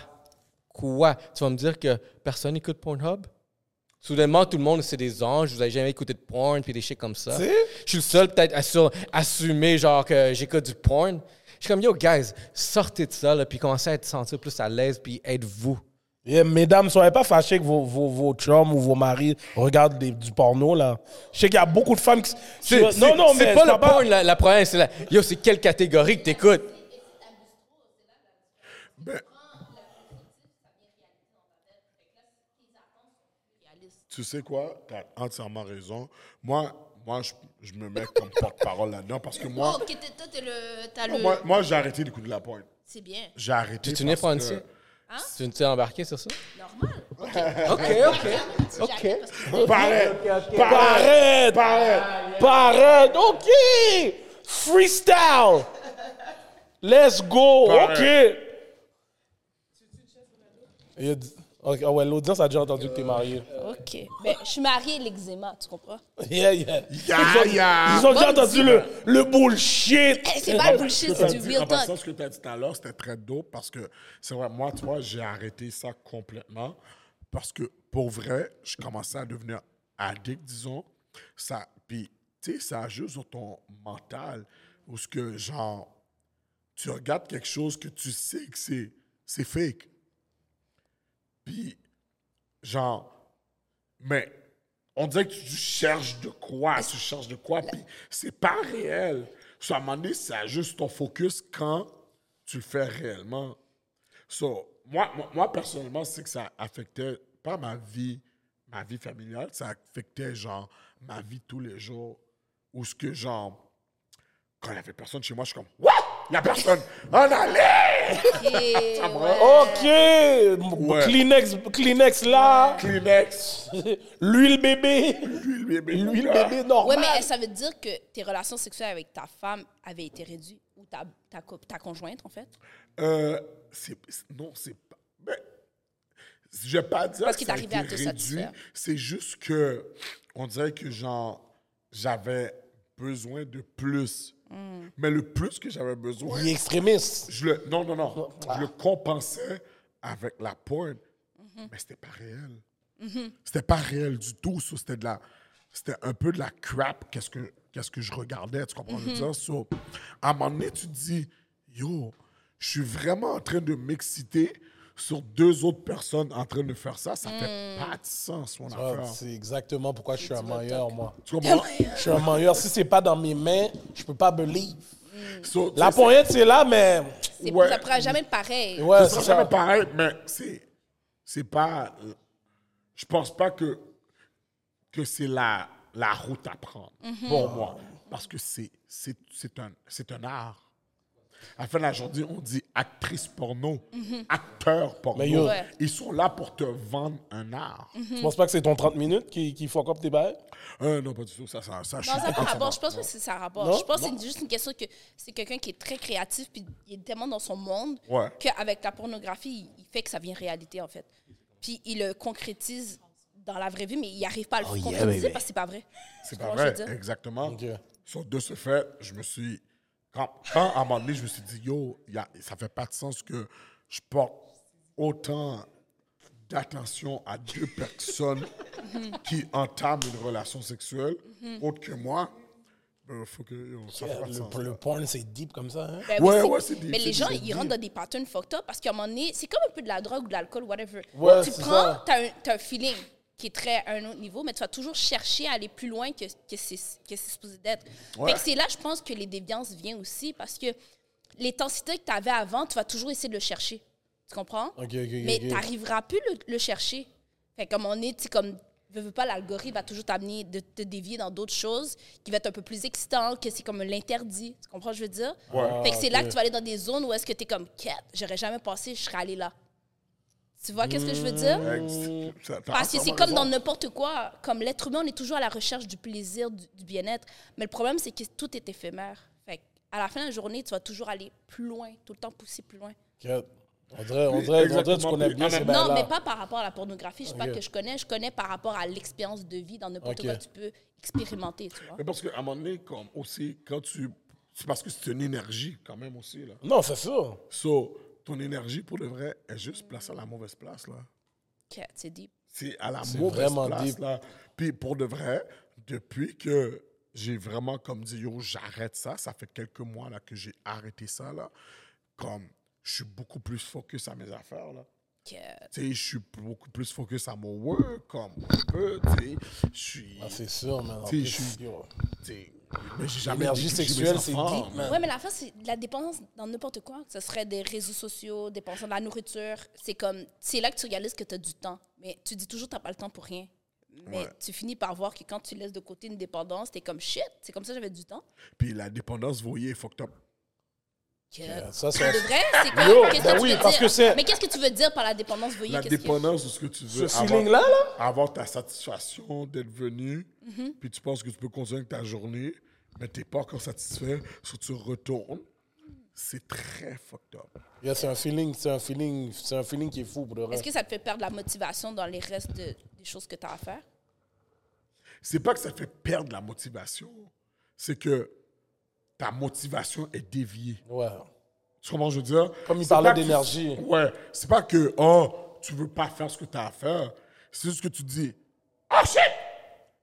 [SPEAKER 1] Quoi Tu vas me dire que personne n'écoute Pornhub Soudainement, tout le monde, c'est des anges. Vous avez jamais écouté de porn puis des shit comme ça. Je suis le seul, peut-être, à sur- assumer genre que j'écoute du porn. Je suis comme Yo, guys, sortez de ça, là, puis commencez à être sentir plus à l'aise, puis êtes-vous.
[SPEAKER 2] Eh, mesdames, soyez pas fâchés que vos, vos, vos chums ou vos maris regardent des- du porno, là. Je sais qu'il y a beaucoup de femmes qui...
[SPEAKER 1] C'est
[SPEAKER 2] Non,
[SPEAKER 1] c'est-
[SPEAKER 2] non,
[SPEAKER 1] c'est
[SPEAKER 2] mais
[SPEAKER 1] pas le
[SPEAKER 2] ça va.
[SPEAKER 1] porn, la, la problème, c'est la. Yo, c'est quelle catégorie que t'écoutes
[SPEAKER 3] Ben, tu sais quoi? T'as entièrement raison. Moi, moi je, je me mets comme porte-parole là-dedans parce que moi,
[SPEAKER 4] Oh, ok, t'es- toi, t'es le. T'as le.
[SPEAKER 3] Oh, moi, moi j'ai arrêté d'écouter la pointe.
[SPEAKER 4] C'est bien.
[SPEAKER 3] J'ai arrêté.
[SPEAKER 1] Tu n'es
[SPEAKER 3] parce
[SPEAKER 1] français
[SPEAKER 3] que-
[SPEAKER 1] Tu t'es embarqué sur ça
[SPEAKER 4] Normal.
[SPEAKER 1] OK, OK. OK.
[SPEAKER 3] Pareil, pareil,
[SPEAKER 2] Parade!
[SPEAKER 3] pareil.
[SPEAKER 2] Parade! OK! Freestyle! Let's go!
[SPEAKER 3] Parade.
[SPEAKER 2] OK! Il a dit- Ok, Ah ouais, l'audience a déjà entendu que t'es marié.
[SPEAKER 4] Ok. Ben, je suis mariée à l'eczéma, tu comprends?
[SPEAKER 2] Yeah, yeah.
[SPEAKER 3] Yeah, yeah.
[SPEAKER 2] Ils ont déjà entendu le, le bullshit!
[SPEAKER 4] Eh, c'est pas bullshit, c'est du real
[SPEAKER 3] En passant,
[SPEAKER 4] talk.
[SPEAKER 3] ce que tu as dit tout à l'heure, c'était très dope parce que c'est vrai, moi, tu vois, j'ai arrêté ça complètement parce que pour vrai, je commençais à devenir addict, disons. Ça, puis, tu sais, ça ajoute sur ton mental où ce que, genre, tu regardes quelque chose que tu sais que c'est, c'est fake. Puis, genre, mais on dirait que tu cherches de quoi, tu cherches de quoi, puis c'est pas réel. So, à un moment donné, ça ajuste ton focus quand tu le fais réellement. So, moi, moi, moi, personnellement, c'est que ça affectait pas ma vie, ma vie familiale, ça affectait genre ma vie tous les jours. Ou ce que genre, quand il n'y avait personne chez moi, je suis comme, What? Il n'y a personne! On allait!
[SPEAKER 4] eh. Ça
[SPEAKER 6] OK! Kleenex, Kleenex là!
[SPEAKER 3] Kleenex!
[SPEAKER 6] L'huile bébé!
[SPEAKER 3] L'huile bébé!
[SPEAKER 6] L'huile bébé normale!
[SPEAKER 4] Ouais, mais eh, ça veut dire que tes relations sexuelles avec ta femme avaient été réduites ou ta, ta, co- ta conjointe, en fait.
[SPEAKER 3] Euh, c'est- c'est- non, c'est pas. Mais, je vais pas dire
[SPEAKER 4] Parce
[SPEAKER 3] que
[SPEAKER 4] qu'il
[SPEAKER 3] ça a
[SPEAKER 4] t'arrivait
[SPEAKER 3] été
[SPEAKER 4] à te
[SPEAKER 3] réduit.
[SPEAKER 4] satisfaire.
[SPEAKER 3] C'est juste que on dirait que genre j'avais besoin de plus.
[SPEAKER 4] Hmm.
[SPEAKER 3] Mais le plus que j'avais besoin,
[SPEAKER 6] Il est extrémiste.
[SPEAKER 3] je le non non non, je le compensais avec la porn, mais c'était pas réel. C'était pas réel du tout. so c'était de la, c'était un peu de la crap. Qu'est-ce que qu'est-ce que je regardais, tu comprends le dire? So, à un moment donné, tu te dis, yo, je suis vraiment en train de m'exciter sur deux autres personnes en train de faire ça. Ça fait pas de sens mon
[SPEAKER 6] Ah,
[SPEAKER 3] affaire.
[SPEAKER 6] C'est exactement pourquoi je suis un meilleur, moi.
[SPEAKER 3] Tu comprends?
[SPEAKER 6] Je suis un meilleur. Si c'est pas dans mes mains, je peux pas believe.
[SPEAKER 3] So,
[SPEAKER 6] La
[SPEAKER 3] tu sais,
[SPEAKER 6] poignette, c'est là, mais.
[SPEAKER 4] C'est-
[SPEAKER 3] Ouais.
[SPEAKER 4] Ça pourrait jamais être pareil.
[SPEAKER 6] Ouais,
[SPEAKER 2] Euh,
[SPEAKER 3] Ça
[SPEAKER 6] c'est
[SPEAKER 3] sera
[SPEAKER 6] ça.
[SPEAKER 3] jamais pareil, mais c'est, c'est pas. Je pense pas que, que c'est la, la route à prendre pour moi. Parce que c'est, c'est, c'est, un, c'est un art. À la fin de la journée, on dit actrice porno, acteur porno.
[SPEAKER 6] Mais yo-
[SPEAKER 4] Ouais.
[SPEAKER 3] Ils sont là pour te vendre un art.
[SPEAKER 2] Mhm.
[SPEAKER 6] Tu penses pas que c'est ton 30 minutes qui, qui fuck up tes bails?
[SPEAKER 3] Euh, non, pas du tout. Ça, ça, ça, je suis
[SPEAKER 4] Non, ça n'a pas
[SPEAKER 3] complètement-
[SPEAKER 4] rapport. Je pense pas que ça a rapport.
[SPEAKER 6] Non?
[SPEAKER 4] Je pense que c'est juste une question que c'est quelqu'un qui est très créatif puis il est tellement dans son monde
[SPEAKER 3] Ouais.
[SPEAKER 4] qu'avec la pornographie, il- il fait que ça vient réalité, en fait. Puis il le concrétise dans la vraie vie, mais il n'arrive pas à le concrétiser parce que c'est pas vrai.
[SPEAKER 3] C'est
[SPEAKER 4] Tu
[SPEAKER 3] pas
[SPEAKER 4] vois ce que
[SPEAKER 3] vrai,
[SPEAKER 4] je veux dire?
[SPEAKER 3] exactement.
[SPEAKER 6] Ok.
[SPEAKER 3] So, de ce fait, je me suis. Quand, quand, à un moment donné, je me suis dit, yo, y a- ça fait pas de sens que je porte autant d'attention à deux personnes qui entament une relation sexuelle, autre que moi. Euh, faut que, yo, ça fait pas de sens.
[SPEAKER 6] Le, le porn, c'est deep comme ça. Hein?
[SPEAKER 4] Ben
[SPEAKER 3] Ouais,
[SPEAKER 4] oui,
[SPEAKER 3] ouais,
[SPEAKER 4] c'est-
[SPEAKER 3] c'est des-
[SPEAKER 4] Mais
[SPEAKER 3] c'est
[SPEAKER 4] les gens,
[SPEAKER 3] des
[SPEAKER 4] ils
[SPEAKER 3] habits.
[SPEAKER 4] rentrent dans des patterns fucked up parce qu'à un moment donné, c'est comme un peu de la drogue ou de l'alcool, whatever.
[SPEAKER 6] Ouais,
[SPEAKER 4] tu
[SPEAKER 6] c'est
[SPEAKER 4] prends,
[SPEAKER 6] ça.
[SPEAKER 4] t'as un, t'as un feeling qui est très à un autre niveau, mais tu vas toujours chercher à aller plus loin que, que c'est que c'est supposé d'être. Fait que c'est là, je pense, que les déviances viennent aussi parce que l'intensité que tu avais avant, tu vas toujours essayer de le chercher. Tu comprends?
[SPEAKER 6] ok,
[SPEAKER 4] mais
[SPEAKER 6] ok, ok.
[SPEAKER 4] tu n'arriveras plus le, le chercher. Fait comme on est, tu sais, comme veux, veux pas, l'algorithme va toujours t'amener de te dévier dans d'autres choses qui va être un peu plus excitant, que c'est comme l'interdit. Tu comprends ce que je veux dire? fait que c'est
[SPEAKER 6] Ah,
[SPEAKER 4] là que tu vas aller dans des zones où est-ce que tu es comme, quête, j'aurais jamais pensé, je serais allé là. Tu vois, qu'est-ce que je veux dire?
[SPEAKER 6] Mmh.
[SPEAKER 3] Ex- ça-
[SPEAKER 6] Ah,
[SPEAKER 3] t'as
[SPEAKER 4] euh, Parce que c'est
[SPEAKER 3] entièrement
[SPEAKER 4] comme dans
[SPEAKER 3] raison.
[SPEAKER 4] n'importe quoi. Comme l'être humain, on est toujours à la recherche du plaisir, du, du bien-être. Mais le problème, c'est que tout est éphémère. Fait que à la fin de la journée, tu vas toujours aller plus loin, tout le temps pousser plus loin.
[SPEAKER 6] Ok. On dirait, on dirait, on dirait que tu
[SPEAKER 3] Exactement. Ah,
[SPEAKER 6] connais bien ces bails-là.
[SPEAKER 4] non, mais pas par rapport à la pornographie. Je sais pas
[SPEAKER 6] Eh ben Ok.
[SPEAKER 4] que je connais. Je connais par rapport à l'expérience de vie dans n'importe
[SPEAKER 6] Ok.
[SPEAKER 4] quoi. Tu peux expérimenter, tu vois.
[SPEAKER 3] Mais parce qu'à un moment donné, comme aussi, quand tu. C'est parce que c'est une énergie quand même aussi. Là.
[SPEAKER 6] Non, c'est sûr.
[SPEAKER 3] So, ton énergie, pour de vrai, est juste placée à la mauvaise place. là.
[SPEAKER 4] Ok, C'est dit.
[SPEAKER 3] C'est à la mauvaise
[SPEAKER 6] vraiment
[SPEAKER 3] place,
[SPEAKER 6] deep.
[SPEAKER 3] là. Puis pour de vrai, depuis que j'ai vraiment comme dit, yo, j'arrête ça, ça fait quelques mois là, que j'ai arrêté ça, là, comme je suis beaucoup plus focus à mes affaires, là. Tu sais, je suis beaucoup plus focus à mon work, comme un peu, tu sais. Je suis...
[SPEAKER 6] Ah, c'est sûr, man. En
[SPEAKER 3] Tu sais,
[SPEAKER 6] plus,
[SPEAKER 3] je suis-
[SPEAKER 6] yo.
[SPEAKER 3] tu sais, mais j'ai jamais
[SPEAKER 6] L'énergie
[SPEAKER 3] vécu chez mes
[SPEAKER 6] sexuelle, c'est
[SPEAKER 3] enfants, mais-
[SPEAKER 6] deep, Oh, man.
[SPEAKER 4] Ouais, mais la fin, c'est de la dépendance dans n'importe quoi. Ce serait des réseaux sociaux, dépendance de la nourriture. C'est comme, c'est là que tu réalises que tu as du temps. Mais tu dis toujours que tu pas le temps pour rien. Mais tu finis par voir que quand tu laisses de côté une dépendance, t'es comme shit. C'est comme ça que j'avais du temps.
[SPEAKER 3] Puis la dépendance, vous voyez, est fucked up.
[SPEAKER 4] Que-
[SPEAKER 6] Ça, c'est
[SPEAKER 4] De vrai, c'est quoi?
[SPEAKER 6] Yo,
[SPEAKER 4] qu'est-ce
[SPEAKER 6] ben
[SPEAKER 4] que
[SPEAKER 6] oui,
[SPEAKER 4] tu veux
[SPEAKER 6] parce
[SPEAKER 4] dire?
[SPEAKER 6] que c'est-
[SPEAKER 4] Mais qu'est-ce que tu veux dire par la dépendance voyez,
[SPEAKER 3] La
[SPEAKER 4] qu'est-ce que-
[SPEAKER 3] dépendance de ce que tu veux.
[SPEAKER 6] Ce
[SPEAKER 3] avoir-
[SPEAKER 6] feeling-là, là?
[SPEAKER 3] Avoir ta satisfaction d'être venu, puis tu penses que tu peux continuer avec ta journée, mais t'es pas encore satisfait, si tu retournes, c'est très fucked up.
[SPEAKER 6] Yeah, c'est un feeling, c'est un feeling, c'est un feeling qui est fou pour le
[SPEAKER 4] Est-ce
[SPEAKER 6] reste.
[SPEAKER 4] que ça te fait perdre la motivation dans les restes de- des choses que tu as à faire?
[SPEAKER 3] C'est pas que ça fait perdre la motivation, c'est que ta motivation est déviée.
[SPEAKER 6] Ouais.
[SPEAKER 3] Tu comprends ce que je veux dire?
[SPEAKER 6] Comme il
[SPEAKER 3] C'est
[SPEAKER 6] parlait
[SPEAKER 3] pas que-
[SPEAKER 6] d'énergie.
[SPEAKER 3] ouais. C'est pas que, oh, tu veux pas faire ce que tu as à faire. C'est juste que tu dis, oh shit!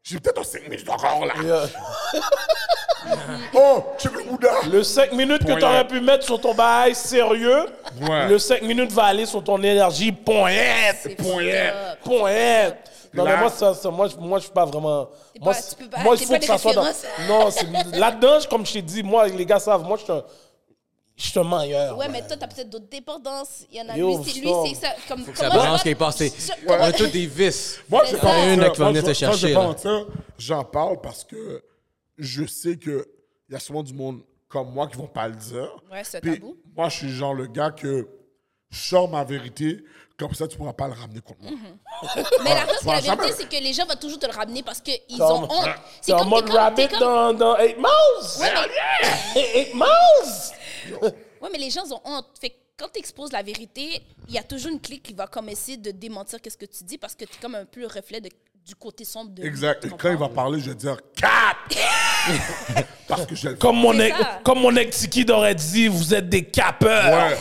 [SPEAKER 3] J'ai peut-être un 5 minutes encore là.
[SPEAKER 6] Yeah.
[SPEAKER 3] Oh, j'ai plus le Bouddha.
[SPEAKER 6] Le 5 minutes que
[SPEAKER 3] Point.
[SPEAKER 6] tu aurais pu mettre sur ton bail sérieux,
[SPEAKER 3] Ouais.
[SPEAKER 6] le 5 minutes va aller sur ton énergie. Point.
[SPEAKER 4] C'est
[SPEAKER 3] Point.
[SPEAKER 4] fucked up.
[SPEAKER 6] Point. Non,
[SPEAKER 3] Là-
[SPEAKER 6] mais moi, ça, ça- moi, je- moi, je suis pas vraiment.
[SPEAKER 4] T'es pas-
[SPEAKER 6] Moi,
[SPEAKER 4] bah,
[SPEAKER 6] c'est-
[SPEAKER 4] tu peux pas-
[SPEAKER 6] moi, il
[SPEAKER 4] t'es
[SPEAKER 6] faut
[SPEAKER 4] pas
[SPEAKER 6] que
[SPEAKER 4] des
[SPEAKER 6] ça soit dans.
[SPEAKER 4] références.
[SPEAKER 6] Non, c'est- là-dedans, je- comme je t'ai dit, moi, les gars savent, moi, je suis un-
[SPEAKER 2] justement ailleurs.
[SPEAKER 4] Ouais, mais toi, t'as peut-être d'autres dépendances. Il y en a.
[SPEAKER 2] Yo,
[SPEAKER 4] lui, c'est lui,
[SPEAKER 2] stop.
[SPEAKER 4] c'est ça. Comme,
[SPEAKER 1] Ça
[SPEAKER 4] comment
[SPEAKER 1] balance
[SPEAKER 4] je-
[SPEAKER 1] qui est passé.
[SPEAKER 4] je-
[SPEAKER 1] On
[SPEAKER 4] comment-
[SPEAKER 1] a tous des vices.
[SPEAKER 3] Moi,
[SPEAKER 4] C'est
[SPEAKER 3] je
[SPEAKER 4] ça.
[SPEAKER 3] pense
[SPEAKER 1] Une
[SPEAKER 3] ça.
[SPEAKER 1] qui va venir te
[SPEAKER 3] Moi, je- moi, je
[SPEAKER 1] chercher,
[SPEAKER 3] pense ça. J'en parle parce que je sais que il y a souvent du monde comme moi qui vont pas le dire.
[SPEAKER 4] Ouais, c'est un
[SPEAKER 3] Puis
[SPEAKER 4] tabou.
[SPEAKER 3] Moi, je suis genre le gars que je sors ma vérité, comme ça, tu pourras pas le ramener contre moi.
[SPEAKER 4] Mm-hmm.
[SPEAKER 7] Ah,
[SPEAKER 4] Mais Ben, la chose, c'est la
[SPEAKER 3] Voilà,
[SPEAKER 4] vérité,
[SPEAKER 3] jamais.
[SPEAKER 4] c'est que les gens vont toujours te le ramener parce qu'ils
[SPEAKER 2] Comme-
[SPEAKER 4] ont honte. C'est
[SPEAKER 2] T'es en
[SPEAKER 4] comme
[SPEAKER 2] mode
[SPEAKER 4] t'es comme-
[SPEAKER 2] rabbit
[SPEAKER 4] t'es comme-
[SPEAKER 2] dans, dans Eight Miles!
[SPEAKER 4] Ouais, mais-
[SPEAKER 2] Eight Miles!
[SPEAKER 4] Ouais, mais les gens ont honte. Fait que quand tu exposes la vérité, il y a toujours une clique qui va comme essayer de démentir qu'est-ce que tu dis parce que tu es comme un peu le reflet de- du côté sombre de. lui,
[SPEAKER 3] Exact.
[SPEAKER 4] tu
[SPEAKER 3] Et quand il
[SPEAKER 4] comprends?
[SPEAKER 3] va parler, je vais dire cap Parce que je le
[SPEAKER 2] Comme mon,
[SPEAKER 4] C'est
[SPEAKER 2] ex,
[SPEAKER 4] ça.
[SPEAKER 2] comme mon ex Tiki aurait dit, vous êtes des capeurs!
[SPEAKER 3] Ouais.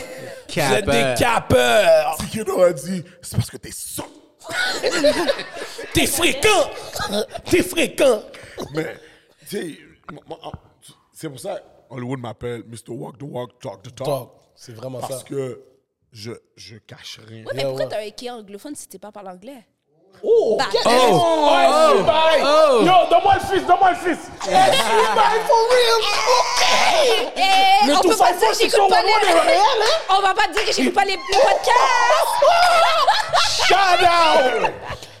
[SPEAKER 2] Vous êtes des capeurs!
[SPEAKER 3] Qui aurait dit, c'est parce que t'es sourd.
[SPEAKER 2] T'es fréquent! T'es fréquent!
[SPEAKER 3] Mais, tu sais, moi- moi, en- c'est pour ça Hollywood m'appelle Mr. Walk the Walk, Talk the Talk.
[SPEAKER 2] C'est vraiment
[SPEAKER 3] parce
[SPEAKER 2] ça.
[SPEAKER 3] que je, je cache rien.
[SPEAKER 4] Ouais, mais pourquoi t'as un Ikea anglophone si t'es pas parles anglais?
[SPEAKER 2] Oh!
[SPEAKER 4] Bah,
[SPEAKER 7] Ouais, c'est pareil. Yo, donne-moi le fils, donne-moi le fils.
[SPEAKER 4] Hey,
[SPEAKER 7] Le
[SPEAKER 4] Eh, on
[SPEAKER 7] tout
[SPEAKER 4] peut pas
[SPEAKER 7] five four,
[SPEAKER 4] dire que
[SPEAKER 7] c'est
[SPEAKER 4] j'écoute
[SPEAKER 7] sur hein?
[SPEAKER 4] pas
[SPEAKER 7] One One
[SPEAKER 4] les... On va pas dire que j'écoute pas les les podcasts!
[SPEAKER 7] Shout out!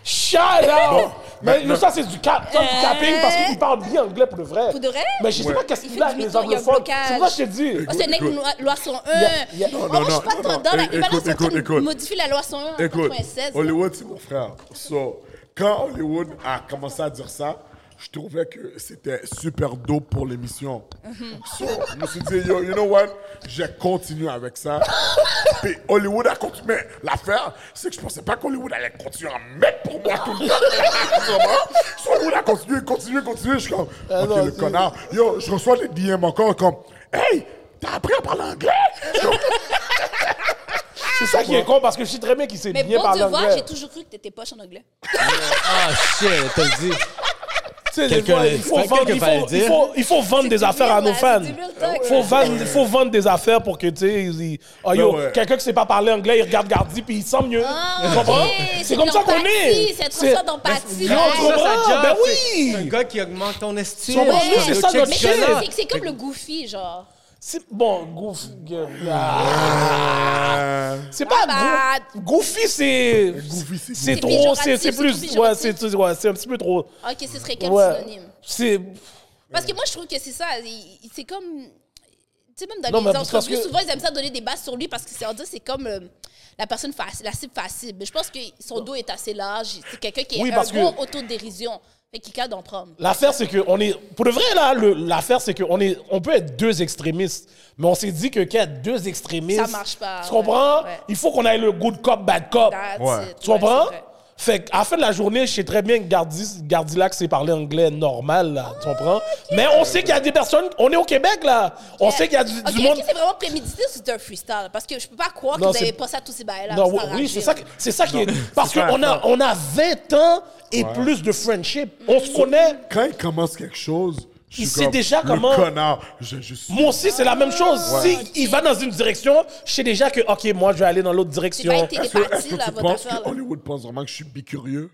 [SPEAKER 7] Shout out! Mais, mais ça, c'est du, cap, ça, du
[SPEAKER 4] Euh.
[SPEAKER 7] capping parce qu'il parle bien anglais pour de vrai.
[SPEAKER 4] Pour de vrai?
[SPEAKER 7] Mais je sais pas qu'est-ce
[SPEAKER 4] Il
[SPEAKER 7] qu'il
[SPEAKER 4] fait
[SPEAKER 7] a
[SPEAKER 4] du
[SPEAKER 7] avec les
[SPEAKER 4] béton, il y a un
[SPEAKER 7] anglophones.
[SPEAKER 4] blocage.
[SPEAKER 7] C'est pour ça que je te dis.
[SPEAKER 4] Ah, c'est une loi, loi 101. Oh, moi,
[SPEAKER 3] non,
[SPEAKER 4] je suis pas
[SPEAKER 3] non,
[SPEAKER 4] trop
[SPEAKER 3] non.
[SPEAKER 4] dedans. La
[SPEAKER 3] Écoute,
[SPEAKER 4] Ibarra sont en train
[SPEAKER 3] écoute,
[SPEAKER 4] de
[SPEAKER 3] écoute.
[SPEAKER 4] modifier la loi 101 en
[SPEAKER 3] Écoute,
[SPEAKER 4] 96.
[SPEAKER 3] Hollywood, c'est mon frère. So, quand Hollywood a commencé à dire ça, je trouvais que c'était super dope pour l'émission. So, je me suis dit, yo, you know what? J'ai continué avec ça. Puis Hollywood a continué. Mais l'affaire, c'est que je pensais pas qu'Hollywood allait continuer à mettre pour moi tout le temps. so, Hollywood a continué, continué, continué. Je suis comme, ok, le connard. Yo, je reçois des DM encore comme, hey, t'as appris à parler anglais? Yo,
[SPEAKER 7] C'est ça qui est con parce que je sais très bien qu'il sait
[SPEAKER 4] Mais
[SPEAKER 7] bien
[SPEAKER 4] bon
[SPEAKER 7] parler
[SPEAKER 4] Dieu voir,
[SPEAKER 7] anglais.
[SPEAKER 4] j'ai toujours cru que t'étais poche en anglais.
[SPEAKER 1] Ah, shit, t'as le dit.
[SPEAKER 7] Tu sais, des
[SPEAKER 1] Quelqu'un
[SPEAKER 7] fois,
[SPEAKER 1] l'a-
[SPEAKER 7] il faut
[SPEAKER 1] quelqu'un
[SPEAKER 7] vendre-
[SPEAKER 1] qui
[SPEAKER 7] il
[SPEAKER 1] fallait
[SPEAKER 7] faut-
[SPEAKER 1] le
[SPEAKER 7] il
[SPEAKER 1] dire.
[SPEAKER 7] faut- il faut vendre des affaires à
[SPEAKER 4] bah,
[SPEAKER 7] nos fans.
[SPEAKER 4] Il
[SPEAKER 7] Faut vendre, faut vendre des affaires pour que, tu sais, ils- oh, yo,
[SPEAKER 3] Ben ouais.
[SPEAKER 7] quelqu'un qui sait pas parler anglais, il regarde Gardi puis il sent mieux. Ah,
[SPEAKER 4] Ah,
[SPEAKER 7] Tu comprends? C'est comme ça qu'on est.
[SPEAKER 4] C'est trop ça d'empathie.
[SPEAKER 7] Yo, tu
[SPEAKER 4] ouais.
[SPEAKER 7] comprends?
[SPEAKER 8] ça, ça
[SPEAKER 7] Ben
[SPEAKER 8] job,
[SPEAKER 7] oui!
[SPEAKER 8] C'est un gars qui augmente ton estime.
[SPEAKER 7] Son
[SPEAKER 4] Ouais.
[SPEAKER 7] c'est ça,
[SPEAKER 8] Check
[SPEAKER 7] notre
[SPEAKER 4] Mais
[SPEAKER 8] ce gars-là.
[SPEAKER 7] chien.
[SPEAKER 4] c'est- c'est comme le goofy, genre.
[SPEAKER 7] C'est bon, Goofy. Ah. C'est pas
[SPEAKER 4] Ah bah.
[SPEAKER 7] goo- Goofy, c'est.
[SPEAKER 3] Goofy, c'est
[SPEAKER 7] C'est
[SPEAKER 4] goofy.
[SPEAKER 7] trop.
[SPEAKER 4] C'est
[SPEAKER 7] C'est c'est
[SPEAKER 4] péjoratif,
[SPEAKER 7] plus.
[SPEAKER 4] c'est
[SPEAKER 7] Ouais,
[SPEAKER 4] péjoratif.
[SPEAKER 7] c'est tout- ouais, c'est un petit peu trop.
[SPEAKER 4] Ok, ce serait quel
[SPEAKER 7] Ouais.
[SPEAKER 4] synonyme?
[SPEAKER 7] C'est.
[SPEAKER 4] Parce que moi, je trouve que c'est ça. il- il- C'est comme. Tu sais, même dans
[SPEAKER 2] Non, mais
[SPEAKER 4] les
[SPEAKER 2] parce que-
[SPEAKER 4] entrevues, souvent, ils aiment ça donner des bases sur lui parce que c'est on dirait, c'est comme euh, la personne facile, la cible facile. Mais je pense que son dos est assez large. C'est quelqu'un qui
[SPEAKER 2] Oui,
[SPEAKER 4] a
[SPEAKER 2] parce
[SPEAKER 4] un bon
[SPEAKER 2] que-
[SPEAKER 4] autodérision. Fait qu'il cadre d'en prendre.
[SPEAKER 2] L'affaire, c'est qu'on est. Pour de vrai, là, le- l'affaire, c'est qu'on est. On peut être deux extrémistes, mais on s'est dit que quand il y a deux extrémistes.
[SPEAKER 4] Ça marche pas,
[SPEAKER 2] Tu
[SPEAKER 4] ouais,
[SPEAKER 2] comprends?
[SPEAKER 4] ouais.
[SPEAKER 2] Il faut qu'on aille le good cop, bad cop.
[SPEAKER 4] That's it.
[SPEAKER 2] Tu
[SPEAKER 4] Ouais,
[SPEAKER 2] comprends?
[SPEAKER 4] c'est vrai.
[SPEAKER 2] Fait qu'à la fin de la journée, je sais très bien que Gardi, Gardilac sait parler anglais normal, là. Tu comprends? Mais on sait qu'il y a des personnes. On est au Québec, là. On sait qu'il y a du,
[SPEAKER 4] Ok,
[SPEAKER 2] du monde.
[SPEAKER 4] est-ce que c'est vraiment prémédité ou c'est un freestyle? Parce que je peux pas croire que
[SPEAKER 2] Non,
[SPEAKER 4] vous avez
[SPEAKER 2] c'est-
[SPEAKER 4] passé à tous ces bails-là.
[SPEAKER 2] Non,
[SPEAKER 4] sans
[SPEAKER 2] oui, oui,
[SPEAKER 4] rager,
[SPEAKER 2] c'est ça,
[SPEAKER 4] là.
[SPEAKER 2] qui- c'est ça qui est. Parce
[SPEAKER 3] c'est ça,
[SPEAKER 2] qu'on a,
[SPEAKER 3] ça.
[SPEAKER 2] on a 20 ans et plus de friendship. On
[SPEAKER 4] Mm.
[SPEAKER 2] se connaît.
[SPEAKER 3] quand il commence quelque chose, je suis
[SPEAKER 2] Il sait
[SPEAKER 3] comme,
[SPEAKER 2] déjà
[SPEAKER 3] le
[SPEAKER 2] comment-
[SPEAKER 3] connard, je, je suis.
[SPEAKER 2] Moi aussi, c'est la même chose. Si il va dans une direction, je sais déjà que, OK, moi, je vais aller dans l'autre
[SPEAKER 4] C'est
[SPEAKER 2] direction.
[SPEAKER 4] pas été
[SPEAKER 3] Est-ce que, est-ce
[SPEAKER 4] réparti,
[SPEAKER 3] que
[SPEAKER 4] là,
[SPEAKER 3] tu
[SPEAKER 4] votre
[SPEAKER 3] penses
[SPEAKER 4] affaire.
[SPEAKER 3] que
[SPEAKER 4] là.
[SPEAKER 3] Hollywood pense vraiment que je suis bicurieux?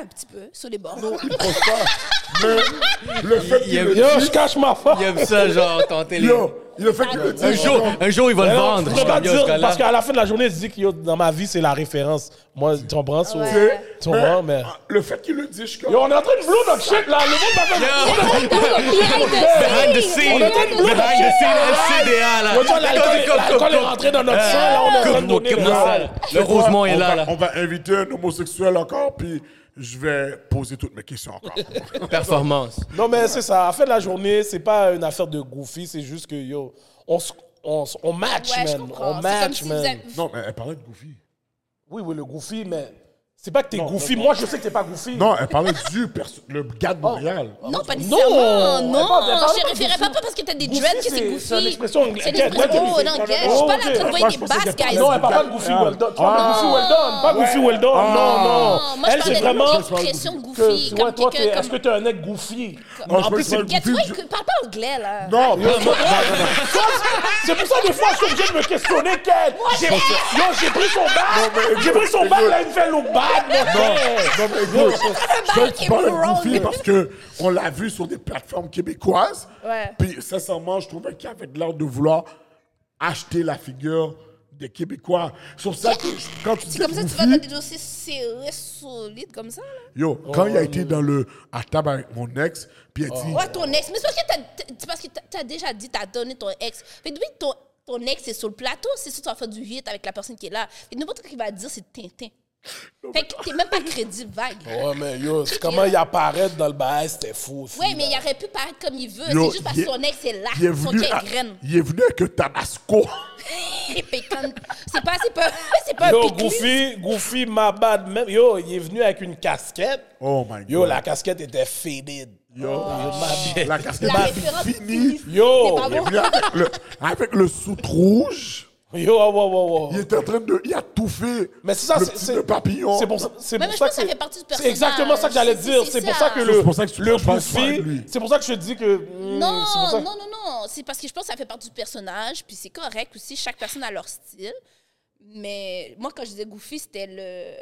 [SPEAKER 4] Un petit peu, sur les bords.
[SPEAKER 3] Il pense pas. Mais le fait
[SPEAKER 1] Il y
[SPEAKER 3] qu'il
[SPEAKER 1] a-
[SPEAKER 3] le
[SPEAKER 1] il y
[SPEAKER 2] Yo,
[SPEAKER 3] dit-
[SPEAKER 2] je cache ma femme.
[SPEAKER 1] Il aime ça, genre, ton télé.
[SPEAKER 3] Yo, le fait qu'il le dit-
[SPEAKER 1] Un jour, un jour, il va le vendre.
[SPEAKER 2] Je
[SPEAKER 1] Je
[SPEAKER 2] peux
[SPEAKER 1] suis
[SPEAKER 2] pas
[SPEAKER 1] comme, yo, ce
[SPEAKER 2] dire,
[SPEAKER 1] gars-là.
[SPEAKER 2] parce qu'à la fin de la journée, je dis que yo, dans ma vie, c'est la référence. Moi, tu comprends ça?
[SPEAKER 4] Ouais.
[SPEAKER 3] Tu sais,
[SPEAKER 2] Tu comprends, mais.
[SPEAKER 3] Le fait qu'il le dit, je suis comme.
[SPEAKER 7] Yo, on est en train de blow notre shit là. Le monde va faire-
[SPEAKER 1] Behind the scene. Behind the scene, LCDA, là.
[SPEAKER 2] Yo, tu vois, l'alcool
[SPEAKER 1] Comme- comme-
[SPEAKER 2] l'alcool est
[SPEAKER 1] comme-
[SPEAKER 2] rentré dans notre sang, là, on est en train de
[SPEAKER 1] comme-
[SPEAKER 2] donner
[SPEAKER 1] comme
[SPEAKER 2] le-
[SPEAKER 1] dans la salle. Le
[SPEAKER 3] Quoi,
[SPEAKER 1] Rosemont est
[SPEAKER 3] on
[SPEAKER 1] là,
[SPEAKER 3] va-
[SPEAKER 1] là.
[SPEAKER 3] On va inviter un homosexuel encore, puis je vais poser toutes mes questions encore.
[SPEAKER 1] Performance.
[SPEAKER 2] Non, mais c'est ça. À la fin de la journée, c'est pas une affaire de goofy, c'est juste que, yo, on, se- on, se- on match,
[SPEAKER 4] Ouais, je
[SPEAKER 2] man. On
[SPEAKER 4] comprends. C'est comme
[SPEAKER 2] match,
[SPEAKER 4] si vous
[SPEAKER 2] man.
[SPEAKER 4] avez-
[SPEAKER 3] non, mais elle parlait de Goofy.
[SPEAKER 2] Oui, oui, le goofy, mais c'est pas que t'es goofy. Moi, je sais que t'es pas goofy.
[SPEAKER 3] Non, elle parlait du perso- le gars
[SPEAKER 2] Oh.
[SPEAKER 3] de Montréal. Ah,
[SPEAKER 4] Non, pas nécessairement. Non,
[SPEAKER 2] Attends, mais parle pas
[SPEAKER 4] je ne référais pas, pas parce que t'as des
[SPEAKER 2] Goofy,
[SPEAKER 4] dreads que
[SPEAKER 2] c'est-
[SPEAKER 4] c'est goofy.
[SPEAKER 2] c'est une expression anglaise.
[SPEAKER 4] C'est une expression
[SPEAKER 2] Ouais,
[SPEAKER 4] oh,
[SPEAKER 2] ouais,
[SPEAKER 4] non,
[SPEAKER 2] ouais.
[SPEAKER 4] anglaise. Je suis pas là en train de
[SPEAKER 2] Moi,
[SPEAKER 4] voyer
[SPEAKER 3] je
[SPEAKER 4] des
[SPEAKER 3] pensais
[SPEAKER 4] basses,
[SPEAKER 3] qu'elle
[SPEAKER 4] guys.
[SPEAKER 2] Non, elle parle pas de Goofy Well Done. Tu parles de
[SPEAKER 3] Ah.
[SPEAKER 2] Goofy Well Done, pas Goofy Well Done. Non, non.
[SPEAKER 4] Non, moi, je
[SPEAKER 2] Elle, c'est
[SPEAKER 4] parle
[SPEAKER 2] vraiment.
[SPEAKER 4] de l'expression goofy.
[SPEAKER 2] Que,
[SPEAKER 4] Comme
[SPEAKER 2] ouais, toi, t'es-
[SPEAKER 4] quelqu'un
[SPEAKER 2] est-ce que
[SPEAKER 4] comme...
[SPEAKER 2] t'es un mec goofy?
[SPEAKER 3] Non,
[SPEAKER 2] en
[SPEAKER 3] je
[SPEAKER 2] plus,
[SPEAKER 3] pense
[SPEAKER 2] c'est Ah,
[SPEAKER 3] pas
[SPEAKER 4] Get-
[SPEAKER 3] Goofy,
[SPEAKER 4] ouais,
[SPEAKER 3] je-
[SPEAKER 4] que- Parle pas anglais, là.
[SPEAKER 3] Non, mais-
[SPEAKER 2] c'est pour ça, des fois, je suis obligé de me questionner qu'elle. J'ai- Yo, j'ai pris son bac.
[SPEAKER 3] mais-
[SPEAKER 2] J'ai pris son bac, là, il me fait look bad. mon
[SPEAKER 3] Non,
[SPEAKER 2] frère.
[SPEAKER 3] non, mais écoute, je veux que
[SPEAKER 4] qui est
[SPEAKER 3] tu parles de
[SPEAKER 4] wrong.
[SPEAKER 3] Goofy parce qu'on l'a vu sur des plateformes québécoises.
[SPEAKER 4] Ouais.
[SPEAKER 3] Puis, sincèrement, je trouvais qu'il avait l'air de vouloir acheter la figure des Québécois. Sur ça, que je- quand tu
[SPEAKER 4] C'est comme ça que tu vas dans des dossiers serrés, solides, comme ça, là.
[SPEAKER 3] Yo, quand il a
[SPEAKER 2] Oh,
[SPEAKER 3] été dans le. à table avec mon ex, puis il a dit.
[SPEAKER 4] Ouais, ton ex. Mais c'est parce que t'as- t'as- c'est parce que t'as- t'as déjà dit, t'as donné ton ex. Fait que depuis que ton, ton ex est sur le plateau, c'est sûr que tu vas faire du hit avec la personne qui est là. Fait que n'importe qui va dire, c'est Tintin. Fait que t'es même pas crédible, vague.
[SPEAKER 2] Ouais, mais yo, c'est comment il apparaît dans le bail, c'était fou. aussi,
[SPEAKER 4] Ouais, mais
[SPEAKER 2] là.
[SPEAKER 4] il aurait pu paraître comme il veut. C'est
[SPEAKER 3] Yo,
[SPEAKER 4] juste parce que
[SPEAKER 3] il est-
[SPEAKER 4] son ex est là.
[SPEAKER 3] Il est
[SPEAKER 4] Son
[SPEAKER 3] venu,
[SPEAKER 4] cœur
[SPEAKER 3] à-
[SPEAKER 4] est graine.
[SPEAKER 3] il est venu avec un tabasco.
[SPEAKER 4] Fait que quand- C'est pas, c'est pas, c'est pas un
[SPEAKER 2] Yo,
[SPEAKER 4] pic-lui.
[SPEAKER 2] Goofy, Goofy, ma bad, même. Yo, il est venu avec une casquette.
[SPEAKER 3] Oh my god.
[SPEAKER 2] Yo, la casquette était faded. Yo, ma
[SPEAKER 3] Oh, La casquette
[SPEAKER 4] La
[SPEAKER 3] est
[SPEAKER 4] référence
[SPEAKER 3] finie.
[SPEAKER 4] C'est
[SPEAKER 2] Yo,
[SPEAKER 4] pas
[SPEAKER 3] Il est
[SPEAKER 4] bon.
[SPEAKER 3] venu avec le, avec le soute rouge.
[SPEAKER 2] yo, wow, wow, wow, wow.
[SPEAKER 3] Il était en train de. Il a tout fait.
[SPEAKER 2] Oh, Mais c'est ça,
[SPEAKER 3] le
[SPEAKER 2] c'est-
[SPEAKER 3] petit
[SPEAKER 2] c'est
[SPEAKER 3] nœud papillon.
[SPEAKER 2] C'est pour ça, c'est
[SPEAKER 4] Ouais,
[SPEAKER 2] pour
[SPEAKER 4] mais je
[SPEAKER 2] ça
[SPEAKER 4] pense
[SPEAKER 2] que
[SPEAKER 4] que ça
[SPEAKER 2] c'est-
[SPEAKER 4] fait partie du
[SPEAKER 2] C'est exactement ça que j'allais
[SPEAKER 4] personnage.
[SPEAKER 2] dire.
[SPEAKER 4] C'est-
[SPEAKER 2] C'est
[SPEAKER 4] c'est
[SPEAKER 2] pour
[SPEAKER 4] ça.
[SPEAKER 2] ça que
[SPEAKER 4] C'est
[SPEAKER 2] le,
[SPEAKER 3] pour ça que tu
[SPEAKER 2] le
[SPEAKER 3] penses pas à
[SPEAKER 2] Goofy,
[SPEAKER 3] lui.
[SPEAKER 2] c'est pour ça que je te dis que. hmm,
[SPEAKER 4] Non,
[SPEAKER 2] c'est pour ça-
[SPEAKER 4] non, non, non. C'est parce que je pense que ça fait partie du personnage, puis c'est correct aussi. Chaque personne a leur style. Mais moi, quand je disais Goofy, c'était le.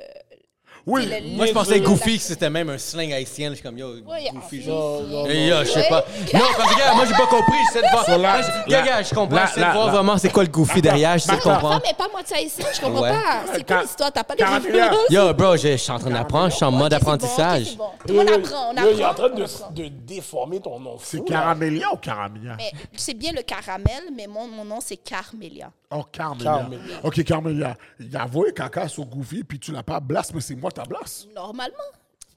[SPEAKER 3] Oui.
[SPEAKER 4] c'est le
[SPEAKER 1] Moi, je
[SPEAKER 4] liaison.
[SPEAKER 1] pensais Goofy, que c'était même un slang haïtien. Je suis comme, yo,
[SPEAKER 4] Ouais,
[SPEAKER 1] Goofy,
[SPEAKER 4] ah,
[SPEAKER 1] genre.
[SPEAKER 4] oui.
[SPEAKER 1] Hey, yo, je sais
[SPEAKER 4] Ouais.
[SPEAKER 1] pas. Non, parce que, gars, moi, j'ai pas compris. J'essaie de voir.
[SPEAKER 3] Sur la-
[SPEAKER 1] Moi, je- gars,
[SPEAKER 3] la-
[SPEAKER 1] gars, je comprends.
[SPEAKER 3] la-
[SPEAKER 1] J'essaie
[SPEAKER 3] la-
[SPEAKER 1] de voir
[SPEAKER 3] la-
[SPEAKER 1] vraiment c'est quoi le Goofy derrière. J'essaie de
[SPEAKER 4] Ma femme
[SPEAKER 1] comprendre.
[SPEAKER 4] est pas moi de ça ici, je comprends
[SPEAKER 1] Ouais.
[SPEAKER 4] pas. C'est quoi
[SPEAKER 3] Quand-
[SPEAKER 4] l'histoire? T'as pas de
[SPEAKER 3] Quarante et un.
[SPEAKER 1] Yo, bro, je je suis en train d'apprendre. Je suis en
[SPEAKER 4] Ok,
[SPEAKER 1] mode
[SPEAKER 4] c'est bon, ok,
[SPEAKER 1] apprentissage.
[SPEAKER 4] c'est bon. Tout le monde apprend, on
[SPEAKER 2] Yo, il est en
[SPEAKER 4] apprend,
[SPEAKER 2] train
[SPEAKER 4] on apprend.
[SPEAKER 2] de, de déformer ton nom.
[SPEAKER 3] C'est
[SPEAKER 2] fou, là.
[SPEAKER 3] Caramélia ou Caramia?
[SPEAKER 4] Mais c'est bien le caramel, mais mon, mon nom, c'est Carmélia.
[SPEAKER 3] Oh, Carmelia.
[SPEAKER 2] Carmelia.
[SPEAKER 3] Ok, Carmelia. Il a envoyé caca sur Goofy, puis tu l'as pas blasse, mais c'est moi ta blasse.
[SPEAKER 4] Normalement.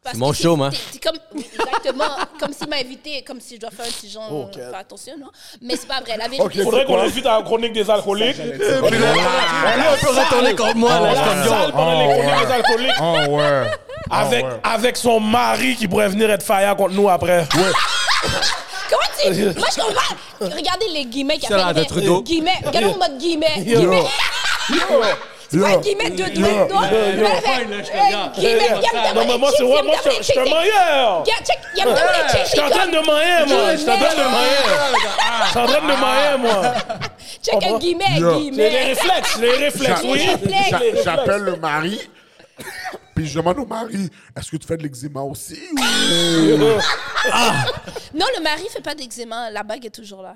[SPEAKER 4] Parce
[SPEAKER 1] C'est mon
[SPEAKER 4] que
[SPEAKER 1] show,
[SPEAKER 4] t'es-
[SPEAKER 1] hein.
[SPEAKER 4] t'es- t'es comme, oui, exactement, comme s'il m'a invité, comme si je dois faire un petit genre, euh,
[SPEAKER 2] Ok.
[SPEAKER 4] faire attention, non? Mais c'est pas vrai, la vérité.
[SPEAKER 3] Ok,
[SPEAKER 4] c'est-
[SPEAKER 2] Faudrait qu'on invite à la chronique des alcooliques.
[SPEAKER 3] Puis là,
[SPEAKER 1] Là, on peut retourner contre moi, là. Je suis comme, yo,
[SPEAKER 2] Salle pendant les chroniques des alcooliques.
[SPEAKER 3] Oh, Ah, ouais.
[SPEAKER 2] Avec, avec son mari qui pourrait venir être fire contre nous après.
[SPEAKER 4] Comment tu. Moi, je comprends. Regardez les guillemets qu'il y
[SPEAKER 1] Sarah
[SPEAKER 4] a
[SPEAKER 1] de Trudeau.
[SPEAKER 4] Guillemets. Regardez mon mode guillemets.
[SPEAKER 3] Yo.
[SPEAKER 4] Guillemets. Tu vois,
[SPEAKER 3] Yo.
[SPEAKER 4] guillemets, deux
[SPEAKER 3] Yo.
[SPEAKER 4] doigts, doigts.
[SPEAKER 1] Yo. Yo.
[SPEAKER 4] Voilà, fait,
[SPEAKER 1] Yo. Yo.
[SPEAKER 4] hey, Guillemets,
[SPEAKER 1] Yo.
[SPEAKER 4] il y a
[SPEAKER 2] Non, mais moi, c'est vrai, moi, je je suis un meilleur.
[SPEAKER 4] check, il y a me donne des checks,
[SPEAKER 2] Je suis en
[SPEAKER 4] il
[SPEAKER 2] train de
[SPEAKER 4] donne-
[SPEAKER 2] mailler, moi. Je suis en train de mailler. Je suis en train de mailler, moi.
[SPEAKER 4] Check un guillemets,
[SPEAKER 3] Yo.
[SPEAKER 2] C'est les
[SPEAKER 4] guillemets.
[SPEAKER 2] réflexes, les réflexes,
[SPEAKER 3] J'a-
[SPEAKER 2] oui.
[SPEAKER 4] Réflexes.
[SPEAKER 3] j'a-
[SPEAKER 2] Les réflexes.
[SPEAKER 3] J'appelle le mari, puis je demande au mari, est-ce que tu fais de l'eczéma aussi? ou-
[SPEAKER 4] Non, le mari fait pas d'eczéma, la bague est toujours là.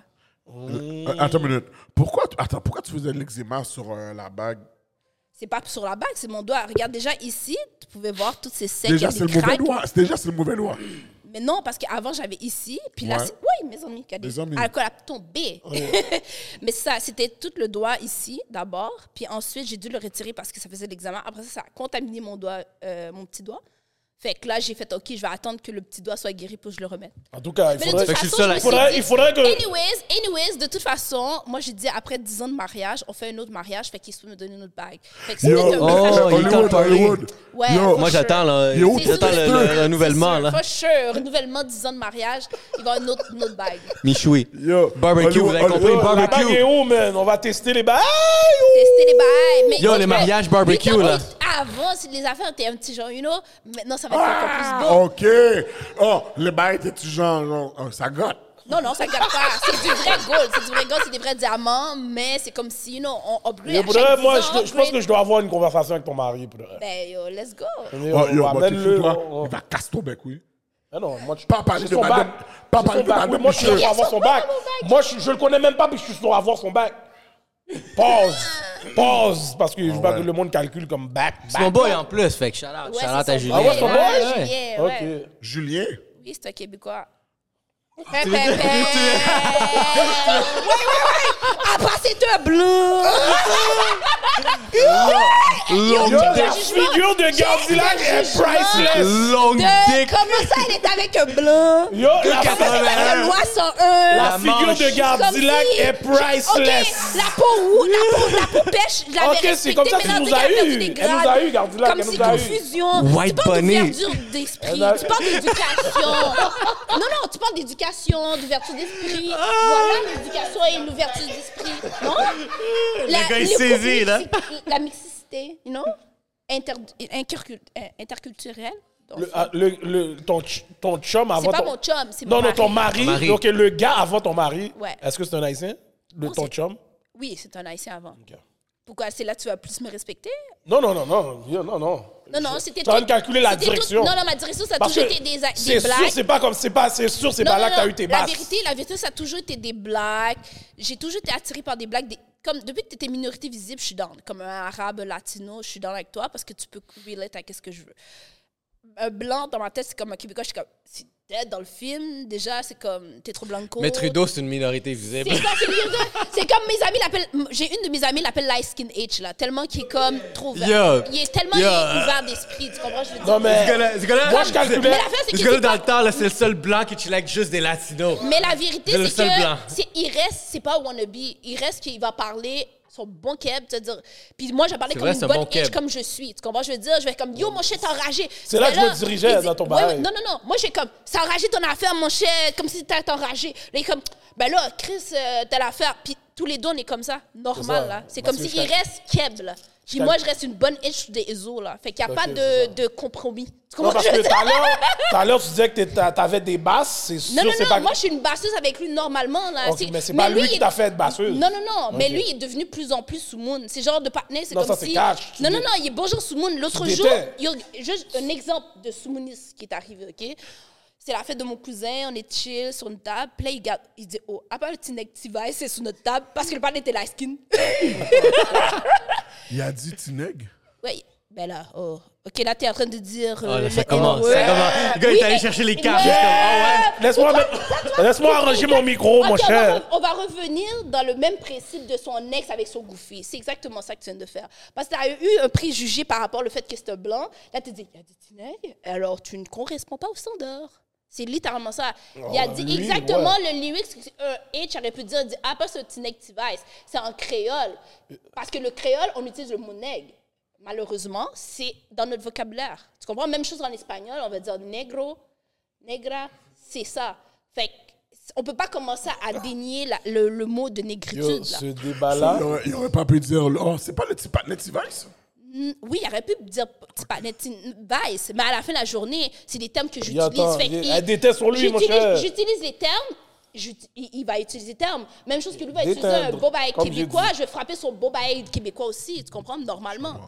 [SPEAKER 3] Euh, Attends une minute. Pourquoi, tu- attends, pourquoi tu faisais de l'eczéma sur euh, la bague?
[SPEAKER 4] C'est pas sur la bague, c'est mon doigt. Regarde déjà ici, tu pouvais voir toutes ces secs, il y
[SPEAKER 3] Déjà,
[SPEAKER 4] a
[SPEAKER 3] c'est le
[SPEAKER 4] des
[SPEAKER 3] mauvais
[SPEAKER 4] craques.
[SPEAKER 3] doigt. C'est- Déjà, c'est le mauvais doigt.
[SPEAKER 4] Mais non, parce qu'avant, j'avais ici, puis là,
[SPEAKER 3] Ouais.
[SPEAKER 4] c'est... Oui, mes amis, qui a des
[SPEAKER 3] Mes amis.
[SPEAKER 4] alcool à tomber. Mais ça, c'était tout le doigt ici, d'abord, puis ensuite, j'ai dû le retirer parce que ça faisait de l'examen. Après ça, ça a contaminé mon doigt, euh, mon petit doigt. Fait que là, j'ai fait, OK, je vais attendre que le petit doigt soit guéri pour que je le remette.
[SPEAKER 2] En tout cas, il
[SPEAKER 4] Mais de
[SPEAKER 2] faudrait.
[SPEAKER 4] toute
[SPEAKER 1] je suis
[SPEAKER 4] façon,
[SPEAKER 1] seul
[SPEAKER 4] je
[SPEAKER 1] à-
[SPEAKER 4] me suis
[SPEAKER 2] faudrait-
[SPEAKER 4] dit,
[SPEAKER 2] il faudrait que-
[SPEAKER 4] Anyways, anyways, de toute façon, moi, j'ai dit, après 10 ans de mariage, on fait un autre mariage, fait qu'il faut me donner une autre bague. Fait que c'était un
[SPEAKER 1] oh,
[SPEAKER 4] message
[SPEAKER 1] il
[SPEAKER 4] fort.
[SPEAKER 1] est en parler.
[SPEAKER 4] Ouais,
[SPEAKER 3] Yo.
[SPEAKER 4] for
[SPEAKER 1] Moi,
[SPEAKER 4] sure.
[SPEAKER 1] j'attends, là.
[SPEAKER 3] Yo,
[SPEAKER 4] C'est
[SPEAKER 1] J'attends
[SPEAKER 4] sûr,
[SPEAKER 1] le-
[SPEAKER 4] c'est
[SPEAKER 1] le
[SPEAKER 4] sûr,
[SPEAKER 1] renouvellement,
[SPEAKER 4] c'est sûr,
[SPEAKER 1] là.
[SPEAKER 4] for sure. Renouvellement, 10 ans de mariage, il va y avoir une autre, une autre bague.
[SPEAKER 1] Michoui.
[SPEAKER 3] Yo.
[SPEAKER 1] Barbecue, vous avez
[SPEAKER 3] Hollywood,
[SPEAKER 1] compris?
[SPEAKER 3] Hollywood.
[SPEAKER 2] La bague est
[SPEAKER 1] Barbecue.
[SPEAKER 2] où, man? On va tester les bagues. oh!
[SPEAKER 4] Tester les bails. Mais
[SPEAKER 1] Yo,
[SPEAKER 4] mais-
[SPEAKER 1] les mariages barbecue,
[SPEAKER 4] mais
[SPEAKER 1] là.
[SPEAKER 4] Avant, c'est- les affaires étaient un petit genre, you know. Maintenant, ça va être
[SPEAKER 3] Ah,
[SPEAKER 4] encore plus beau.
[SPEAKER 3] OK. Oh, le bail était-tu genre, genre, oh, ça gotte?
[SPEAKER 4] Non, non, ça ne garde pas. C'est du vrai gold. C'est du vrai gold, c'est des vrais diamants, mais c'est comme si, you know, on upgrade.
[SPEAKER 2] Mais
[SPEAKER 4] à
[SPEAKER 2] pour
[SPEAKER 4] chaque
[SPEAKER 2] vrai, moi, je,
[SPEAKER 4] 10 ans,
[SPEAKER 2] je pense
[SPEAKER 4] upgrade.
[SPEAKER 2] que je Ah dois avoir une conversation avec ton mari. Pour vrai.
[SPEAKER 4] Ben, yo, let's go.
[SPEAKER 3] Oh, yo, bah, tu fous,
[SPEAKER 2] amène-le,
[SPEAKER 3] toi,
[SPEAKER 2] on- on-
[SPEAKER 3] il va casse ton bec, oui.
[SPEAKER 2] Oh, Ah non, moi, je
[SPEAKER 3] Pas parler
[SPEAKER 2] j'ai
[SPEAKER 3] de
[SPEAKER 2] son
[SPEAKER 3] madame-
[SPEAKER 2] bac.
[SPEAKER 3] pas
[SPEAKER 2] J'ai
[SPEAKER 3] parler
[SPEAKER 2] son
[SPEAKER 3] de
[SPEAKER 2] bac.
[SPEAKER 3] madame
[SPEAKER 2] Oui, Moi, je suis
[SPEAKER 3] Michel.
[SPEAKER 2] sûr pour avoir son bac. Moi, je, je le connais même pas, puis je suis sûr pour avoir son bac. Pause. Pause. Parce que je pense
[SPEAKER 3] ouais.
[SPEAKER 2] que le monde calcule comme bac.
[SPEAKER 1] C'est mon boy en plus, fait que shout out. Shout
[SPEAKER 4] Ouais, c'est
[SPEAKER 1] out à
[SPEAKER 4] son boy.
[SPEAKER 1] Julien.
[SPEAKER 2] Ah ouais, c'est ton
[SPEAKER 1] Ouais,
[SPEAKER 2] boy?
[SPEAKER 1] ouais.
[SPEAKER 4] Julien,
[SPEAKER 2] Ok.
[SPEAKER 4] ouais.
[SPEAKER 3] Julien,
[SPEAKER 4] Oui, c'est un Québécois. Pin, pin, pin. Ouais, ouais, ouais. Après, c'est un bleu.
[SPEAKER 1] Long
[SPEAKER 2] Yo, la
[SPEAKER 1] dick.
[SPEAKER 4] jugement.
[SPEAKER 2] figure de Godzilla
[SPEAKER 4] Oh, J'ai un
[SPEAKER 2] est
[SPEAKER 4] jugement.
[SPEAKER 2] priceless.
[SPEAKER 1] Long
[SPEAKER 4] De-
[SPEAKER 1] dick.
[SPEAKER 4] Comment ça, il est avec un blanc?
[SPEAKER 2] Yo, la,
[SPEAKER 4] Comment ça, il est avec un loi 101?
[SPEAKER 2] la
[SPEAKER 1] La
[SPEAKER 2] figure
[SPEAKER 1] manche.
[SPEAKER 2] de Godzilla
[SPEAKER 4] Comme si-
[SPEAKER 2] est
[SPEAKER 4] OK,
[SPEAKER 2] priceless.
[SPEAKER 4] la peau roux, la peau, la peau pêche, je l'avais
[SPEAKER 2] Ok, c'est
[SPEAKER 4] respectée,
[SPEAKER 2] comme ça
[SPEAKER 4] mais
[SPEAKER 2] qu'elle
[SPEAKER 4] rendu
[SPEAKER 2] nous a
[SPEAKER 4] qu'elle
[SPEAKER 2] eu.
[SPEAKER 4] perdu des
[SPEAKER 2] Elle nous a
[SPEAKER 4] grades.
[SPEAKER 2] eu, Gardila,
[SPEAKER 4] Comme
[SPEAKER 2] elle
[SPEAKER 4] si
[SPEAKER 2] nous a eu.
[SPEAKER 4] confusion. tu
[SPEAKER 1] White
[SPEAKER 4] parles
[SPEAKER 1] bunny.
[SPEAKER 4] d'ouverture d'esprit,
[SPEAKER 2] Elle a-
[SPEAKER 4] tu parles d'éducation. non, non, tu parles d'éducation, d'ouverture d'esprit. Voilà l'éducation et l'ouverture d'esprit. Non? La,
[SPEAKER 1] gars, il
[SPEAKER 4] les
[SPEAKER 1] saisit,
[SPEAKER 4] couples
[SPEAKER 1] là.
[SPEAKER 4] mixi- La mixité, you know? Inter, intercul- euh, interculturelle. Donc,
[SPEAKER 2] Le- ah, le- le- ton, ch- ton chum avant
[SPEAKER 4] c'est pas
[SPEAKER 2] ton...
[SPEAKER 4] mon chum, c'est mon
[SPEAKER 2] Non, non,
[SPEAKER 4] mari.
[SPEAKER 2] ton mari.
[SPEAKER 1] Mari.
[SPEAKER 2] Donc, le gars avant ton mari.
[SPEAKER 4] Ouais.
[SPEAKER 2] Est-ce que c'est un haïtien? Le,
[SPEAKER 4] Non,
[SPEAKER 2] ton
[SPEAKER 4] c'est-
[SPEAKER 2] chum?
[SPEAKER 4] Oui, c'est un haïtien avant. Pourquoi? C'est là que tu vas plus me respecter?
[SPEAKER 6] Non, non, non, non, yo, non, non.
[SPEAKER 4] Non, non, c'était
[SPEAKER 6] T'as
[SPEAKER 4] tout-
[SPEAKER 6] calculé la
[SPEAKER 4] c'était tout-
[SPEAKER 6] direction.
[SPEAKER 4] Non, non, ma direction, ça a
[SPEAKER 6] Parce
[SPEAKER 4] toujours
[SPEAKER 6] que
[SPEAKER 4] été des, des
[SPEAKER 6] c'est sûr,
[SPEAKER 4] blagues.
[SPEAKER 6] c'est pas comme, c'est pas, c'est sûr, c'est
[SPEAKER 4] Non,
[SPEAKER 6] pas
[SPEAKER 4] non,
[SPEAKER 6] là que
[SPEAKER 4] non.
[SPEAKER 6] t'as eu tes
[SPEAKER 4] La
[SPEAKER 6] basses.
[SPEAKER 4] vérité, la vérité, ça a toujours été des blagues. J'ai toujours été attirée par des blagues. des- Comme, depuis que tu étais minorité visible, je suis dans. Comme un arabe latino, je suis dans avec toi parce que tu peux relate à quest ce que je veux. Un blanc, dans ma tête, c'est comme un Québécois. Je suis comme, si t'es dans le film, déjà, c'est comme, t'es trop blanco.
[SPEAKER 9] Mais Trudeau, c'est une minorité visible.
[SPEAKER 4] C'est comme, c'est le milieu de- c'est comme mes amis l'appellent. J'ai une de mes amies l'appelle Light Skin H, là. Tellement qu'il est comme trop ouvert.
[SPEAKER 9] Yo.
[SPEAKER 4] Il est tellement
[SPEAKER 9] Yo.
[SPEAKER 4] ouvert d'esprit, tu comprends? Je veux dire.
[SPEAKER 6] Non, mais. Moi, je
[SPEAKER 9] Mais
[SPEAKER 6] calculais.
[SPEAKER 4] Mais l'affaire, c'est que
[SPEAKER 9] Ce gars-là,
[SPEAKER 4] c'est
[SPEAKER 9] dans
[SPEAKER 4] pas-
[SPEAKER 9] le temps, là, c'est le seul blanc qui chillaque juste des latinos.
[SPEAKER 4] Mais la vérité,
[SPEAKER 9] C'est le
[SPEAKER 4] c'est
[SPEAKER 9] seul
[SPEAKER 4] que
[SPEAKER 9] blanc.
[SPEAKER 4] c'est- il reste, c'est pas wannabe. Il reste qu'il va parler son bon keb, te dire. Puis moi, j'ai parlé
[SPEAKER 9] C'est
[SPEAKER 4] comme
[SPEAKER 9] vrai,
[SPEAKER 4] une
[SPEAKER 9] c'est un
[SPEAKER 4] bonne
[SPEAKER 9] bon keb.
[SPEAKER 4] itch comme je suis. Tu comprends? Je veux dire, je vais comme yo, mon shit, t'es enragé.
[SPEAKER 6] C'est là que je
[SPEAKER 4] Mais
[SPEAKER 6] me dirigeais
[SPEAKER 4] il dit-
[SPEAKER 6] dans ton
[SPEAKER 4] Ouais,
[SPEAKER 6] bail.
[SPEAKER 4] ouais, Non, non, non. Moi, j'ai comme, c'est enragé ton affaire, mon shit, comme si t'étais enragé. Là, il est comme, ben là, Chris, euh, t'as l'affaire. Puis tous les deux, on est comme ça, normal,
[SPEAKER 6] ça.
[SPEAKER 4] là. C'est
[SPEAKER 6] Parce
[SPEAKER 4] comme
[SPEAKER 6] que
[SPEAKER 4] s'il
[SPEAKER 6] je calcule-
[SPEAKER 4] reste keb, là. Puis moi, je reste une bonne itch des os, là. Fait qu'il n'y a pas
[SPEAKER 6] c'est
[SPEAKER 4] de, de compromis. Tu
[SPEAKER 6] Non,
[SPEAKER 4] comprends?
[SPEAKER 6] parce
[SPEAKER 4] ce
[SPEAKER 6] que
[SPEAKER 4] je veux
[SPEAKER 6] tout
[SPEAKER 4] dire?
[SPEAKER 6] à l'heure, tout à l'heure, tu disais que t'es- t'as- t'avais des basses, c'est
[SPEAKER 4] Non,
[SPEAKER 6] sûr,
[SPEAKER 4] non,
[SPEAKER 6] c'est
[SPEAKER 4] non,
[SPEAKER 6] pas.
[SPEAKER 4] moi je suis une basseuse avec lui normalement. Là.
[SPEAKER 6] Ok, mais c'est pas lui qui
[SPEAKER 4] il-
[SPEAKER 6] t'a fait être basseuse.
[SPEAKER 4] Non, non, non, mais lui il est devenu de plus en plus Soumoun. C'est genre de partenaire, c'est
[SPEAKER 6] Non,
[SPEAKER 4] comme
[SPEAKER 6] ça, c'est
[SPEAKER 4] si.
[SPEAKER 6] cash. Tu
[SPEAKER 4] Non,
[SPEAKER 6] dé-
[SPEAKER 4] non, non, il est bonjour Soumoun. L'autre
[SPEAKER 6] Tu
[SPEAKER 4] jour,
[SPEAKER 6] détais.
[SPEAKER 4] il y a juste un exemple de Soumounis qui est arrivé, ok? C'est la fête de mon cousin, on est chill sur une table. Puis là, il, garde, il dit Oh, à part le petit neck Tivai, c'est sur notre table parce que le partenaire était la skin.
[SPEAKER 3] Il a dit Tineg.
[SPEAKER 4] Oui, ben là, oh. Ok, là, t'es en train de dire.
[SPEAKER 9] Ah,
[SPEAKER 4] euh,
[SPEAKER 9] là, ça
[SPEAKER 4] le
[SPEAKER 9] commence,
[SPEAKER 4] N-word.
[SPEAKER 9] ça commence. Le gars, il
[SPEAKER 4] Oui,
[SPEAKER 9] est ah, allé
[SPEAKER 4] mais-
[SPEAKER 9] chercher les
[SPEAKER 2] ah
[SPEAKER 9] cartes.
[SPEAKER 4] Ouais. Euh,
[SPEAKER 6] Laisse-moi mettre- laisse-moi arranger mon micro,
[SPEAKER 4] Ok,
[SPEAKER 6] Oh, mon
[SPEAKER 4] on va
[SPEAKER 6] cher.
[SPEAKER 4] re- On va, revenir dans le même principe de son ex avec son goofy. C'est exactement ça que tu viens de faire. Parce que tu as eu un préjugé par rapport au fait que c'est un blanc. Là, tu dis, il y a des tineuils, alors tu ne corresponds pas au standard. C'est littéralement ça. il a dit
[SPEAKER 6] Oh, lui,
[SPEAKER 4] exactement le lyrics qu'un H aurait pu dire, dit, ah, pas ce tinec device. C'est en créole. Parce que le créole, on utilise le mot nègre. Malheureusement, c'est dans notre vocabulaire. Tu comprends? Même chose en espagnol, on va dire negro, negra, c'est ça. Fait que on peut pas commencer à dénier la- le, le mot de négritude.
[SPEAKER 6] Ah. Yo,
[SPEAKER 4] là.
[SPEAKER 6] ce débat-là.
[SPEAKER 3] Il aurait, il aurait pas pu dire, oh, c'est pas le petit patinet Tivex?
[SPEAKER 4] Mm, Oui, il aurait pu dire petit panettine, vice, mais à la fin de la journée, c'est des termes que
[SPEAKER 6] attends,
[SPEAKER 4] j'utilise. Fait
[SPEAKER 6] il-
[SPEAKER 4] qu'il-
[SPEAKER 6] elle déteste sur lui, mon
[SPEAKER 4] j'utilise-
[SPEAKER 6] cher.
[SPEAKER 4] J'utilise les termes. j'uti- Il il va utiliser les termes. Même chose que lui va
[SPEAKER 6] Des
[SPEAKER 4] utiliser un
[SPEAKER 6] timbres,
[SPEAKER 4] beau bail
[SPEAKER 6] comme j'ai
[SPEAKER 4] québécois.
[SPEAKER 6] dit.
[SPEAKER 4] Je vais frapper son beau bail québécois aussi. Tu comprends? Normalement.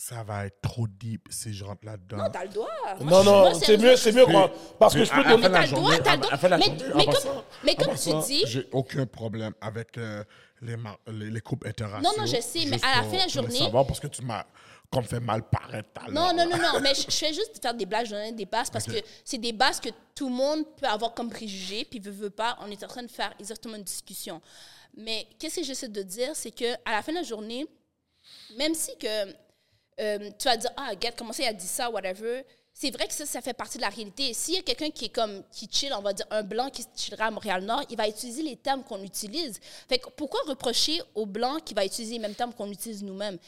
[SPEAKER 3] Ça va être trop deep si je rentre là-dedans.
[SPEAKER 4] Non, t'as le droit. Moi,
[SPEAKER 6] Non,
[SPEAKER 4] je-
[SPEAKER 6] non,
[SPEAKER 4] moi,
[SPEAKER 6] c'est mieux, c'est mieux qu'on- Parce que je peux
[SPEAKER 3] À- à
[SPEAKER 6] donner.
[SPEAKER 3] fin de la
[SPEAKER 4] t'as le droit,
[SPEAKER 3] journée,
[SPEAKER 4] t'as
[SPEAKER 3] à-
[SPEAKER 4] le droit.
[SPEAKER 3] à fin de la
[SPEAKER 4] Mais-
[SPEAKER 3] journée,
[SPEAKER 4] mais
[SPEAKER 3] en
[SPEAKER 4] comme-
[SPEAKER 3] passant-
[SPEAKER 4] mais comme
[SPEAKER 3] en
[SPEAKER 4] tu
[SPEAKER 3] passant,
[SPEAKER 4] dis-
[SPEAKER 3] J'ai aucun problème avec euh, les, mar- les, les couples interraciaux.
[SPEAKER 4] Non, non, je sais, mais
[SPEAKER 3] Juste
[SPEAKER 4] à la
[SPEAKER 3] pour-
[SPEAKER 4] fin de la
[SPEAKER 3] pour le
[SPEAKER 4] journée-
[SPEAKER 3] savoir parce que tu m'as comme fait mal paraître tout à
[SPEAKER 4] Non,
[SPEAKER 3] l'heure,
[SPEAKER 4] non,
[SPEAKER 3] là.
[SPEAKER 4] non, non, mais je, je fais juste faire des blagues, donner des bases parce que c'est des bases que tout le monde peut avoir comme préjugé, puis veut, veut pas, on est en train de faire exactement une discussion. Mais qu'est-ce que j'essaie de dire, c'est que à la fin de la journée, même si que euh, tu vas dire ah regarde comment ça il a dit ça whatever c'est vrai que ça ça fait partie de la réalité s'il y a quelqu'un qui est comme qui chill on va dire un blanc qui chillera à Montréal Nord il va utiliser les termes qu'on utilise fait que pourquoi reprocher au blanc qui va utiliser les mêmes termes qu'on utilise nous-mêmes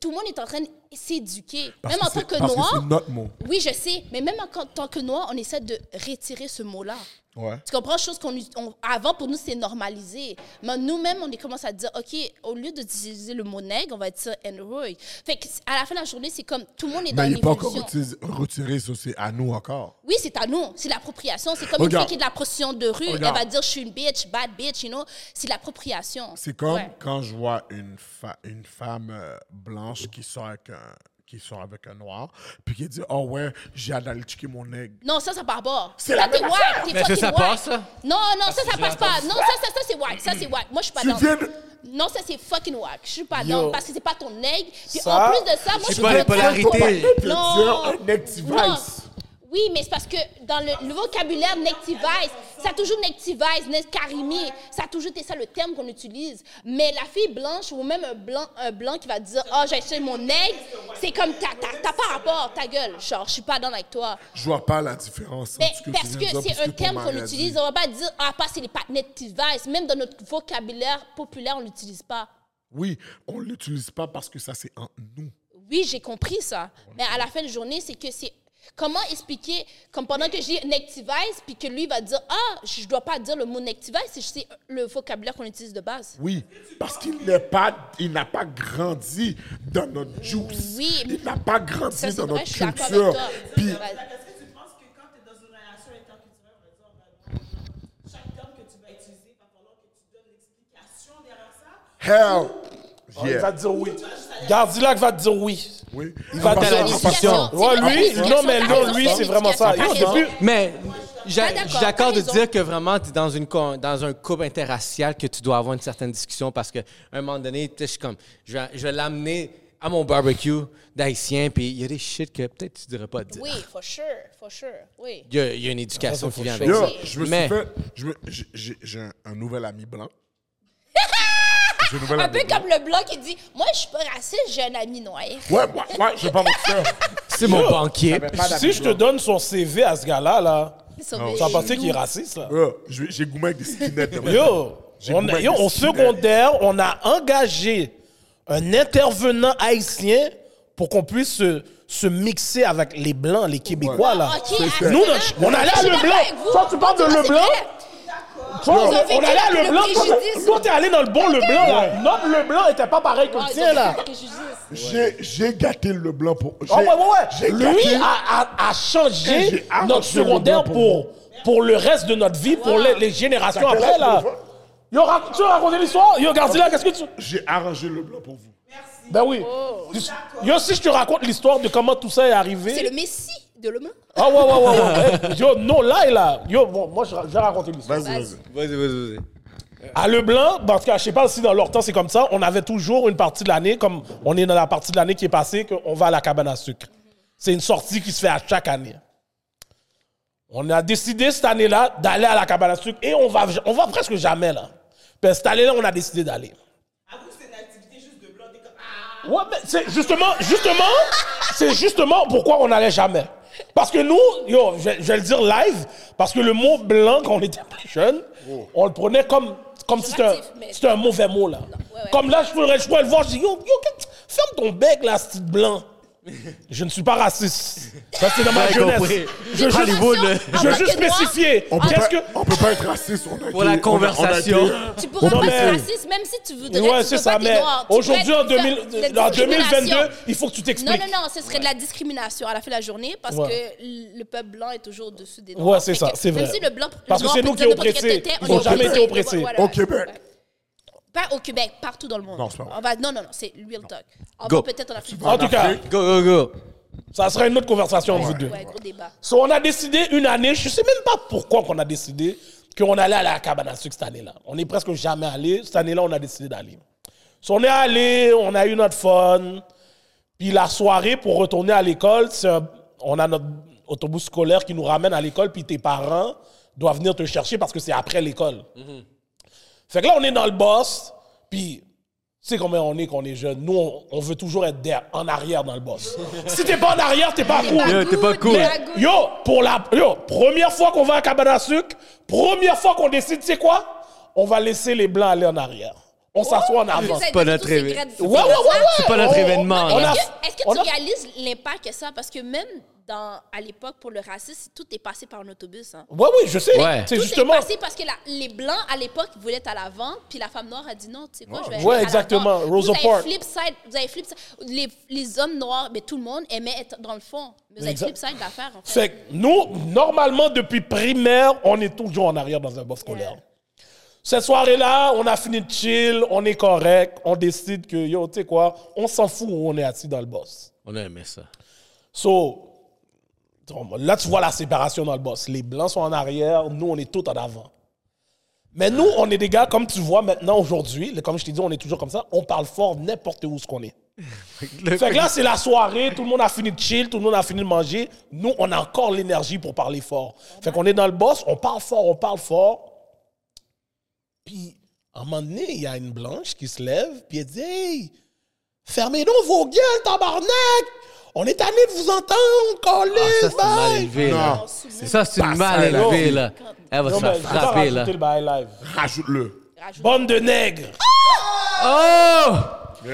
[SPEAKER 4] tout le monde est en train de s'éduquer
[SPEAKER 3] Parce
[SPEAKER 4] même en tant
[SPEAKER 3] c'est-
[SPEAKER 4] que
[SPEAKER 3] parce
[SPEAKER 4] noir
[SPEAKER 3] c'est notre mot.
[SPEAKER 4] oui je sais mais même en tant que noir on essaie de retirer ce mot là
[SPEAKER 3] Ouais.
[SPEAKER 4] tu comprends? Chose qu'on, ut- on- avant, pour nous, c'est normalisé. Mais nous-mêmes, on est commence à dire, OK, au lieu d'utiliser le mot nègre, on va dire N-Roy. Fait que, c'est- à la fin de la journée, c'est comme tout le monde est dans
[SPEAKER 3] Mais il n'est pas encore
[SPEAKER 4] l'évolution.
[SPEAKER 3] retiré, retiré, ça, c'est à nous encore.
[SPEAKER 4] Oui, c'est à nous. C'est l'appropriation. C'est comme
[SPEAKER 3] Regarde.
[SPEAKER 4] une fille qui est de la prostitution de rue.
[SPEAKER 3] Regarde.
[SPEAKER 4] Elle va dire, je suis une bitch, bad bitch, you know? C'est de l'appropriation.
[SPEAKER 3] C'est comme
[SPEAKER 4] Ouais.
[SPEAKER 3] quand je vois une, fa- une femme euh, blanche qui sort, avec un, qui sort avec un noir, puis qui dit Oh ouais, j'ai hâte d'aller checker mon aigle.
[SPEAKER 4] Non, ça, ça part pas.
[SPEAKER 3] C'est la
[SPEAKER 4] Ça, t'es
[SPEAKER 3] même
[SPEAKER 4] white,
[SPEAKER 3] affaire.
[SPEAKER 4] t'es
[SPEAKER 9] Mais ça,
[SPEAKER 4] fucking
[SPEAKER 9] ça
[SPEAKER 4] white.
[SPEAKER 9] passe, ça?
[SPEAKER 4] Non, non, ça, ça passe pas. Non, ça, ça, ça, c'est white. Ça, c'est white. Moi, je suis pas
[SPEAKER 3] Tu
[SPEAKER 4] dans.
[SPEAKER 3] viens de-
[SPEAKER 4] Non, ça, c'est fucking white. Je suis pas
[SPEAKER 6] Yo.
[SPEAKER 4] dans. Parce que c'est pas ton aigle. Puis
[SPEAKER 6] Ça,
[SPEAKER 4] en plus de ça, moi, je
[SPEAKER 9] c'est
[SPEAKER 4] suis
[SPEAKER 9] pas les polarités.
[SPEAKER 3] Je veux dire, un Nectivice.
[SPEAKER 4] Non. Oui, mais c'est parce que dans le, le vocabulaire Nectivice, ça a toujours Nectivice, Nectarimi, ça a toujours été ça le terme qu'on utilise. Mais la fille blanche ou même un blanc, un blanc qui va dire Ah, j'ai acheté mon aigle, c'est comme t'as t'as- t'as pas rapport, ta gueule. Genre, je suis pas dans avec toi.
[SPEAKER 3] Je vois pas la différence.
[SPEAKER 4] Ben,
[SPEAKER 3] entre ce que tu
[SPEAKER 4] parce
[SPEAKER 3] viens
[SPEAKER 4] que
[SPEAKER 3] de dire,
[SPEAKER 4] c'est
[SPEAKER 3] puis ce
[SPEAKER 4] un
[SPEAKER 3] que ton
[SPEAKER 4] terme qu'on
[SPEAKER 3] mari a dit.
[SPEAKER 4] utilise. On va pas dire Ah, pas c'est les Nectivice. Même dans notre vocabulaire populaire, on l'utilise pas.
[SPEAKER 3] Oui, on l'utilise pas parce que ça, c'est entre nous.
[SPEAKER 4] Oui, j'ai compris ça. Mais à la fin de journée, c'est que c'est. Comment expliquer, comme pendant que j'ai Nectivice, puis que lui va dire Ah, je dois pas dire le mot Nectivice, c'est juste le vocabulaire qu'on utilise de base.
[SPEAKER 3] Oui, parce qu'il n'est pas, il n'a pas grandi dans notre juice.
[SPEAKER 4] Oui, mais-
[SPEAKER 3] il n'a pas grandi
[SPEAKER 4] Ça, c'est
[SPEAKER 3] dans
[SPEAKER 4] vrai,
[SPEAKER 3] notre
[SPEAKER 4] je suis d'accord
[SPEAKER 3] culture.
[SPEAKER 4] avec toi.
[SPEAKER 3] Puis,
[SPEAKER 5] Est-ce que tu penses que quand tu es dans une relation interculturelle, on va dire, on va- chaque terme que tu vas utiliser, il va falloir que tu donnes l'explication derrière ça?
[SPEAKER 3] hell,
[SPEAKER 10] Il va
[SPEAKER 3] Yeah.
[SPEAKER 10] te dire oui. Gardilac va te dire oui.
[SPEAKER 3] Oui.
[SPEAKER 10] Il va te
[SPEAKER 1] dans
[SPEAKER 10] dire
[SPEAKER 1] la discussion.
[SPEAKER 3] Ah,
[SPEAKER 10] Ouais, lui, non, mais non, lui, c'est vraiment ça. Yo, depuis-
[SPEAKER 1] Mais
[SPEAKER 4] Ah,
[SPEAKER 1] j'a-
[SPEAKER 4] d'accord,
[SPEAKER 1] j'accorde de
[SPEAKER 4] t'as raison.
[SPEAKER 1] dire que vraiment, tu es dans, une, con- dans un couple interracial que tu dois avoir une certaine discussion parce qu'à un moment donné, tu sais, je suis comme, je vais, je vais l'amener à mon barbecue d'haïtien, puis il y a des shit que peut-être tu dirais pas de dire.
[SPEAKER 4] Oui, for sure, for sure, oui.
[SPEAKER 1] Il y, a- il y a une éducation qui vient avec
[SPEAKER 3] Yo,
[SPEAKER 1] ça.
[SPEAKER 3] je me suis
[SPEAKER 1] Mais-
[SPEAKER 3] fait. je me- j'ai- J'ai j'ai un, un nouvel ami blanc. J'ai un nouvel
[SPEAKER 4] Un
[SPEAKER 3] ami
[SPEAKER 4] peu
[SPEAKER 3] blanc.
[SPEAKER 4] comme le blanc qui dit Moi, je suis pas raciste, j'ai un ami noir.
[SPEAKER 3] Ouais, moi, moi, je vais pas mentir.
[SPEAKER 1] C'est mon banquier.
[SPEAKER 3] J'avais pas
[SPEAKER 2] Si
[SPEAKER 3] d'amis
[SPEAKER 2] je te
[SPEAKER 3] blancs.
[SPEAKER 2] donne son CV à ce gars-là, là,
[SPEAKER 4] Ça
[SPEAKER 2] ça va penser qu'il est raciste, là.
[SPEAKER 3] Yo, j'ai j'ai goûté avec des skinheads. de même.
[SPEAKER 2] Yo,
[SPEAKER 3] J'ai
[SPEAKER 2] on,
[SPEAKER 3] goûté euh, avec
[SPEAKER 2] yo,
[SPEAKER 3] des
[SPEAKER 2] au
[SPEAKER 3] skinheads.
[SPEAKER 2] secondaire, on a engagé un intervenant haïtien pour qu'on puisse se, se mixer avec les Blancs, les Québécois, là.
[SPEAKER 4] Ah,
[SPEAKER 2] Nous, on- on allait à Leblanc. Toi, tu parles de Leblanc. Toi,
[SPEAKER 4] Ils ont
[SPEAKER 2] on,
[SPEAKER 4] vécu
[SPEAKER 2] on allait à
[SPEAKER 4] le
[SPEAKER 2] Leblanc. Toi,
[SPEAKER 4] préjudice.
[SPEAKER 2] t'es- Toi, t'es allé dans le bon Leblanc, là. Notre Leblanc était pas pareil que le
[SPEAKER 4] Ah,
[SPEAKER 2] tien, là.
[SPEAKER 3] J'ai j'ai gâté le blanc pour. j'ai-
[SPEAKER 2] Oh, ouais, ouais, ouais.
[SPEAKER 3] j'ai
[SPEAKER 2] Lui ah.
[SPEAKER 3] gâté-
[SPEAKER 2] a, a- a changé
[SPEAKER 3] J'ai arraché
[SPEAKER 2] notre secondaire
[SPEAKER 3] le blanc pour
[SPEAKER 2] pour, pour le reste de notre vie, pour les, les générations
[SPEAKER 3] T'as quel
[SPEAKER 2] après,
[SPEAKER 3] âge,
[SPEAKER 2] là.
[SPEAKER 3] Paul?
[SPEAKER 2] Yo, rac- tu veux raconter l'histoire Yo, Gardila, qu'est-ce que tu...
[SPEAKER 3] J'ai arrangé le blanc pour vous.
[SPEAKER 2] Ben oui. Yo, si je te raconte l'histoire de comment tout ça est arrivé...
[SPEAKER 4] Oh. C'est le messie de l'homme.
[SPEAKER 2] Ah ouais, ouais, ouais, ouais. Hey, yo, non, là, là. Yo, bon, moi, je, ra- je vais raconter l'histoire.
[SPEAKER 3] Vas-y, vas-y.
[SPEAKER 1] Vas-y, vas-y, vas-y.
[SPEAKER 2] À Leblanc, parce que je sais pas si dans leur temps c'est comme ça, on avait toujours une partie de l'année, comme on est dans la partie de l'année qui est passée, qu'on va à la cabane à sucre. C'est une sortie qui se fait à chaque année. On a décidé cette année-là d'aller à la cabane à sucre et on va, on va presque jamais là. Parce que cette année-là, on a décidé d'aller.
[SPEAKER 5] À vous, c'est une activité juste de blanc. des comme, ah!
[SPEAKER 2] Ouais, mais c'est justement, justement, c'est justement pourquoi on n'allait jamais. Parce que nous, yo, je, je vais le dire live, parce que le mot blanc, quand on était plus jeune, on le prenait comme, comme si c'était un,
[SPEAKER 4] Péjoratif, mais-
[SPEAKER 2] c'était un mauvais mot, là.
[SPEAKER 4] ouais, ouais.
[SPEAKER 2] Comme là, je pourrais, je pourrais le voir, je dis, yo, yo, qu'est- ferme ton bec, là, ce petit blanc. Je ne suis pas raciste. Ça, c'est dans ma
[SPEAKER 1] J'avais
[SPEAKER 2] jeunesse.
[SPEAKER 1] compris.
[SPEAKER 2] Je veux juste,
[SPEAKER 1] Hollywood, là.
[SPEAKER 2] je
[SPEAKER 4] Ah,
[SPEAKER 2] veux juste spécifier.
[SPEAKER 3] On peut,
[SPEAKER 2] Qu'est-ce
[SPEAKER 3] pas,
[SPEAKER 2] que...
[SPEAKER 3] on peut pas être raciste. On a
[SPEAKER 1] Pour
[SPEAKER 3] été-
[SPEAKER 1] la
[SPEAKER 3] on a-
[SPEAKER 1] conversation.
[SPEAKER 3] on a été-
[SPEAKER 4] Tu pourrais
[SPEAKER 2] Non,
[SPEAKER 4] pas
[SPEAKER 2] mais-
[SPEAKER 4] être raciste, même si tu voudrais.
[SPEAKER 2] Ouais,
[SPEAKER 4] tu
[SPEAKER 2] c'est
[SPEAKER 4] veux
[SPEAKER 2] ça,
[SPEAKER 4] pas t'es
[SPEAKER 2] mais
[SPEAKER 4] noir. Tu
[SPEAKER 2] aujourd'hui,
[SPEAKER 4] pourrais
[SPEAKER 2] en,
[SPEAKER 4] être-
[SPEAKER 2] 2000
[SPEAKER 4] la- la
[SPEAKER 2] en 2022,
[SPEAKER 4] discrimination.
[SPEAKER 2] il faut que tu
[SPEAKER 4] Non,
[SPEAKER 2] t'expliques.
[SPEAKER 4] non, non, ce serait de la discrimination à la fin de la journée parce
[SPEAKER 2] Ouais.
[SPEAKER 4] que le peuple blanc est toujours au-dessus des noirs.
[SPEAKER 2] Ouais, c'est
[SPEAKER 4] Fait
[SPEAKER 2] ça,
[SPEAKER 4] que
[SPEAKER 2] c'est vrai.
[SPEAKER 4] Même si le blanc, le
[SPEAKER 2] Parce que
[SPEAKER 4] noir
[SPEAKER 2] c'est
[SPEAKER 4] peut
[SPEAKER 2] nous
[SPEAKER 4] dire
[SPEAKER 2] qui
[SPEAKER 4] n'importe quel
[SPEAKER 2] oppressés.
[SPEAKER 4] têtais, on
[SPEAKER 2] Ils ont
[SPEAKER 4] est
[SPEAKER 2] jamais été oppressés.
[SPEAKER 4] Voilà,
[SPEAKER 3] Au
[SPEAKER 4] ouais.
[SPEAKER 3] Québec.
[SPEAKER 4] Pas au Québec, partout dans le monde.
[SPEAKER 3] Non, c'est pas vrai.
[SPEAKER 4] On va- Non, non, non, c'est real talk. On
[SPEAKER 1] Go.
[SPEAKER 4] va peut-être en Afrique.
[SPEAKER 2] En tout cas,
[SPEAKER 1] Go, go, go.
[SPEAKER 2] ça serait une autre conversation entre vous deux.
[SPEAKER 4] Ouais, gros débat.
[SPEAKER 2] So, on a décidé une année, je sais même pas pourquoi qu'on a décidé qu'on allait aller à la cabane à sucre cette année-là. On n'est presque jamais allé. Cette année-là, on a décidé d'aller. So, on est allé, on a eu notre fun. Puis la soirée, pour retourner à l'école, c'est un- on a notre autobus scolaire qui nous ramène à l'école, puis tes parents doivent venir te chercher parce que c'est après l'école. Fait que là, on est dans le boss, puis tu sais combien on est quand on est jeune. Nous, on, on veut toujours être derrière, en arrière dans le boss. si t'es pas en arrière, t'es pas cool.
[SPEAKER 1] Yo, t'es pas cool.
[SPEAKER 4] Mais-
[SPEAKER 2] Yo, pour la yo, première fois qu'on va à cabane à sucre, première fois qu'on décide, tu sais quoi? On va laisser les blancs aller en arrière.
[SPEAKER 4] Oh,
[SPEAKER 2] On s'assoit en avant.
[SPEAKER 4] C'est
[SPEAKER 1] pas notre éve-
[SPEAKER 2] Ouais, ouais, ouais, ouais.
[SPEAKER 1] C'est pas notre
[SPEAKER 2] On- on-
[SPEAKER 1] événement,
[SPEAKER 2] on
[SPEAKER 1] là.
[SPEAKER 2] a-
[SPEAKER 4] Est-ce que- est-ce que,
[SPEAKER 2] on
[SPEAKER 4] tu
[SPEAKER 2] a-
[SPEAKER 4] réalises l'impact que ça? Parce que même dans, à l'époque, pour le racisme, tout est passé par un autobus. hein.
[SPEAKER 2] Ouais, oui, je sais.
[SPEAKER 1] Ouais.
[SPEAKER 2] C'est
[SPEAKER 4] Tout
[SPEAKER 2] justement.
[SPEAKER 4] est passé parce que la- les Blancs, à l'époque, voulaient être à l'avant, puis la femme noire a dit non, tu sais quoi, je vais aller
[SPEAKER 2] Ouais,
[SPEAKER 4] à
[SPEAKER 2] exactement,
[SPEAKER 4] l'avant.
[SPEAKER 2] Rosa
[SPEAKER 4] vous
[SPEAKER 2] Parks.
[SPEAKER 4] Avez flip side, vous avez flip side. Les, les hommes noirs, mais tout le monde aimait être dans le fond. Mais vous avez
[SPEAKER 2] Exact.
[SPEAKER 4] flip side d'affaire, en fait.
[SPEAKER 2] Fait que nous, normalement, depuis primaire, on est toujours en arrière dans un boss scolaire. Cette soirée-là, on a fini de chill, on est correct, on décide que, yo, tu sais quoi, on s'en fout où on est assis dans le boss.
[SPEAKER 1] On a aimé ça.
[SPEAKER 2] So, là, tu vois la séparation dans le boss. Les blancs sont en arrière, nous, on est tous en avant. Mais nous, on est des gars, comme tu vois maintenant aujourd'hui, comme je t'ai dit, on est toujours comme ça, on parle fort n'importe où ce qu'on est. Fait que là, c'est la soirée, tout le monde a fini de chill, tout le monde a fini de manger. Nous, on a encore l'énergie pour parler fort. Fait qu'on est dans le boss, on parle fort, on parle fort. Puis, à un moment donné, il y a une blanche qui se lève, puis elle dit Hey, fermez donc vos gueules, tabarnak On est tanné de vous entendre, collez,
[SPEAKER 1] Ah, ça, c'est une mal élevé,
[SPEAKER 2] bye.
[SPEAKER 1] là.
[SPEAKER 3] Non,
[SPEAKER 1] C'est ça, c'est une mal
[SPEAKER 3] ça, là.
[SPEAKER 1] élevée, là. Elle va
[SPEAKER 2] Non,
[SPEAKER 1] se faire
[SPEAKER 2] mais je vais pas
[SPEAKER 1] frapper, là.
[SPEAKER 2] rajouter le bail live.
[SPEAKER 3] rajoute-le.
[SPEAKER 4] Rajoute-
[SPEAKER 2] Bande de nègres.
[SPEAKER 1] Oh!
[SPEAKER 2] Puis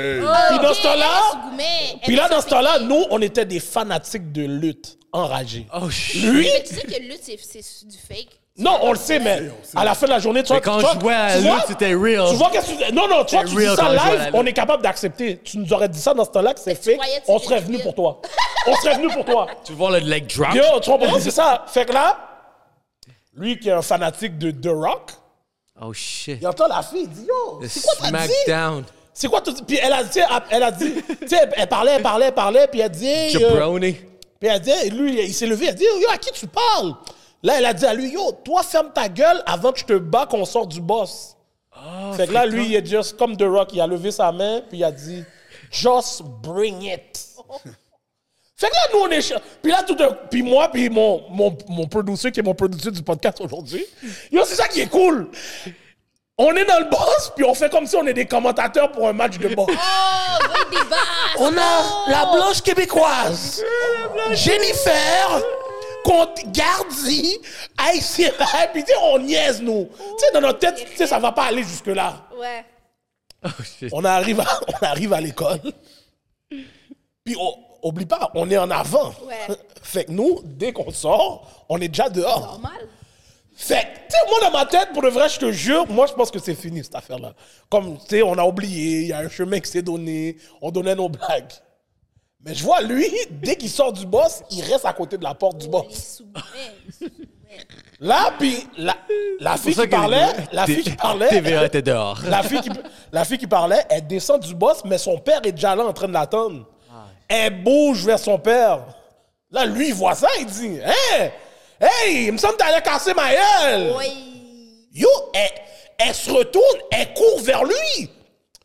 [SPEAKER 2] dans ce temps-là,
[SPEAKER 4] Yes, mais-
[SPEAKER 2] puis là, dans ce temps-là, nous, on était des fanatiques de lutte, enragés.
[SPEAKER 1] Oh, shit.
[SPEAKER 2] Lui,
[SPEAKER 4] Mais tu sais que le, c'est c'est du fake.
[SPEAKER 2] Non, on le sait, mais à la fin de la journée, tu vois.
[SPEAKER 1] Mais quand
[SPEAKER 2] tu
[SPEAKER 1] je
[SPEAKER 2] vois-
[SPEAKER 1] jouais à
[SPEAKER 2] tu vois-
[SPEAKER 1] Lutte, c'était real.
[SPEAKER 2] Tu vois qu'est-ce que tu Non, non, tu
[SPEAKER 1] C'était
[SPEAKER 2] vois, tu dis
[SPEAKER 1] real
[SPEAKER 2] ça
[SPEAKER 1] quand je jouais à la
[SPEAKER 2] live,
[SPEAKER 1] Lutte.
[SPEAKER 2] on est capable d'accepter. Tu nous aurais dit ça dans ce temps-là que c'est
[SPEAKER 4] Mais tu
[SPEAKER 2] fake.
[SPEAKER 4] croyais que
[SPEAKER 2] On
[SPEAKER 4] c'était
[SPEAKER 2] serait venu
[SPEAKER 4] débile.
[SPEAKER 2] pour toi. On serait venu pour toi.
[SPEAKER 1] Tu vois le leg drop?
[SPEAKER 2] Yo, tu comprends? C'est ça. Fait que là, lui qui est un fanatique de The Rock,
[SPEAKER 1] Oh shit.
[SPEAKER 2] il entend la fille, il dit Yo,
[SPEAKER 1] Le
[SPEAKER 2] c'est quoi t'as dit?
[SPEAKER 1] smackdown.
[SPEAKER 2] C'est quoi tout Puis elle a, tu sais, elle- elle a dit, tu sais, elle parlait, elle parlait, elle parlait, puis elle dit. hey, euh,
[SPEAKER 1] Jabroni.
[SPEAKER 2] puis elle dit, et lui, il s'est levé, elle dit, yo, à qui tu parles? Là, elle a dit à lui, yo, toi, ferme ta gueule avant que je te bats qu'on sorte du boss. fait que là, lui, il est juste comme The Rock, il a levé sa main, puis il a dit, just bring it. fait que là, nous, on est. ch- Puis là, tout d'un Puis moi, puis mon, mon, mon producer, qui est mon producer du podcast aujourd'hui, yo, c'est ça qui est cool. On est dans le boss, puis on fait comme si on est des commentateurs pour un match de boxe.
[SPEAKER 4] Oh, oui, des basses!
[SPEAKER 2] On a la blanche québécoise, Jennifer, contre Gardi, Haïtien. Puis tu sais, on niaise, nous. Tu sais, dans notre tête, tu sais, ça va pas aller jusque-là.
[SPEAKER 4] Ouais.
[SPEAKER 1] Oh,
[SPEAKER 2] On arrive à, on arrive à l'école. Puis on, oublie pas, on est en avant.
[SPEAKER 4] Ouais.
[SPEAKER 2] Fait que nous, dès qu'on sort, on est déjà dehors.
[SPEAKER 4] Normal.
[SPEAKER 2] Fait que, tu sais, moi, dans ma tête, pour de vrai, je te jure, moi, je pense que c'est fini, cette affaire-là. Comme, tu sais, on a oublié, il y a un chemin qui s'est donné, on donnait nos blagues. Mais je vois, lui, dès qu'il sort du boss, il reste à côté de la porte du
[SPEAKER 4] Il
[SPEAKER 2] boss.
[SPEAKER 4] soumet. il soumet.
[SPEAKER 2] Là, puis, la, la fille qui
[SPEAKER 1] ça que-
[SPEAKER 2] parlait, la fille
[SPEAKER 1] TVA
[SPEAKER 2] qui parlait,
[SPEAKER 1] était dehors.
[SPEAKER 2] la fille qui, la fille qui parlait, elle descend du boss, mais son père est déjà là en train de l'attendre.
[SPEAKER 1] Ah.
[SPEAKER 2] Elle bouge vers son père. Là, lui, il voit ça, il dit, « Hey, hey, il me semble que t'allais casser ma gueule!
[SPEAKER 4] Oui.
[SPEAKER 2] Yo, elle, elle se retourne, elle court vers lui.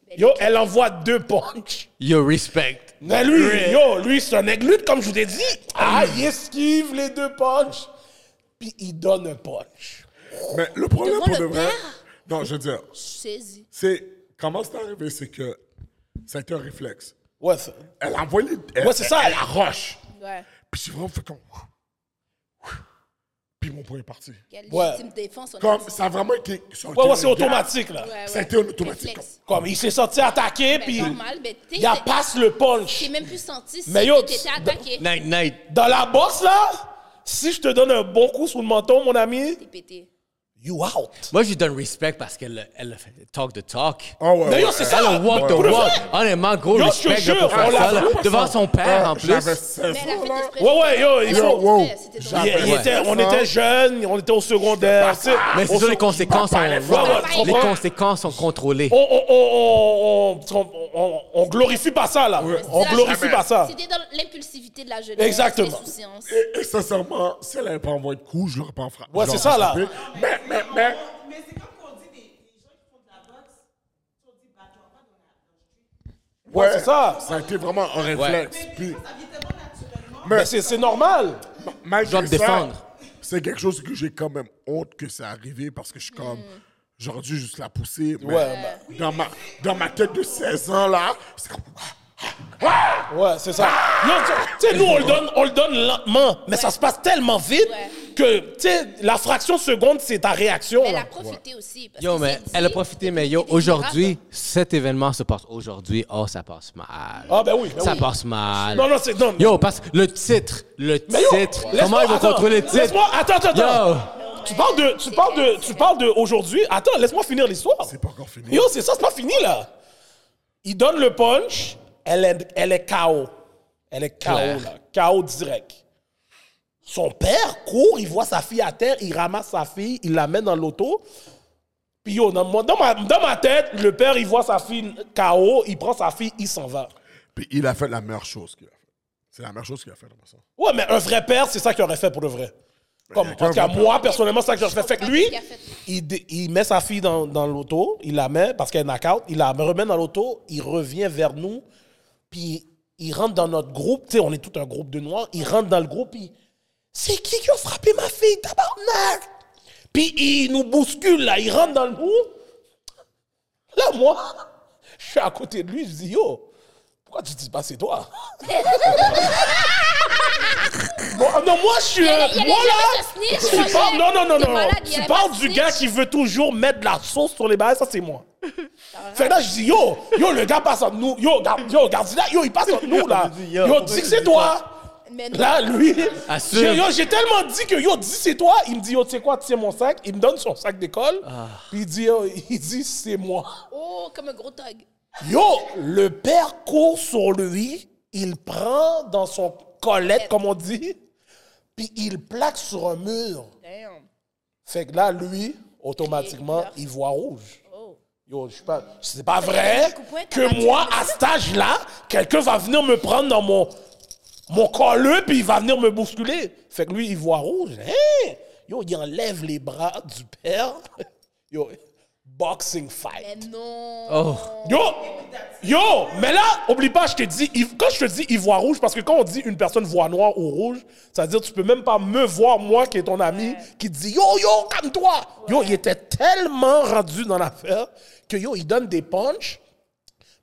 [SPEAKER 4] Ben,
[SPEAKER 2] Yo, elle envoie deux punches.
[SPEAKER 1] Yo, respect.
[SPEAKER 2] Mais lui, yo, lui, c'est un aiglute, comme je vous ai dit. Ah, il esquive les deux punches. Puis il donne un punch.
[SPEAKER 3] Mais le problème
[SPEAKER 4] Devant
[SPEAKER 3] pour
[SPEAKER 4] le
[SPEAKER 3] de vrai.
[SPEAKER 4] père?
[SPEAKER 3] Non, je veux dire,
[SPEAKER 4] Je saisis.
[SPEAKER 3] c'est. Comment c'est arrivé, c'est que. Ça a été un réflexe.
[SPEAKER 2] Ouais, ça-
[SPEAKER 3] Elle a envoyé. Elle,
[SPEAKER 2] ouais, c'est ça.
[SPEAKER 3] Elle arroche.
[SPEAKER 4] Ouais.
[SPEAKER 3] Puis j'ai vraiment fait comme. Puis mon point est parti.
[SPEAKER 4] Quelle
[SPEAKER 2] Ouais.
[SPEAKER 4] légitime défense. on a
[SPEAKER 3] Comme
[SPEAKER 4] dit.
[SPEAKER 3] ça a vraiment été.
[SPEAKER 2] Ouais, ouais, c'est automatique, là.
[SPEAKER 4] Ouais, ouais.
[SPEAKER 3] Ça a été un automatique.
[SPEAKER 4] Réflexe.
[SPEAKER 2] Comme il s'est senti attaqué,
[SPEAKER 4] Ben,
[SPEAKER 2] puis
[SPEAKER 4] normal, mais t'es-
[SPEAKER 2] il a passe le
[SPEAKER 4] J'ai
[SPEAKER 2] punch.
[SPEAKER 4] même plus senti si
[SPEAKER 2] Mais yo,
[SPEAKER 4] t'étais
[SPEAKER 2] tu-
[SPEAKER 4] attaqué.
[SPEAKER 1] Night, night.
[SPEAKER 2] Dans la bosse, là, si je te donne un bon coup sur le menton, mon ami,
[SPEAKER 4] T'es pété.
[SPEAKER 2] you out.
[SPEAKER 1] Moi, je lui donne respect parce qu'elle a- elle a fait talk the talk.
[SPEAKER 3] Ah ouais,
[SPEAKER 2] Mais yo,
[SPEAKER 3] ouais,
[SPEAKER 2] c'est
[SPEAKER 3] ouais.
[SPEAKER 2] ça.
[SPEAKER 1] Elle a walk the
[SPEAKER 2] Oh, Pour de
[SPEAKER 1] walk.
[SPEAKER 2] vrai.
[SPEAKER 1] Honnêtement, gros
[SPEAKER 2] Yo, je te
[SPEAKER 1] respect de
[SPEAKER 2] jure,
[SPEAKER 1] pour faire
[SPEAKER 2] on l'a
[SPEAKER 1] ça, là.
[SPEAKER 2] vu, moi,
[SPEAKER 1] Devant son père, en plus.
[SPEAKER 3] J'avais 16
[SPEAKER 4] Mais elle a
[SPEAKER 3] ans,
[SPEAKER 4] fait
[SPEAKER 3] là.
[SPEAKER 4] exprès.
[SPEAKER 2] Ouais, ouais, yo, il
[SPEAKER 4] Elle a
[SPEAKER 2] faut-
[SPEAKER 4] fait
[SPEAKER 3] wow.
[SPEAKER 4] exprès, c'était
[SPEAKER 2] Il-
[SPEAKER 3] Ah,
[SPEAKER 2] il
[SPEAKER 3] ben, ouais.
[SPEAKER 2] était- on était jeunes, on était au secondaire. tu sais.
[SPEAKER 1] Mais c'est
[SPEAKER 2] On
[SPEAKER 1] sûr,
[SPEAKER 2] se-
[SPEAKER 1] les conséquences sont.
[SPEAKER 2] Ouais, ouais, tu
[SPEAKER 1] les
[SPEAKER 2] comprends?
[SPEAKER 1] conséquences sont contrôlées.
[SPEAKER 2] on, on, on, on- on- on- on glorifie pas ça, là. On
[SPEAKER 4] Ça,
[SPEAKER 2] glorifie
[SPEAKER 4] jamais.
[SPEAKER 2] pas ça.
[SPEAKER 4] C'était dans l'impulsivité de la jeunesse.
[SPEAKER 2] Exactement.
[SPEAKER 4] l'insouciance.
[SPEAKER 3] Et, et sincèrement, si elle n'avait pas envoyé de coup, je l'aurais pas en frappé.
[SPEAKER 2] Ouais,
[SPEAKER 3] Je
[SPEAKER 2] c'est
[SPEAKER 3] l'aurais
[SPEAKER 2] ça,
[SPEAKER 3] pas
[SPEAKER 2] là.
[SPEAKER 3] frappé. Mais, mais, mais.
[SPEAKER 5] Mais c'est comme qu'on dit des, des gens qui font de la boxe, on dit bah, tu vas pas donner la
[SPEAKER 3] Ouais,
[SPEAKER 2] c'est ça.
[SPEAKER 3] Ça a été vraiment un réflexe. Puis,
[SPEAKER 5] planche. Ça vient tellement naturellement.
[SPEAKER 2] Mais c'est c'est normal.
[SPEAKER 3] malgré
[SPEAKER 1] dois te
[SPEAKER 3] ça,
[SPEAKER 1] défendre.
[SPEAKER 3] C'est quelque chose que j'ai quand même honte que ça arrivé parce que je suis comme.
[SPEAKER 4] Mm.
[SPEAKER 3] J'aurais dû juste la pousser. Mais
[SPEAKER 2] Ouais, bah.
[SPEAKER 3] dans, ma, dans ma tête de 16 ans, là, c'est comme.
[SPEAKER 2] Ouais, c'est ça. Yo, tu tu sais, nous, on le donne, on le donne lentement, mais ça se passe tellement vite
[SPEAKER 4] Ouais.
[SPEAKER 2] que, tu sais, la fraction seconde, c'est ta réaction.
[SPEAKER 4] Elle
[SPEAKER 2] là.
[SPEAKER 4] a profité aussi. parce
[SPEAKER 1] Yo,
[SPEAKER 4] que
[SPEAKER 1] mais
[SPEAKER 4] c'est dit,
[SPEAKER 1] elle a profité, mais
[SPEAKER 4] c'est
[SPEAKER 1] yo,
[SPEAKER 4] des
[SPEAKER 1] aujourd'hui,
[SPEAKER 4] miracles.
[SPEAKER 1] cet événement se passe aujourd'hui. Oh, ça passe mal.
[SPEAKER 2] Ah, ben oui, ben
[SPEAKER 1] ça
[SPEAKER 2] oui.
[SPEAKER 1] passe mal.
[SPEAKER 2] Non, non, c'est. Non,
[SPEAKER 1] Yo, parce que le titre, le
[SPEAKER 2] mais yo,
[SPEAKER 1] titre,
[SPEAKER 2] laisse-moi-
[SPEAKER 1] comment ils vont
[SPEAKER 2] attends,
[SPEAKER 1] contrôler le titre?
[SPEAKER 2] Laisse-moi, attends, attends, attends.
[SPEAKER 1] Yo.
[SPEAKER 2] Tu parles de, tu parles de, tu parles de aujourd'hui. Attends, laisse-moi finir l'histoire.
[SPEAKER 3] C'est pas encore fini.
[SPEAKER 2] Yo, c'est ça, c'est pas fini là. Il donne le punch, elle est, elle est KO. Elle est KO
[SPEAKER 1] Claire.
[SPEAKER 2] là, KO direct. Son père court, il voit sa fille à terre, il ramasse sa fille, il l'amène dans l'auto. Puis yo, dans, mon- dans ma, dans ma tête, le père, il voit sa fille KO, il prend sa fille, il s'en va.
[SPEAKER 3] Puis il a fait la meilleure chose qu'il a fait. C'est la meilleure chose qu'il a fait, dans ça.
[SPEAKER 2] Ouais, mais un vrai père, c'est ça qu'il aurait fait pour de vrai. Comme,
[SPEAKER 3] il y a
[SPEAKER 2] en tout
[SPEAKER 3] qu'un
[SPEAKER 2] cas,
[SPEAKER 3] vrai père.
[SPEAKER 2] moi, personnellement, c'est ça que j'aurais fait. Fait que lui,
[SPEAKER 4] Je comprends ce qu'il a fait.
[SPEAKER 2] il, dé- il met sa fille dans, dans l'auto, il la met parce qu'elle est knock-out, il la remet dans l'auto, il revient vers nous, puis il rentre dans notre groupe. Tu sais, on est tout un groupe de noirs. Il rentre dans le groupe, puis c'est qui qui a frappé ma fille, tabarnak? Puis il nous bouscule, là, il rentre dans le groupe. Là, moi, je suis à côté de lui, je dis, yo, pourquoi tu dis pas c'est toi? Bon, non, moi, je suis.
[SPEAKER 4] Il y
[SPEAKER 2] euh,
[SPEAKER 4] allait- il allait
[SPEAKER 2] moi, là,
[SPEAKER 4] jamais se sneak,
[SPEAKER 2] tu
[SPEAKER 4] Roger.
[SPEAKER 2] parles, non, non, non,
[SPEAKER 4] T'es
[SPEAKER 2] non, non.
[SPEAKER 4] malade, il
[SPEAKER 2] Tu
[SPEAKER 4] allait
[SPEAKER 2] parles
[SPEAKER 4] pas se
[SPEAKER 2] du
[SPEAKER 4] sneak.
[SPEAKER 2] gars qui veut toujours mettre de la sauce sur les barres, ça, c'est moi. Fait que là, je dis, yo, yo, le gars passe entre nous. Yo, garde, yo, garde là, yo, il passe entre nous, là.
[SPEAKER 1] On dit, yo,
[SPEAKER 2] Yo,
[SPEAKER 1] pourquoi
[SPEAKER 2] dis que
[SPEAKER 1] tu
[SPEAKER 2] c'est
[SPEAKER 1] dis
[SPEAKER 2] toi.
[SPEAKER 4] Mais non.
[SPEAKER 2] Là, lui,
[SPEAKER 1] Assume.
[SPEAKER 2] j'ai yo, j'ai tellement dit que yo, dis c'est toi. Il me dit, yo, tu sais quoi, tiens mon sac. Il me donne son sac d'école. Puis il dit, yo, il dit, c'est moi.
[SPEAKER 4] Oh, comme un gros thug.
[SPEAKER 2] Yo, le père court sur lui. Il prend dans son collette, comme on dit. Puis il plaque sur un mur.
[SPEAKER 4] Damn.
[SPEAKER 2] Fait que là, lui, automatiquement,
[SPEAKER 4] Il pleure.
[SPEAKER 2] il voit rouge.
[SPEAKER 4] Oh.
[SPEAKER 2] Yo, je sais pas, c'est pas vrai
[SPEAKER 4] des coupettes, t'as
[SPEAKER 2] que moi, à cet âge-là, quelqu'un va venir me prendre dans mon, mon colleux, puis il va venir me bousculer. Fait que lui, il voit rouge. Hein? Yo, il enlève les bras du père. Yo, boxing
[SPEAKER 4] Mais
[SPEAKER 2] fight.
[SPEAKER 4] non.
[SPEAKER 1] Oh.
[SPEAKER 2] Yo! Yo! Mais là, oublie pas, je te dis, il- quand je te dis il voit rouge, parce que quand on dit une personne voit noir ou rouge, ça veut dire tu peux même pas me voir, moi qui est ton ami, qui dit yo, yo, calme-toi! Yo, il était tellement rendu dans l'affaire que yo, il donne des punches,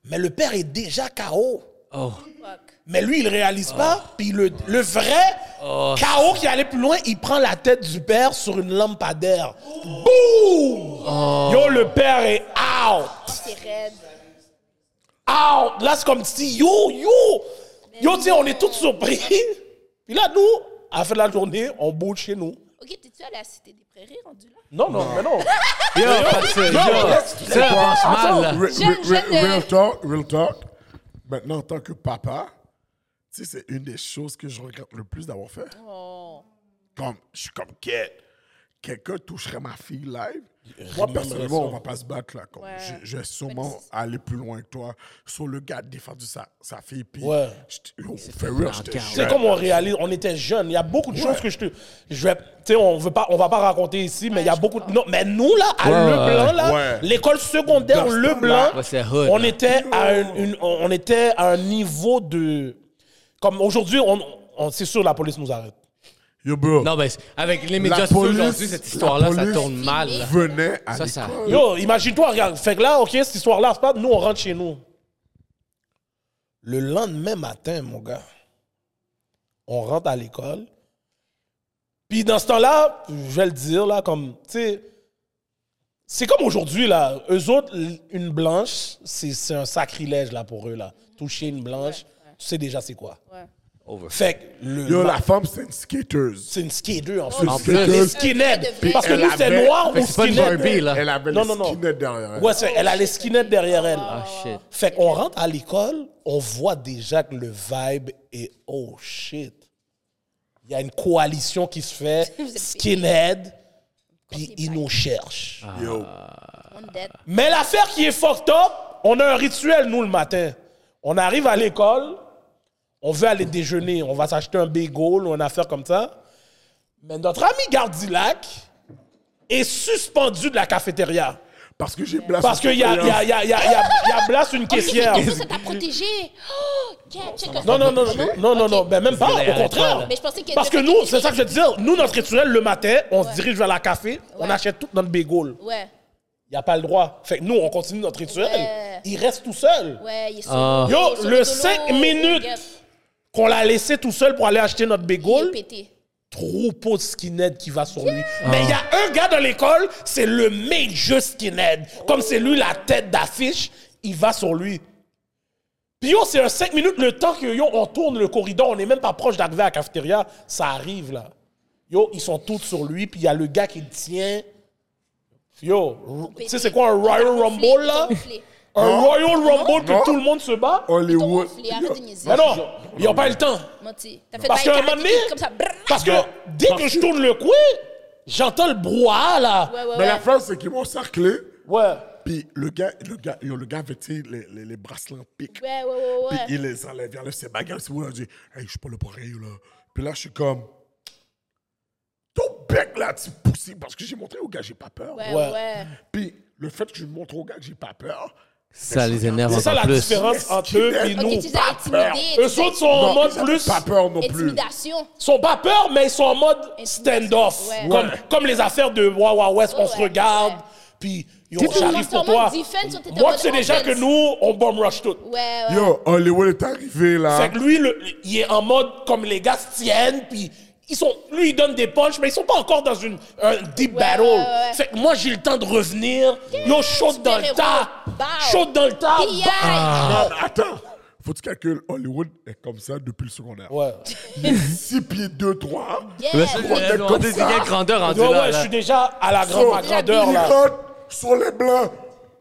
[SPEAKER 2] mais le père est déjà KO.
[SPEAKER 1] Oh.
[SPEAKER 4] Fuck.
[SPEAKER 2] Mais lui, il réalise pas. Puis le, le vrai chaos qui allait plus loin, il prend la tête du père sur une lampadaire. Boum! Yo, le père est out!
[SPEAKER 4] C'est raide.
[SPEAKER 2] Out! Là, c'est comme si, yo, yo! Yo, tiens, on est tous surpris. Puis là, nous, à la fin de la journée, on bouge chez nous.
[SPEAKER 4] Ok, t'es-tu allé à la Cité des Prairies rendu là?
[SPEAKER 2] Non, non, mais non.
[SPEAKER 1] Yo, parce que, yo, ça passe mal, là.
[SPEAKER 3] Re- re-
[SPEAKER 4] Jeune- jeune,
[SPEAKER 3] re-
[SPEAKER 4] euh,
[SPEAKER 3] Real talk, real talk. Maintenant, en tant que papa, tu sais, c'est une des choses que je regrette le plus d'avoir fait.
[SPEAKER 4] Oh.
[SPEAKER 3] Comme, je suis comme, quête. Quelqu'un toucherait ma fille live. Moi, personnellement, on va pas se battre là. Comme,
[SPEAKER 4] Ouais.
[SPEAKER 3] je, je vais sûrement aller plus loin que toi. Sur le gars a défendu sa, sa fille. Puis,
[SPEAKER 2] Ouais.
[SPEAKER 3] je- yo, fais real, je te
[SPEAKER 1] bancard.
[SPEAKER 2] C'est
[SPEAKER 3] jure.
[SPEAKER 2] comme on réalise, on était jeunes. Il y a beaucoup de choses que je te. Je vais, tu sais, on veut pas, on va pas raconter ici, mais il y a beaucoup. De, non, mais nous là, à
[SPEAKER 1] ouais,
[SPEAKER 2] Leblanc là,
[SPEAKER 3] Ouais.
[SPEAKER 2] l'école secondaire
[SPEAKER 3] Dans ce
[SPEAKER 2] Leblanc,
[SPEAKER 3] temps-là,
[SPEAKER 1] ouais, c'est hood,
[SPEAKER 2] on
[SPEAKER 1] là.
[SPEAKER 2] était à un, une- on était à un niveau de, comme aujourd'hui, on, on- c'est sûr la police nous arrête.
[SPEAKER 3] Yo, bro,
[SPEAKER 1] Non, mais c'est- avec les médias sociaux
[SPEAKER 3] police-
[SPEAKER 1] aujourd'hui, cette
[SPEAKER 3] la
[SPEAKER 1] histoire-là, ça
[SPEAKER 3] police-
[SPEAKER 1] tourne mal. là.
[SPEAKER 3] venez à
[SPEAKER 1] Ça, ça-
[SPEAKER 3] l'école.
[SPEAKER 2] Yo, imagine-toi, regarde. Fait que là, OK, cette histoire-là, c'est pas. Nous, on rentre chez nous. Le lendemain matin, mon gars, on rentre à l'école. Puis dans ce temps-là, je vais le dire, là, comme, tu sais, c'est comme aujourd'hui, là. Eux autres, l- une blanche, c'est c'est un sacrilège, là, pour eux, là. Toucher une blanche, tu sais déjà c'est quoi. Fait que le.
[SPEAKER 3] Yo, la femme, c'est une skateuse.
[SPEAKER 2] C'est une skateuse, en
[SPEAKER 3] En
[SPEAKER 2] plus.
[SPEAKER 3] plus.
[SPEAKER 2] Oh, C'est une skinhead.
[SPEAKER 4] Puis
[SPEAKER 2] Parce que
[SPEAKER 3] elle
[SPEAKER 2] nous, c'est
[SPEAKER 3] avait-
[SPEAKER 2] noir
[SPEAKER 1] Fait
[SPEAKER 2] ou
[SPEAKER 1] que c'est pas une
[SPEAKER 2] skinhead.
[SPEAKER 1] Barbie, là.
[SPEAKER 3] Elle avait
[SPEAKER 2] Non,
[SPEAKER 3] le
[SPEAKER 2] non, non.
[SPEAKER 3] skinhead derrière elle.
[SPEAKER 2] Ouais, c'est- elle a les skinheads derrière elle.
[SPEAKER 1] Ah, shit.
[SPEAKER 2] Fait qu'on rentre à l'école, on voit déjà que le vibe est oh shit. Il y a une coalition qui se fait,
[SPEAKER 4] Vous êtes
[SPEAKER 2] skinhead, puis
[SPEAKER 4] Contre les
[SPEAKER 2] ils nous cherchent.
[SPEAKER 1] Ah.
[SPEAKER 3] Yo.
[SPEAKER 4] On dead.
[SPEAKER 2] Mais l'affaire qui est fucked up, on a un rituel, nous, le matin. On arrive à l'école, on veut aller déjeuner, on va s'acheter un bagel ou une affaire comme ça. Mais notre ami Gardilac est suspendu de la cafétéria.
[SPEAKER 3] Parce que j'ai blasé.
[SPEAKER 2] Parce qu'il y a, y a, y a, y a, y a- y a Blas une caissière.
[SPEAKER 4] Ça, ça t'a protégé. Oh, ok, check it.
[SPEAKER 2] Non, non, non, non, non, non, non, ben même pas,
[SPEAKER 1] Parce que là,
[SPEAKER 2] au
[SPEAKER 1] il y a pas, là.
[SPEAKER 2] contraire.
[SPEAKER 4] Mais je pensais que-
[SPEAKER 2] Parce que nous, c'est ça que je veux dire, nous, notre rituel, le matin, on se dirige vers la café, on
[SPEAKER 4] Ouais.
[SPEAKER 2] achète tout notre bagel.
[SPEAKER 4] Ouais,
[SPEAKER 2] Il n'y a pas le droit. Fait que nous, on continue notre rituel.
[SPEAKER 4] Ouais.
[SPEAKER 2] Il reste tout seul.
[SPEAKER 4] ouais, il est
[SPEAKER 1] Ah.
[SPEAKER 4] solo.
[SPEAKER 2] Yo,
[SPEAKER 4] Il est
[SPEAKER 2] le
[SPEAKER 4] solo.
[SPEAKER 2] 5 minutes
[SPEAKER 4] Yep.
[SPEAKER 2] qu'on l'a laissé tout seul pour aller acheter notre
[SPEAKER 4] Il est
[SPEAKER 2] bagel,
[SPEAKER 4] pété.
[SPEAKER 2] troupeau de skinhead qui va sur lui. Mais il y a un gars dans l'école, c'est le major skinhead. Comme c'est lui la tête d'affiche, il va sur lui. Puis yo, c'est un 5 minutes le temps que yo, on tourne le corridor, on n'est même pas proche d'arriver à la cafétéria, ça arrive là. Yo, ils sont tous sur lui, puis il y a le gars qui le tient. Yo, tu sais c'est quoi un Royal Rumble là
[SPEAKER 4] Ronflé.
[SPEAKER 2] Un Royal Rumble
[SPEAKER 3] Non.
[SPEAKER 2] que tout le monde se bat
[SPEAKER 3] Hollywood.
[SPEAKER 4] Ronflé, arrête de niaiser.
[SPEAKER 2] Mais non, ils n'ont pas eu le temps.
[SPEAKER 4] Menti. T'as fait
[SPEAKER 2] Parce
[SPEAKER 4] pas
[SPEAKER 2] qu'à un
[SPEAKER 4] les
[SPEAKER 2] moment donné-
[SPEAKER 4] karatékis comme ça. brrr.
[SPEAKER 2] Parce que dès que je tourne le coin, j'entends le brouhaha là.
[SPEAKER 4] Ouais, ouais,
[SPEAKER 3] Mais
[SPEAKER 4] ouais.
[SPEAKER 3] la fin, c'est qu'ils m'ont cerclé.
[SPEAKER 2] Ouais.
[SPEAKER 3] Puis le gars, le gars, yo, le gars avait tu sais, les, les, les bracelets en pique.
[SPEAKER 4] Ouais, ouais, ouais,
[SPEAKER 3] Puis
[SPEAKER 4] ouais.
[SPEAKER 3] il les enlève, il enlève ses bagages. C'est moi, il a dit, hey, je suis pas le pareil, là. Puis là, je suis comme, ton bec, là, tu poussis. Parce que j'ai montré au gars, j'ai pas peur.
[SPEAKER 4] Ouais,
[SPEAKER 2] Ouais.
[SPEAKER 4] ouais.
[SPEAKER 3] Puis le fait que je montre au gars que j'ai pas peur,
[SPEAKER 1] Ça les énerve
[SPEAKER 2] C'est ça
[SPEAKER 1] encore
[SPEAKER 2] la
[SPEAKER 1] plus.
[SPEAKER 2] différence entre eux et
[SPEAKER 3] Ok,
[SPEAKER 2] nous.
[SPEAKER 4] Ok, tu les as intimidés. tu les
[SPEAKER 2] Eux
[SPEAKER 4] as-
[SPEAKER 2] autres sont en
[SPEAKER 3] non,
[SPEAKER 2] mode
[SPEAKER 3] ils avaient
[SPEAKER 2] plus.
[SPEAKER 3] pas peur non plus.
[SPEAKER 4] Intimidation.
[SPEAKER 2] Ils sont pas peur, mais ils sont en mode stand-off.
[SPEAKER 4] Ouais.
[SPEAKER 2] Comme, comme les affaires de Wawa West, on
[SPEAKER 4] Ouais,
[SPEAKER 2] se
[SPEAKER 4] ouais.
[SPEAKER 2] regarde, puis yo,
[SPEAKER 4] T'étais-
[SPEAKER 2] j'arrive
[SPEAKER 4] T'étais en
[SPEAKER 2] pour toi.
[SPEAKER 4] mode defense, toi, t'étais en
[SPEAKER 2] Moi,
[SPEAKER 4] mode
[SPEAKER 2] tu sais déjà
[SPEAKER 4] offense.
[SPEAKER 2] que nous, on bomb rush tout.
[SPEAKER 4] Ouais, ouais.
[SPEAKER 3] Yo, Hollywood est arrivé, là.
[SPEAKER 4] Ah.
[SPEAKER 2] Fait que lui, le- il est en mode comme les gars se tiennent, puis ils sont, lui, il donne des punches, mais ils sont pas encore dans une, un deep battle.
[SPEAKER 4] ouais, ouais.
[SPEAKER 2] Fait que moi, j'ai le temps de revenir. Yo, chaude dans le
[SPEAKER 4] super-héros.
[SPEAKER 2] tas.
[SPEAKER 4] Bow.
[SPEAKER 2] Chaude dans le tas.
[SPEAKER 4] Puis, yeah.
[SPEAKER 2] ah, bah.
[SPEAKER 3] Non, mais Ah, attends, faut que tu calcules, Hollywood est comme ça depuis le secondaire.
[SPEAKER 2] Ah. Ouais.
[SPEAKER 3] 6 pieds 2, 3.
[SPEAKER 4] Yeah.
[SPEAKER 1] Mais ça,
[SPEAKER 4] Ouais,
[SPEAKER 3] Faut être
[SPEAKER 1] on
[SPEAKER 3] comme
[SPEAKER 1] dit
[SPEAKER 3] ça.
[SPEAKER 1] grandeur rendu
[SPEAKER 2] Ouais,
[SPEAKER 1] Ah, là, là.
[SPEAKER 2] ouais, je suis déjà à la grande ma grandeur,
[SPEAKER 3] Il
[SPEAKER 2] là.
[SPEAKER 3] rentre sur les blancs.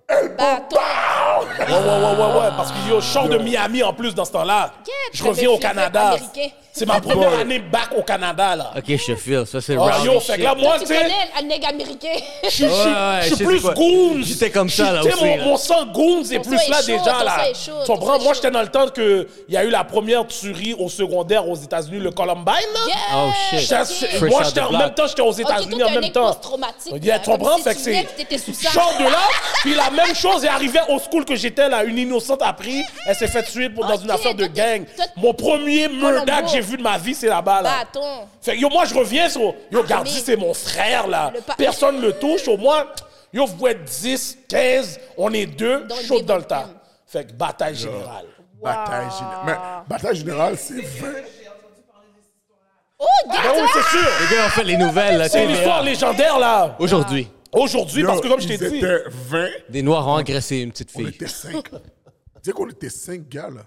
[SPEAKER 3] Ah.
[SPEAKER 4] Bateau.
[SPEAKER 2] Ouais, ouais, ouais, ouais, ouais, parce que yo, je sors de Miami en plus dans ce temps-là.
[SPEAKER 4] Yeah,
[SPEAKER 2] je
[SPEAKER 4] t'avais
[SPEAKER 2] reviens au
[SPEAKER 4] fait le
[SPEAKER 2] Canada.
[SPEAKER 4] américain.
[SPEAKER 2] C'est ma première année back au Canada, là.
[SPEAKER 1] Ok, je feel. Ça, c'est
[SPEAKER 2] Oh,
[SPEAKER 1] rowdy
[SPEAKER 2] yo, fait que
[SPEAKER 1] shit.
[SPEAKER 2] là, moi,
[SPEAKER 4] Tu
[SPEAKER 2] tu sais,
[SPEAKER 4] connais le nègre américain.
[SPEAKER 2] je suis- je suis-
[SPEAKER 1] Ouais, ouais,
[SPEAKER 2] je
[SPEAKER 1] je
[SPEAKER 2] suis
[SPEAKER 1] sais
[SPEAKER 2] plus
[SPEAKER 1] pas.
[SPEAKER 2] goons.
[SPEAKER 1] J'étais comme ça, là,
[SPEAKER 2] J'étais
[SPEAKER 1] aussi,
[SPEAKER 2] Mon,
[SPEAKER 1] là.
[SPEAKER 2] mon sang goons est
[SPEAKER 4] Ton
[SPEAKER 2] plus
[SPEAKER 4] sang
[SPEAKER 2] là
[SPEAKER 4] est chaud,
[SPEAKER 2] déjà,
[SPEAKER 4] ton
[SPEAKER 2] là.
[SPEAKER 4] sang est chaud,
[SPEAKER 2] Tu
[SPEAKER 4] ton
[SPEAKER 2] comprends?
[SPEAKER 4] sang
[SPEAKER 2] Moi,
[SPEAKER 4] est chaud.
[SPEAKER 2] j'étais dans le temps qu'il y a eu la première tuerie au secondaire aux États-Unis, le Columbine, là.
[SPEAKER 4] Yeah.
[SPEAKER 1] Oh, shit.
[SPEAKER 2] J'étais-
[SPEAKER 4] Ok.
[SPEAKER 1] Fresh
[SPEAKER 2] Moi,
[SPEAKER 1] out
[SPEAKER 2] j'étais
[SPEAKER 1] the
[SPEAKER 2] en
[SPEAKER 1] block.
[SPEAKER 2] même temps, j'étais aux
[SPEAKER 4] Ok,
[SPEAKER 2] États-unis
[SPEAKER 4] toi, t'es
[SPEAKER 2] en
[SPEAKER 4] un
[SPEAKER 2] même
[SPEAKER 4] mec
[SPEAKER 2] temps.
[SPEAKER 4] post-traumatique,
[SPEAKER 2] Yeah,
[SPEAKER 4] là,
[SPEAKER 2] eh, tu
[SPEAKER 4] comme
[SPEAKER 2] comprends?
[SPEAKER 4] si
[SPEAKER 2] Fait
[SPEAKER 4] tu
[SPEAKER 2] que
[SPEAKER 4] venais
[SPEAKER 2] c'est.
[SPEAKER 4] puis t'étais sous ça.
[SPEAKER 2] Je sors de là, puis la même chose est arrivée au school que j'étais là. Une innocente a pris, elle s'est fait tuer pour, dans
[SPEAKER 4] Ok,
[SPEAKER 2] une affaire de
[SPEAKER 4] toi, t'es- Bah,
[SPEAKER 2] gang.
[SPEAKER 4] toi,
[SPEAKER 2] Mon premier murder
[SPEAKER 4] Colombo.
[SPEAKER 2] que j'ai vu de ma vie, c'est là-bas, là.
[SPEAKER 4] Bâton.
[SPEAKER 2] Fait que, yo, moi, je reviens sur. Yo,
[SPEAKER 4] Armé.
[SPEAKER 2] Gardi, c'est mon frère, là.
[SPEAKER 4] Ah, Le pa-
[SPEAKER 2] Personne me touche. Au moins, yo, vous êtes 10, 15, on est deux,
[SPEAKER 4] Dans le
[SPEAKER 2] chaud dans le
[SPEAKER 4] débat.
[SPEAKER 2] tas. Fait que bataille générale.
[SPEAKER 3] Bataille générale. Mais bataille générale, c'est 20.
[SPEAKER 4] Oh,
[SPEAKER 2] Ben oui,
[SPEAKER 4] gars,
[SPEAKER 2] c'est sûr.
[SPEAKER 1] Les gars ont fait les nouvelles, là.
[SPEAKER 2] C'est une
[SPEAKER 1] TVA.
[SPEAKER 2] histoire légendaire, là.
[SPEAKER 1] Aujourd'hui,
[SPEAKER 2] Aujourd'hui, parce que, comme je t'ai
[SPEAKER 3] euh, Ils
[SPEAKER 2] dit,
[SPEAKER 3] étaient 20,
[SPEAKER 1] des Noirs ont agressé une petite
[SPEAKER 3] on
[SPEAKER 1] fille.
[SPEAKER 3] était 5. tu sais qu'on était 5 gars, là.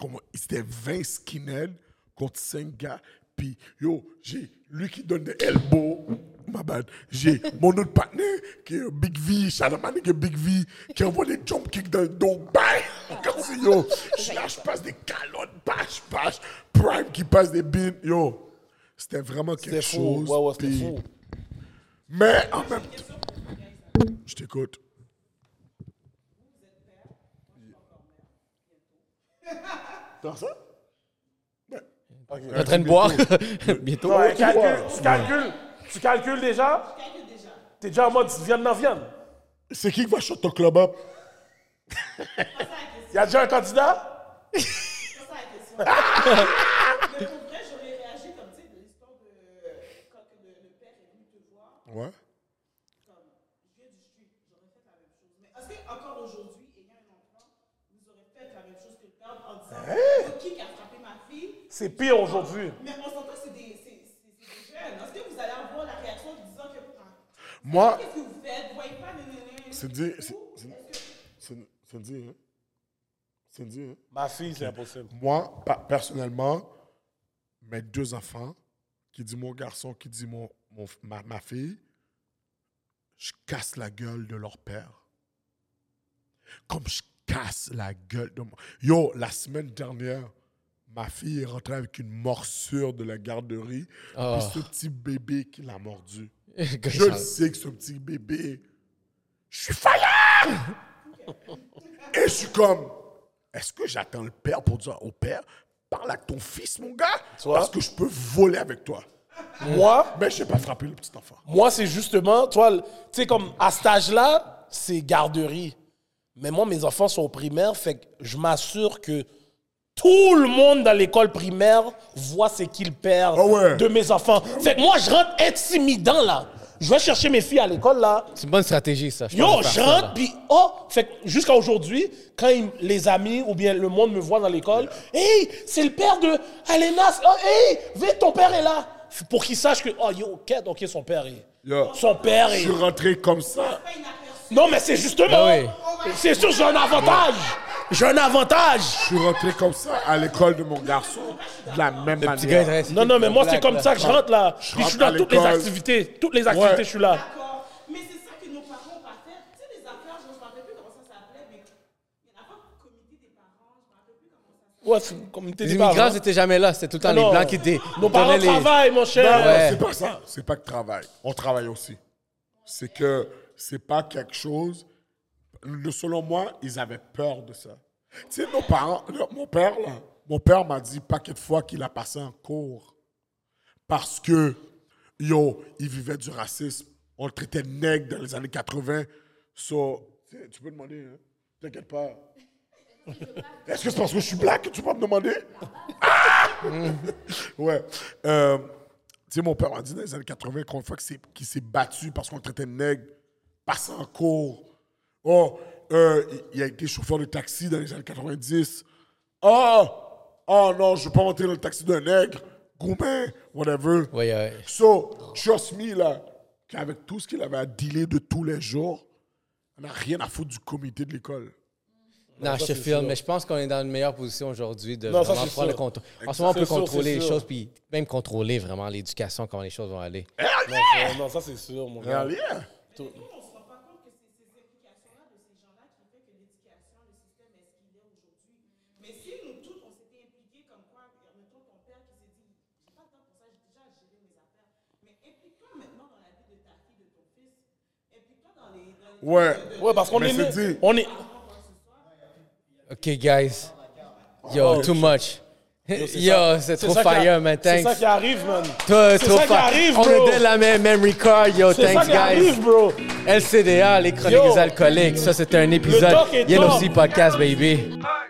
[SPEAKER 3] Comme, c'était 20 skinheads contre 5 gars. Puis, yo, j'ai lui qui donne des elbows. Ma bad. J'ai mon autre partenaire qui est Big V, Shadamani qui est Big V, qui envoie des jump kicks dans le dos. Bang! Comme si, yo, je là, je passe des calottes, bash, bash. Prime qui passe des bins. Yo, c'était vraiment quelque
[SPEAKER 2] c'était fou.
[SPEAKER 3] chose.
[SPEAKER 2] Ouais, ouais, c'était
[SPEAKER 3] puis-
[SPEAKER 2] fou.
[SPEAKER 3] Mais en même temps. Je t'écoute. T'as ça?
[SPEAKER 1] On est en train de boire. Bientôt.
[SPEAKER 2] Ouais, calcule, tu calcules. Tu calcules déjà? Je calcule déjà. T'es déjà en mode viande dans viande.
[SPEAKER 3] C'est qui qui va shot ton club up?
[SPEAKER 2] Y a déjà un candidat?
[SPEAKER 5] C'est ça la question. Mais pour vrai, j'aurais réagi comme, tu sais, de l'histoire de. Quand que le, le père est venu te voir,
[SPEAKER 3] Ouais.
[SPEAKER 5] je viens du street, j'aurais fait la même chose. Mais est-ce qu'encore aujourd'hui, ayant un enfant, vous aurez fait la même chose que le père en disant C'est qui qui a frappé ma fille
[SPEAKER 2] C'est pire aujourd'hui.
[SPEAKER 5] Mais on s'entend que c'est des, c'est- c'est- c'est des jeunes. Est-ce que vous allez avoir la réaction en disant que. Ah,
[SPEAKER 3] Moi,
[SPEAKER 5] Qu'est-ce que vous faites Voyez pas, non, non, non.
[SPEAKER 3] c'est dit. c'est- c'est- C'est c'est dit, hein? C'est dit, hein?
[SPEAKER 2] Ma fille, c'est impossible.
[SPEAKER 3] Moi, pa- personnellement, mes deux enfants, qui dit mon garçon, qui dit mon, mon f- ma, ma fille, je casse la gueule de leur père. Comme je casse la gueule de mon... Yo, la semaine dernière, ma fille est rentrée avec une morsure de la garderie. Puis ce petit bébé qui l'a mordu. Je le sais que ce petit bébé, je suis fire! Et je suis comme, est-ce que j'attends le père pour dire au père, parle avec ton fils, mon gars,
[SPEAKER 2] vois?
[SPEAKER 3] parce que je peux voler avec toi.
[SPEAKER 2] Moi,
[SPEAKER 3] Mais je n'ai pas frappé le petit enfant.
[SPEAKER 2] moi, c'est justement, toi, tu sais, comme à cet âge-là, c'est garderie. Mais moi, mes enfants sont au primaire, fait que je m'assure que tout le monde dans l'école primaire voit c'est qui le père
[SPEAKER 3] Ah ouais.
[SPEAKER 2] de mes enfants. Fait que moi, je rentre intimidant, là. Je vais chercher mes filles à l'école, là.
[SPEAKER 1] C'est une bonne stratégie, ça.
[SPEAKER 2] Yo,
[SPEAKER 1] pense, de
[SPEAKER 2] je
[SPEAKER 1] faire ça, là.
[SPEAKER 2] rentre, puis oh, fait que jusqu'à aujourd'hui, quand ils- les amis ou bien le monde me voit dans l'école, hey, c'est le père de Alenas, oh, hey, vite, ton père est là. F- Pour qu'ils sachent que, oh, yo, ok, ok, son père est.
[SPEAKER 3] Yo.
[SPEAKER 2] Son père
[SPEAKER 3] Je
[SPEAKER 2] est.
[SPEAKER 3] suis rentré comme ça.
[SPEAKER 2] Non, mais c'est justement.
[SPEAKER 1] Ben
[SPEAKER 2] C'est sûr, j'ai un avantage. J'ai un avantage.
[SPEAKER 3] Je suis rentré comme ça à l'école de mon garçon de la même
[SPEAKER 1] Petit gars, il
[SPEAKER 3] manière.
[SPEAKER 1] reste-
[SPEAKER 2] Non, non, mais moi, c'est
[SPEAKER 1] Blague,
[SPEAKER 2] comme
[SPEAKER 1] là.
[SPEAKER 2] ça que je rentre là.
[SPEAKER 3] Je
[SPEAKER 2] Puis je suis
[SPEAKER 3] rentre à
[SPEAKER 2] dans toutes les
[SPEAKER 3] l'école.
[SPEAKER 2] activités. Toutes les activités,
[SPEAKER 3] Ouais.
[SPEAKER 2] je suis là.
[SPEAKER 5] D'accord. Mais c'est ça que nos parents ont pas fait. Tu sais, les affaires, je ne me rappelle plus comment ça s'appelait, mais il y a pas le comité des parents, je ne me rappelle plus comment ça s'appelait.
[SPEAKER 2] Ouais, c'est une communauté
[SPEAKER 1] Les
[SPEAKER 2] des parents.
[SPEAKER 1] immigrants n'étaient jamais là. C'était tout le temps
[SPEAKER 2] hein. Non.
[SPEAKER 1] les Blancs qui étaient.
[SPEAKER 2] Nos parents
[SPEAKER 1] donnaient les-
[SPEAKER 2] travaillent, mon cher.
[SPEAKER 1] Ouais.
[SPEAKER 3] C'est pas ça. C'est pas que travail. On travaille aussi. C'est que c'est pas quelque chose. le- Selon moi, ils avaient peur de ça. Tu sais, nos parents, là, mon père, là, mon père m'a dit paquet de fois qu'il a passé un cours parce que, yo, il vivait du racisme. On le traitait de nègre dans les années 80. So, tu sais, tu peux demander, hein. T'inquiète pas. Est-ce que c'est parce que je suis black que tu vas me demander? Ah! Ouais. Euh, tu sais, mon père m'a dit dans les années 80 qu'on fois que c'est- qu'il s'est battu parce qu'on le traitait de nègre, passant en cours. Oh, euh, il il a été chauffeur de taxi dans les années 90. Oh, oh non, je ne vais pas monter dans le taxi d'un nègre. Goumin, whatever.
[SPEAKER 1] Ouais, ouais.
[SPEAKER 3] So, trust me, là, qu'avec tout ce qu'il avait à dealer de tous les jours, on n'a rien à foutre du comité de l'école.
[SPEAKER 1] Non, je te filme, mais je pense qu'on est dans une meilleure position aujourd'hui de
[SPEAKER 2] Non, ça,
[SPEAKER 1] vraiment
[SPEAKER 2] c'est
[SPEAKER 1] prendre le
[SPEAKER 2] sûr.
[SPEAKER 1] contrôle. En ce moment, on
[SPEAKER 2] C'est
[SPEAKER 1] peut
[SPEAKER 2] sûr,
[SPEAKER 1] contrôler
[SPEAKER 2] c'est
[SPEAKER 1] les
[SPEAKER 2] sûr.
[SPEAKER 1] choses, puis même contrôler vraiment l'éducation, comment les choses vont aller.
[SPEAKER 2] Non, ça- Non, ça, c'est sûr, mon gars.
[SPEAKER 3] Rien.
[SPEAKER 5] On ne se rend pas compte que ces ces implications-là de ces maintenant dans la vie de ta fille, de ton fils. Implique-toi dans les. dans les-
[SPEAKER 3] Ouais.
[SPEAKER 2] Ouais, parce qu'on
[SPEAKER 3] Mais
[SPEAKER 2] est,
[SPEAKER 3] c'est
[SPEAKER 2] né-
[SPEAKER 3] dit.
[SPEAKER 2] on est.
[SPEAKER 1] OK, guys. Yo,
[SPEAKER 2] Oh,
[SPEAKER 1] too much. Yo, c'est trop
[SPEAKER 2] ça qui a-
[SPEAKER 1] fire, man.
[SPEAKER 2] C'est
[SPEAKER 1] Thanks.
[SPEAKER 2] ça qui arrive, man.
[SPEAKER 1] Toi,
[SPEAKER 2] c'est
[SPEAKER 1] trop
[SPEAKER 2] ça qui
[SPEAKER 1] fire.
[SPEAKER 2] arrive,
[SPEAKER 1] On
[SPEAKER 2] bro.
[SPEAKER 1] est de la même memory card, yo.
[SPEAKER 2] C'est ça
[SPEAKER 1] Thanks,
[SPEAKER 2] qui
[SPEAKER 1] guys.
[SPEAKER 2] arrive, bro.
[SPEAKER 1] LCDA, les chroniques
[SPEAKER 2] Yo.
[SPEAKER 1] des alcooliques. Ça, c'était un épisode.
[SPEAKER 2] talk est
[SPEAKER 1] Yellow
[SPEAKER 2] talk.
[SPEAKER 1] Sea Podcast, baby.
[SPEAKER 11] Hey,